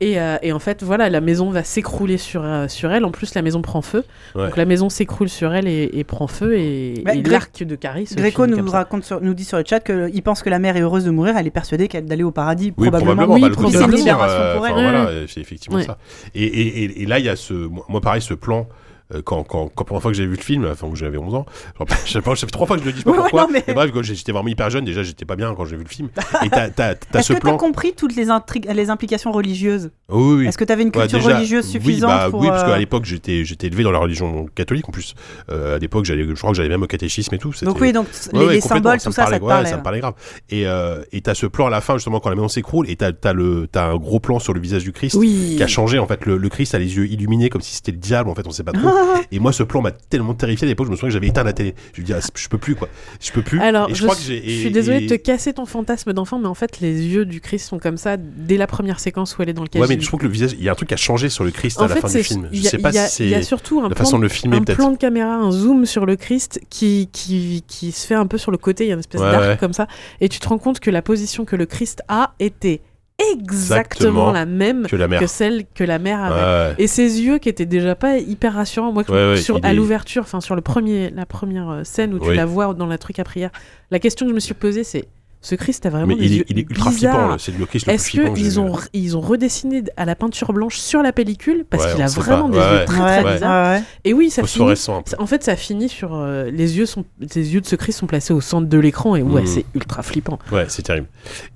C: Et, euh, et en fait, voilà, la maison va s'écrouler sur, euh, sur elle. En plus, la maison prend feu.
B: Ouais.
C: Donc la maison s'écroule sur elle et, et prend feu. Et,
A: Bah,
C: et
A: Gré-
C: l'arc de Carrie se
A: Gréco
C: finit
A: nous,
C: comme ça.
A: raconte sur- nous dit sur le chat qu'il pense que la mère est heureuse de mourir, elle est persuadée qu'elle d'aller au paradis,
B: Oui, probablement.
A: probablement.
C: Oui,
B: bah, le coup de
C: probablement.
B: partir,
A: C'est une libération
B: euh,
A: pour elle.
B: enfin,
C: Ouais.
B: voilà, euh, c'est effectivement
C: Ouais.
B: ça. Et, et- et- et là, il y a ce. moi- Moi, pareil, ce plan. euh, Quand, quand, quand première fois que j'ai vu le film, enfin que j'avais 11 ans, je me rappelle- (laughs) je sais pas, ça fait trois fois que je le dis, je sais pas
A: Ouais, ouais,
B: pourquoi.
A: non, mais-
B: Et bref, quand j'étais vraiment hyper jeune, déjà j'étais pas bien quand j'ai vu le
A: (laughs)
B: film. Et t'as, t'as, t'as
A: Est-ce
B: ce
A: que tu as
B: plan.
A: compris toutes les, intrigues, les implications religieuses
B: Oh, oui, oui.
A: Est-ce que tu avais une
B: Ouais,
A: culture
B: déjà,
A: religieuse suffisante
B: oui, bah,
A: pour
B: oui, parce
A: euh,
B: qu'à l'époque j'étais, j'étais élevé dans la religion catholique en plus. Euh, à l'époque, j'allais, je crois que j'allais même au catéchisme et tout.
A: Donc
B: c'était-
A: oui, donc
B: Ouais,
A: les,
B: ouais,
A: les
B: complètement,
A: symboles,
B: me
A: tout ça,
B: parlait-
A: ça te
B: ouais,
A: parlait.
C: hein.
B: ça me parlait grave. Et euh, et t'as ce plan à la fin justement quand la maison s'écroule et t'as, t'as le t'as un gros plan sur le visage du Christ
C: Oui.
B: qui a changé en fait le, le Christ a les yeux illuminés comme si c'était le diable en fait on sait pas trop
C: Ah.
B: et moi ce plan m'a tellement terrifié à l'époque je me souviens que j'avais éteint la télé je me dis ah, je peux plus quoi je peux plus
C: Alors,
B: et
C: je,
B: je, crois que
C: suis-
B: j'ai
C: je
B: et-
C: suis désolée de te
B: et-
C: casser ton fantasme d'enfant, mais en fait, les yeux du Christ sont comme ça dès la première séquence où elle est dans le
B: ouais
C: cagibi.
B: mais je trouve que le visage il y a un truc qui a changé sur le Christ
C: en
B: à la
C: fait,
B: fin
C: c'est-
B: du film
C: il
B: je
C: y a-
B: sais pas
C: il y a-
B: si
C: il y a
B: c'est
C: surtout un
B: la
C: plan
B: façon de le filmer
C: un
B: peut-être
C: plan de caméra, un zoom sur le Christ qui, qui, qui se fait un peu sur le côté, il y a une espèce
B: Ouais,
C: d'arc
B: ouais.
C: comme ça, et tu te rends compte que la position que le Christ a était exactement,
B: Exactement.
C: la même
B: que la mère
C: que celle que la mère avait.
B: Ouais.
C: Et ses yeux qui étaient déjà pas hyper rassurants, moi, que-
B: Ouais, ouais,
C: sur,
B: il
C: à
B: est-
C: l'ouverture, enfin sur le premier, la première euh, scène où tu
B: Oui.
C: la vois dans la truc à prière, la question que je me suis posée c'est ce Christ a vraiment
B: mais
C: des
B: il
C: yeux
B: est, il est ultra
C: bizarres.
B: flippant là. c'est le Christ le plus
C: Est-ce
B: flippant que j'ai
C: qu'ils
B: vu.
C: ont, ils ont redessiné à la peinture blanche sur la pellicule parce
B: Ouais,
C: qu'il
B: on
C: a
B: sait
C: vraiment
B: pas.
C: des
B: Ouais,
C: yeux
B: ouais.
C: très très
A: Ouais,
C: bizarres
A: ouais, ouais.
C: Et oui, ça finit.
B: phosphorescent un peu.
C: ça- En fait, ça finit sur euh, les yeux sont les yeux de ce Christ sont placés au centre de l'écran et ouais,
B: Mhm.
C: c'est ultra flippant.
B: Ouais, c'est terrible.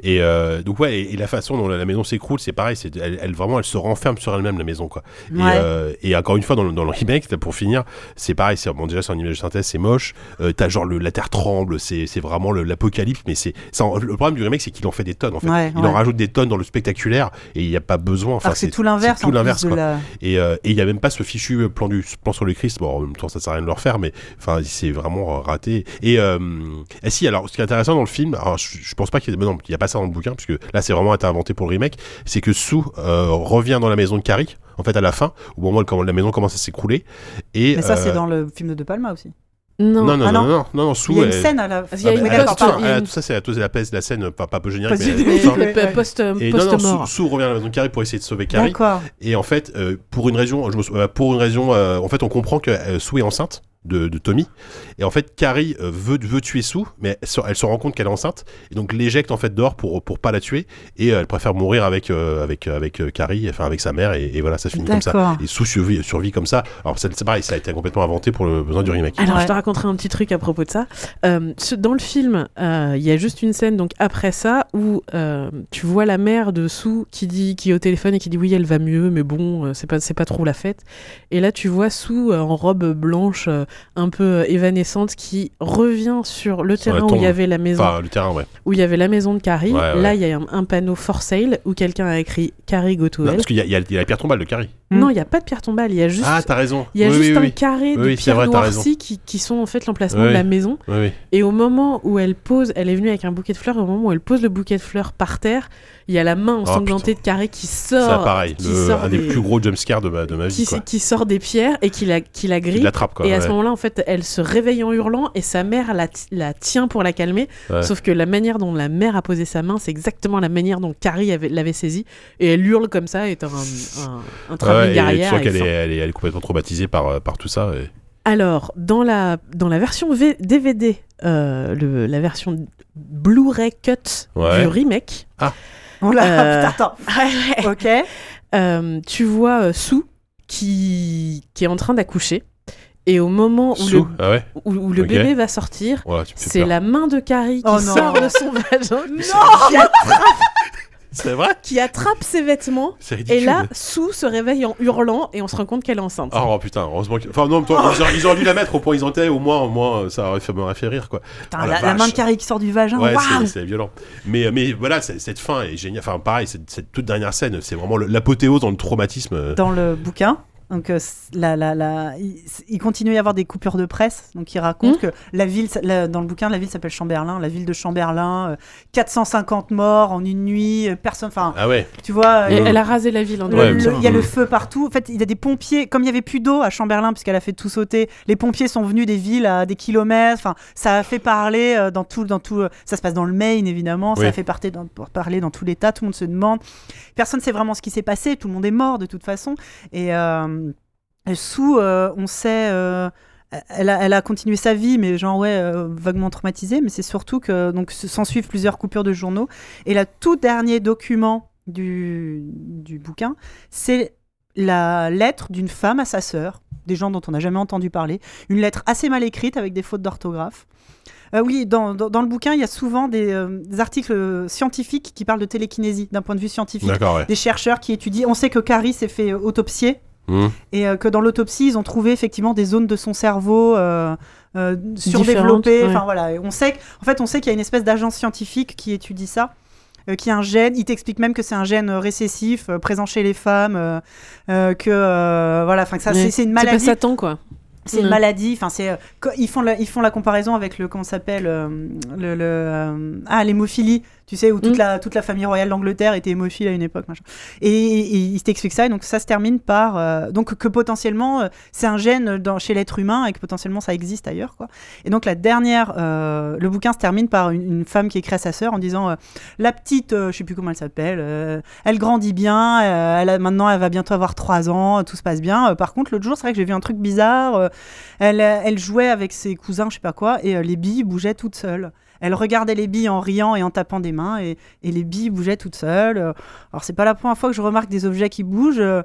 B: Et euh, donc ouais, et, et la façon dont la, la maison s'écroule, c'est pareil. C'est elle, elle- vraiment, elle se renferme sur elle-même la maison quoi. Et,
A: Ouais.
B: euh, et encore une fois dans le, dans le remake, là, pour finir, c'est pareil. C'est bon déjà c'est en image de synthèse, c'est moche. Euh, T'as genre le, la terre tremble, c'est c'est vraiment le- l'apocalypse. Mais c'est ça en- le problème du remake, c'est qu'il en fait des tonnes en fait.
A: Ouais,
B: il
A: ouais.
B: en rajoute des tonnes dans le spectaculaire et il n'y a pas besoin. Enfin,
A: Alors que c'est tout l'inverse.
B: c'est tout
A: en plus
B: l'inverse,
A: de
B: quoi.
A: la-
B: Et euh, et il n'y a même pas ce fichu euh, plan, du, ce plan sur le Christ. Bon, en même temps, ça sert à rien de le refaire, mais enfin, c'est vraiment euh, raté. Et, euh, et si, alors, ce qui est intéressant dans le film, alors, je, je pense pas qu'il y ait. mais Non, il n'y a pas ça dans le bouquin, puisque là, c'est vraiment été inventé pour le remake. C'est que Sue euh, revient dans la maison de Carrie, en fait, à la fin, au moment où comment- la maison commence à s'écrouler. Et,
A: Mais ça, c'est
B: euh,
A: dans le film de De Palma aussi.
C: Non.
B: Non, non,
A: Ah,
B: non,
A: non.
B: non, non, non, Sue.
A: Il y a une
B: elle-
A: scène à la
C: Parce
B: Ah,
C: qu'il y a
B: bah,
C: une
B: elle a
C: époque,
B: tout ça,
C: il y a
B: elle a
C: une-
B: tout ça, c'est à cause de la peste, la scène, pas, pas peu géniale,
A: Pas
B: mais.
A: géniale.
B: tout
A: (laughs)
B: ça.
A: Ouais, ouais.
C: post euh,
B: Et non, non, Sue-
C: mort.
B: Sue revient à la maison de Carrie pour essayer de sauver Carrie.
A: D'accord.
B: Et en fait, euh, pour une raison, je me sou- euh, pour une raison, euh, en fait, on comprend que euh, Sue est enceinte de, de Tommy. Et en fait, Carrie euh, veut, veut tuer Sue, mais elle se, elle se rend compte qu'elle est enceinte et donc l'éjecte en fait dehors pour pour pas la tuer. Et euh, elle préfère mourir avec euh, avec avec euh, Carrie, enfin avec sa mère. Et, et voilà, ça se finit comme ça.
A: D'accord.
B: Et Sue survit, survit comme ça. Alors c'est c'est pareil, ça a été complètement inventé pour le besoin du remake.
C: Alors,
A: Ouais.
C: je te raconterai un petit truc à propos de ça. Euh, ce- dans le film, euh, il y a juste une scène donc après ça où euh, tu vois la mère de Sue qui dit, qui est au téléphone et qui dit oui, elle va mieux, mais bon, euh, c'est pas, c'est pas trop la fête. Et là, tu vois Sue euh, en robe blanche, euh, un peu euh, évanescente, qui revient sur le
B: Sur la
C: terrain où il
B: tombe.
C: y avait la maison,
B: Enfin, le terrain, ouais.
C: où il y avait la maison de Carrie.
B: Ouais, ouais.
C: Là, il y a un, un panneau for sale où quelqu'un a écrit Carrie go to
B: Non,
C: hell.
B: parce qu'il y, a- il y a il y a la pierre tombale de Carrie.
C: Non, il n'y a pas de pierre tombale, il y a juste.
B: Ah, t'as raison.
C: il y a
B: oui,
C: juste
B: oui,
C: un
B: oui.
C: carré de
B: Oui, c'est
C: pierres
B: vrai, t'as raison.
C: noircies qui, qui sont en fait l'emplacement
B: Oui.
C: de la maison.
B: Oui, oui.
C: Et au moment où elle pose, elle est venue avec un bouquet de fleurs, et au moment où elle pose le bouquet de fleurs par terre, il y a la main ensanglantée de carré qui sort.
B: Oh, Ça, pareil.
C: qui
B: le-
C: sort
B: un des plus gros jumpscares de ma, de ma vie.
C: qui,
B: Quoi.
C: qui sort des pierres et qui la, qui la
B: Qui
C: grille.
B: l'attrape, quoi.
C: et à ce
B: ouais.
C: moment-là, en fait, elle se réveille en hurlant et sa mère la, ti- la tient pour la calmer.
B: Ouais.
C: Sauf que la manière dont la mère a posé sa main, c'est exactement la manière dont Carrie avait- l'avait saisie. Et elle hurle comme ça, étant un, un, un travelling
B: Ouais, et tu
C: derrière.
B: sens
C: et
B: qu'elle est,
C: fin.
B: elle est, elle est complètement traumatisée par, euh, par tout ça. et-
C: Alors, dans la, dans la version V- DVD, euh, le- la version Blu-ray Cut
B: Ouais.
C: du remake,
A: On l'a. (laughs)
C: Euh,
A: Attends.
B: (laughs)
A: Ok.
C: (laughs) euh, tu vois euh, Sue qui, qui est en train d'accoucher. Et au moment où
B: Sous
C: le,
B: Ah ouais
C: où- où le
B: Ok.
C: bébé va sortir,
B: Voilà, tu me fais
C: c'est
B: peur.
C: la main de Carrie qui
A: Oh non.
C: sort de son vagin,
B: C'est vrai
C: (laughs) qui attrape ses vêtements.
B: C'est ridicule.
C: Et là, Sue se réveille en hurlant et on se rend compte qu'elle est enceinte.
B: Oh putain, heureusement que. Enfin, non, mais toi, ils, auraient, ils auraient dû la mettre au point ils en étaient, au moins, au moins, ça aurait fait, m'aurait fait rire, quoi.
A: Putain,
B: Ah, la
A: la, la main
B: vache.
A: de Carrie qui sort du vagin.
B: Ouais, c'est-
A: Waouh.
B: c'est violent. Mais, mais voilà, c'est- cette fin est géniale. Enfin, pareil, cette, cette toute dernière scène, c'est vraiment le- l'apothéose dans le traumatisme. euh,
A: Dans le bouquin, Donc, euh, c- la, la, la- il, c- il continue à y avoir des coupures de presse. Donc, il raconte que la ville, s- la- dans le bouquin, la ville s'appelle Chamberlain, la ville de Chamberlain, euh, 450 morts en une nuit, euh, personne. Enfin,
B: Ah ouais.
A: tu vois,
C: Et
A: euh,
C: Elle a rasé la ville en
A: le-
B: Ouais,
A: le-
B: Mm.
C: elle.
B: putain.
A: il y a le feu partout. En fait, il y a des pompiers. Comme il n'y avait plus d'eau à Chamberlain, puisqu'elle a fait tout sauter, les pompiers sont venus des villes à des kilomètres. Enfin, ça a fait parler euh, dans tout. Dans tout euh, ça se passe dans le Maine, évidemment. Ça
B: Oui.
A: a fait parler dans, pour parler dans tout l'État. Tout le monde se demande. Personne ne sait vraiment ce qui s'est passé. Tout le monde est mort, de toute façon. Et euh, sous, euh, on sait. euh, elle a, elle a continué sa vie, mais genre ouais, euh, vaguement traumatisée. Mais c'est surtout que donc se- s'en suivent plusieurs coupures de journaux. Et la tout dernier document du, du bouquin, c'est la lettre d'une femme à sa sœur, des gens dont on n'a jamais entendu parler, une lettre assez mal écrite avec des fautes d'orthographe. Euh, oui, dans, dans- dans le bouquin, il y a souvent des, euh, des articles scientifiques qui parlent de télékinésie, d'un point de vue scientifique.
B: D'accord, ouais.
A: Des chercheurs qui étudient. On sait que Carrie s'est fait euh, autopsier
B: Hmm.
A: et euh, que dans l'autopsie, ils ont trouvé effectivement des zones de son cerveau euh, euh,
C: Différentes,
A: surdéveloppées.
C: ouais.
A: Enfin voilà, Et on sait que- en fait, on sait qu'il y a une espèce d'agence scientifique qui étudie ça. euh, qui a un gène, il t'explique même que c'est un gène euh, récessif euh, présent chez les femmes, euh, euh, que euh, voilà, enfin que ça
C: Ouais.
A: c'est- c'est une
C: C'est pas
A: maladie,
C: Satan, quoi.
A: c'est une
C: Ouais.
A: maladie, enfin c'est euh, co- ils font la, ils font la comparaison avec le comment ça s'appelle euh, le, le, euh, ah l'hémophilie, tu sais où toute
C: Mm.
A: la toute la famille royale d'Angleterre était hémophile à une époque, machin. Et, et- et il t'explique ça et donc ça se termine par euh, donc que potentiellement euh, c'est un gène dans, chez l'être humain et que potentiellement ça existe ailleurs quoi. Et donc la dernière euh, le bouquin se termine par une, une femme qui écrit à sa sœur en disant euh, la petite euh, je sais plus comment elle s'appelle euh, elle grandit bien euh, elle a, maintenant elle va bientôt avoir 3 ans tout se passe bien Euh, par contre l'autre jour c'est vrai que j'ai vu un truc bizarre euh, elle, euh, elle jouait avec ses cousins, je sais pas quoi, et euh, les billes bougeaient toutes seules. Elle regardait les billes en riant et en tapant des mains, et, et les billes bougeaient toutes seules. Euh, Alors, c'est pas la première fois que je remarque des objets qui bougent. euh,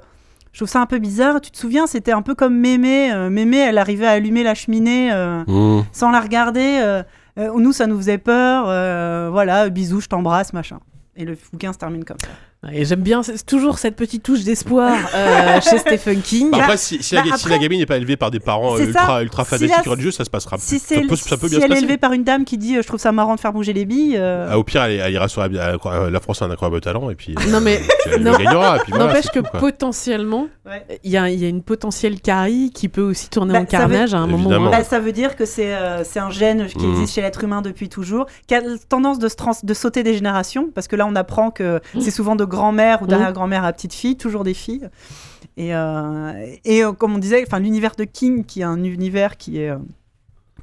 A: Je trouve ça un peu bizarre. Tu te souviens, c'était un peu comme Mémé. Euh, Mémé, elle arrivait à allumer la cheminée euh,
B: Hmm.
A: sans la regarder. euh, euh, nous, ça nous faisait peur. euh, voilà, bisous, je t'embrasse, machin. Et le bouquin se termine comme ça.
C: Et j'aime bien c'est toujours cette petite touche d'espoir
A: (laughs)
C: euh, chez Stephen King.
B: Bah
A: Bah,
B: après, si, si
A: bah
B: la, ga- si
A: après-
B: la gamine n'est pas élevée par des parents euh,
A: C'est ça.
B: ultra, ultra
A: Si
B: fanatiques
A: la-
B: religieux, ça se passera.
A: Si,
B: Ah, ça,
A: c'est,
B: peut, ça peut
A: si
B: bien se
A: elle est
B: passer.
A: élevée par une dame qui dit euh, Je trouve ça marrant de faire bouger les billes. euh,
B: Ah, au pire, elle, est- elle ira sur la, la- la France a un incroyable talent et puis. euh,
C: Non, mais-
B: puis elle le
C: non.
B: gagnera. et puis voilà,
C: N'empêche
B: bah. Ah c'est
C: que
B: tout, quoi.
C: potentiellement,
A: Ouais.
C: il y, a- il y a une potentielle carie qui peut aussi tourner
A: Bah,
C: en
A: ça veut-
C: carnage à un moment.
B: Évidemment.
C: ou à un
A: Bah,
C: autre.
A: ça veut dire que c'est euh, c'est un gène qui
B: Mhm.
A: existe chez l'être humain depuis toujours, qui a la tendance de, se trans- de sauter des générations, parce que là on apprend que
C: Hmm.
A: c'est souvent de grand-mère ou
C: Mhm.
A: d'arrière-grand-mère à petite-fille, toujours des filles. Et, euh, et euh, comme on disait, enfin, l'univers de King, qui est un univers qui est euh,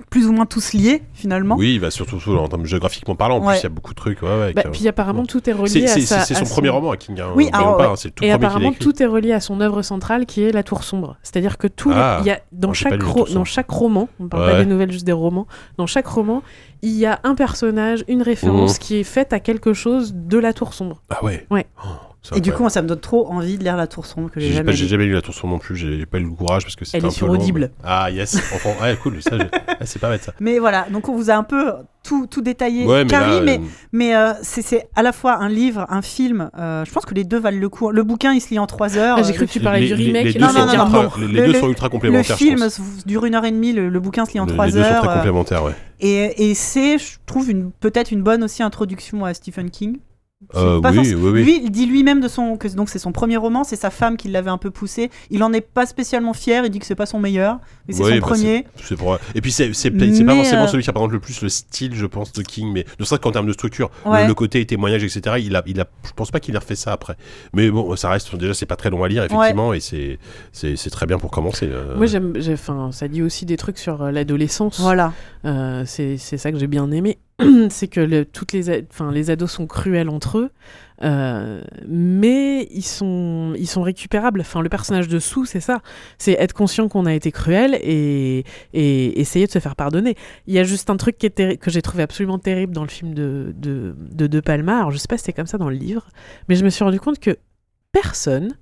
A: plus ou moins tous liés finalement.
B: Oui, bah, surtout, surtout en termes géographiquement parlant. En
A: Ouais.
B: plus, il y a beaucoup de trucs. ouais, ouais,
C: Bah,
B: qui-
C: puis apparemment, tout est relié
B: c'est
C: à
B: c'est-
C: sa-
B: c'est- c'est
C: à
B: son premier roman, King. hein,
A: Oui,
B: n'oublions
A: alors,
B: pas,
A: ouais.
B: hein, c'est le tout
C: Et
B: premier qu'il a
C: apparemment,
B: écrit.
C: tout est relié à son œuvre centrale qui est La Tour Sombre. C'est-à-dire que tout,
B: Ah.
C: il y a, dans,
B: Moi, j'ai pas
C: chaque
B: lu La
C: ro-
B: Tour
C: dans
B: Sombre.
C: chaque roman, on parle
B: Ouais.
C: pas des nouvelles, juste des romans, dans chaque roman, il y a un personnage, une
B: Mhm.
C: référence qui est faite à quelque chose de La Tour Sombre.
B: Ah ouais.
C: Ouais.
B: Oh, c'est
A: Et du
B: incroyable.
A: coup, ça me donne trop envie de lire La Tour Sombre que j'ai
B: J'ai pas,
A: jamais
B: j'ai
A: lu.
B: jamais lu la tour sombre non plus, j'ai pas eu le courage parce que c'était
C: Elle
B: un
C: est
B: peu
C: sur
B: long,
C: Audible.
B: mais- Ah yes, enfin, ouais, cool, ça, j'ai- ah, c'est pas mal ça.
A: Mais voilà, donc on vous a un peu tout, tout détaillé.
B: Ouais, mais
A: Carrie,
B: là,
A: mais
B: euh,
A: Mais euh, c'est- c'est à la fois un livre, un film. euh, je pense que les deux valent le coup. Le bouquin, il se lit en trois heures.
C: Ah, j'ai
A: Euh,
C: cru que tu parlais
B: les-
C: du
B: les-
C: remake.
B: Les,
A: Non,
B: deux,
A: non,
B: sont,
A: non,
B: ultra,
A: non.
B: les- les
A: Le-
B: deux
A: le-
B: sont ultra
A: le
B: complémentaires. je
A: film
B: pense.
A: se- dure une heure et demie. Le, le bouquin se lit en
B: Les-
A: trois
B: les deux sont
A: heures.
B: très
A: euh,
B: complémentaires, ouais.
A: et et c'est, je trouve, une- peut-être une bonne aussi introduction à Stephen King. C'est
B: Euh,
A: pas
B: oui, oui,
A: forcément-
B: oui.
A: Lui, il dit lui-même de son que donc c'est son premier roman, c'est sa femme qui l'avait un peu poussé. Il en est pas spécialement fier, il dit que c'est pas son meilleur, mais c'est
B: Oui,
A: son
B: bah,
A: premier.
B: C'est pour- Et puis c'est c'est- c'est pas
A: Mais,
B: forcément
A: euh,
B: celui qui représente le plus le style, je pense, de King, mais ne serait-ce qu'en termes de structure, le-
A: Ouais.
B: le, côté témoignage, etc. Il a, il a, je pense pas qu'il ait refait ça après. Mais bon, ça reste déjà, c'est pas très long à lire, effectivement, et c'est- c'est c'est très bien pour commencer. euh.
C: Moi, j'aime, j'ai- enfin, ça dit aussi des trucs sur euh, l'adolescence.
A: Voilà.
C: Euh, c'est c'est ça que j'ai bien aimé. (clears throat) c'est que le- toutes les, a- enfin, les ados sont cruels entre eux, euh, mais ils sont, ils sont récupérables. Enfin, le personnage de Sou, c'est ça. C'est être conscient qu'on a été cruel et, et essayer de se faire pardonner. Il y a juste un truc qui est terri- que j'ai trouvé absolument terrible dans le film de De, de, De Palma. Alors, je sais pas si c'était comme ça dans le livre, mais je me suis rendu compte que personne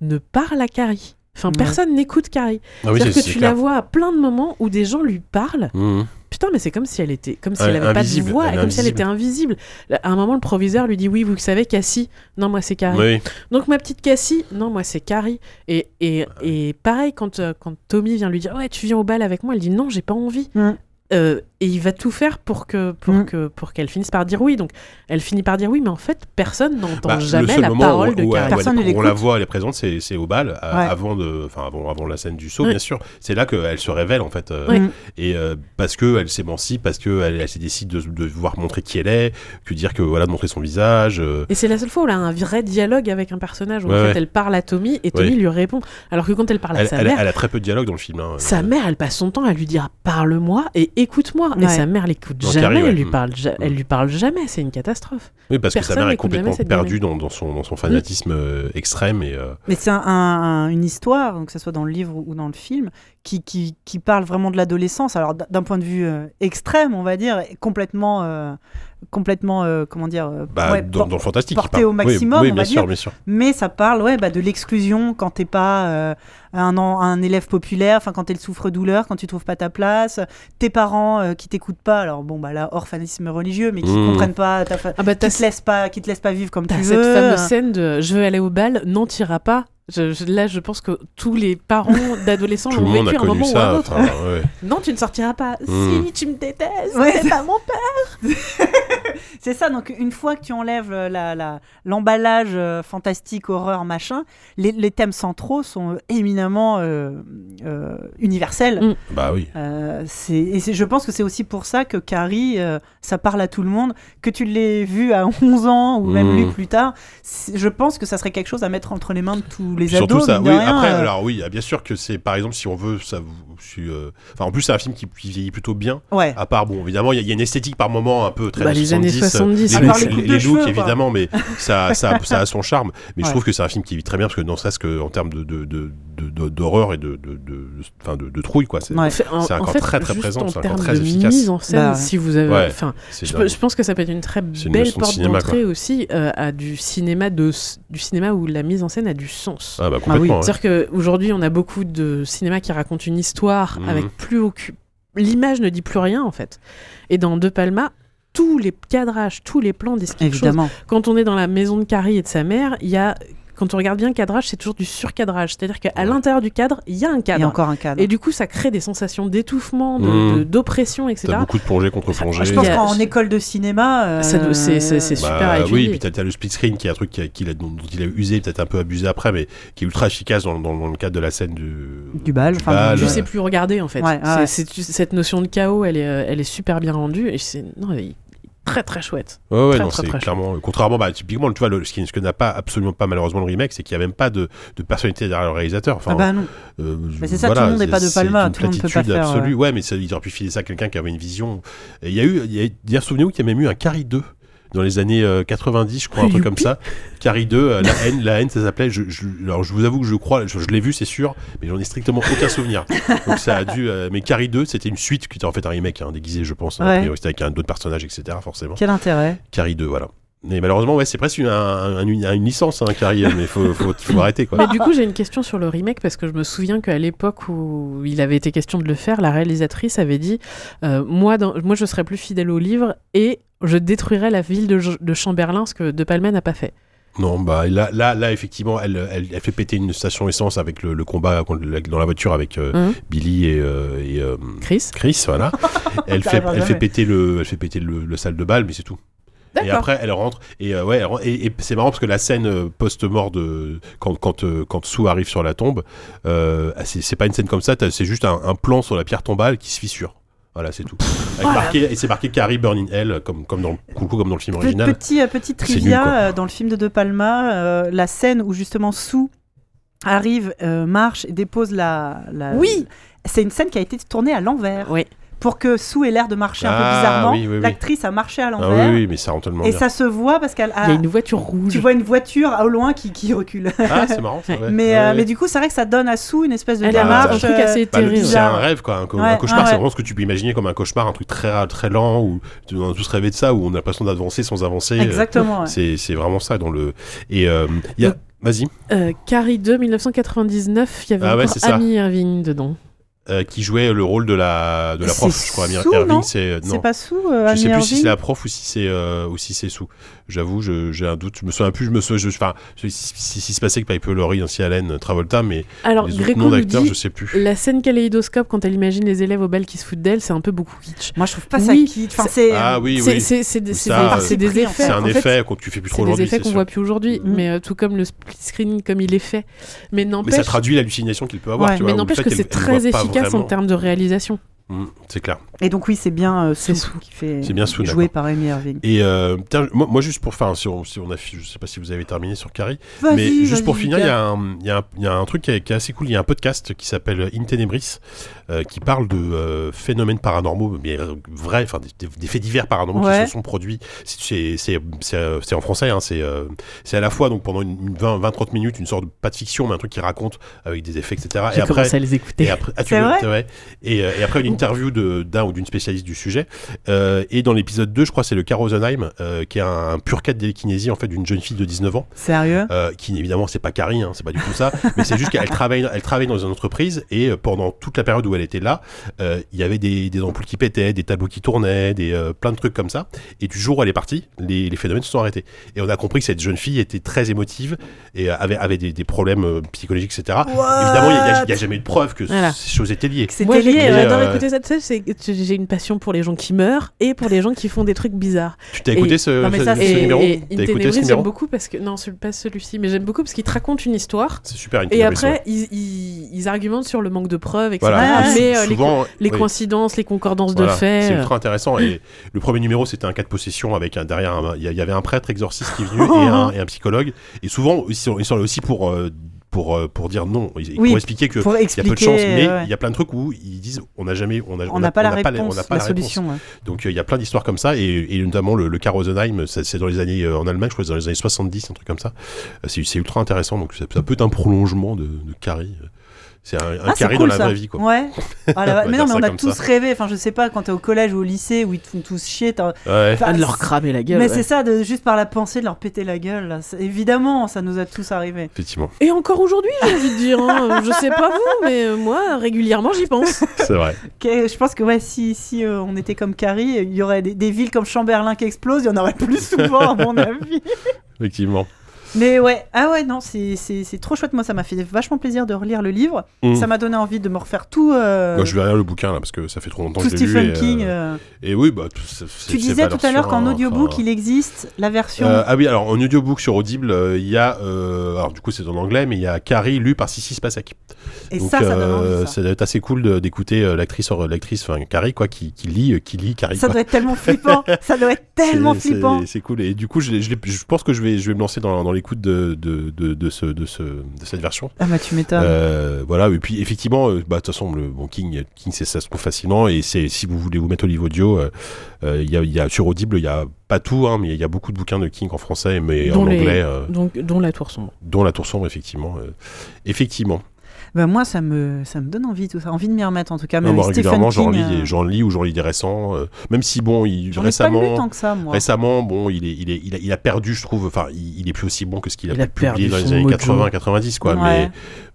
C: ne parle à Carrie. Enfin,
A: Ouais.
C: personne n'écoute Carrie.
B: Ah oui,
C: C'est-à-dire
B: c'est-
C: que
B: c'est
C: tu
B: clair.
C: la vois à plein de moments où des gens lui parlent
B: Mhm.
C: Putain, mais c'est comme si elle était, comme si
B: Ouais,
C: elle avait
B: invisible,
C: pas de voix,
B: elle est
C: comme si elle
B: invisible.
C: était invisible. Là, À un moment, le proviseur lui dit oui, vous savez Cassie. Non, moi c'est Carrie.
B: Oui.
C: Donc ma petite Cassie. Non, moi c'est Carrie. Et et, et pareil quand euh, quand Tommy vient lui dire ouais, tu viens au bal avec moi, elle dit non, j'ai pas envie.
A: Mm.
C: Euh, et il va tout faire pour que pour
A: Mm.
C: que pour qu'elle finisse par dire oui. Donc elle finit par dire oui, mais en fait personne n'entend
B: Bah, le
C: jamais
B: seul
C: la
B: moment
C: parole
B: où,
C: de
B: où elle-
C: Karen.
A: Personne
B: où
A: ne
B: elle- on la
A: l'écoute.
B: voit, elle est présente, c'est c'est au bal, à-
A: Ouais.
B: avant, de, enfin, avant, avant la scène du saut,
C: Ouais.
B: bien sûr. C'est là qu'elle se révèle, en fait. euh,
A: Ouais.
B: Et euh, parce qu'elle s'émancipe, parce qu'elle elle, se décide de, de voir montrer qui elle est, que dire que, voilà, de montrer son visage. euh,
C: Et c'est la seule fois où elle a un vrai dialogue avec un personnage. Où
B: Ouais,
C: en fait,
B: ouais.
C: elle parle à Tommy et Tommy
B: Oui.
C: lui répond. Alors que quand elle parle à
B: elle,
C: Ah, sa
B: elle-
C: mère,
B: elle a très peu de dialogue dans le film. hein.
C: sa mère, elle passe son temps à lui dire parle-moi et écoute-moi. Et
A: Ouais.
C: sa mère l'écoute
B: Dans
C: jamais.
B: Carrie, ouais.
C: elle lui
B: Mm.
C: parle, ja- elle
B: Mm.
C: lui parle jamais. C'est une catastrophe.
B: Oui, parce que sa
C: personne
B: mère est
C: n'écoute jamais
B: complètement
C: cette Mm.
B: perdue dans, dans son, dans son fanatisme euh, extrême. Et, euh,
A: Mais c'est un- un- un- une histoire, donc que ce soit dans le livre ou dans le film, qui, qui, qui parle vraiment de l'adolescence. Alors d- d'un point de vue euh, extrême, on va dire, et complètement, euh, complètement, euh, comment dire, euh,
B: bah,
A: ouais,
B: dans,
A: por-
B: dans le fantastique. il
A: porté
B: parle.
A: au maximum,
B: Oui, oui,
A: on
B: bien
A: va
B: sûr,
A: dire.
B: bien sûr.
A: mais ça parle, ouais, bah, de l'exclusion quand t'es pas euh, un, en- un élève populaire, enfin quand t'es le souffre-douleur, quand tu trouves pas ta place, tes parents euh, qui t'écoutent pas. Alors bon, bah là, orphanisme religieux, mais qui
B: Mmh.
A: comprennent pas, ta fa-
C: Ah bah
A: qui te laissent pas, qui te laissent pas vivre comme tu
C: T'as
A: veux.
C: cette fameuse scène de je veux aller au bal, non, t'iras pas. Je- je- là, je pense que tous les
A: (laughs)
C: parents d'adolescents
B: Tout le
C: l'ont
B: monde a
C: vécu à un
B: connu
C: moment ou à un
B: ça.
C: autre.
B: enfin, ouais.
C: Non, tu ne sortiras pas.
B: Mm.
C: Si, tu me détestes.
A: Ouais,
C: t'es pas mon père.
A: C'est ça, donc une fois que tu enlèves euh, la- la- l'emballage euh, fantastique, horreur, machin, les, les thèmes centraux sont euh, éminemment euh, euh, universels.
C: Mm.
B: Bah oui.
A: Euh, c'est- et c'est- je pense que c'est aussi pour ça que Carrie, euh, ça parle à tout le monde. Que tu l'aies vu à 11 ans ou même
B: Mm.
A: lu plus tard, c'est- je pense que ça serait quelque chose à mettre entre les mains de tous les
B: Puis
A: ados.
B: surtout ça,
A: mine
B: oui.
A: de rien,
B: après,
A: euh,
B: alors oui, ah, bien sûr que c'est, par exemple, si on veut, ça vous, si, euh, enfin, en plus c'est un film qui, qui vieillit plutôt bien.
A: ouais.
B: À part, bon, évidemment, il y, a- il y a une esthétique par moment un peu très
C: Bah, les années 70,
A: à
B: les
A: part
B: looks,
A: les coupes
B: les-
A: de
B: les looks,
A: cheveux, quoi.
B: évidemment, mais ça,
A: (laughs)
B: ça, ça a son charme. Mais je
A: Ouais.
B: trouve que c'est un film qui vit très bien parce que non, ça, ce que en termes de, de, de- de- de- d'horreur et de, de, de, enfin, de, de trouille, quoi. C'est,
A: Ouais.
C: Fait- en-
B: C'est encore
C: en fait,
B: très, très
C: juste
B: présent,
C: En
B: c'est encore
C: termes
B: très
C: de
B: efficace.
C: mise en scène,
A: Bah ouais.
C: si vous avez,
B: Ouais.
C: enfin,
B: c'est
C: je,
B: dingue.
C: peux- je pense que ça peut être une très
B: C'est une
C: belle
B: leçon de
C: porte
B: cinéma,
C: d'entrée aussi euh, à du cinéma de s- du cinéma où la mise en scène a du sens.
B: Ah bah complètement. ouais.
C: C'est-à-dire qu'aujourd'hui, on a beaucoup de cinéma qui raconte une histoire
B: Mhm.
C: avec plus aucune. L'image ne dit plus rien, en fait. Et dans De Palma, tous les cadrages, tous les plans disent quelque chose.
A: Évidemment.
C: Quand on est dans la maison de Carrie et de sa mère, il y a. Quand on regarde bien le cadrage, c'est toujours du surcadrage. C'est-à-dire qu'à
B: Ouais.
C: l'intérieur du cadre, il y a un
A: Il y a
C: cadre.
A: encore un cadre.
C: Et, du coup, ça crée des sensations d'étouffement, de-
B: Mhm.
C: de- d'oppression, etc.
B: T'as beaucoup de plongées contre plongées.
A: je
C: il
A: pense
C: y a-
A: qu'en école de cinéma. euh,
C: euh, Ça doit- c'est- c'est-
B: Bah,
C: c'est- super à étudier.
B: Oui, puis t'as t'as le split screen qui est un truc qui a- qu'il a, dont, dont il a usé, peut-être un peu abusé après, mais qui est ultra efficace dans, dans- dans le cadre de la scène du,
A: Du bal, enfin,
C: Je
A: Ouais.
C: sais plus regarder en fait.
A: Ouais, ouais,
C: C'est-
A: ouais.
C: c'est- tu- cette notion de chaos, elle est, euh, elle est super bien rendue et c'est non, elle est très très chouette.
B: Ouais, ouais,
C: Très,
B: non,
C: très,
B: c'est
C: très
B: clairement. Contrairement, bah, typiquement, tu vois, le, ce qui- ce que n'a pas absolument pas malheureusement le remake, c'est qu'il n'y a même pas de, de personnalité derrière le réalisateur. Enfin,
A: Ah bah non.
B: euh,
A: Mais c'est ça, tout
B: voilà,
A: le monde n'est pas de
B: c'est
A: Palma,
B: une
A: tout le monde peut pas
B: platitude
A: faire, euh.
B: absolue. Ouais, mais ça, il aurait pu filer ça à quelqu'un qui avait une vision. Et Il y a eu, il y a, il y a- souvenez-vous qu'il y a même eu un Carrie 2 dans les années euh, 90, je crois,
A: (laughs)
B: un truc comme ça. Carrie 2, euh, la haine, la haine, ça s'appelait. Je, je- alors, je vous avoue que je crois, je, je l'ai vu, c'est sûr, mais j'en ai strictement aucun souvenir. Donc ça a dû. euh, mais Carrie 2, c'était une suite qui était en fait un remake hein, déguisé, je pense. hein,
A: Ouais.
B: a priori, C'était avec un d'autres personnages, etc. Forcément.
A: Quel intérêt
B: Carrie 2, voilà. Mais malheureusement, ouais, c'est presque une, un- un- une, une licence, hein, Carrie, mais faut, faut, faut arrêter, quoi.
C: Mais du coup, j'ai une question sur le remake parce que je me souviens qu'à l'époque où il avait été question de le faire, la réalisatrice avait dit euh, moi, dans- moi, je serais plus fidèle au livre et je détruirais la ville de, J- de Chamberlain, ce que De Palma n'a pas fait.
B: Non, bah là, là, là effectivement, elle, elle, elle fait péter une station essence avec le, le combat contre la- dans la voiture avec euh,
C: Mhm.
B: Billy et, euh, et, euh,
C: Chris
B: Chris,
A: (laughs)
B: voilà. elle fait,
A: T'arriveras
B: elle fait
A: jamais.
B: péter le, elle fait péter le, le salle de bal, mais c'est tout. Et
C: D'accord.
B: après, elle rentre et euh, ouais, elle rentre- et, et c'est marrant parce que la scène euh, post-mort de quand quand euh, quand Sue arrive sur la tombe, euh, c'est c'est pas une scène comme ça. t'as- C'est juste un, un plan sur la pierre tombale qui se fissure. Voilà, c'est tout. Avec marqué, et c'est marqué Carrie Burning Hell comme comme dans le- coucou, comme dans le film
A: Pe-
B: original.
A: Petit, euh, petit
B: C'est nul,
A: trivia
B: quoi.
A: euh, dans le film de De Palma, euh, la scène où justement Sue arrive, euh, marche et dépose la. la-
D: Oui.
A: C'est une scène qui a été tournée à l'envers.
C: Oui.
A: Pour que Sue ait l'air de marcher un
B: Ah,
A: peu bizarrement,
B: oui, oui, oui.
A: l'actrice a marché à
B: Ah
A: l'envers.
B: oui, oui, mais ça rentre tellement
A: Et
B: bien.
A: ça se voit parce qu'elle a-
C: Il y a une voiture rouge.
A: Tu vois une voiture au loin qui, qui recule.
B: Ah, c'est marrant. ça,
A: (laughs)
B: ouais.
A: mais,
B: Ouais,
A: euh,
B: ouais.
A: mais du coup, c'est vrai que ça donne à Sue une espèce de
C: Elle a
B: démarche,
C: un
A: démarche.
C: truc
A: euh,
C: assez
B: Bah, le-
C: terrible.
B: c'est
A: bizarre.
B: un rêve quoi, un, co-
A: Ouais,
B: un cauchemar,
A: ouais,
B: c'est
A: ouais.
B: vraiment ce que tu peux imaginer comme un cauchemar, un truc très très lent où tu- on a tous rêvé de ça, où on a l'impression d'avancer sans avancer. euh,
A: Exactement. ouais.
B: C'est c'est vraiment ça dans le et euh, il y a
C: Donc-
B: vas-y
C: Euh, Carrie 2, 1999, il y avait
B: Ah ouais,
C: encore
B: c'est ça.
C: Amy Irving dedans.
B: euh, qui jouait le rôle de la, de la
A: C'est
B: prof, je crois. Amir
A: Sue,
B: Irving,
A: non
B: c'est. euh,
A: C'est
B: non.
A: pas sous euh,
B: je sais
A: Annie
B: plus si
A: Irving
B: c'est la prof ou si c'est euh, ou si c'est sous. J'avoue, je- j'ai un doute. Je me souviens plus. Je me souviens. je- Enfin, si si- si- si se passait que Piper Laurie, ainsi Allen, Travolta, mais
C: Alors,
B: les autres
C: Gréco
B: noms
C: nous
B: d'acteurs, je
C: dit
B: sais plus.
C: la scène kaléidoscope quand elle imagine les élèves au bal qui se foutent d'elle, c'est un peu beaucoup kitsch.
A: Moi, je trouve pas
C: Oui,
A: ça kitsch. Enfin, c'est.
B: Ah oui,
C: C'est-
B: oui.
C: C'est c'est des, c'est
B: Ça,
C: des- c'est des
A: euh,
C: effets.
B: C'est un
C: en fait,
B: effet qu'on tu fais plus trop
C: C'est des
B: aujourd'hui.
C: effets
B: c'est
C: qu'on
B: sûr.
C: voit plus aujourd'hui,
A: Mhm.
C: mais euh, tout comme le split screen comme il est fait.
B: Mais
C: Mais
B: ça
C: n'empêche
B: traduit l'hallucination qu'il peut avoir.
A: Ouais.
B: tu vois,
C: mais
B: ou le
C: n'empêche
B: fait
C: que
B: qu'elle-
C: c'est
B: elle voit
C: très
B: pas
C: efficace en
B: vraiment.
C: termes de réalisation.
B: Mm, c'est clair.
A: Et donc, oui, c'est bien euh,
C: C'est
A: Sue
C: Sue.
A: qui fait.
B: C'est bien Sue,
A: Joué
B: d'accord.
A: par Amy Irving.
B: Et euh, putain, moi, moi, juste pour faire, si on, si on a, fi- je sais pas si vous avez terminé sur Carrie, mais
A: Vas-y,
B: juste pour
A: vas-y,
B: finir, il y,
A: Lucas.
B: a un- il y a un- il y a un truc qui est, qui est assez cool. Il y a un podcast qui s'appelle In Tenebris euh, qui parle de euh, phénomènes paranormaux, mais euh, vrais, enfin des, des- des faits divers paranormaux
A: Ouais.
B: qui se sont produits. C'est- C'est c'est- c'est, euh, c'est en français, hein, c'est euh, c'est à la fois donc pendant une, 20-30 minutes une sorte de pas de fiction, mais un truc qui raconte avec des effets, etc. Et
C: J'ai
B: après,
C: commencé à les écouter.
B: et après, ah, tu
A: C'est
B: veux-
A: vrai
B: t'es- ouais. et, euh, et après une interview de- d'un ou d'une spécialiste du sujet. Euh, et dans l'épisode 2, je crois, c'est le cas Rosenheim, euh, qui est un, pur cas de télékinésie en fait d'une jeune fille de 19 ans,
A: Sérieux
B: euh, qui évidemment c'est pas Carrie, hein, c'est pas du tout ça, (laughs) mais c'est juste qu'elle travaille, elle travaille dans une entreprise et euh, pendant toute la période où elle était là, euh, il y avait des, des ampoules qui pétaient, des tableaux qui tournaient, des euh, plein de trucs comme ça. Et du jour où elle est partie, les, les phénomènes se sont arrêtés. Et on a compris que cette jeune fille était très émotive et euh, avait, avait des, des problèmes euh, psychologiques, etc. Évidemment, il n'y
A: Euh,
B: a, il y a jamais eu de preuve que
C: Voilà.
B: ces choses étaient liées.
A: C'était
C: Moi, j'ai-
A: lié.
B: Mais,
A: ouais.
C: j'adore
B: euh,
C: écouter ça. Tu sais, c'est- j'ai j'ai une passion pour les gens qui meurent et pour les gens qui font des trucs bizarres.
B: Tu t'as
C: Et-
B: écouté ce,
A: non, mais
B: ce-
A: ça,
B: ce
A: c'est-
C: Et,
B: numéro
C: et In
B: T'as écouté
C: Tenebris,
B: ce
C: j'aime
B: numéro
C: beaucoup parce que non, ce- pas celui-ci, mais j'aime beaucoup parce qu'il te raconte une histoire
B: Ah C'est super
C: et
B: intéressant.
C: après ils, ils- ils argumentent sur le manque de preuves, etc.
B: Voilà.
A: Ouais.
C: Mais euh, les,
B: Souvent,
C: les
B: oui,
C: coïncidences, les concordances
B: voilà,
C: de faits.
B: C'est
C: euh,
B: ultra intéressant. Et le premier numéro, c'était un cas de possession avec un, derrière, un- il y, a- il y avait un prêtre exorciste qui est venu et,
A: (laughs)
B: un, et un psychologue. Et souvent, ils sont, ils sont là aussi pour, euh, pour, euh, pour dire non. Ils-
A: Oui,
B: pour expliquer que.
A: Pour
B: Il y a
A: expliquer. euh,
B: peu de chance, mais
A: ouais.
B: il y a plein de trucs où ils disent on n'a jamais, on a-
A: on
B: a-
A: n'a pas la
B: on a on
A: réponse,
B: n'a pas
A: la,
B: réponse.
A: solution. ouais.
B: Donc euh, il y a plein d'histoires comme ça, et, et notamment le, le cas Rosenheim, ça, c'est dans les années euh, en Allemagne, je crois, c'est dans les années 70, un truc comme ça. Euh, C'est c'est ultra intéressant, donc ça, ça peut être un prolongement de, de Carrie. C'est un, un
A: Ah, c'est
B: Carrie
A: cool,
B: dans la
A: ça.
B: vraie vie, quoi.
A: Ouais. Ah, la-
B: (laughs) On va
A: mais
B: dire
A: non, mais
B: ça
A: on a
B: comme
A: tous
B: ça.
A: rêvé. Enfin, je sais pas, quand t'es au collège ou au lycée où ils te font tous chier. t'as-
B: Ouais.
A: Enfin,
C: Ah, de leur cramer la gueule.
A: Mais
C: ouais.
A: c'est ça, de, juste par la pensée de leur péter la gueule. là. C'est- Évidemment, ça nous a tous arrivé.
B: Effectivement,
C: Et encore aujourd'hui, j'ai envie de dire. hein. Je sais pas vous, mais euh, moi, régulièrement, j'y pense.
B: c'est vrai. (laughs)
A: Ok, je pense que ouais, si, si euh, on était comme Carrie, il y aurait des, des villes comme Chamberlain qui explosent, il y en aurait plus souvent, à mon
C: (laughs)
A: avis.
B: Effectivement.
A: Mais ouais, ah ouais, non, c'est- c'est c'est trop chouette. Moi, ça m'a fait vachement plaisir de relire le livre.
B: Mm.
A: Ça m'a donné envie de me refaire tout. euh,
B: Moi, je vais lire le bouquin là parce que ça fait trop longtemps
A: tout
B: que je l'ai
A: Stephen
B: lu. et, euh,
A: King. euh.
B: Et oui, bah tout. c'est- c'est-
A: Tu
B: c'est
A: disais
B: pas
A: tout à l'heure
B: version,
A: qu'en
B: hein,
A: audiobook,
B: enfin,
A: il existe la version.
B: euh, ah oui, alors en audiobook sur Audible, euh, il y a. euh, alors du coup, c'est en anglais, mais il y a Carrie lu par Sissi Spacek.
A: et
B: Donc,
A: ça, ça donne
B: euh,
A: envie. Ça,
B: ça doit être assez cool de- d'écouter euh, l'actrice, or- l'actrice, enfin Carrie quoi, qui, qui lit, euh, qui lit Carrie.
A: Ça
B: quoi.
A: doit être
B: (laughs)
A: tellement flippant. ça doit être tellement
B: C'est-
A: flippant.
B: c'est- C'est cool. Et du coup, je, l'ai- je l'ai- je pense que je vais, je vais me lancer dans, dans l'écoute de, de, de, de ce, de, ce, de cette version.
A: Ah bah tu m'étonnes.
B: Euh, voilà. Et puis, effectivement, euh, bah, de toute façon, le bon, King, King c'est- ça se trouve fascinant. Et c'est- si vous voulez vous mettre au livre audio, euh, euh, il y a, il y a, sur Audible, il y a pas tout, hein, mais il y a beaucoup de bouquins de King en français, mais
C: Dont
B: en
C: les-
B: anglais, euh,
C: Donc, dont la tour sombre.
B: dont La Tour Sombre, effectivement. euh, effectivement.
A: Bah, moi ça me ça me donne envie tout ça, envie de m'y remettre en tout cas. Ah, Mais
B: Non, moi,
A: oui, Stephen
B: régulièrement, j'en
A: King,
B: lis,
A: euh,
B: des- j'en lis ou j'en lis des récents. euh, même si, bon, il,
A: j'en ai
B: récemment.
A: pas lu tant que ça moi.
B: Récemment, bon, il, est, il, est, il, a, il a perdu, je trouve. Enfin, il, il est plus aussi bon que ce qu'il a,
C: Il a
B: pu publier
C: perdu
B: dans les
C: son
B: années
C: mojo.
B: 80-90, quoi.
A: Ouais.
B: Mais,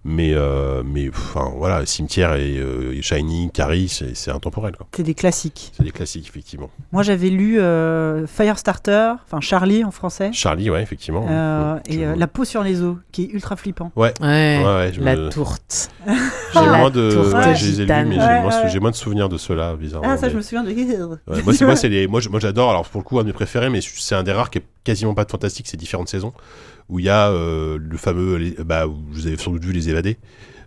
B: mais, euh, mais, enfin, voilà, Cimetière et, euh, et Shining, Carrie, c'est c'est intemporel, quoi.
A: C'est des classiques.
B: C'est des classiques, effectivement.
A: Moi j'avais lu euh, Firestarter, enfin Charlie en français,
B: Charlie, ouais, effectivement.
A: euh,
B: Mmh, je-
A: et euh, La peau sur les os, qui est ultra flippant.
C: Ouais.
B: Ouais, ouais, je
C: La
B: me-
C: tourte.
B: j'ai
C: la
B: moins de.
C: tour
B: ouais, je les ai lus,
C: gitane.
B: mais j'ai
A: Ouais,
B: moins,
A: ouais.
B: j'ai moins de souvenirs de ceux-là, bizarrement.
A: Ah ça
B: Oh, mais-
A: je me souviens de.
B: Ouais, moi, c'est moi, c'est les, moi, je- moi, j'adore. Alors, pour le coup, un de mes préférés, mais c'est un des rares qui est quasiment pas de fantastique, c'est différentes saisons où il y a euh, le fameux, les- bah, où vous avez sans doute vu les évadés.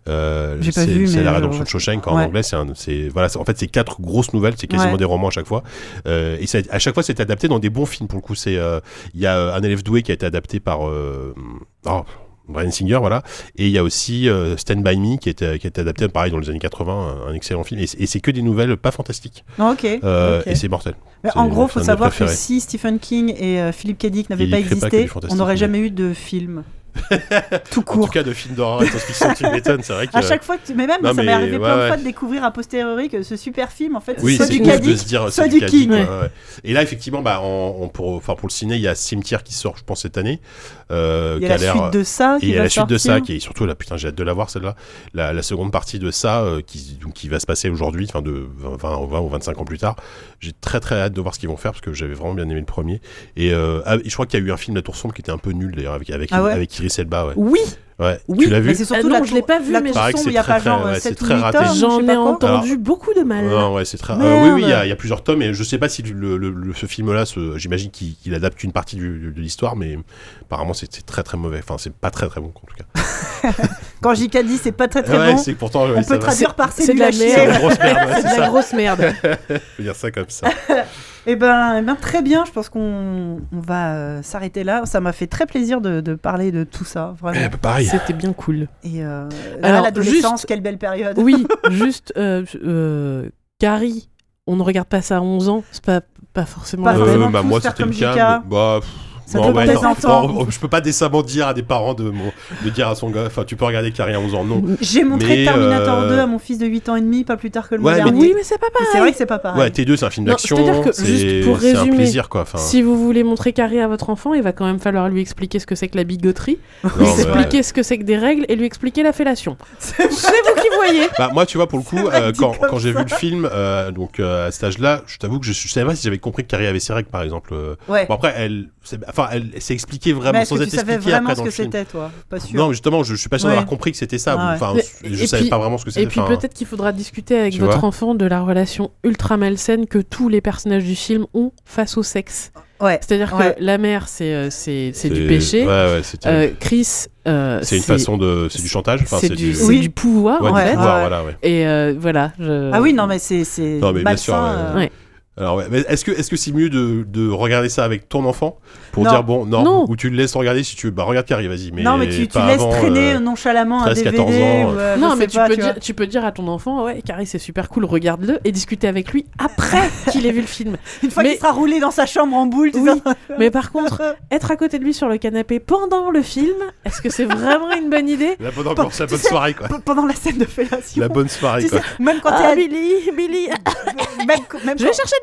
B: Euh,
A: J'ai pas
B: c'est-
A: vu,
B: c'est
A: mais,
B: la
A: euh,
B: rédemption
A: ouais.
B: de Shawshank en
A: Ouais.
B: anglais. C'est, un- c'est voilà, c'est- en fait c'est quatre grosses nouvelles, c'est quasiment
A: Ouais.
B: des romans à chaque fois. Euh, et ça- à chaque fois c'est adapté dans des bons films. Pour le coup, c'est euh, il y a euh, un élève doué qui a été adapté par euh, oh, Brian Singer, voilà. Et il y a aussi euh, Stand by Me qui est qui est adapté pareil dans les années 80, un, un excellent film. Et, c'est- et c'est que des nouvelles pas fantastiques.
A: (laughs) Non, ok.
B: Euh,
A: ok.
B: Et c'est mortel.
A: Mais
B: c'est-
A: en gros,
B: c'est
A: faut
B: un de mes
A: savoir que
B: préférés.
A: si Stephen King et euh, Philippe K. Dick n'avaient
B: Il
A: pas
B: écrit pas que du
A: existé, on
B: fantastique,
A: n'aurait
B: mais- (laughs)
A: jamais eu de film. tout
B: En tout
A: court.
B: cas, de films d'horreur et de science-fiction, tu m'étonnes, c'est vrai que.
A: À chaque fois que tu... Mais même,
B: Non,
A: ça m'est
B: mais
A: arrivé plein
B: ouais,
A: de fois
B: ouais.
A: de découvrir a posteriori que ce super film, en fait,
B: euh, Oui,
A: soit
B: c'est
A: du
B: ouf de
A: Cadix.
B: se dire
A: soit
B: c'est
A: du
B: du Cadix,
A: King.
B: ouais, ouais. Et là, effectivement, bah, on, on- pour, enfin, pour le ciné, il y a Cimetière qui sort, je pense, cette année. euh,
A: Il y
B: qui
A: a la
B: l'air-
A: suite de ça.
B: Et
A: qui
B: il y a
A: va
B: la suite de ça,
A: sortir.
B: qui est surtout là, putain, j'ai hâte de la voir celle-là. La, la seconde partie de ça, euh, qui, donc, qui va se passer aujourd'hui, enfin de 20, 20, 20 ou 25 ans plus tard. J'ai très très hâte de voir ce qu'ils vont faire parce que j'avais vraiment bien aimé le premier. Et, euh, ah, et je crois qu'il y a eu un film La Tour Sombre qui était un peu nul d'ailleurs avec, avec,
A: Ah ouais
B: avec Iris Elba. Ouais.
A: Oui,
B: Ouais.
A: oui.
B: tu l'as
A: mais
B: vu
A: c'est surtout
D: Ah non,
A: la
D: je l'ai
A: tour-
D: pas vu,
A: la
D: mais
A: tour
B: je sais
A: sombre,
B: que
A: il y a
B: c'est
A: pas
B: très,
A: genre
B: ouais,
A: 7
B: c'est
A: ou
B: très
A: 8
B: raté.
A: tomes, je sais
C: J'en
A: pas
C: ai
A: quoi.
C: entendu beaucoup de mal.
B: Non, ouais, c'est très.
A: Ah, Merde.
B: euh, oui, oui, il y, a il y a plusieurs tomes, et je sais pas si le, le- le- ce film-là, ce- j'imagine qu'il qu'il adapte une partie du- du- de l'histoire, mais apparemment c'est c'est très très mauvais. Enfin, c'est pas très très bon en tout cas.
A: Quand j'ai Cadix, c'est pas Ah, très très
B: ouais,
A: bon.
B: c'est pourtant. ouais,
A: On
B: ça
A: peut
B: va.
A: traduire par
C: c'est de
A: cellule
C: la
A: à chier.
B: C'est
C: merde.
B: la grosse merde, ouais,
C: C'est
B: c'est
C: de la
B: ça.
C: grosse merde.
B: Faut dire ça comme ça.
A: Eh ben, eh ben, très bien, je pense qu'on on va euh, s'arrêter là. Ça m'a fait très plaisir de, de parler de tout ça, vraiment.
B: Eh, bah, pareil.
C: C'était bien cool.
B: Eh
A: Et euh,
C: ben, Alors,
A: à l'adolescence,
C: juste-
A: quelle belle période.
C: Oui, juste euh, euh, Carrie, on ne regarde pas ça à 11 ans, c'est pas pas forcément
A: Pas
C: la
B: Euh,
A: forcément.
C: peine.
A: tous
B: bah, moi,
A: faire
B: c'était le
A: comme
B: cas.
A: Jika.
B: mais- bah, pff,
A: Ça
B: non,
A: peut
B: ouais,
A: pas
B: non.
A: les entendre.
B: (laughs) Bon, je peux pas décemment dire à des parents de, mon- de dire à son gars, enfin, tu peux regarder Carrie à 11 ans,
C: Mm.
B: non.
A: J'ai montré
B: Mais,
A: Terminator
B: euh,
A: 2 à mon fils de 8 ans et demi, pas plus tard que le
B: Ouais,
A: mois
B: mais
A: dernier.
C: Oui, mais c'est pas
A: Mais
C: pareil.
A: c'est vrai que c'est pas pareil.
B: Ouais, t'es deux, c'est un film
C: Non,
B: d'action.
C: c'est-à-dire que,
B: c'est-
C: juste pour
B: C'est un
C: résumer,
B: plaisir, quoi. Enfin,
C: Si vous voulez montrer Carrie à votre enfant, il va quand même falloir lui expliquer ce que c'est que la bigoterie,
A: (laughs)
C: lui
B: non, mais-
C: expliquer ce que c'est que des règles et lui expliquer la fellation.
A: C'est vrai.
C: C'est vous qui voyez.
B: Bah, moi, tu vois, pour le
A: C'est
B: coup,
A: vrai
B: euh,
A: que dit
B: quand,
A: comme
B: quand j'ai
A: ça.
B: vu le film, euh, donc euh, à cet âge-là, je t'avoue que je, je savais pas si j'avais compris que Carrie avait ses règles, par exemple. Euh,
A: Ouais.
B: Bon, après, elle, c'est- enfin, elle s'est expliquée
A: mais
B: vraiment
A: est-ce
B: sans
A: que
B: être
A: tu savais
B: expliquée
A: vraiment
B: après
A: ce
B: dans
A: que
B: le film.
A: c'était, toi Pas sûr.
B: Non, mais justement, je, je suis pas sûr
A: Ouais.
B: d'avoir compris que c'était ça.
A: Ah ouais.
B: Enfin,
C: Mais-
B: je, je
C: et
B: savais
C: puis-
B: pas vraiment ce que c'était.
C: Et puis
B: enfin,
C: peut-être qu'il faudra discuter avec
B: Tu
C: votre
B: vois.
C: enfant de la relation ultra malsaine que tous les personnages du film ont face au sexe.
A: Ouais.
C: C'est-à-dire
A: Ouais.
C: que la mère, c'est euh, c'est c'est du péché.
B: Ouais, ouais, c'était-
C: Euh, Chris, euh,
B: c'est une façon de, c'est du chantage. Enfin,
C: c'est du, c'est
A: Oui.
C: du pouvoir
B: ouais,
C: en
B: du
C: fait.
B: pouvoir,
A: Ouais.
B: voilà, ouais.
C: Et euh, voilà. je-
A: Ah oui, non, mais c'est c'est
B: Non, mais bien sûr,
A: malsain,
B: ouais.
A: euh,
C: Ouais.
B: Alors, ouais, mais est-ce que est-ce que c'est mieux de, de regarder ça avec ton enfant pour
A: Non.
B: dire bon non,
C: Non.
B: ou tu le laisses regarder si tu veux bah regarde Carrie vas-y mais
A: non, mais tu, tu
B: pas
A: laisses
B: avant,
A: traîner
B: euh,
A: nonchalamment un
B: 13,
A: DVD.
B: 14 ans,
A: ou, euh, je
C: Non,
A: sais
C: mais tu,
A: pas,
C: peux
A: vois.
C: dire, tu peux dire à ton enfant, ouais, Carrie, c'est super cool, regarde-le et discuter avec lui
A: (laughs)
C: après qu'il ait vu le film.
A: Une fois
C: mais-
A: qu'il sera roulé dans sa chambre en boule, tu
C: Oui,
A: (laughs) sais.
C: Mais par contre, être à côté de lui sur le canapé pendant le film, est-ce que c'est vraiment une bonne idée
B: la bonne ambiance, la bonne soirée quoi
A: P- pendant la scène de fellation.
B: (laughs) la bonne soirée
A: Tu
B: quoi
A: sais, même quand t'es
C: Ah,
A: adulte,
C: Billy, Billy,
A: même, quand- même
C: je vais
A: quand-
C: chercher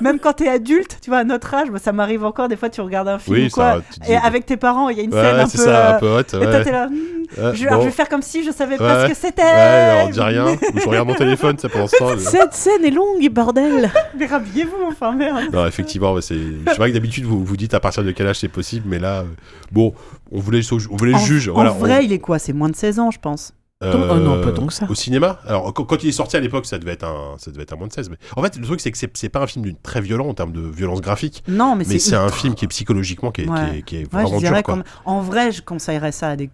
A: même quand t'es adulte, tu vois, à notre âge, moi, ça m'arrive encore, des fois tu regardes un film
B: oui
A: ou quoi,
B: ça tu te dis-
A: et avec tes parents, il y a une
B: ouais,
A: scène
B: ouais,
A: un
B: c'est
A: peu...
B: ça
A: euh,
B: un peu hot
A: Et toi,
B: ouais.
A: t'es là, hmm,
B: Ouais,
A: je, alors, je
B: bon.
A: euh, vais faire comme si je savais
B: Ouais,
A: pas ce que c'était.
B: ouais alors, on dit rien
A: (laughs)
B: ou je regarde mon téléphone ça pendant ce temps
C: de
B: je-
C: l'eau. Cette scène est longue, bordel.
A: Mais rhabillez-vous, enfin, merde.
B: Non, effectivement, ouais, c'est. Je sais pas que d'habitude vous vous dites à partir de quel âge c'est possible, mais là, euh, bon, on voulait, on voulait le juge.
A: en
B: voilà,
A: vrai, il est quoi C'est moins de 16 ans, je pense.
B: on- euh,
C: Oh non, pas tant que ça.
B: Au cinéma, alors quand, quand il est sorti à l'époque, ça devait être un, ça devait être un moins de 16. Mais en fait, le truc c'est que c'est c'est pas un film d'une- très violent en termes de violence graphique,
A: Non, mais,
B: mais c'est un
A: ultra-
B: film qui est psychologiquement qui est, qui est-
A: Ouais.
B: qui est
A: Ouais, je
B: vraiment
A: dirais
B: dur. Quoi.
A: comme- En vrai, je conseillerais ça à des,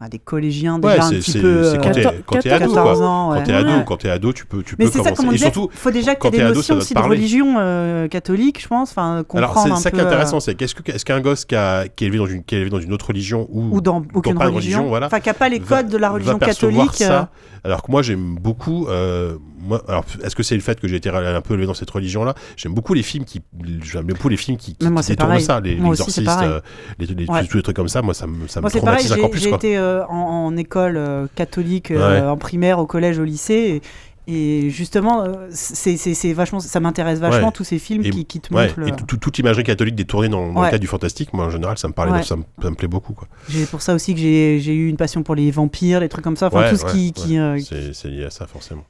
A: à des collégiens
B: Ouais,
A: déjà un
B: c'est
A: petit
B: c'est-
A: peu...
B: c'est quand
A: euh,
B: t'es
C: quatorze-
B: quand t'es ado,
A: 14
B: quoi.
A: ans,
B: Quand
A: ouais.
B: t'es ado,
A: Ouais.
B: quand t'es ado, tu peux, tu
A: Mais
B: peux
A: c'est ça, comme on
B: commencer. Et
A: disait,
B: surtout,
A: il faut déjà que
B: quand
A: tu aies
B: t'es
A: des
B: ado,
A: notions
B: ça doit te
A: aussi de
B: parler.
A: religion euh, catholique, je pense, enfin,
B: Alors
A: comprendre
B: c'est
A: un
B: ça qui
A: peu...
B: est
A: euh,
B: intéressant, c'est qu'est-ce que- est-ce qu'un gosse qui, a- qui est élevé dans une, qui est élevé dans une autre religion
A: ou dans aucune
B: pas de
A: religion,
B: religion, voilà,
A: enfin qui n'a pas les
B: va-
A: codes de la
B: va
A: religion
B: percevoir
A: catholique. euh,
B: Ça, alors que moi, j'aime beaucoup. euh, moi, alors, est-ce que c'est le fait que j'ai été un peu élevé dans cette religion-là J'aime beaucoup les films qui, j'aime beaucoup les films qui, qui,
A: Mais moi,
B: qui
A: c'est
B: détournent
A: pareil.
B: ça, les
A: Moi aussi, c'est
B: exorcistes,
A: pareil.
B: euh, les, les-
A: Ouais.
B: tous, tous les trucs comme ça. Moi, ça me, ça
A: Moi
B: me
A: c'est pareil,
B: traumatise encore
A: j'ai
B: plus.
A: j'ai
B: Quoi.
A: été euh, en, en école euh, catholique, euh,
B: Ouais.
A: en primaire, au collège, au lycée. Et, et justement, euh, c'est c'est- c'est vachement, ça m'intéresse vachement
B: Ouais.
A: tous ces films
B: Et-
A: qui, qui te
B: Ouais,
A: montrent. le-
B: et tout- tout- toute l'imagerie catholique détournée dans, dans
A: Ouais.
B: le cadre du fantastique, moi en général, ça me parlait,
A: Ouais.
B: donc ça, me, ça me plaît beaucoup. Quoi.
A: C'est pour ça aussi que j'ai j'ai eu une passion pour les vampires, les trucs comme ça, enfin
B: Ouais,
A: tout ce
B: ouais,
A: qui.
B: ouais.
A: qui, euh,
B: C'est c'est lié à ça, forcément.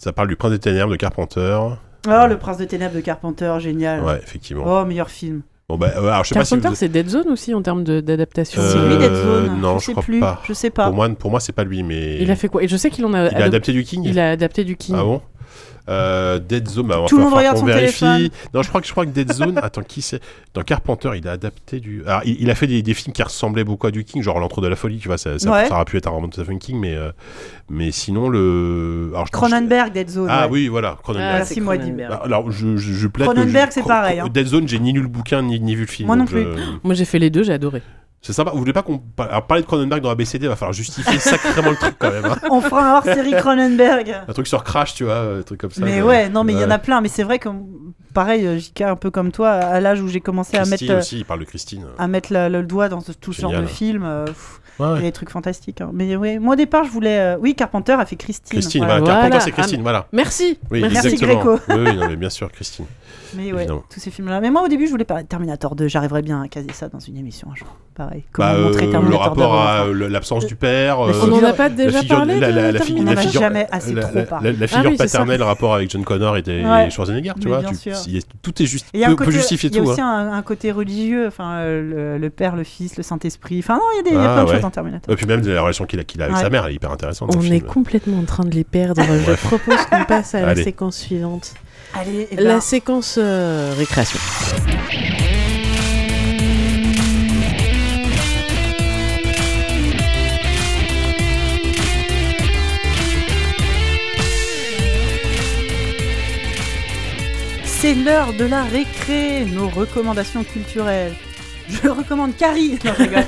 B: Ça parle du Prince des Ténèbres de Carpenter.
A: Oh, le Prince de Ténèbres de Carpenter, génial.
B: Ouais, effectivement.
A: Oh, meilleur film.
B: Bon, bah, euh, alors, je sais pas si vous-
C: Carpenter, c'est Dead Zone aussi en termes de- d'adaptation.
A: C'est lui
B: Euh,
A: Dead Zone.
B: non,
A: je,
B: je
A: sais
B: crois
A: plus.
B: pas.
A: Je sais pas.
B: pour moi, pour moi, c'est pas lui, mais
C: Il a fait quoi Et je sais qu'il en a,
A: euh,
B: Il a
C: adop-
B: adapté du King.
C: il a adapté du King.
B: Ah bon euh, Dead Zone, bah, on va
A: Tout le monde
B: falloir
A: regarde
B: qu'on
A: son
B: vérifie.
A: téléphone.
B: Non, je crois que je crois que Dead Zone. (laughs) Attends, qui c'est Dans Carpenter, il a adapté du. Alors, il, il a fait des, des films qui ressemblaient beaucoup à du King, genre l'entre de la folie, tu vois. Ça, ça,
A: Ouais.
B: ça aurait pu être un roman de Stephen King, mais euh, mais sinon le. Alors, je-
A: Cronenberg, Dead Zone.
B: Ah
A: ouais.
B: oui, voilà. Cronenberg.
A: Ah, c'est moi,
B: Bah, alors, je je, je plaide que
A: Cronenberg,
B: je-
A: c'est
B: Cro-
A: pareil,
B: Cro-
A: hein.
B: Dead Zone, j'ai ni lu le bouquin ni, ni vu le film.
A: Moi non
B: donc je-
C: Moi, j'ai fait les deux, j'ai adoré.
B: C'est sympa. Vous voulez pas qu'on par- alors, parler de Cronenberg dans ABCD Il va
A: (laughs)
B: falloir justifier sacrément le truc quand même. hein.
A: On fera un
B: (laughs)
A: hors-série Cronenberg.
B: Un truc sur Crash, tu vois, euh, un truc comme ça. Euh,
A: Mais
B: de-
A: ouais, non, mais il y en a
B: Ouais.
A: plein. Mais c'est vrai que, pareil, euh, JK, un peu comme toi, à l'âge où j'ai commencé à
B: Christine
A: mettre, euh,
B: aussi, il parle de Christine.
A: à mettre la- le doigt dans ce- tout ce genre
B: Génial.
A: de film, euh, pff, il
B: Ouais,
A: y a
B: ouais.
A: des trucs fantastiques. hein. Mais ouais, moi au départ, je voulais. euh, Oui, Carpenter a fait Christine.
B: Christine, bah,
A: Voilà.
B: voilà.
C: Voilà.
B: Carpenter, c'est
C: Ah,
B: Christine, voilà.
C: Merci.
B: Oui,
A: Merci,
B: exactement.
A: Gréco.
B: Oui, oui, non, mais bien sûr, Christine.
A: Mais ouais,
B: évidemment.
A: tous ces films-là. Mais moi au début, je voulais parler de Terminator 2. J'arriverais bien à caser ça dans une émission un jour. Pareil. Comment
B: Bah, euh,
A: montrer
B: le
A: Terminator 2
B: rapport à
A: enfin.
B: euh, le- l'absence du père.
A: La
B: euh,
A: figure-
C: On n'en a pas déjà
B: figure-
C: parlé
B: la-
C: de
B: la- la
C: Terminator
B: figure-
A: On en a
B: la figure-
A: jamais assez
B: la,
A: trop
B: la-
A: parlé.
B: la- la figure
C: Ah oui, c'est ça.
B: paternelle, le rapport avec John Connor et, des-
A: Ouais.
B: et Schwarzenegger, tu
A: Mais
B: vois,
A: bien
B: tu-
A: sûr.
B: il y a- tout est juste,
A: Et il y a un
B: peut, peut
A: côté-
B: justifier
A: il y a
B: tout.
A: aussi
B: hein.
A: un, un côté religieux, enfin euh, le, le père, le fils, le Saint-Esprit. Enfin non, il y a, des, il y a
B: Ah,
A: plein de
B: ouais.
A: choses dans Terminator.
B: Et puis même de la relation qu'il a, qu'il a avec
A: Ouais.
B: sa mère, elle est hyper intéressante. dans
C: On
B: le
C: est
B: film.
C: complètement en train de les perdre. Je
B: Bref.
C: propose qu'on passe à la
B: Allez.
C: séquence suivante.
B: Euh,
A: Allez, et
C: La séquence euh, récréation.
A: C'est l'heure de la récré, nos recommandations culturelles. Je recommande Carrie, non, je
B: (laughs)
A: rigole.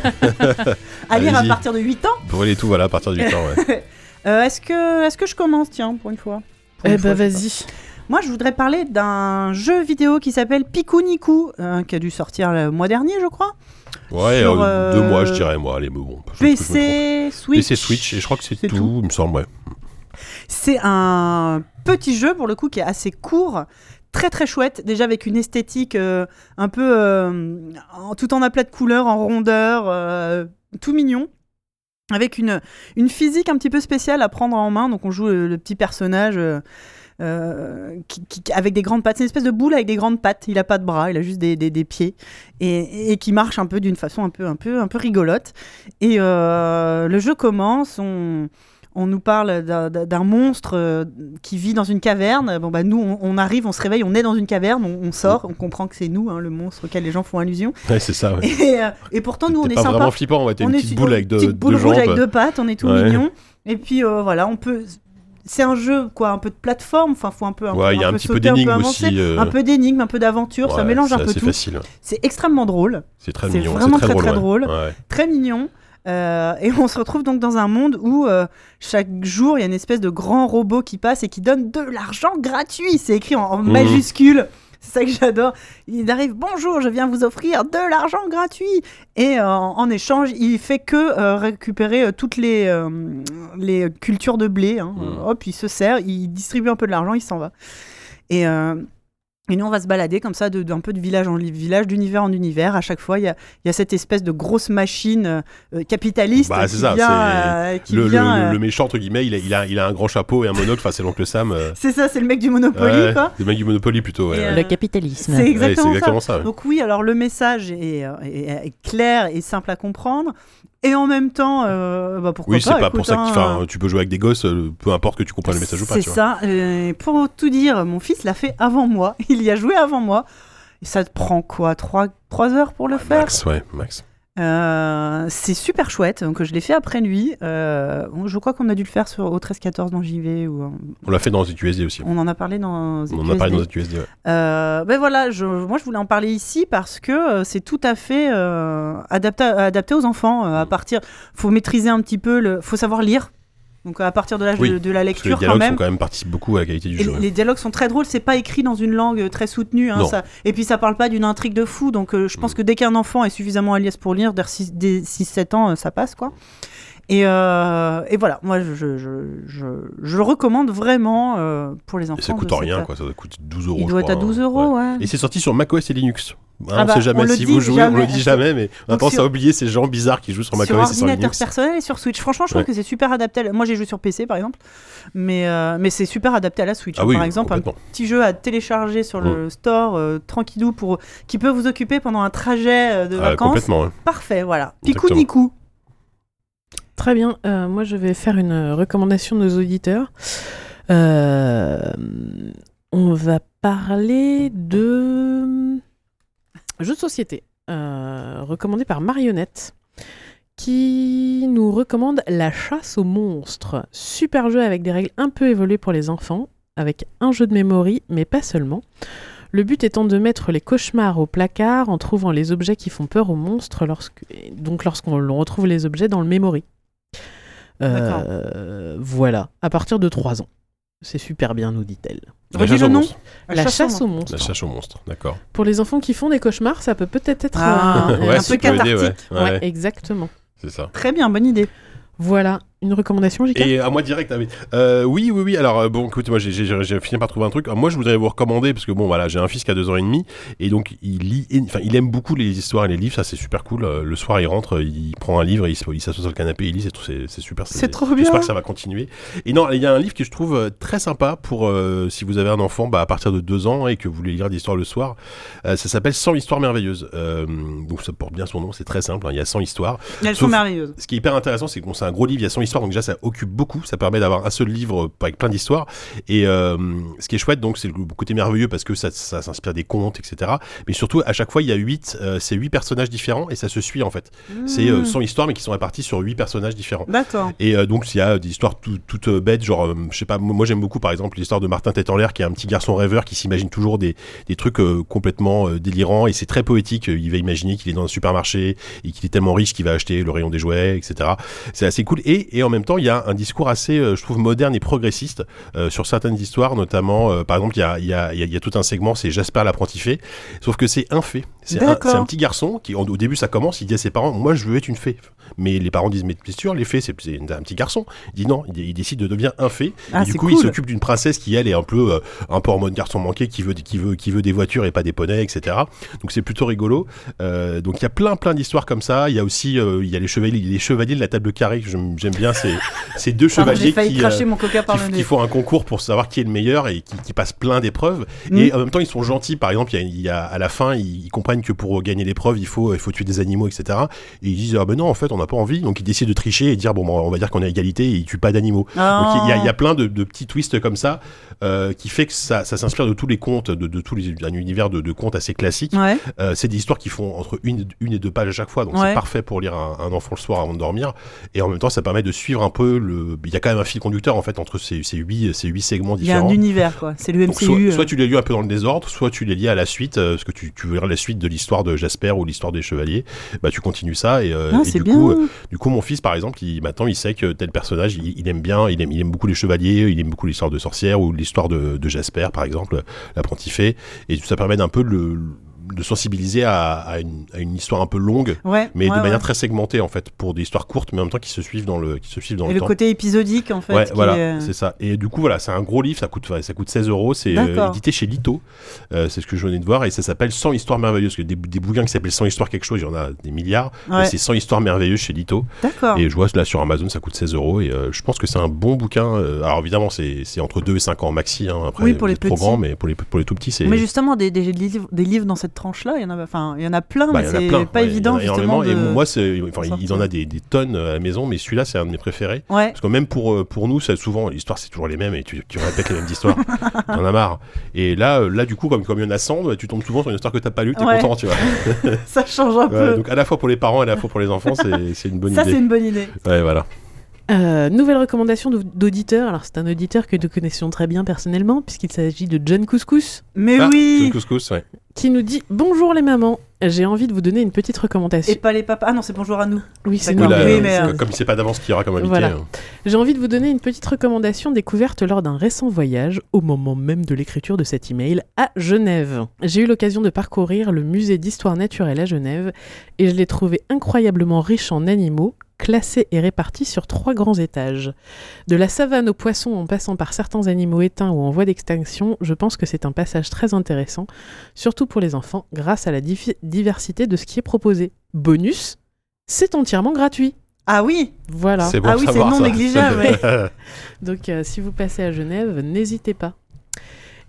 A: à lire à
B: Allez-y.
A: partir de 8 ans.
B: Pour aller tout, voilà,
A: (laughs)
B: à partir du temps, ouais.
A: Euh, est-ce, que, est-ce que je commence, tiens, pour une fois Pour une
C: Eh
A: fois,
C: bah
A: je sais
C: vas-y.
A: pas. Moi, je voudrais parler d'un jeu vidéo qui s'appelle Pikuniku, euh, qui a dû sortir le mois dernier, je crois.
B: Ouais,
A: Sur,
B: euh,
A: euh,
B: deux mois, je dirais, moi. Allez, mais bon. je- je- je me trompe.
A: PC, Switch.
B: PC Switch, et je crois que c'est tout, il me semble, ouais. (laughs)
A: C'est un petit jeu pour le coup qui est assez court, très très chouette, déjà avec une esthétique euh, un peu euh, en- tout en aplat de couleurs, en rondeur, euh, tout mignon. Avec une, une physique un petit peu spéciale à prendre en main. Donc, on joue le, le petit personnage euh, euh, qui- qui- qui- avec des grandes pattes. C'est une espèce de boule avec des grandes pattes. Il n'a pas de bras, il a juste des, des- des pieds. Et, et qui marche un peu d'une façon un peu, un, peu, un peu rigolote. Et euh, le jeu commence. On, on nous parle d'un- d'un d'un monstre euh, qui vit dans une caverne. Bon, bah, nous, on, on arrive, on se réveille, on est dans une caverne, on, on sort, on comprend que c'est nous, hein, le monstre auquel les gens font allusion.
B: Ouais, c'est ça, ouais.
A: Et, euh, et pourtant, nous, on est
B: T'es pas
A: sympa.
B: vraiment flippant, ouais. T'es une
A: est
B: petite
A: sur-
B: boule avec deux,
A: petite boule
B: deux
A: rouge
B: jambes.
A: avec deux pattes, on est tout
B: Ouais.
A: mignon. Et puis euh, voilà, on peut. C'est un jeu quoi, un peu de plateforme. Enfin, faut un peu, un peu-
B: ouais, il y a un
A: peu
B: petit peu
A: sauter, un peu
B: d'énigme
A: avancer,
B: aussi. euh,
A: un peu d'énigme, un peu d'aventure. ça
B: ouais,
A: mélange un
B: c'est
A: peu
B: assez
A: tout.
B: facile.
A: C'est extrêmement drôle,
B: C'est très
A: C'est
B: mignon.
A: vraiment très,
B: drôle.
A: très
B: ouais.
A: drôle.
B: Ouais.
A: très mignon. Euh, et on se retrouve donc dans un monde où euh, chaque jour il y a une espèce de grand robot qui passe et qui donne de l'argent gratuit. C'est écrit en, en
B: Mhm.
A: majuscule. C'est ça que j'adore. Il arrive bonjour, je viens vous offrir de l'argent gratuit. Et euh, en en échange, il fait que euh, récupérer euh, toutes les, euh, les cultures de blé. hein.
B: Mhm.
A: Euh, Hop, il se sert, il distribue un peu de l'argent, il s'en va. Et, euh, et nous, on va se balader comme ça de- d'un peu de village en li- village, d'univers en univers. À chaque fois, il y a, il y a cette espèce de grosse machine euh, euh, capitaliste
B: Bah,
A: qui,
B: c'est ça,
A: vient, euh, qui
B: Le, le-
A: vient,
B: le-
A: euh,
B: le méchant, entre guillemets, il a, il, a, il a un grand chapeau et un monocle. Enfin, c'est l'oncle Sam. euh,
A: C'est ça, c'est le mec du Monopoly,
B: ouais,
A: quoi.
B: Des mecs du Monopoly plutôt, ouais.
A: Et,
B: ouais.
A: euh,
C: Le capitalisme.
A: C'est
B: Ouais,
A: exactement,
B: c'est exactement ça. ouais.
A: Donc oui, alors le message est, euh, est- est clair et simple à comprendre. Et en même temps, euh, bah, pourquoi
B: Oui, c'est
A: pas,
B: pas pour
A: écoute,
B: ça que tu-
A: hein,
B: enfin, tu peux jouer avec des gosses, euh, peu importe que tu comprennes le message ou pas.
A: C'est
B: tu vois.
A: ça. euh, pour tout dire, mon fils l'a fait avant moi. (laughs) Il y a joué avant moi. Et ça te prend quoi 3, heures pour le faire
B: Ah, Max, ouais, Max.
A: Euh, C'est super chouette. Donc je l'ai fait après lui. Euh, on- je crois qu'on a dû le faire sur, au 13-14 dans JV. Ou, en-
B: On l'a fait dans ZQSD aussi.
A: on en a parlé dans
B: On en a
A: ZQSD.
B: parlé dans ZQSD, ouais.
A: Euh, ben voilà, je- moi je voulais en parler ici parce que euh, c'est tout à fait euh, adapté, adapté aux enfants.
B: Mm.
A: euh, à partir, faut maîtriser un petit peu, le, faut savoir lire. Donc à partir de l'âge
B: Oui,
A: de, de la
B: Parce que les
A: lecture quand
B: dialogues
A: même.
B: font quand même partie beaucoup à la qualité du
A: Et
B: jeu. hein.
A: les,
B: ouais.
A: les dialogues sont très drôles, c'est pas écrit dans une langue euh, très soutenue. hein,
B: Non. Mm.
A: ça- Et puis ça parle pas d'une intrigue de fou, donc euh, je pense que dès qu'un enfant est suffisamment à l'aise pour lire, dès 6-7 ans, euh, ça passe quoi. Et, euh, et voilà, moi je, je, je- je- je le recommande vraiment euh, pour les enfants.
B: Et ça coûte
A: de
B: rien,
A: cette-
B: quoi. Ça coûte 12 euros.
A: Il
B: je
A: doit être à
B: crois, hein.
A: 12 euros, ouais.
B: Et c'est sorti sur macOS et Linux. Hein,
A: Ah
B: on
A: bah,
B: sait jamais
A: on le
B: si
A: dit
B: vous jouez, on
A: jamais.
B: le dit jamais, mais on a
A: Donc
B: tendance
A: sur-
B: à oublier ces gens bizarres qui jouent sur
A: sur
B: macOS et sur
A: ordinateur
B: Linux.
A: personnel et sur Switch. Franchement, je trouve
B: Ouais.
A: que c'est super adapté. à la- Moi, j'ai joué sur PC par exemple, mais, euh, mais c'est super adapté à la Switch.
B: Ah oui,
A: par exemple, un
B: complètement.
A: petit jeu à télécharger sur le
B: Mm.
A: store euh, tranquillou pour qui peut vous occuper pendant un trajet euh, de
B: Ah,
A: vacances.
B: complètement. hein.
A: Parfait, voilà.
B: Exactement.
A: Picou nicou.
C: Très bien. Euh, moi, je vais faire une euh, recommandation de nos auditeurs. Euh, on va parler de jeux de société, euh, recommandé par Marionnette, qui nous recommande La chasse aux monstres. Super jeu avec des règles un peu évoluées pour les enfants, avec un jeu de mémoire, mais pas seulement. Le but étant de mettre les cauchemars au placard en trouvant les objets qui font peur aux monstres, lorsque... et donc lorsqu'on l'on retrouve les objets dans le memory. Euh, voilà, à partir de 3 ans. C'est super bien, nous dit-elle.
B: La
A: Redis
B: chasse
A: le
B: au
A: nom.
B: monstre.
C: La chasse aux
B: La
C: monstres.
B: chasse au monstre, d'accord.
C: Pour les enfants qui font des cauchemars, ça peut peut-être être...
A: Ah,
B: (laughs)
C: euh,
A: ouais, un peu
B: ça peut aider,
A: cathartique.
B: ouais. Ouais,
C: ouais, exactement.
B: c'est ça.
A: Très bien, bonne idée.
C: Voilà, une recommandation, JK
B: Et à moi direct, ah oui. Euh, oui, oui, oui. Alors, euh, bon, écoute, moi, j'ai- j'ai j'ai fini par trouver un truc. Alors, moi, je voudrais vous recommander, parce que bon, voilà, j'ai un fils qui a deux ans et demi, et donc, il lit, en- enfin, il aime beaucoup les histoires et les livres, ça, c'est super cool. Euh, Le soir, il rentre, il prend un livre, il se- il s'assoit sur le canapé, il lit, c'est tout, c'est c'est super.
A: C'est trop bien.
B: Euh, J'espère que ça va continuer. Et non, il y a un livre que je trouve euh, très sympa pour euh, si vous avez un enfant bah, à partir de deux ans et que vous voulez lire des histoires le soir. Euh, ça s'appelle 100 histoires merveilleuses. Euh, donc, ça porte bien son nom, c'est très simple, hein, il y a 100 histoires.
A: Elles
B: Sauf-
A: sont merveilleuses.
B: Ce qui est hyper intéressant, c'est que bon, c'est un gros livre, il y a 100 histoires, donc déjà ça occupe beaucoup, ça permet d'avoir un seul livre euh, avec plein d'histoires. Et euh, ce qui est chouette, donc c'est le côté merveilleux parce que ça, ça s'inspire des contes, etc. Mais surtout, à chaque fois, il y a 8, c'est 8 personnages différents et ça se suit en fait. C'est euh,
A: Mmh.
B: 100 histoires, mais qui sont réparties sur 8 personnages différents.
A: D'accord.
B: Et euh, donc, il y a des histoires tout- toutes euh, bêtes, genre, euh, je sais pas, moi j'aime beaucoup par exemple l'histoire de Martin Tête en l'air, qui est un petit garçon rêveur qui s'imagine toujours des, des trucs euh, complètement euh, délirants et c'est très poétique. euh, Il va imaginer qu'il est dans un supermarché et qu'il est tellement riche qu'il va acheter le rayon des jouets, etc. C'est assez cool. Et, et en même temps, il y a un discours assez, euh, je trouve, moderne et progressiste euh, sur certaines histoires, notamment, euh, par exemple, il y a, il y, a, il y a- il y a tout un segment, c'est Jasper l'apprenti fée, sauf que c'est un fée. C'est un,
A: D'accord.
B: c'est un petit garçon qui, en- au début, ça commence, il dit à ses parents, moi je veux être une fée. Mais les parents disent, mais c'est sûr, les fées, c'est c'est un petit garçon. Il dit non, il, il décide de devenir un fée.
A: Ah,
B: et du
A: c'est
B: coup, il
A: cool.
B: s'occupe d'une princesse qui, elle, est un peu, euh, un peu en mode garçon manqué, qui veut, qui, veut, qui veut des voitures et pas des poneys, etc. Donc c'est plutôt rigolo. Euh, donc il y a plein, plein d'histoires comme ça. Il y a aussi euh, il y a les, chevaliers, les chevaliers de la table carrée. que J'aime j'aime
A: (laughs)
B: bien ces, ces deux
A: Pardon, J'ai
B: chevaliers
A: failli
B: qui, euh,
A: cracher mon coca par
B: qui,
A: le
B: qui
A: nez.
B: font un concours pour savoir qui est le meilleur et qui, qui passent plein d'épreuves.
A: Mm.
B: Et en même temps, ils sont gentils. Par exemple, il y a, il y a- à la fin, ils, ils comprennent que pour gagner l'épreuve, il faut, il faut tuer des animaux, etc. Et ils disent, ah ben non, en fait, on n'a pas envie. Donc ils décident de tricher et dire, bon, ben, on va dire qu'on est à égalité et ils tuent pas d'animaux. Donc
A: Ah.
B: il y, a- il y a plein de, de petits twists comme ça euh, qui fait que ça, ça s'inspire de tous les contes, de, de tous les un univers de, de contes assez classique.
A: Ouais.
B: Euh, c'est des histoires qui font entre une, une et deux pages à chaque fois, donc
A: Ouais.
B: c'est parfait pour lire un, un enfant le soir avant de dormir. Et en même temps, ça permet de suivre un peu le. Il y a quand même un fil conducteur en fait entre ces, ces huit ces huit segments
A: Il y a un
B: différents.
A: univers, quoi. C'est le
B: Donc, soit,
A: MCU.
B: soit
A: euh.
B: tu les lis un peu dans le désordre, soit tu les lis à la suite, euh, parce que tu, tu veux lire la suite de l'histoire de Jasper ou l'histoire des chevaliers, bah tu continues ça et, euh,
A: Ah,
B: et
A: c'est
B: du
A: bien.
B: coup, euh, du coup, mon fils, par exemple, il, maintenant, il sait que tel personnage, il, il aime bien, il aime, il aime beaucoup les chevaliers, il aime beaucoup l'histoire de sorcières ou l'histoire de, de Jasper, par exemple, l'apprenti fée. Et ça permet d'un peu de le, de sensibiliser à, à une, à une histoire un peu longue,
A: Ouais, ouais,
B: mais de manière
A: ouais.
B: très segmentée, en fait, pour des histoires courtes, mais en même temps qui se suivent dans le, qui se suivent dans
A: Et
B: le
A: le
B: temps.
A: côté épisodique, en fait.
B: Ouais,
A: qui
B: voilà,
A: est, euh,
B: c'est ça. Et du coup, voilà, c'est un gros livre, ça coûte, ça coûte 16 euros, c'est euh,
A: D'accord.
B: édité chez Lito, Euh, c'est ce que je venais de voir, et ça s'appelle 100 histoires merveilleuses, parce que des, des bouquins qui s'appellent 100 histoires quelque chose, il y en a des milliards, mais
A: ouais.
B: c'est 100 histoires merveilleuses chez Lito,
A: D'accord.
B: et je vois là sur Amazon, ça coûte 16 euros. Et euh, je pense que c'est un bon bouquin. Euh, alors évidemment, c'est c'est entre 2 et 5 ans maxi. Hein, après,
A: Oui, pour
B: vous
A: les
B: êtes trop
A: petits.
B: grands, mais pour les, pour les tout petits, c'est.
A: Mais justement, des, des livres, des livres dans cette tranche-là, il y en a, enfin, il y en a plein,
B: bah,
A: mais
B: il y en a
A: c'est
B: plein,
A: pas
B: ouais, il y en a
A: évident justement.
B: énormément. Et
A: de-
B: moi, c'est. Enfin,
A: s'en
B: il il
A: sortir.
B: en a des, des tonnes euh, à la maison, mais celui-là, c'est un de mes préférés. (laughs)
A: ouais.
B: Parce que même pour, euh, pour nous, ça, souvent, l'histoire, c'est toujours les mêmes et tu, tu répètes les mêmes
A: (laughs)
B: histoires. T'en as marre. Et là, euh, là du coup, comme, comme il y en a 100, bah, tu tombes souvent sur une histoire que t'as pas lue, t'es
A: Ouais.
B: content,
A: (laughs)
B: tu vois.
A: ça change un
B: Ouais,
A: peu.
B: donc à la fois pour les parents et à la fois pour les enfants, c'est c'est une bonne
A: ça, c'est
B: idée.
A: une bonne idée.
B: Ouais, voilà.
C: Euh, nouvelle recommandation d'au- d'auditeur. Alors, c'est un auditeur que nous connaissions très bien personnellement, puisqu'il s'agit de John Couscous,
A: Mais
B: Ah, le
A: oui.
B: couscous, ouais.
C: qui nous dit Bonjour les mamans, j'ai envie de vous donner une petite recommandation.
A: Et pas les papas. Ah non, c'est bonjour à nous.
C: Oui, c'est
A: D'accord.
B: Oui, là,
C: normal.
A: Oui,
B: euh,
A: mais,
B: c'est
A: euh,
B: comme- Comme il sait pas d'avance qui aura comme invité.
C: Voilà.
B: euh.
C: J'ai envie de vous donner une petite recommandation découverte lors d'un récent voyage, au moment même de l'écriture de cet email, à Genève. J'ai eu l'occasion de parcourir le musée d'histoire naturelle à Genève et je l'ai trouvé incroyablement riche en animaux, classés et répartis sur trois grands étages. De la savane aux poissons en passant par certains animaux éteints ou en voie d'extinction, je pense que c'est un passage très intéressant, surtout pour les enfants, grâce à la difi- diversité de ce qui est proposé. Bonus, c'est entièrement gratuit.
A: Ah oui.
C: Voilà.
B: C'est bon
A: Ah
B: à
A: oui, c'est
B: savoir,
A: non
B: ça.
A: négligeable,
B: (laughs)
C: Donc euh, si vous passez à Genève, n'hésitez pas.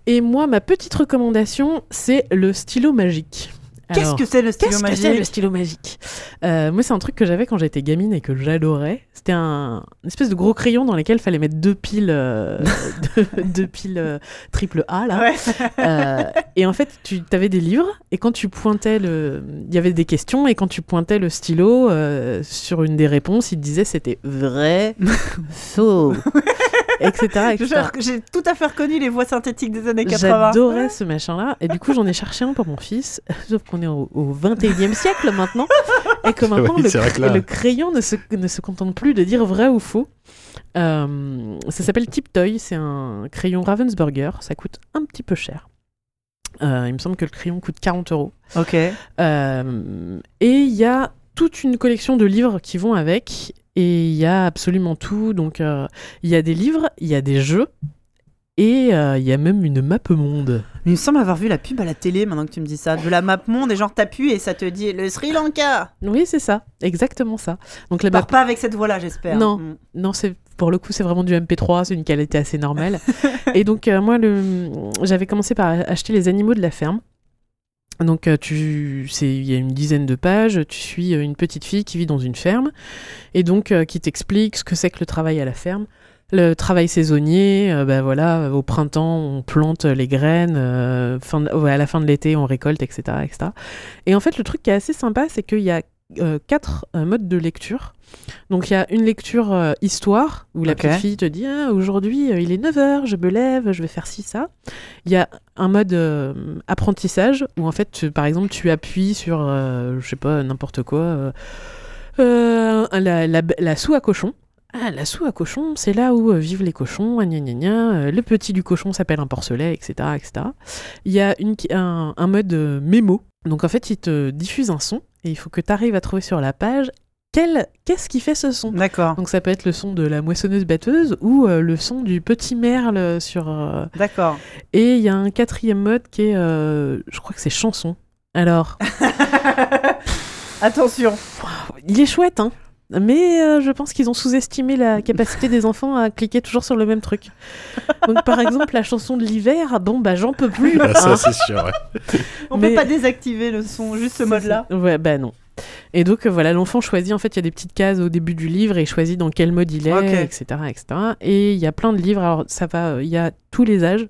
C: Et moi, ma petite recommandation, c'est le stylo magique.
A: Qu'est-ce
C: Alors,
A: que c'est le stylo
C: qu'est-ce que
A: magique
C: c'est le stylo magique Euh, Moi, c'est un truc que j'avais quand j'étais gamine et que j'adorais. C'était un, une espèce de gros crayon dans lequel il fallait mettre deux piles, euh, (laughs) deux, deux piles euh, triple A
A: (laughs)
C: là.
A: Ouais.
C: Euh, et en fait, tu avais des livres, et quand tu pointais le. Il y avait des questions, et quand tu pointais le stylo euh, sur une des réponses, il te disait c'était vrai, faux. etc.
A: Je-
C: etc.
A: J'ai tout à fait reconnu les voix synthétiques des années 80.
C: J'adorais ce machin-là. Et du coup, j'en ai cherché un pour mon fils. (laughs) Sauf qu'on est au, au 21e siècle maintenant. Et que maintenant,
B: Oui,
C: le,
B: c'est vrai
C: cra-
B: que là-
C: le crayon ne se, ne se contente plus de dire vrai ou faux. Euh, ça s'appelle Tiptoy. C'est un crayon Ravensburger. Ça coûte un petit peu cher. Euh, il me semble que le crayon coûte 40 euros.
A: Ok.
C: Euh, et il y a toute une collection de livres qui vont avec. Et il y a absolument tout. Donc, euh, il y a des livres, il y a des jeux. Et euh, il y a même une map monde.
A: Il me semble avoir vu la pub à la télé maintenant que tu me dis ça. De la map monde et genre t'appuies et ça te dit le Sri Lanka.
C: Oui, c'est ça, exactement ça. Donc la map,
A: Pars pas avec cette voix-là, j'espère.
C: Non.
A: Mm.
C: non, c'est pour le coup, c'est vraiment du MP3, c'est une qualité assez normale. et donc euh, moi, le, j'avais commencé par acheter les animaux de la ferme. Donc euh, tu, c'est, il y a une dizaine de pages. Tu suis euh, une petite fille qui vit dans une ferme et donc euh, qui t'explique ce que c'est que le travail à la ferme. Le travail saisonnier, euh, bah voilà, au printemps on plante les graines, euh, fin de- ouais, à la fin de l'été on récolte, etc., etc. Et en fait, le truc qui est assez sympa, c'est qu'il y a euh, quatre euh, modes de lecture. Donc, il y a une lecture euh, histoire, où la
A: Ok.
C: petite fille te dit Ah, Aujourd'hui, euh, il est 9h, je me lève, je vais faire ci, ça. Il y a un mode euh, apprentissage, où en fait, tu- par exemple, tu appuies sur, euh, je sais pas, n'importe quoi, euh, euh, la, la- la soue à cochon. Ah, la soue à cochon, c'est là où euh, vivent les cochons, ah, gna gna gna, euh, le petit du cochon s'appelle un porcelet, etc. etc. Il y a une, qui- un, un mode euh, mémo. Donc en fait, il te diffuse un son et il faut que tu arrives à trouver sur la page quel- qu'est-ce qui fait ce son.
A: D'accord.
C: Donc ça peut être le son de la moissonneuse batteuse ou euh, le son du petit merle sur... euh,
A: D'accord.
C: Et il y a un quatrième mode qui est... euh, Je crois que c'est chanson. Alors,
A: Attention.
C: il est chouette, hein mais euh, je pense qu'ils ont sous-estimé la capacité des enfants à cliquer toujours sur le même truc. Donc par exemple la chanson de l'hiver, bon bah j'en peux plus.
B: Ah, ça
C: hein.
B: c'est sûr. ouais.
A: On
C: Mais-
A: peut pas désactiver le son, juste ce
C: C'est
A: mode-là.
C: ça. Ouais, bah non. Et donc euh, voilà, l'enfant choisit, en fait, il y a des petites cases au début du livre et il choisit dans quel mode il est,
A: Ok.
C: etc., etc. Et il y a plein de livres, alors ça va, euh, il y a tous les âges.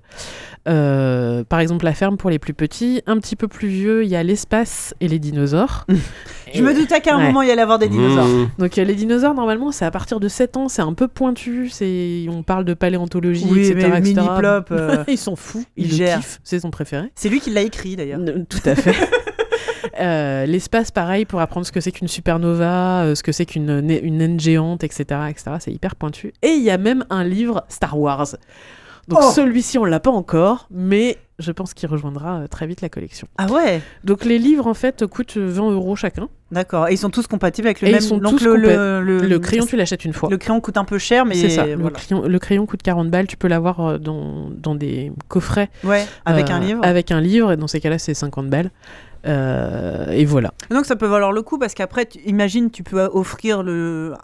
C: Euh, par exemple, La ferme pour les plus petits, un petit peu plus vieux, il y a l'espace et les dinosaures.
A: Je me doutais qu'à un
C: Ouais.
A: moment il y allait avoir (laughs) des dinosaures.
B: Mmh.
C: Donc euh, les dinosaures, normalement, c'est à partir de 7 ans, c'est un peu pointu, c'est... on parle de paléontologie,
A: Oui,
C: etc.
A: mais
C: etc.
A: Mini-Plop,
C: (laughs)
A: euh,
C: il s'en fout,
A: il
C: il, le
A: gère.
C: kiffe, c'est son préféré.
A: C'est lui qui l'a écrit d'ailleurs.
C: Ne- Tout
A: (laughs)
C: à fait. Euh, L'espace, pareil, pour apprendre ce que c'est qu'une supernova, euh, ce que c'est qu'une na- une naine géante, etc. etc. C'est hyper pointu. Et il y a même un livre Star Wars. Donc
A: Oh
C: celui-ci, on l'a pas encore, mais je pense qu'il rejoindra euh, très vite la collection.
A: Ah ouais
C: Donc les livres, en fait, coûtent 20 euros chacun.
A: D'accord. Et ils sont tous compatibles avec le
C: Et ils
A: même.
C: sont
A: donc
C: tous
A: le, le,
C: compa-
A: le-
C: Le crayon, tu l'achètes une fois.
A: Euh, le crayon coûte un peu cher, mais
C: C'est ça. Le,
A: voilà.
C: crayon, le crayon coûte 40 balles. Tu peux l'avoir euh, dans, dans des coffrets.
A: Ouais, avec
C: euh,
A: un livre.
C: Avec un livre. Et dans ces cas-là, c'est 50 balles. Euh, et voilà.
A: Donc ça peut valoir le coup parce qu'après, tu- imagine, tu peux offrir le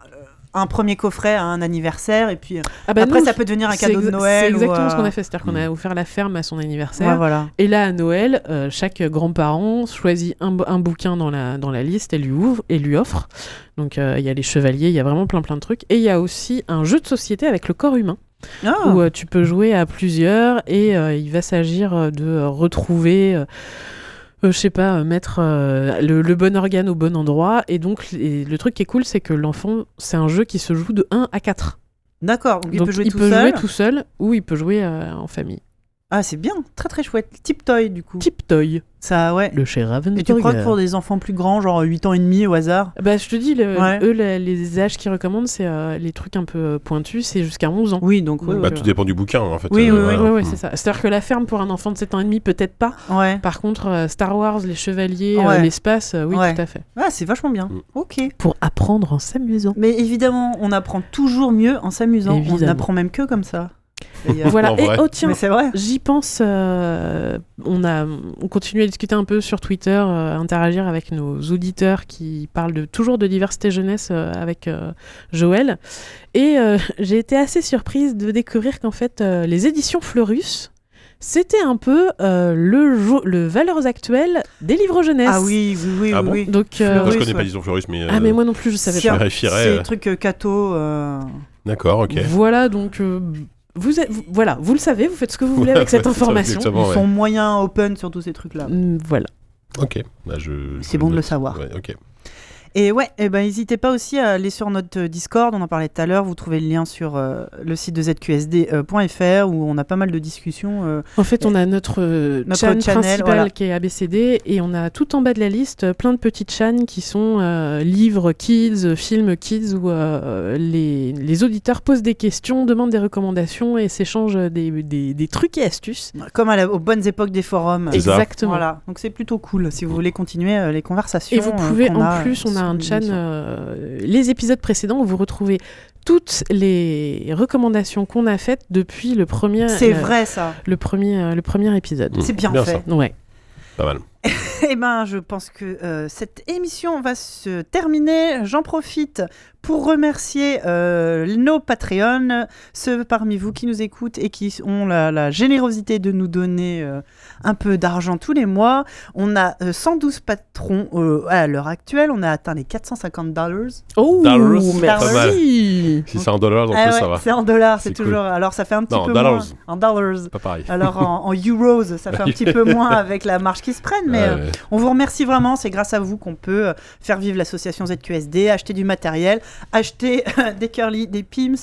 A: un premier coffret à un anniversaire et puis
C: Ah bah
A: après
C: non,
A: ça peut devenir un
C: C'est
A: cadeau de
C: exa-
A: Noël.
C: C'est exactement
A: ou, euh,
C: ce qu'on a fait, c'est-à-dire qu'on a offert la ferme à son anniversaire.
A: Ouais, voilà.
C: Et là, à Noël, euh, chaque grand-parent choisit un, bo- un bouquin dans la, dans la liste et lui ouvre et lui offre. Donc euh, il y a les chevaliers, il y a vraiment plein plein de trucs. Et il y a aussi un jeu de société avec le corps humain
A: Ah,
C: où euh, tu peux jouer à plusieurs et euh, il va s'agir euh, de euh, retrouver. euh, euh, je sais pas, euh, mettre euh, le, le bon organe au bon endroit. Et donc, les- le truc qui est cool, c'est que l'enfant, c'est un jeu qui se joue de 1 à 4.
A: D'accord. Donc, il peut
C: Donc,
A: jouer tout seul.
C: seul, ou il peut jouer euh, en famille.
A: Ah, c'est bien, très très chouette. Tip toy du coup.
C: Tiptoy,
A: Ça, ouais.
C: le euh, chez
A: Et tu crois que
C: Ravensburger.
A: pour des enfants plus grands, genre 8 ans et demi au hasard
C: Bah, je te dis, le-
A: Ouais.
C: eux, la- les âges qu'ils recommandent, c'est euh, les trucs un peu euh, pointus, c'est jusqu'à 11 ans.
A: Oui, donc ouais,
C: Bah,
B: Bah,
A: ouais.
B: tout dépend du bouquin en fait.
A: Oui, oui, oui,
C: Ouais,
B: voilà.
C: ouais,
B: Mmh.
C: c'est ça. C'est-à-dire que la ferme pour un enfant de 7 ans et demi, peut-être pas.
A: Ouais.
C: Par contre, euh, Star Wars, les chevaliers, euh,
A: Ouais.
C: l'espace, euh, oui,
A: Ouais.
C: tout à fait.
A: Ah, c'est vachement bien.
B: Mm.
A: Ok.
C: Pour apprendre en s'amusant.
A: Mais évidemment, on apprend toujours mieux en s'amusant. On
C: Évidemment.
A: n'apprend même que comme
C: (laughs)
A: ça. d'ailleurs.
C: Voilà,
B: En
C: et
B: vrai.
C: oh tiens,
A: Mais c'est vrai.
C: J'y pense. euh, on a, on continue à discuter un peu sur Twitter, euh, interagir avec nos auditeurs qui parlent de, toujours de diversité jeunesse euh, avec euh, Joël. Et euh, (laughs) j'ai été assez surprise de découvrir qu'en fait, euh, les éditions Fleurus, c'était un peu euh, le, jo- le valeurs actuelles des livres jeunesse.
A: Ah oui, oui, oui,
B: Ah
A: oui,
B: bon
A: oui.
C: Donc. euh,
B: Moi, je
A: Fleurus,
B: connais pas
A: ouais.
B: Disons Florus, mais. euh,
C: ah mais moi non plus je savais
A: Si,
C: pas.
A: un-
B: vérifierai,
A: C'est
B: euh.
A: le truc euh, Cato. euh,
B: D'accord, ok.
A: Mmh.
C: Voilà donc euh, vous, êtes- vous- voilà vous le savez vous faites ce que vous voulez
B: (laughs) Ouais,
C: avec cette
B: ouais, c'est ça,
C: information.
A: Ils
B: exactement, ouais.
A: sont moyens open sur tous ces trucs-là.
C: Mm, Voilà.
B: Ok. Bah, je-
A: C'est
B: je
A: bon de
B: note.
A: le savoir.
B: Ouais, ok.
A: Et ouais, eh ben, n'hésitez pas aussi à aller sur notre euh, Discord, on en parlait tout à l'heure, vous trouvez le lien sur euh, le site de zqsd.fr où on a pas mal de discussions. euh.
C: En fait, on a notre, euh,
A: Notre
C: chan
A: channel,
C: principal
A: voilà.
C: qui est ABCD et on a tout en bas de la liste euh, plein de petites chaînes qui sont euh, livres kids, euh, films kids où euh, les, les auditeurs posent des questions, demandent des recommandations et s'échangent des, des- des trucs et astuces.
A: Comme à la- aux bonnes époques des forums.
B: C'est ça.
C: Exactement.
A: Voilà, donc c'est plutôt cool
B: Mm.
A: si vous voulez continuer euh, les conversations.
C: Et vous
A: euh,
C: pouvez,
A: qu'on
C: en
A: a, euh,
C: plus, on a
A: sur
C: un chan,
A: l'émission.
C: euh, les épisodes précédents où vous retrouvez toutes les recommandations qu'on a faites depuis le premier,
A: C'est
C: euh,
A: vrai ça,
C: Le, premier, euh, le premier épisode.
B: Mmh.
A: c'est bien,
B: Bien
A: fait.
C: Ouais.
B: Pas mal.
A: Eh ben, je pense que euh, cette émission va se terminer. J'en profite pour remercier euh, nos Patreons, ceux parmi vous qui nous écoutent et qui ont la, la générosité de nous donner euh, un peu d'argent tous les mois. On a euh, 112 patrons euh, à l'heure actuelle. On a atteint les 450 dollars.
C: Oh,
B: Dollars,
A: pas mal.
C: merci.
B: Si c'est en dollars, en
A: Ah
B: plus,
A: ouais,
B: ça va.
A: C'est en dollars, c'est
B: C'est cool.
A: toujours. Alors, ça fait un petit
B: Non, en
A: peu
B: dollars.
A: moins. En dollars.
B: Pas pareil.
A: Alors en, en euros, ça fait un
B: (laughs)
A: petit peu moins avec la marche qui se prennent, mais
B: Ouais,
A: euh,
B: ouais.
A: on vous remercie vraiment. C'est grâce à vous qu'on peut euh, faire vivre l'association ZQSD, acheter du matériel, acheter euh, des curly, des pims.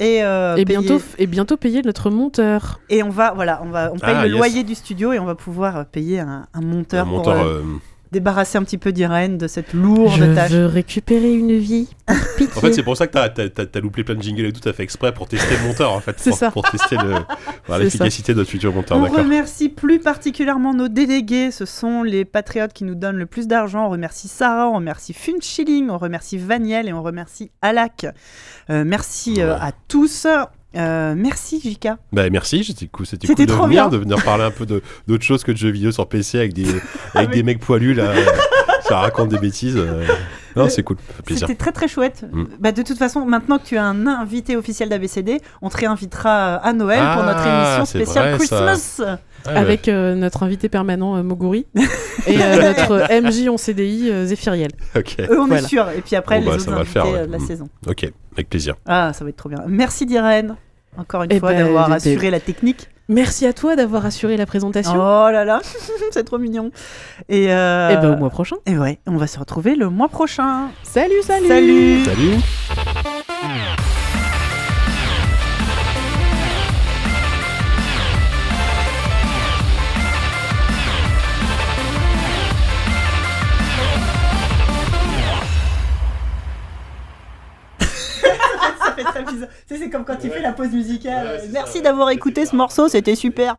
A: Et, euh,
C: Et
A: payer-
C: bientôt, et bientôt payer notre monteur.
A: et on va voilà on va on paye
B: Ah,
A: le
B: yes.
A: loyer du studio et on va pouvoir euh, payer un, un monteur
B: Un
A: pour
B: monteur,
A: euh,
B: euh,
A: débarrasser un petit peu d'Irène de cette lourde
C: Je
A: tâche
C: veux récupérer une vie.
A: (laughs)
C: par pitié.
B: En fait, c'est pour ça que t'as- t'as t'as- t'as loupé plein de jingles et tout, t'as fait exprès pour tester le monteur, en fait.
C: C'est
B: pour,
C: ça.
B: pour tester le-
A: (laughs)
B: voilà,
C: C'est
B: l'efficacité de notre futur monteur,
A: On
B: d'accord.
A: remercie plus particulièrement nos délégués, ce sont les patriotes qui nous donnent le plus d'argent. On remercie Sarah, on remercie Funchilling, on remercie Vaniel et on remercie Alak. Euh, merci euh,
B: Ouais.
A: à tous. Euh, merci Jika.
B: Bah, merci, c'était cool, c'était
A: C'était
B: cool de
A: trop
B: venir,
A: bien.
B: de venir parler un peu de- d'autres choses que de jeux vidéo sur PC
A: (laughs)
B: avec des, avec
A: Ah, mais-
B: des mecs poilus,
A: (laughs)
B: là. euh, ça raconte des bêtises. euh. Non, c'est cool, ça fait plaisir.
A: C'était très très chouette.
B: Mm.
A: Bah, de toute façon, maintenant que tu es un invité officiel d'ABCD, on te réinvitera euh, à Noël pour notre
B: Ah,
A: émission
B: c'est
A: spéciale
B: vrai, ça.
A: Christmas.
B: Ah, ouais.
C: Avec euh, notre invité permanent euh,
A: (laughs)
C: Moguri et euh, notre MJ en CDI euh, Zéphiriel.
B: Ok,
A: Eux, on est
C: Voilà.
A: sûr. Et puis après,
B: Bon,
A: les
B: bah,
A: autres
B: ça va le
A: invités
B: faire, ouais.
A: euh, de la
B: Mm.
A: saison.
B: ok, avec plaisir.
A: Ah, ça va être trop bien. Merci Diren, encore une
C: Eh
A: fois,
C: ben,
A: d'avoir
C: des- des-
A: assuré la technique.
C: Merci à toi d'avoir assuré la présentation.
A: Oh là (laughs) là, c'est trop mignon. Et, euh,
C: Et ben au mois prochain.
A: et ouais, on va se retrouver le mois prochain.
C: Salut, salut.
A: Salut. (laughs)
B: Salut
A: Ça fait très bizarre. Tu sais, C'est comme quand tu fais la pause musicale. Merci d'avoir écouté ce morceau, c'était super.